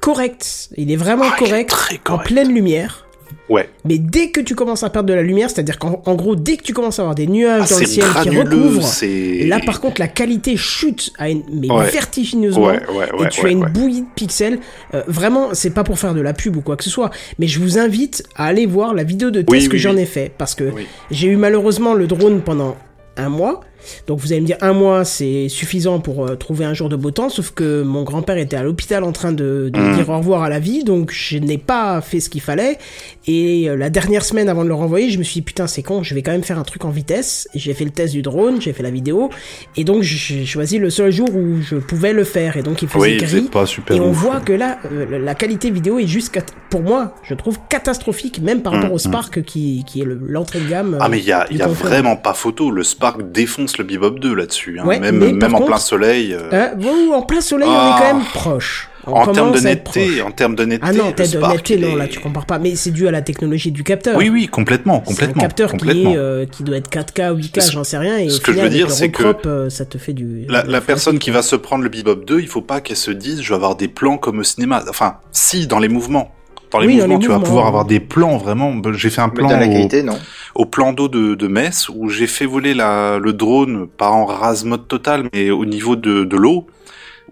S1: correct. Il est vraiment
S4: Ah, il est
S1: correct,
S4: très
S1: en
S4: correct.
S1: pleine lumière.
S4: Ouais.
S1: Mais dès que tu commences à perdre de la lumière, c'est-à-dire qu'en en gros, dès que tu commences à avoir des nuages
S4: Ah,
S1: dans le
S4: c'est
S1: ciel qui
S4: granuleux,
S1: recouvrent,
S4: c'est.
S1: là par contre la qualité chute à une, mais
S4: Ouais.
S1: vertigineusement.
S4: Ouais, ouais, ouais.
S1: et tu
S4: ouais,
S1: as une
S4: ouais.
S1: bouillie de pixels. Euh, vraiment, c'est pas pour faire de la pub ou quoi que ce soit, mais je vous invite à aller voir la vidéo de test
S4: Oui,
S1: que
S4: oui,
S1: j'en
S4: oui.
S1: ai fait parce que
S4: Oui.
S1: j'ai eu malheureusement le drone pendant un mois. Donc vous allez me dire un mois c'est suffisant pour euh, trouver un jour de beau temps, sauf que mon grand-père était à l'hôpital en train de, de
S4: Mhm.
S1: dire au revoir à la vie, donc je n'ai pas fait ce qu'il fallait. Et euh, la dernière semaine avant de le renvoyer, je me suis dit putain c'est con, je vais quand même faire un truc en vitesse. J'ai fait le test du drone, j'ai fait la vidéo, et donc j'ai choisi le seul jour où je pouvais le faire, et donc il faisait
S4: Oui,
S1: gris.
S4: c'est pas super
S1: Et on
S4: ouf.
S1: voit que là, euh, la- la qualité vidéo est juste, cat- pour moi, je trouve catastrophique, même par rapport
S4: Mm,
S1: au
S4: mm.
S1: Spark qui, qui est le- l'entrée de gamme.
S4: Ah mais il y a,
S1: du
S4: il y a
S1: confort.
S4: vraiment pas photo, le Spark défonce le Bebop 2 là-dessus, hein.
S1: Ouais,
S4: même,
S1: mais
S4: même
S1: par
S4: en plein
S1: contre-
S4: soleil. euh,
S1: Euh, bon, en plein soleil, on est
S4: Ah.
S1: quand même proche. On
S4: en termes
S1: commence à être
S4: d'honnêteté,
S1: proche.
S4: en termes d'honnêteté,
S1: Ah non,
S4: le
S1: t'as de
S4: Spark,
S1: netteté,
S4: il
S1: non,
S4: est-
S1: là tu compares pas. Mais c'est dû à la technologie du capteur.
S4: Oui, oui, complètement,
S1: C'est
S4: complètement.
S1: Un capteur
S4: complètement.
S1: qui, est, euh, qui doit être 4K ou 8K,
S4: Ce-
S1: j'en sais rien. Et
S4: ce
S1: au
S4: que je
S1: final,
S4: veux dire,
S1: avec le
S4: c'est que
S1: Robocop, euh, ça te fait du.
S4: La, la personne qui va se prendre le Bebop 2, il faut pas qu'elle se dise je vais avoir des plans comme au cinéma. Enfin, si dans les mouvements, dans les
S1: Oui, dans
S4: mouvements,
S1: les
S4: tu vas
S1: mouvements.
S4: pouvoir avoir des plans vraiment. Ben, J'ai fait un
S8: Mais
S4: plan
S8: dans la
S4: au-
S8: qualité, non.
S4: au, plan d'eau de, de Metz où j'ai fait voler la, le drone pas en rase mode total, mais au niveau de, de l'eau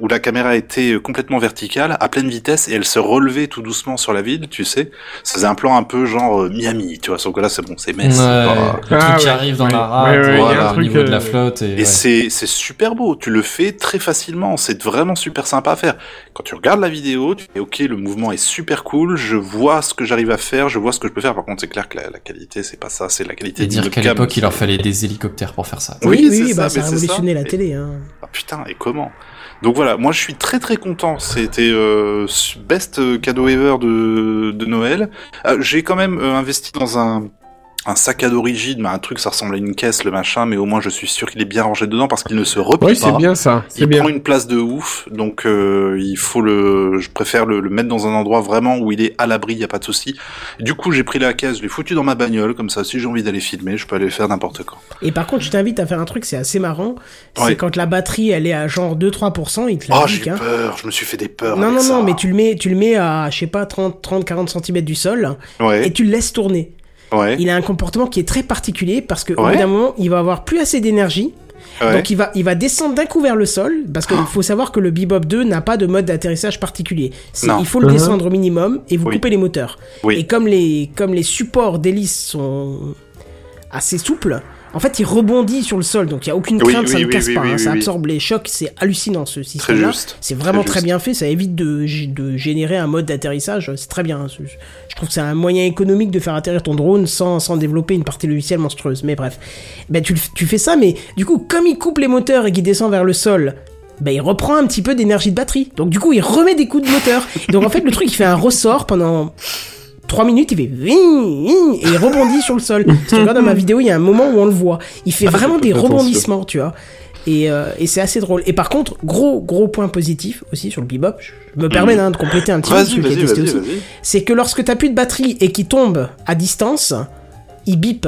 S4: où la caméra était complètement verticale, à pleine vitesse, et elle se relevait tout doucement sur la ville, tu sais. Ça faisait un plan un peu genre euh, Miami, tu vois, sauf que là, c'est bon, c'est Metz. c'est pas-
S5: Le
S3: Ah
S5: truc qui
S3: ouais,
S5: arrive dans
S3: ouais,
S5: la rade,
S3: ouais,
S4: il
S3: ouais,
S4: y a un
S5: voilà, au
S3: truc,
S5: niveau de la
S3: euh,
S5: flotte. Et,
S4: Et
S5: ouais.
S4: c'est c'est super beau, tu le fais très facilement, c'est vraiment super sympa à faire. Quand tu regardes la vidéo, tu dis ok, le mouvement est super cool, je vois ce que j'arrive à faire, je vois ce que je peux faire. Par contre, c'est clair que la, la qualité, c'est pas ça, c'est la qualité
S5: Et dire
S4: de
S5: qu'à
S4: câble.
S5: l'époque, il leur fallait des hélicoptères pour faire ça.
S1: Oui, oui,
S4: c'est
S1: oui, bah, ça
S4: mais
S1: a
S4: c'est
S1: révolutionné
S4: ça.
S1: la
S4: Et-
S1: télé. Hein.
S4: ah, putain, et comment Donc voilà, moi je suis très très content. C'était euh, best euh, cadeau ever de, de Noël. Euh, J'ai quand même euh, investi dans un, un sac à dos rigide, mais un truc, ça ressemble à une caisse, le machin, mais au moins je suis sûr qu'il est bien rangé dedans parce qu'il ne se replie
S3: Oui,
S4: pas.
S3: c'est bien ça. C'est
S4: Il
S3: bien.
S4: prend une place de ouf, donc euh, il faut le. Je préfère le, le mettre dans un endroit vraiment où il est à l'abri, y a pas de souci. Du coup, j'ai pris la caisse, je l'ai foutu dans ma bagnole, comme ça, si j'ai envie d'aller filmer, je peux aller le faire n'importe quand.
S1: Et par contre, je t'invite à faire un truc, c'est assez marrant. C'est
S4: Ouais.
S1: quand la batterie, elle est à genre 2-3%, il te
S4: Oh,
S1: la
S4: j'ai
S1: pique,
S4: eu
S1: hein.
S4: peur, je me suis fait des peurs.
S1: Non,
S4: avec
S1: non,
S4: ça.
S1: non, mais tu le mets, tu le mets à, je sais pas, 30, 30, 40 cm du sol, et
S4: Ouais,
S1: tu le laisses tourner.
S4: ouais.
S1: Il a un comportement qui est très particulier parce que, au
S4: Ouais.
S1: bout d'un moment, il va avoir plus assez d'énergie.
S4: ouais. Ah.
S1: Donc il va, il va descendre d'un coup vers le sol, parce qu'il faut savoir que le Bebop 2 n'a pas de mode d'atterrissage particulier. C'est-
S4: Non.
S1: Il faut le
S3: Mhm.
S1: descendre au minimum et vous
S4: Oui.
S1: coupez les moteurs.
S4: Oui.
S1: Et comme les, comme les supports d'hélice sont assez souples, en fait il rebondit sur le sol, donc il n'y a aucune
S4: Oui,
S1: crainte, ça
S4: oui,
S1: ne
S4: oui,
S1: casse
S4: oui,
S1: pas,
S4: oui,
S1: hein,
S4: oui,
S1: ça
S4: oui.
S1: absorbe les chocs, c'est hallucinant ce
S4: Très
S1: système-là.
S4: juste.
S1: C'est vraiment
S4: Très
S1: très,
S4: juste.
S1: bien fait, ça évite de, gé- de générer un mode d'atterrissage, c'est très bien. hein. Je- Je trouve que c'est un moyen économique de faire atterrir ton drone sans, sans développer une partie logicielle monstrueuse, mais bref. Ben tu, le- tu fais ça, mais du coup, comme il coupe les moteurs et qu'il descend vers le sol, ben il reprend un petit peu d'énergie de batterie. Donc du coup, il remet des coups de moteur. Donc en fait, le truc, il fait un ressort pendant 3 minutes, il fait ving, ving, et il rebondit sur le sol. Si tu regardes dans ma vidéo, il y a un moment où on le voit. Il
S4: Ah,
S1: fait vraiment des
S3: Attention.
S1: rebondissements, tu vois. Et, euh, et c'est assez drôle. Et par contre, gros gros point positif aussi sur le bebop, je je me permets hein, de compléter un petit peu ce
S4: Mm. Vas-y,
S1: que j'ai
S4: vas-y,
S1: testé
S4: vas-y,
S1: aussi,
S4: vas-y.
S1: c'est que lorsque t'as plus de batterie et qu'il tombe à distance, il bip.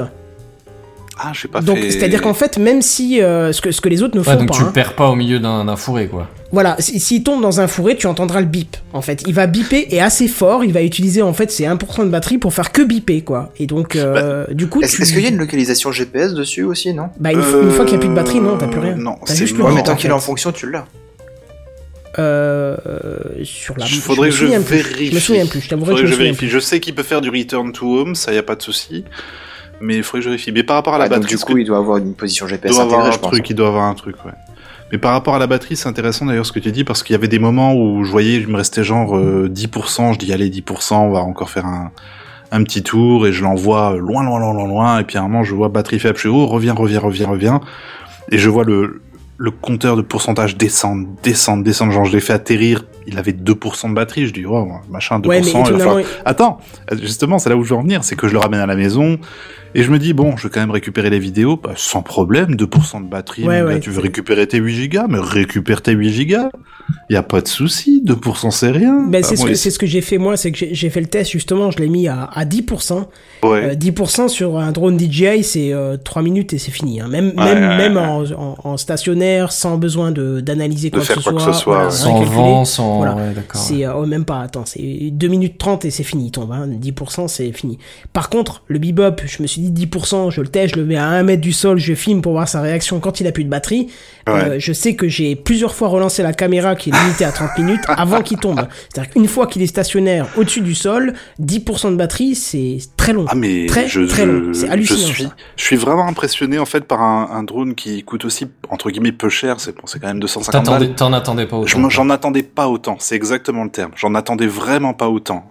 S4: Ah, j'ai pas
S1: Donc
S4: fait.
S1: c'est-à-dire qu'en fait, même si euh, ce, que, ce que les autres ne font
S5: Ouais, donc
S1: pas,
S5: tu
S1: hein.
S5: perds pas au milieu d'un d'un fourré, quoi.
S1: voilà, si- s'il tombe dans un fourré, tu entendras le bip. En fait, il va biper et assez fort. Il va utiliser en fait ses 1% de batterie pour faire que biper quoi. Et donc
S4: Bah,
S1: euh, du coup,
S8: Est-ce
S1: tu-
S8: est-ce qu'il y a une localisation GPS dessus aussi, non
S1: bah, une,
S4: Euh,
S1: une fois qu'il n'y a plus de batterie, non, t'as plus rien.
S4: non,
S1: T'as
S4: c'est
S1: juste le
S4: mort.
S8: Ouais,
S1: bip,
S8: mais
S1: en
S8: tant qu'il est en
S1: fait.
S8: fonction, tu l'as.
S1: Euh, euh, sur la.
S4: Il faudrait
S1: me
S4: que je
S1: souviens plus.
S4: vérifie.
S1: Je me souviens plus. Je t'avouerai
S4: Faudrait
S1: que je me
S4: que je
S1: souviens
S4: vérifie. Je sais qu'il peut faire du return to home, ça y a pas de souci. Mais il faudrait que je vérifie. Mais par rapport à la
S8: Ah, donc,
S4: batterie,
S8: du coup, il doit avoir une position
S4: il
S8: GPS
S4: doit avoir
S8: intégrée,
S4: un
S8: je pense.
S4: truc, il doit avoir un truc, ouais. Mais par rapport à la batterie, c'est intéressant d'ailleurs ce que tu dis parce qu'il y avait des moments où je voyais, il me restait genre euh, 10%, je dis allez 10%, on va encore faire un, un petit tour et je l'envoie euh, loin, loin, loin, loin, loin. Et puis à un moment, je vois batterie faible, je suis oh, reviens, reviens, reviens, reviens. Et je vois le, le compteur de pourcentage descendre, descendre, descendre. Genre, je l'ai fait atterrir, il avait 2% de batterie. Je dis, oh, machin, 2%.
S1: Ouais,
S4: il
S1: mais
S4: va falloir-
S1: étonnamment,
S4: Attends, justement, c'est là où je veux en venir, c'est que je le ramène à la maison et je me dis bon, je vais quand même récupérer les vidéos, bah, sans problème, 2% de batterie.
S1: Ouais,
S4: mon gars,
S1: ouais,
S4: tu veux
S1: c'est-
S4: récupérer tes 8 gigas, mais récupère tes 8 gigas. Y a pas de souci, 2% c'est rien.
S1: Ben,
S4: Bah,
S1: c'est ce
S4: bon,
S1: que
S4: et-
S1: c'est ce que j'ai fait moi, c'est que j'ai j'ai fait le test justement, je l'ai mis à, à 10%.
S4: ouais.
S1: Euh, 10% sur un drone DJI, c'est euh, 3 minutes et c'est fini. hein. Même,
S4: Ouais,
S1: même,
S4: ouais,
S1: même
S4: ouais.
S1: En, en- en stationnaire, sans besoin de- d'analyser
S4: De
S1: quoi,
S4: faire
S1: que euh,
S4: quoi que ce soit,
S1: voilà, rien
S4: ouais.
S5: Sans
S1: calculer.
S5: vent, sans.
S1: Voilà.
S5: Ouais, d'accord. ouais.
S1: C'est euh, oh, même pas, attends, c'est 2 minutes 30 et c'est fini, il tombe, hein. 10% c'est fini. Par contre, le bebop, je me suis dit 10%, je le teste, je le mets à 1 mètre du sol, je filme pour voir sa réaction quand il a plus de batterie. Euh, je sais que j'ai plusieurs fois relancé la caméra qui est limitée à 30 minutes avant qu'il tombe. C'est-à-dire qu'une fois qu'il est stationnaire au-dessus du sol, 10% de batterie, c'est très long.
S4: Ah mais
S1: Très,
S4: je,
S1: très
S4: je-
S1: long. C'est
S4: je
S1: hallucinant,
S4: suis,
S1: ça.
S4: je suis vraiment impressionné en fait par un, un drone qui coûte aussi entre guillemets peu cher. C'est bon, c'est quand même 250 balles.
S5: T'attendais- T'en attendais pas
S4: Je
S5: autant.
S4: m'en- J'en attendais pas autant, c'est exactement le terme. J'en attendais vraiment pas autant.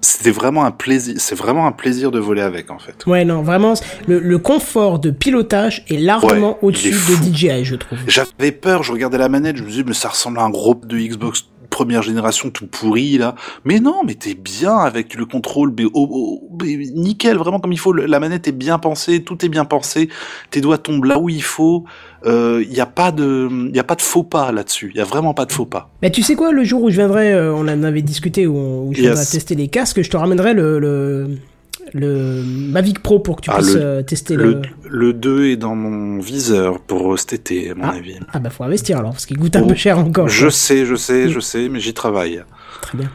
S4: C'était vraiment un plaisir. C'est vraiment un plaisir de voler avec en fait.
S1: Ouais, non, vraiment, le, le confort de pilotage est largement
S4: Ouais, il
S1: au-dessus
S4: est fou.
S1: de DJI, je trouve.
S4: J'avais peur, je regardais la manette, je me disais, mais ça ressemble à un groupe de Xbox première génération tout pourri là. Mais non, mais t'es bien avec le contrôle, mais, oh, oh, mais nickel, vraiment comme il faut. Le- La manette est bien pensée, tout est bien pensé. Tes doigts tombent là où il faut. Il y a pas de, y a pas de faux pas là-dessus. Il y a vraiment pas de faux pas.
S1: Mais tu sais quoi, le jour où je viendrai, euh, on en avait discuté, où, on- où je
S4: Yes.
S1: viendrai tester les casques, je te ramènerai le, le, le Mavic Pro pour que tu
S4: Ah,
S1: puisses
S4: le-
S1: euh, tester le...
S4: Le, le 2 est dans mon viseur pour euh, cet été, à mon
S1: Ah.
S4: avis.
S1: Ah bah faut investir alors, parce qu'il coûte un
S4: Oh.
S1: peu cher encore.
S4: Je sais, je
S1: Mm.
S4: sais, je sais, mais j'y travaille.
S1: Très bien.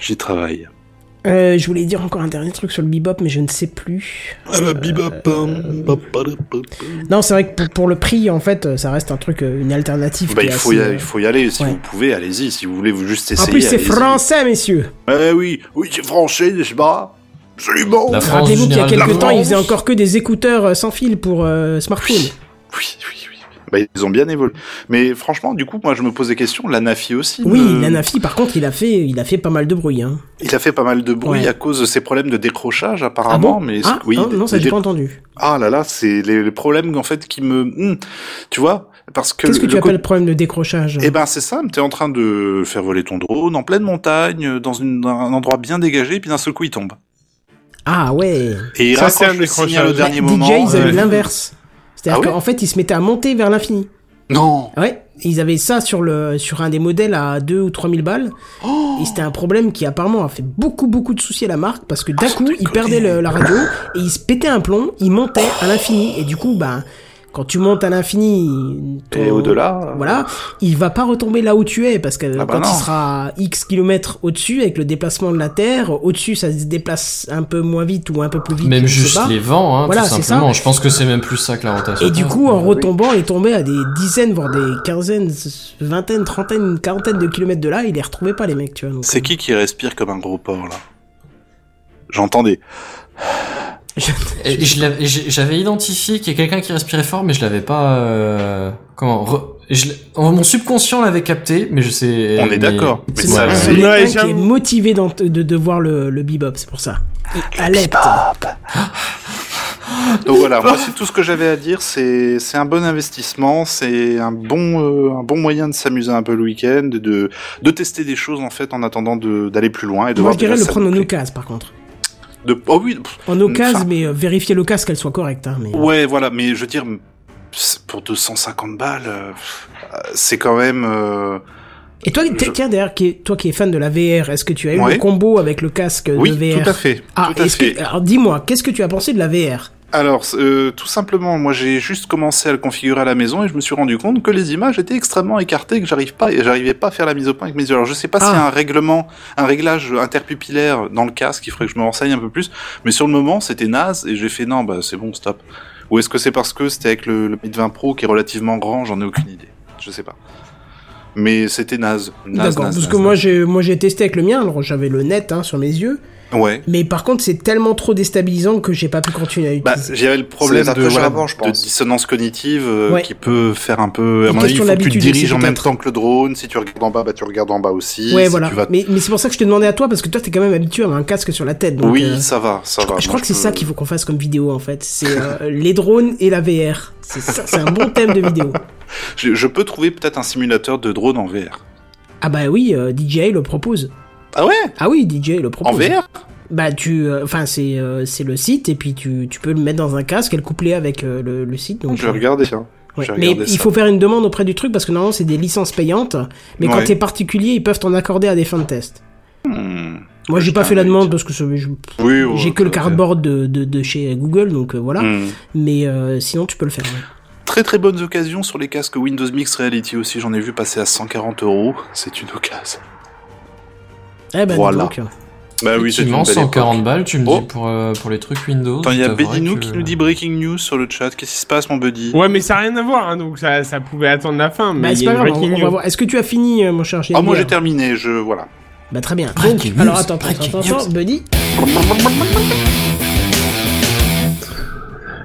S4: J'y travaille.
S1: Euh, je voulais dire encore un dernier truc sur le bebop, mais je ne sais plus.
S4: Ah,
S1: Euh,
S4: hein.
S1: Non, c'est vrai que pour, pour le prix, en fait, euh, ça reste un truc, euh, une alternative.
S4: Bah,
S1: qui est
S4: il, faut
S1: assez,
S4: y
S1: euh,
S4: aller, il faut y aller, si
S1: ouais.
S4: vous pouvez, allez-y. Si vous voulez vous juste essayer.
S1: En plus, c'est
S4: allez-y.
S1: français, messieurs.
S4: Eh oui, oui, c'est français, n'est-ce pas Absolument
S5: La France,
S1: Rappelez-vous qu'il y a
S5: généralement-
S1: quelques temps, ils faisaient
S5: France.
S1: encore que des écouteurs euh, sans fil pour euh, smartphone.
S4: Ah, Oui, oui, oui. Bah, ils ont bien évolué. Mais franchement, du coup, moi, je me pose des questions. L'Anafi aussi.
S1: Oui,
S4: me-
S1: Nanafi, par contre, il a fait, il a fait pas mal de bruit. Hein.
S4: Il a fait pas mal de bruit
S1: Ouais.
S4: à cause de ses problèmes de décrochage, apparemment.
S1: Ah bon
S4: mais
S1: Ah,
S4: oui,
S1: non, non, ça
S4: des-
S1: j'ai pas entendu.
S4: Ah là là, c'est les, les problèmes en fait qui me, Hmm, tu vois, parce que
S1: Qu'est-ce que
S4: le-
S1: tu
S4: le
S1: appelles problème de décrochage
S4: Eh ben c'est simple, t'es en train de faire voler ton drone en pleine montagne, dans, une- dans un endroit bien dégagé, puis d'un seul coup il tombe.
S1: Ah ouais.
S4: Et il
S3: Ça, c'est
S4: raccroche
S3: un
S4: le
S3: décrochage.
S4: signal au
S3: Bah,
S4: dernier
S1: Bah,
S4: moment.
S1: DJ, ils avaient
S4: euh,
S1: l'inverse. C'est-à-dire
S4: Ah ouais
S1: qu'en fait, ils se mettaient à monter vers l'infini.
S4: Non.
S1: Ouais, ils avaient ça sur le sur un des modèles à 2 ou 3000 balles.
S4: Oh
S1: et c'était un problème qui apparemment a fait beaucoup beaucoup de soucis à la marque parce
S4: Ah,
S1: que d'un coup, ils perdaient le- la radio et ils se pétaient un plomb, ils montaient à l'infini et du coup, bah quand tu montes à l'infini,
S4: Et
S1: ton-
S4: au-delà.
S1: voilà, il va pas retomber là où tu es parce que
S4: Ah bah
S1: quand il
S4: non.
S1: sera à X kilomètres au-dessus avec le déplacement de la Terre, au-dessus ça se déplace un peu moins vite ou un peu plus vite.
S5: Même
S1: je sais
S5: juste
S1: pas.
S5: les vents, hein,
S1: Voilà,
S5: tout
S1: c'est ça.
S5: simplement. Je pense que c'est même plus ça que la rotation.
S1: Et du coup,
S5: Ah,
S1: en retombant, il est tombé à des dizaines, voire des quinzaines, vingtaines, trentaines, quarantaines de kilomètres de là, il les retrouvait pas, les mecs, tu vois. donc, euh,
S4: C'est qui qui respire comme un gros porc là J'entendais.
S5: Et je l'avais- et j'ai- J'avais identifié qu'il y a quelqu'un qui respirait fort, mais je l'avais pas. euh, comment re- je l'ai- oh, Mon subconscient l'avait capté, mais je sais.
S4: On est
S5: mais-
S4: d'accord. Mais
S1: C'est
S4: ça,
S1: moi,
S3: ouais.
S1: c'est
S4: c'est-
S1: quelqu'un qui
S3: Ouais,
S1: est
S3: j'avoue.
S1: motivé d'ent- de, de voir le, le bebop, c'est pour ça. Et Alep.
S4: Donc voilà, moi c'est tout ce que j'avais à dire. C'est c'est un bon investissement, c'est un bon euh, un bon moyen de s'amuser un peu le week-end, de de tester des choses en fait en attendant de- d'aller plus loin et de
S1: Moi,
S4: voir.
S1: je dirais
S4: déjà
S1: le
S4: si ça
S1: prendre en
S4: vous plaît.
S1: occasion, par contre.
S4: De- Oh oui. pff,
S1: En occasion,
S4: Enfin.
S1: mais euh, vérifier l'occasion qu'elle soit correcte. Hein, mais...
S4: Ouais, voilà, mais je veux dire, c'est- pour 250 balles, euh, c'est quand même. euh,
S1: Et toi, t'es-
S4: Je-
S1: tiens, d'ailleurs, qui est- toi qui es fan de la VR, est-ce que tu as eu
S4: Ouais.
S1: le combo avec le casque
S4: Oui,
S1: de VR
S4: tout à fait.
S1: Ah,
S4: tout à
S1: est-ce que-
S4: fait.
S1: alors dis-moi, qu'est-ce que tu as pensé de la VR
S4: Alors, euh, tout simplement, moi j'ai juste commencé à le configurer à la maison et je me suis rendu compte que les images étaient extrêmement écartées, que j'arrive pas, et j'arrivais pas à faire la mise au point avec mes yeux. Alors je sais pas s'il y a
S1: Ah.
S4: un règlement, un réglage interpupillaire dans le casque, il faudrait que je me renseigne un peu plus, mais sur le moment c'était naze et j'ai fait non, bah c'est bon, stop. Ou est-ce que c'est parce que c'était avec le, le Mi 20 Pro qui est relativement grand, j'en ai aucune idée. Je sais pas. Mais c'était naze. naze
S1: D'accord,
S4: naze,
S1: parce
S4: naze,
S1: que moi
S4: naze.
S1: j'ai moi j'ai testé avec le mien, alors j'avais le net hein, sur mes yeux,
S4: Ouais.
S1: mais par contre c'est tellement trop déstabilisant que j'ai pas pu continuer à
S4: Bah,
S1: utiliser.
S4: j'avais le problème
S8: les
S4: de,
S8: approches
S4: voilà,
S8: avant, je
S4: de
S8: pense.
S4: dissonance cognitive euh,
S1: Ouais.
S4: qui peut faire un peu. À
S1: Une
S4: mon avis, il
S1: question
S4: faut que tu te
S1: d'habitude aussi,
S4: diriges en même
S1: peut-être.
S4: temps que le drone. Si tu regardes en bas, bah, tu regardes en bas aussi.
S1: ouais
S4: Si
S1: voilà,
S4: tu vas-
S1: mais, mais c'est pour ça que je te demandais à toi parce que toi t'es quand même habitué à avoir un casque sur la tête. Donc,
S4: oui,
S1: euh,
S4: ça va, ça va.
S1: je
S4: Moi,
S1: crois que c'est
S4: peux-
S1: ça qu'il faut qu'on fasse comme vidéo en fait, c'est euh, les drones et la VR. C'est ça, c'est un bon thème de vidéo.
S4: Je, je peux trouver peut-être un simulateur de drone en VR.
S1: Ah bah oui, euh, DJI le propose.
S4: Ah ouais
S1: Ah oui, DJI le
S4: En
S1: propose.
S4: VR
S1: Bah tu, euh, enfin c'est euh, c'est le site et puis tu, tu peux le mettre dans un casque et le coupler avec euh, le, le site. Donc
S4: Je vais regarder. hein. tiens.
S1: Ouais,
S4: Je vais
S1: mais
S4: regarder
S1: il
S4: ça.
S1: faut faire une demande auprès du truc parce que normalement c'est des licences payantes. Mais quand
S4: Ouais.
S1: t'es particulier, ils peuvent t'en accorder à des fins de test.
S4: Hmm.
S1: Moi j'ai pas
S4: Putain,
S1: fait la
S4: mais-
S1: demande parce que ce- je-
S4: Oui, ouais,
S1: j'ai que le
S4: tout à fait.
S1: cardboard de, de, de chez Google donc euh, voilà.
S4: Hmm.
S1: Mais euh, sinon tu peux le faire. ouais.
S4: Très très bonnes occasions sur les casques Windows Mix Reality aussi. J'en ai vu passer à 140 euros. C'est une occasion.
S1: Eh ben, dis
S4: Voilà.
S1: donc.
S4: Bah oui, c'est une
S5: Effectivement,
S4: belle époque.
S5: 140 balles, tu me
S4: Oh.
S5: dis, pour, euh, pour les trucs Windows.
S4: Attends, il y a
S5: je t'avouerai
S4: Bédinou
S5: que-
S4: qui nous dit breaking news sur le chat. Qu'est-ce qui se passe, mon buddy
S3: Ouais, mais ça a rien à voir, hein, donc ça, ça pouvait attendre la fin. Mais
S1: Bah,
S3: il
S1: c'est
S3: y a
S1: pas
S3: une
S1: grave,
S3: breaking
S1: on, on va
S3: news.
S1: voir. Est-ce que tu as fini, euh, mon cher
S4: Ah,
S1: JDR?
S4: moi j'ai terminé, je. Voilà.
S1: Bah très bien.
S3: Ah,
S1: Donc,
S5: Breaking news,
S1: alors attends, attends,
S5: breaking
S1: attends, attends, Buddy.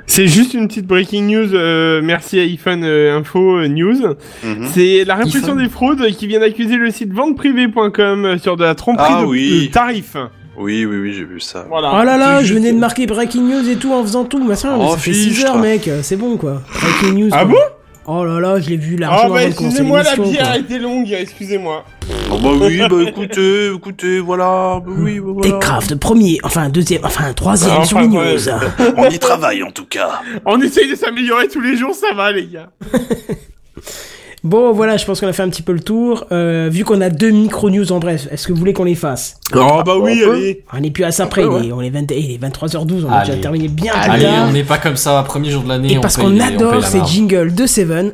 S3: C'est juste une petite breaking news. euh, merci à iPhone euh, Info euh, News.
S4: Mhm.
S3: C'est la répression
S5: iPhone.
S3: des fraudes qui vient d'accuser le site venteprivée.com euh, sur de la tromperie
S4: Ah
S3: de,
S4: oui.
S3: de tarifs.
S4: Oui, oui, oui, j'ai vu ça.
S3: Voilà.
S1: Oh là là,
S3: C'est
S1: je venais de
S3: juste-
S1: marquer Breaking News et tout en faisant tout. Machin,
S4: Oh,
S1: ça fait
S4: fiche,
S1: 6 heures,
S4: toi.
S1: mec. euh, C'est bon quoi. Breaking News.
S3: Ah
S1: quoi. Oh là là, je l'ai vu
S3: Ah
S1: largement
S3: bah
S1: avant de commencer
S3: excusez-moi, la
S1: l'émission, quoi.
S3: bière était longue, excusez-moi.
S4: Oh, bah oui, bah écoutez, écoutez, voilà, bah oui, bah voilà.
S1: Techcraft, premier, enfin deuxième, enfin troisième
S3: Ah,
S1: sur
S3: enfin,
S1: les
S3: ouais.
S1: news.
S9: On y travaille en tout cas.
S3: On essaye de s'améliorer tous les jours, ça va, les gars.
S1: Bon, voilà, je pense qu'on a fait un petit peu le tour. Euh, vu qu'on a deux micro-news en bref, est-ce que vous voulez qu'on les fasse
S3: Oh, bah oui,
S4: peut.
S3: allez.
S1: On n'est plus à ça près,
S3: peut, ouais.
S1: il est- on est 20 eh, il est 23h12, on a
S5: Allez.
S1: déjà terminé Ah, bien plus
S5: Allez,
S1: tard.
S5: on n'est pas comme ça, premier jour de l'année.
S1: Et
S5: on
S1: parce
S5: paye
S1: qu'on
S5: les- on paye
S1: adore
S5: la
S1: ces
S5: marge.
S1: jingles de Seven,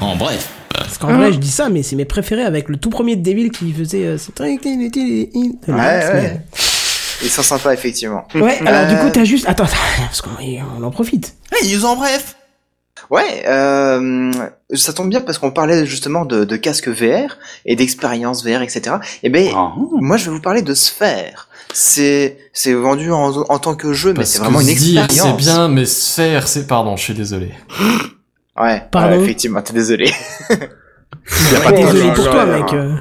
S10: En bref.
S1: parce qu'en
S3: Mm.
S1: vrai je dis ça, mais c'est mes préférés avec le tout premier de Devil qui faisait... euh, c'est-
S8: Ouais, ouais. Ils sont sympas, effectivement.
S1: Ouais, alors du
S8: Euh.
S1: coup t'as juste... Attends, parce qu'on on en profite.
S8: Ouais, euh, ça tombe bien parce qu'on parlait justement de, de casque VR et d'expérience VR, etc. Et ben,
S4: Ah,
S8: moi je vais vous parler de Sphere. C'est c'est vendu en, en tant que jeu, mais
S5: Parce
S8: c'est
S5: que
S8: vraiment une
S5: Zir, C'est
S8: expérience.
S5: bien, mais Sphere, c'est pardon, je suis désolé.
S8: Ouais,
S1: Pardon.
S8: ouais, effectivement, t'es désolé.
S4: y a pas de
S1: Désolé
S4: problème.
S1: pour toi mec. euh.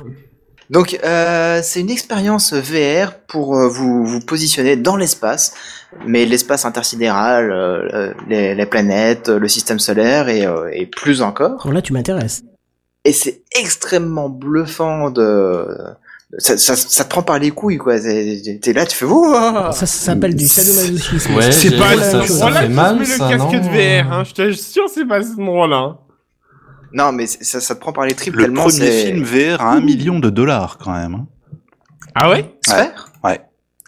S8: Donc euh, c'est une expérience VR pour euh, vous vous positionner dans l'espace, mais l'espace intersidéral, euh, euh, les, les planètes, euh, le système solaire et, euh, et plus encore.
S1: Bon là tu m'intéresses.
S8: Et c'est extrêmement bluffant de ça, ça, ça te prend par les couilles quoi. C'est- T'es là, tu fais Ouah
S1: Ça, ça s'appelle du sadomasochisme.
S5: Ouais,
S3: C'est
S5: j'ai-
S3: pas à
S1: la
S5: ça,
S1: même
S3: ce
S1: chose.
S5: ça
S3: moment-là
S5: fait
S3: qu'il
S5: mal,
S3: se met
S5: ça,
S3: le
S5: non
S3: casque de VR, hein. Je t'assure, c'est pas à ce moment-là. hein.
S8: Non, mais c'est- ça, ça te prend par les tripes
S4: Le
S8: tellement
S4: premier
S8: c'est-
S4: film VR à un million de dollars quand même. hein.
S3: Ah ouais
S8: Sphère
S4: Ouais.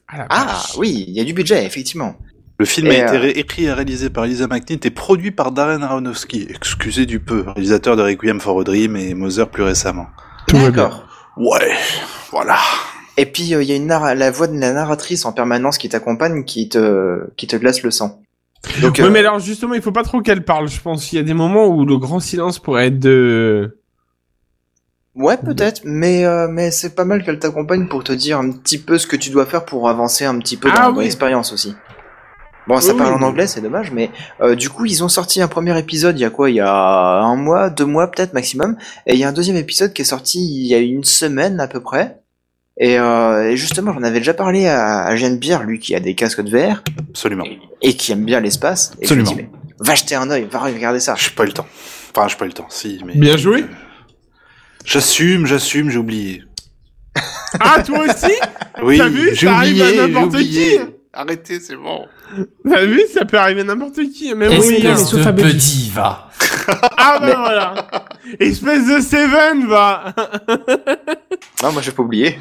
S3: Ah, la
S8: Ah oui, il y a du budget effectivement.
S4: Le film
S8: Et,
S4: a été
S8: euh,
S4: ré- écrit et réalisé par Lisa McNeil et produit par Darren Aronofsky, excusez du peu, réalisateur de Requiem for a Dream et Mother plus récemment.
S8: D'accord.
S9: Ouais, voilà.
S8: Et puis euh, il y a une narra- la voix de la narratrice en permanence qui t'accompagne, qui te qui te glace le sang. Donc
S3: Ouais,
S8: euh,
S3: mais alors justement, il faut pas trop qu'elle parle, je pense. Il y a des moments où le grand silence pourrait être de...
S8: ouais peut-être, mais euh, mais c'est pas mal qu'elle t'accompagne pour te dire un petit peu ce que tu dois faire pour avancer un petit peu dans,
S3: Ah
S8: dans
S3: oui.
S8: l'expérience aussi. Bon, ça
S3: Oui,
S8: parle
S3: oui,
S8: en
S3: oui.
S8: anglais, c'est dommage, mais euh, du coup ils ont sorti un premier épisode il y a quoi Il y a un mois, deux mois peut-être maximum, et il y a un deuxième épisode qui est sorti il y a une semaine à peu près. Et, euh, et justement, j'en avais déjà parlé à, à Jeanne Bière, lui qui a des casques de verre.
S4: Absolument.
S8: et qui aime bien l'espace, et je lui
S4: Absolument.
S8: dis, mais va jeter un œil, va regarder ça.
S4: Ah, J'ai pas eu le temps. Enfin, j'ai pas eu le temps, si, mais... euh,
S3: Bien joué.
S4: J'assume, j'assume, j'ai oublié.
S3: Ah, toi aussi
S4: Oui,
S3: T'as vu,
S4: j'ai
S3: ça arrive
S4: oublié,
S3: à
S4: j'ai
S3: n'importe
S4: oublié.
S3: qui.
S9: Arrêtez, c'est bon.
S3: T'as vu, ça peut arriver à n'importe qui. Mais
S1: Est-ce
S3: oui,
S1: que-
S3: hein.
S5: Espèce
S1: sauf
S5: de
S1: à Belgique.
S5: petit, va.
S3: Ah ben voilà. Espèce de Seven, va.
S8: Non, moi j'ai pas oublié.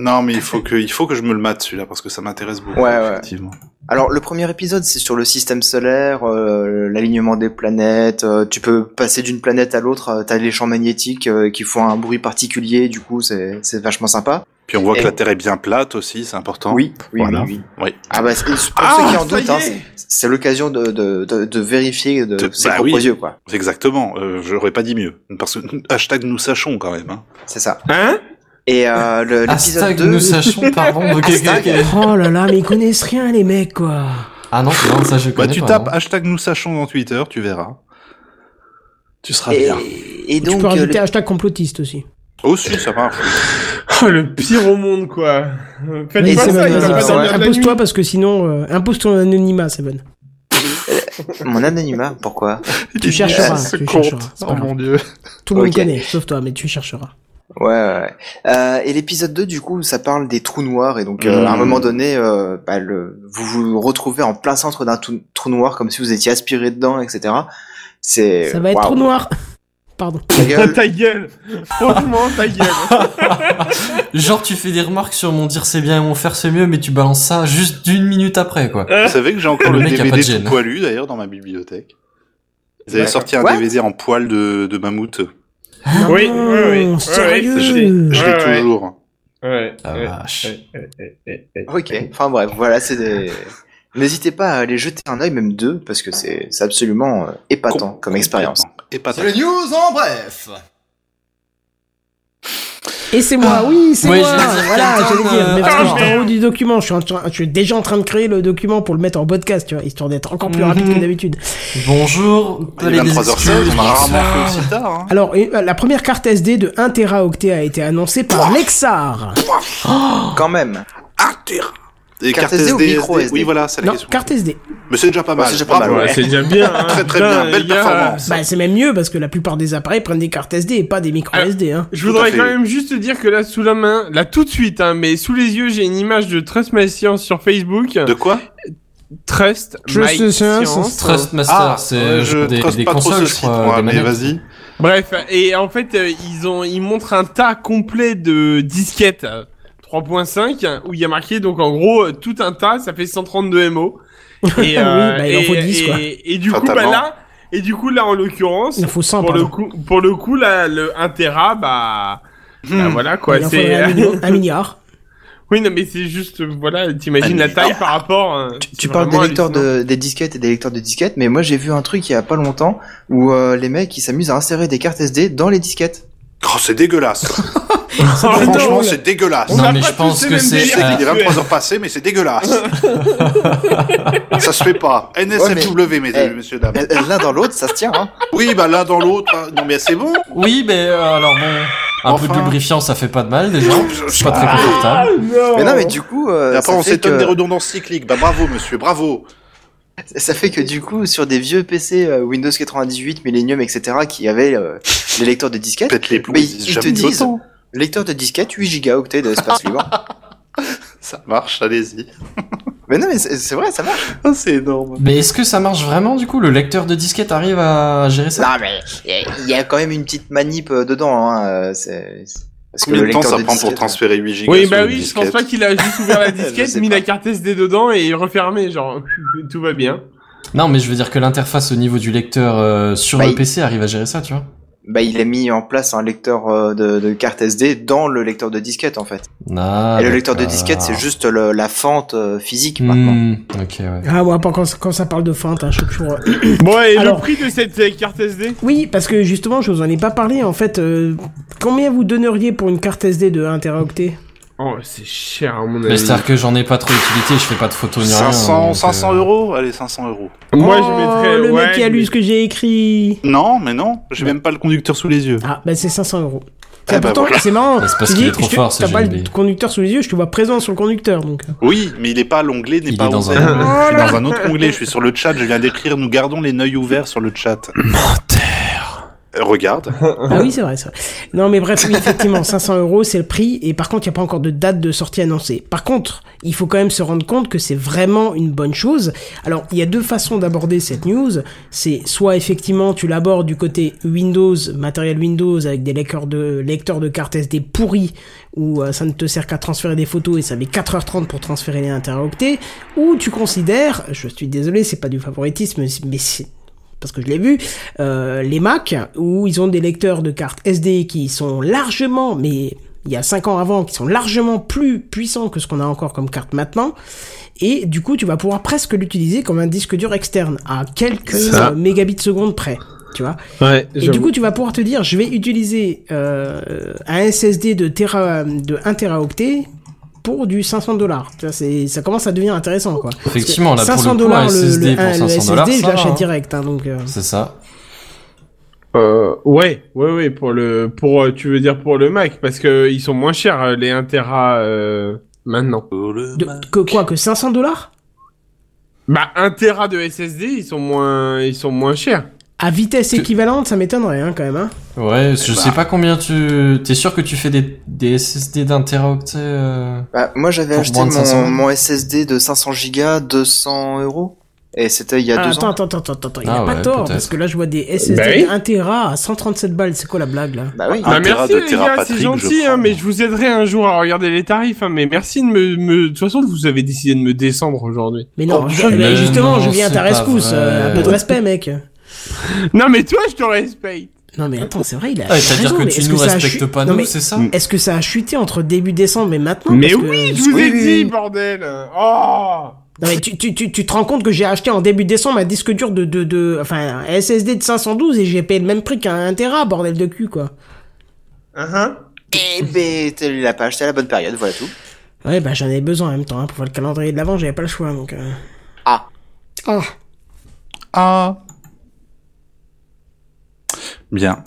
S4: Non, mais il faut que, il faut que je me le mate celui-là parce que ça m'intéresse beaucoup.
S8: Ouais, ouais.
S4: effectivement.
S8: Alors le premier épisode, c'est sur le système solaire, euh, l'alignement des planètes, euh, tu peux passer d'une planète à l'autre, euh, t'as les champs magnétiques euh, qui font un bruit particulier, du coup c'est c'est vachement sympa.
S4: Puis on voit
S8: Et-
S4: que la Terre est bien plate aussi, c'est important.
S8: Oui, oui,
S4: Voilà.
S8: oui, oui.
S4: Oui.
S8: Ah bah c'est- pour
S3: Ah,
S8: ceux qui en
S3: ça
S8: doutent,
S3: y est.
S8: hein, c'est- c'est l'occasion de, de, de, de vérifier de,
S4: De-
S8: ses
S4: bah
S8: propres
S4: oui.
S8: yeux, quoi.
S4: Exactement. Euh, J'aurais pas dit mieux. Parce que hashtag nous sachons quand même. Hein.
S8: C'est ça.
S3: Hein
S8: Et euh, le- l'épisode
S5: Hashtag
S8: 2...
S5: nous sachons, pardon. ok, ok,
S8: Hashtag.
S5: ok.
S1: Oh là là, mais ils connaissent rien les mecs quoi.
S5: Ah non, non, ça je connais
S4: Bah tu
S5: pas,
S4: tapes
S5: non.
S4: hashtag nous sachons dans Twitter, tu verras. Tu seras
S8: Et,
S4: bien.
S8: et donc...
S1: tu peux
S8: euh,
S1: rajouter
S8: le-
S1: hashtag complotiste aussi.
S4: Aussi, ça marche.
S3: Oh, le pire au monde, quoi. Euh, Faites
S8: Et
S3: pas
S8: Seven,
S3: ça, il
S8: euh,
S3: va pas
S8: ouais.
S3: dormir la nuit.
S1: Impose-toi parce que sinon, euh, impose ton anonymat, Seven.
S8: Mon anonymat, pourquoi
S1: Tu chercheras,
S8: ce
S1: tu chercheras. c'est pas
S3: Oh
S1: grave.
S3: mon dieu.
S1: Tout le monde
S8: Ok.
S1: connaît, sauf toi, mais tu chercheras.
S8: Ouais, ouais. ouais. Euh, et l'épisode 2, du coup, ça parle des trous noirs. Et donc, euh, à
S3: Mmh.
S8: un
S4: Mm.
S8: moment donné, euh, bah, le, vous vous retrouvez en plein centre d'un trou, trou noir, comme si vous étiez aspiré dedans, etc. C'est...
S1: Ça va être
S8: waouh.
S1: trop noir. Pardon.
S8: Ta gueule.
S3: ta gueule. Franchement, ta gueule.
S5: Genre tu fais des remarques sur mon dire c'est bien et mon faire c'est mieux, mais tu balances ça juste d'une minute après quoi.
S4: Vous savez que j'ai encore
S5: Le
S4: le,
S5: mec a pas de
S4: DVD
S5: gêne.
S4: tout poilu d'ailleurs dans ma bibliothèque. Ils avaient
S8: D'accord.
S4: sorti un
S8: What
S4: DVD en poil de, de mammouth.
S3: Oui,
S1: non,
S3: oui, oui. Ouais,
S1: sérieux.
S4: Je l'ai je l'ai
S3: Ouais, ouais.
S4: toujours.
S3: Ouais.
S5: Ah,
S3: ouais,
S5: vache.
S3: ouais, ouais, ouais, ouais, ouais.
S8: Ok. Enfin bref, voilà, c'est des... N'hésitez pas à aller jeter un œil, même deux, parce que c'est c'est absolument euh, épatant
S4: Com-
S8: comme expérience.
S4: Et pas tant.
S10: news en bref.
S1: Et c'est moi, oui, c'est
S5: Ouais,
S1: moi.
S5: j'allais dire
S1: Voilà,
S5: quelqu'un,
S1: j'allais dire.
S5: euh,
S1: Mais parce que
S3: ah,
S1: je suis en haut
S3: merde.
S1: du document, je suis, en train- je suis déjà en train de créer le document pour le mettre en podcast, tu vois, histoire d'être encore plus rapide
S5: Mhm.
S1: que d'habitude.
S5: Bonjour,
S4: Il est 23h16, on a rarement fait aussi tard. Hein.
S1: Alors, et, euh, la première carte SD de 1 Teraoctet a été annoncée par Lexar.
S8: Quand même.
S9: Inter.
S4: Des
S8: Carte
S4: cartes
S8: SD ou
S4: SD,
S8: micro SD?
S4: Oui, voilà, c'est la
S1: Non,
S4: question.
S1: carte SD.
S4: Mais c'est déjà pas mal.
S9: Ah,
S8: c'est déjà pas
S4: Bravo.
S8: mal, ouais.
S3: C'est déjà bien. hein.
S4: Très, très
S3: Putain,
S4: bien. Belle
S3: les gars,
S4: performance.
S1: Bah, c'est même mieux parce que la plupart des appareils prennent des cartes SD et pas des micro
S3: Alors-
S1: SD. Hein.
S3: Je
S4: Tout à
S3: voudrais
S4: fait.
S3: quand même juste te dire que là, sous la main, là tout de suite, hein, mais sous les yeux, j'ai une image de Trust My Science sur Facebook.
S4: De quoi
S3: Trust
S1: Trust
S3: My
S1: Science,
S3: Science.
S5: Trustmaster, Ah, c'est
S4: euh,
S5: je- des,
S4: trace
S5: des
S4: pas trop
S5: consoles,
S4: ce
S5: je crois,
S4: site, moi,
S5: des
S4: mais
S5: manettes.
S4: vas-y.
S3: Bref, et en fait, euh, ils ont, ils montrent un tas complet de disquettes euh, 3.5 où il y a marqué donc en gros euh, tout un tas, ça fait 132 MO.
S1: Oui,
S3: Et, euh,
S1: bah, il en faut 10, quoi.
S3: et- et du coup, bah
S4: Fatalement.
S3: là, et du coup là en l'occurrence,
S1: Il en faut 100,
S3: pour le
S1: pardon.
S3: coup, pour le coup là, le 1 Tera, bah,
S8: Hmm.
S3: bah, voilà quoi,
S1: Il en faudrait
S3: c'est.
S1: un, million- un milliard.
S3: Oui, non, mais c'est juste, euh, voilà, t'imagines la taille par rapport. euh,
S8: Ah, Tu,
S3: c'est
S8: tu parles des
S3: vraiment
S8: lecteurs
S3: hallucinant.
S8: de, des disquettes et des lecteurs de disquettes, mais moi j'ai vu un truc il y a pas longtemps où euh, les mecs ils s'amusent à insérer des cartes SD dans les disquettes.
S9: Oh, c'est dégueulasse.
S3: Oh, non,
S9: Franchement,
S3: on-
S9: c'est dégueulasse.
S3: on
S5: Non,
S3: a
S5: mais
S3: pas
S5: je
S3: tous
S5: pense
S3: les
S5: que
S3: mêmes
S5: c'est,
S9: Je
S3: délires
S9: sais qu'il est
S3: sexuels.
S9: 23h passé, mais c'est dégueulasse. ça se fait pas. NSFW,
S8: eh,
S9: mesdames, messieurs, dames.
S8: Euh, euh, L'un dans l'autre, ça se tient. Hein.
S9: Oui, bah l'un dans l'autre. hein. Non, mais c'est bon.
S5: Oui, mais euh, alors bon, un peu de
S9: Enfin.
S5: lubrifiant, ça fait pas de mal déjà. C'est pas très
S8: Ah.
S5: confortable.
S8: Mais non, mais du coup, euh,
S9: Et après,
S8: ça
S9: on
S8: fait
S9: s'étonne
S8: que-
S9: des redondances cycliques. Bah bravo, monsieur, bravo.
S8: Ça fait que du coup, sur des vieux PC euh, Windows 98, Millennium, etc., qui avaient euh, les lecteurs de disquettes,
S9: Peut-être les plombs,
S8: mais
S9: ils disent
S8: ils, ils te
S9: jamais
S8: disent
S9: autant.
S8: lecteur de disquette 8 gigaoctets d'espace libre.
S9: Ça marche, allez-y.
S8: Mais non, mais c'est c'est vrai, ça marche.
S9: Ah, c'est énorme.
S5: Mais est-ce que ça marche vraiment du coup Le lecteur de disquette arrive à gérer ça
S8: Non, mais il y a quand même une petite manip euh, dedans. Hein, euh, c'est- c'est- Parce
S9: Combien de temps ça
S8: de
S9: prend pour
S8: disquette,
S9: transférer 8 gigas
S3: Oui,
S9: sur
S3: bah
S9: une
S3: oui, je pense
S9: disquette
S3: pas qu'il a juste ouvert la disquette,
S8: sais
S3: mis
S8: pas.
S3: la carte SD dedans et refermé, genre, tout va bien.
S5: Non, mais je veux dire que l'interface au niveau du lecteur euh, sur
S8: Bah,
S5: le
S8: il-
S5: PC arrive à gérer ça, tu vois
S8: Bah, il a mis en place un lecteur euh, de, de carte SD dans le lecteur de disquette, en fait.
S5: Ah,
S8: Et le lecteur de
S5: d'accord.
S8: disquette, c'est juste le- la fente euh, physique, maintenant.
S5: Hmm,
S8: Euh,
S5: ok, ouais.
S1: Ah ouais, pas quand, quand ça parle de fente, hein, je suis toujours...
S3: Bon, et
S1: Alors-
S3: le prix de cette euh, carte SD
S1: Oui, parce que justement, je vous en ai pas parlé. En fait, euh, combien vous donneriez pour une carte SD de 1 teraoctet
S3: Oh, c'est cher, à mon
S5: Mais
S3: avis.
S5: c'est-à-dire que j'en ai pas trop d'utilité, je fais pas de photos ni rien.
S9: 500,
S5: donc, euh,
S9: 500 euros Allez, 500 euros.
S3: Moi,
S1: Oh,
S3: je mettrais.
S1: le
S3: ouais,
S1: mec qui a lu ce que j'ai écrit.
S9: Non, mais non, j'ai même pas le conducteur sous les yeux.
S1: Ah, bah c'est 500 euros.
S9: Ah,
S1: C'est
S9: bah,
S1: pourtant,
S9: voilà.
S1: c'est marrant.
S5: Bah, c'est parce
S1: Tu
S5: qu'il
S1: dis,
S5: est trop
S1: je te-
S5: fort, ce
S1: T'as pas
S5: GNB.
S1: le conducteur sous les yeux, je te vois présent sur le conducteur, donc. euh.
S9: Oui, mais il est pas à l'onglet, il n'est
S5: Il
S9: pas
S5: est dans
S9: au-
S5: un-
S9: Je suis dans un autre onglet, je suis sur le chat, je viens d'écrire nous gardons les yeux ouverts sur le chat. Euh, Regarde.
S1: Ah oui, c'est vrai, c'est vrai. Non, mais bref, oui, effectivement, 500 euros, c'est le prix. Et par contre, il n'y a pas encore de date de sortie annoncée. Par contre, il faut quand même se rendre compte que c'est vraiment une bonne chose. Alors, il y a deux façons d'aborder cette news. C'est soit, effectivement, tu l'abordes du côté Windows, matériel Windows, avec des lecteurs de, lecteurs de cartes SD pourris, où euh, ça ne te sert qu'à transférer des photos et ça met 4h30 pour transférer les interoctets. Ou tu considères, je suis désolé, c'est pas du favoritisme, mais c'est parce que je l'ai vu, euh, les Mac, où ils ont des lecteurs de cartes SD qui sont largement, mais il y a 5 ans avant, qui sont largement plus puissants que ce qu'on a encore comme carte maintenant. Et du coup, tu vas pouvoir presque l'utiliser comme un disque dur externe, à quelques
S3: Ça.
S1: euh, mégabits secondes près. Tu vois
S3: Ouais,
S1: et du coup, tu vas pouvoir te dire, je vais utiliser euh, un SSD de, tera, de 1 teraoctet pour du 500 dollars. Ça commence à devenir intéressant, quoi. Parce que
S5: Effectivement, là, pour le
S1: 500
S5: coup,
S1: dollars,
S5: un SSD pour
S1: un-
S5: 500
S1: le SSD, je
S5: ça va,
S1: l'achète
S5: hein.
S1: direct. hein, donc, euh,
S5: C'est ça.
S3: Euh, ouais, ouais, ouais, pour le. Pour, euh, tu veux dire pour le Mac, parce que ils sont moins chers, euh, les 1 Tera, euh, maintenant.
S1: de- que quoi, que 500 dollars
S3: Bah, 1 Tera de SSD, ils sont moins, ils sont moins chers.
S1: À vitesse équivalente, ça m'étonnerait hein, quand même. Hein.
S5: Ouais, je
S8: bah.
S5: sais pas combien tu. T'es sûr que tu fais des, des SSD d'interopté euh...
S1: Ah,
S8: Bah, moi, j'avais
S5: Pour
S8: acheté
S5: moins de 500.
S8: mon, mon SSD de 500 gigas 200 euros. Et c'était il y a
S1: Ah,
S8: deux
S1: attends,
S8: ans.
S1: attends, attends, attends, attends, il
S5: Ah
S1: a pas
S5: ouais,
S1: tort,
S5: peut-être.
S1: parce que là je vois des SSD
S3: Bah oui.
S1: de 1 Tera à 137 balles, c'est quoi la blague là
S8: Bah oui.
S9: Ah,
S3: Bah,
S9: Un Tera,
S3: merci,
S9: deux
S3: les
S9: Tera,
S3: gars,
S9: Patrick,
S3: c'est
S9: je
S3: gentil,
S9: prends.
S3: hein, mais je vous aiderai un jour à regarder les tarifs, hein, mais merci de me, me- De toute façon, vous avez décidé de me descendre aujourd'hui.
S1: Mais non,
S8: Oh,
S1: je-
S5: mais
S1: mais justement,
S5: non,
S1: je viens à ta
S5: c'est pas
S1: rescousse,
S5: vrai.
S1: euh, un peu de respect mec.
S3: Non, mais toi, je te respecte.
S1: Non mais attends, c'est vrai, il a
S5: Ah, c'est-à-dire
S1: raison,
S5: que
S1: mais
S5: tu
S1: est-ce
S5: nous
S1: ça a
S5: respectes
S1: chu-
S5: pas,
S1: non,
S5: nous,
S1: mais
S5: c'est
S8: Mm.
S5: ça
S1: Est-ce que ça a chuté entre début décembre et maintenant
S3: Mais
S1: Parce que-
S3: oui, je vous ai dit, bordel Oh
S1: Non mais tu, tu, tu, tu te rends compte que j'ai acheté en début décembre un disque dur de, de, de enfin un SSD de 512 et j'ai payé le même prix qu'un 1 Tera, bordel de cul quoi.
S8: Eh ben, tu l'as pas acheté à la bonne période, voilà tout.
S1: Ouais bah j'en ai besoin en même temps, hein, pour faire le calendrier de l'avant, j'avais pas le choix donc. euh.
S8: Ah.
S1: Ah.
S9: Ah. Bien.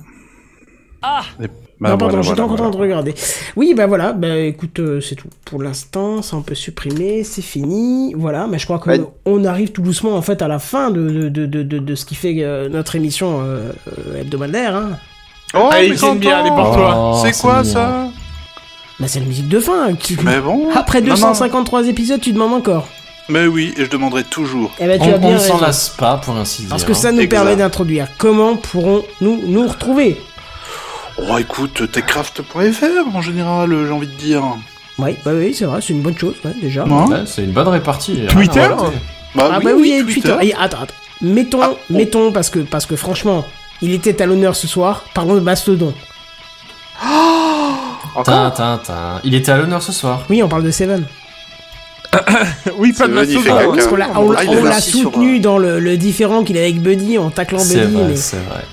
S4: Bah,
S1: non, pardon,
S4: voilà,
S1: j'étais
S4: voilà,
S1: en train de
S4: voilà.
S1: regarder. Oui, bah voilà, bah écoute, euh, c'est tout. Pour l'instant, ça on peut supprimer, c'est fini. Voilà, mais je crois qu'on
S8: Ouais.
S1: on arrive tout doucement en fait à la fin de, de, de, de, de- de ce qui fait euh, notre émission euh, euh, hebdomadaire. Hein.
S4: Oh,
S3: Allez,
S4: mais
S3: c'est une bière, elle est
S4: content.
S3: pour toi.
S5: Oh,
S4: C'est quoi
S5: mignon.
S4: ça
S1: Bah c'est la musique de fin. hein, qui-
S4: Mais bon.
S1: Après
S4: Non, non.
S1: 253 épisodes, tu demandes encore.
S4: Mais oui, et je demanderai toujours.
S1: Eh ben tu
S5: On,
S1: as
S5: on
S1: bien
S5: ne s'en
S1: raison.
S5: lasse pas, pour ainsi dire. hein.
S1: Parce que ça nous
S4: Exact.
S1: permet d'introduire comment pourrons-nous nous retrouver
S4: Oh, écoute, techcraft.fr en général, euh, j'ai envie de dire.
S1: Oui, bah oui, c'est vrai, c'est une bonne chose, ouais, déjà.
S4: Non
S9: Ah,
S5: Ouais, c'est une bonne répartie. hein.
S3: Twitter
S5: rien à voir.
S1: Ah bah oui, il y a eu Twitter. Ah, oh. Et attends, attends. Mettons, mettons parce que parce que franchement, il était à l'honneur ce soir. Parlons de Mastodon.
S5: Tin, tin, tin. Il était à l'honneur ce soir.
S1: Oui, on parle de Seven.
S3: Oui, pas de
S4: Seven, il fait
S3: maçon.
S4: caca.
S1: Parce qu'on l'a on l'a-
S8: Ah, il
S1: on
S8: est
S1: l'a
S8: parti sur,
S1: soutenu dans le, le différent qu'il a avec Buddy en taclant
S5: C'est
S1: Buddy.
S5: vrai,
S1: mais-
S5: c'est vrai.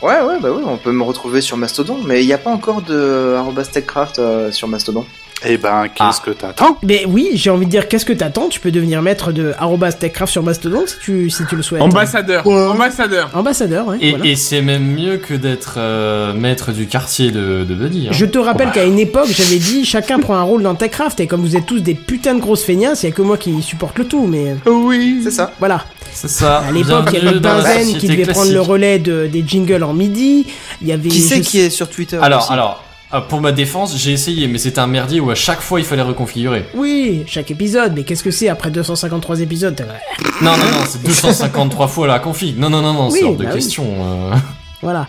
S8: Ouais, ouais, bah ouais, on peut me retrouver sur Mastodon, mais il n'y a pas encore de arobase techcraft euh, sur Mastodon.
S4: Eh ben,
S9: Ah.
S4: qu'est-ce que t'attends
S1: Mais, oui, j'ai envie de dire, qu'est-ce que t'attends Tu peux devenir maître de arobase @techcraft sur Mastodon si tu si tu le souhaites.
S3: Ambassadeur.
S8: Oh.
S3: Ambassadeur.
S1: Ambassadeur, ouais.
S5: Et,
S1: voilà.
S5: et c'est même mieux que d'être euh, maître du quartier de, de Buddy. hein.
S1: Je te rappelle qu'à une époque, j'avais dit chacun prend un rôle dans Techcraft et comme vous êtes tous des putains de grosses feignasses, il y a que moi qui supporte le tout, mais euh,
S3: Oui.
S8: C'est ça.
S1: voilà.
S5: C'est ça.
S1: À l'époque, il y avait
S5: Bienvenue Ah, dans la
S1: Benzen qui
S5: société
S1: devait prendre
S5: classique.
S1: le relais de- des jingles en midi. Il y avait.
S8: Qui c'est
S1: je-
S8: qui est sur Twitter
S5: Alors,
S8: aussi
S5: alors, euh, pour ma défense, j'ai essayé, mais c'était un merdier où à chaque fois il fallait reconfigurer.
S1: Oui, chaque épisode. Mais qu'est-ce que c'est après 253 épisodes Eh ben, t'as-
S5: Non, non, non, c'est 253 fois la config. Non, non, non, non,
S1: Oui,
S5: c'est hors de
S1: bah oui.
S5: question. euh.
S1: Voilà.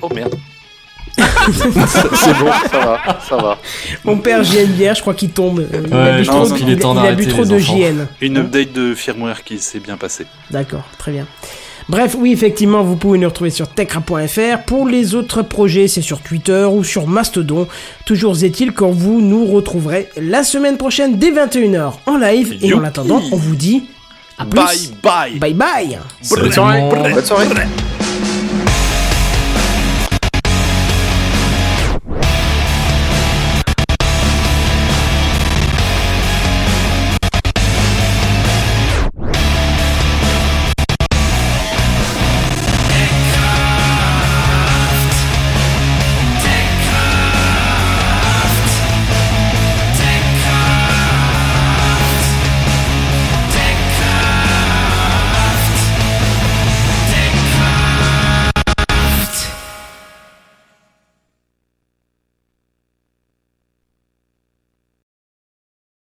S9: Oh merde. c'est bon, ça va, ça va.
S1: Mon père JNBR, je crois qu'il tombe. Euh, il a
S5: Ouais,
S1: bu
S5: je
S1: trop
S5: pense
S1: de-
S5: qu'il est temps
S1: il a bu
S5: d'arrêter.
S1: trop
S5: les
S1: de
S5: enfants.
S1: JN.
S4: Une
S9: Ah.
S4: update de firmware qui s'est bien passée.
S1: D'accord, très bien. Bref, oui, effectivement, vous pouvez nous retrouver sur techra.fr. Pour les autres projets, c'est sur Twitter ou sur Mastodon. Toujours est-il quand vous nous retrouverez la semaine prochaine dès 21h en live. Et en
S4: Youpi.
S1: attendant, on vous dit à plus.
S4: Bye bye.
S1: Bye bye.
S5: Salut tout le monde.
S8: Bonne soirée.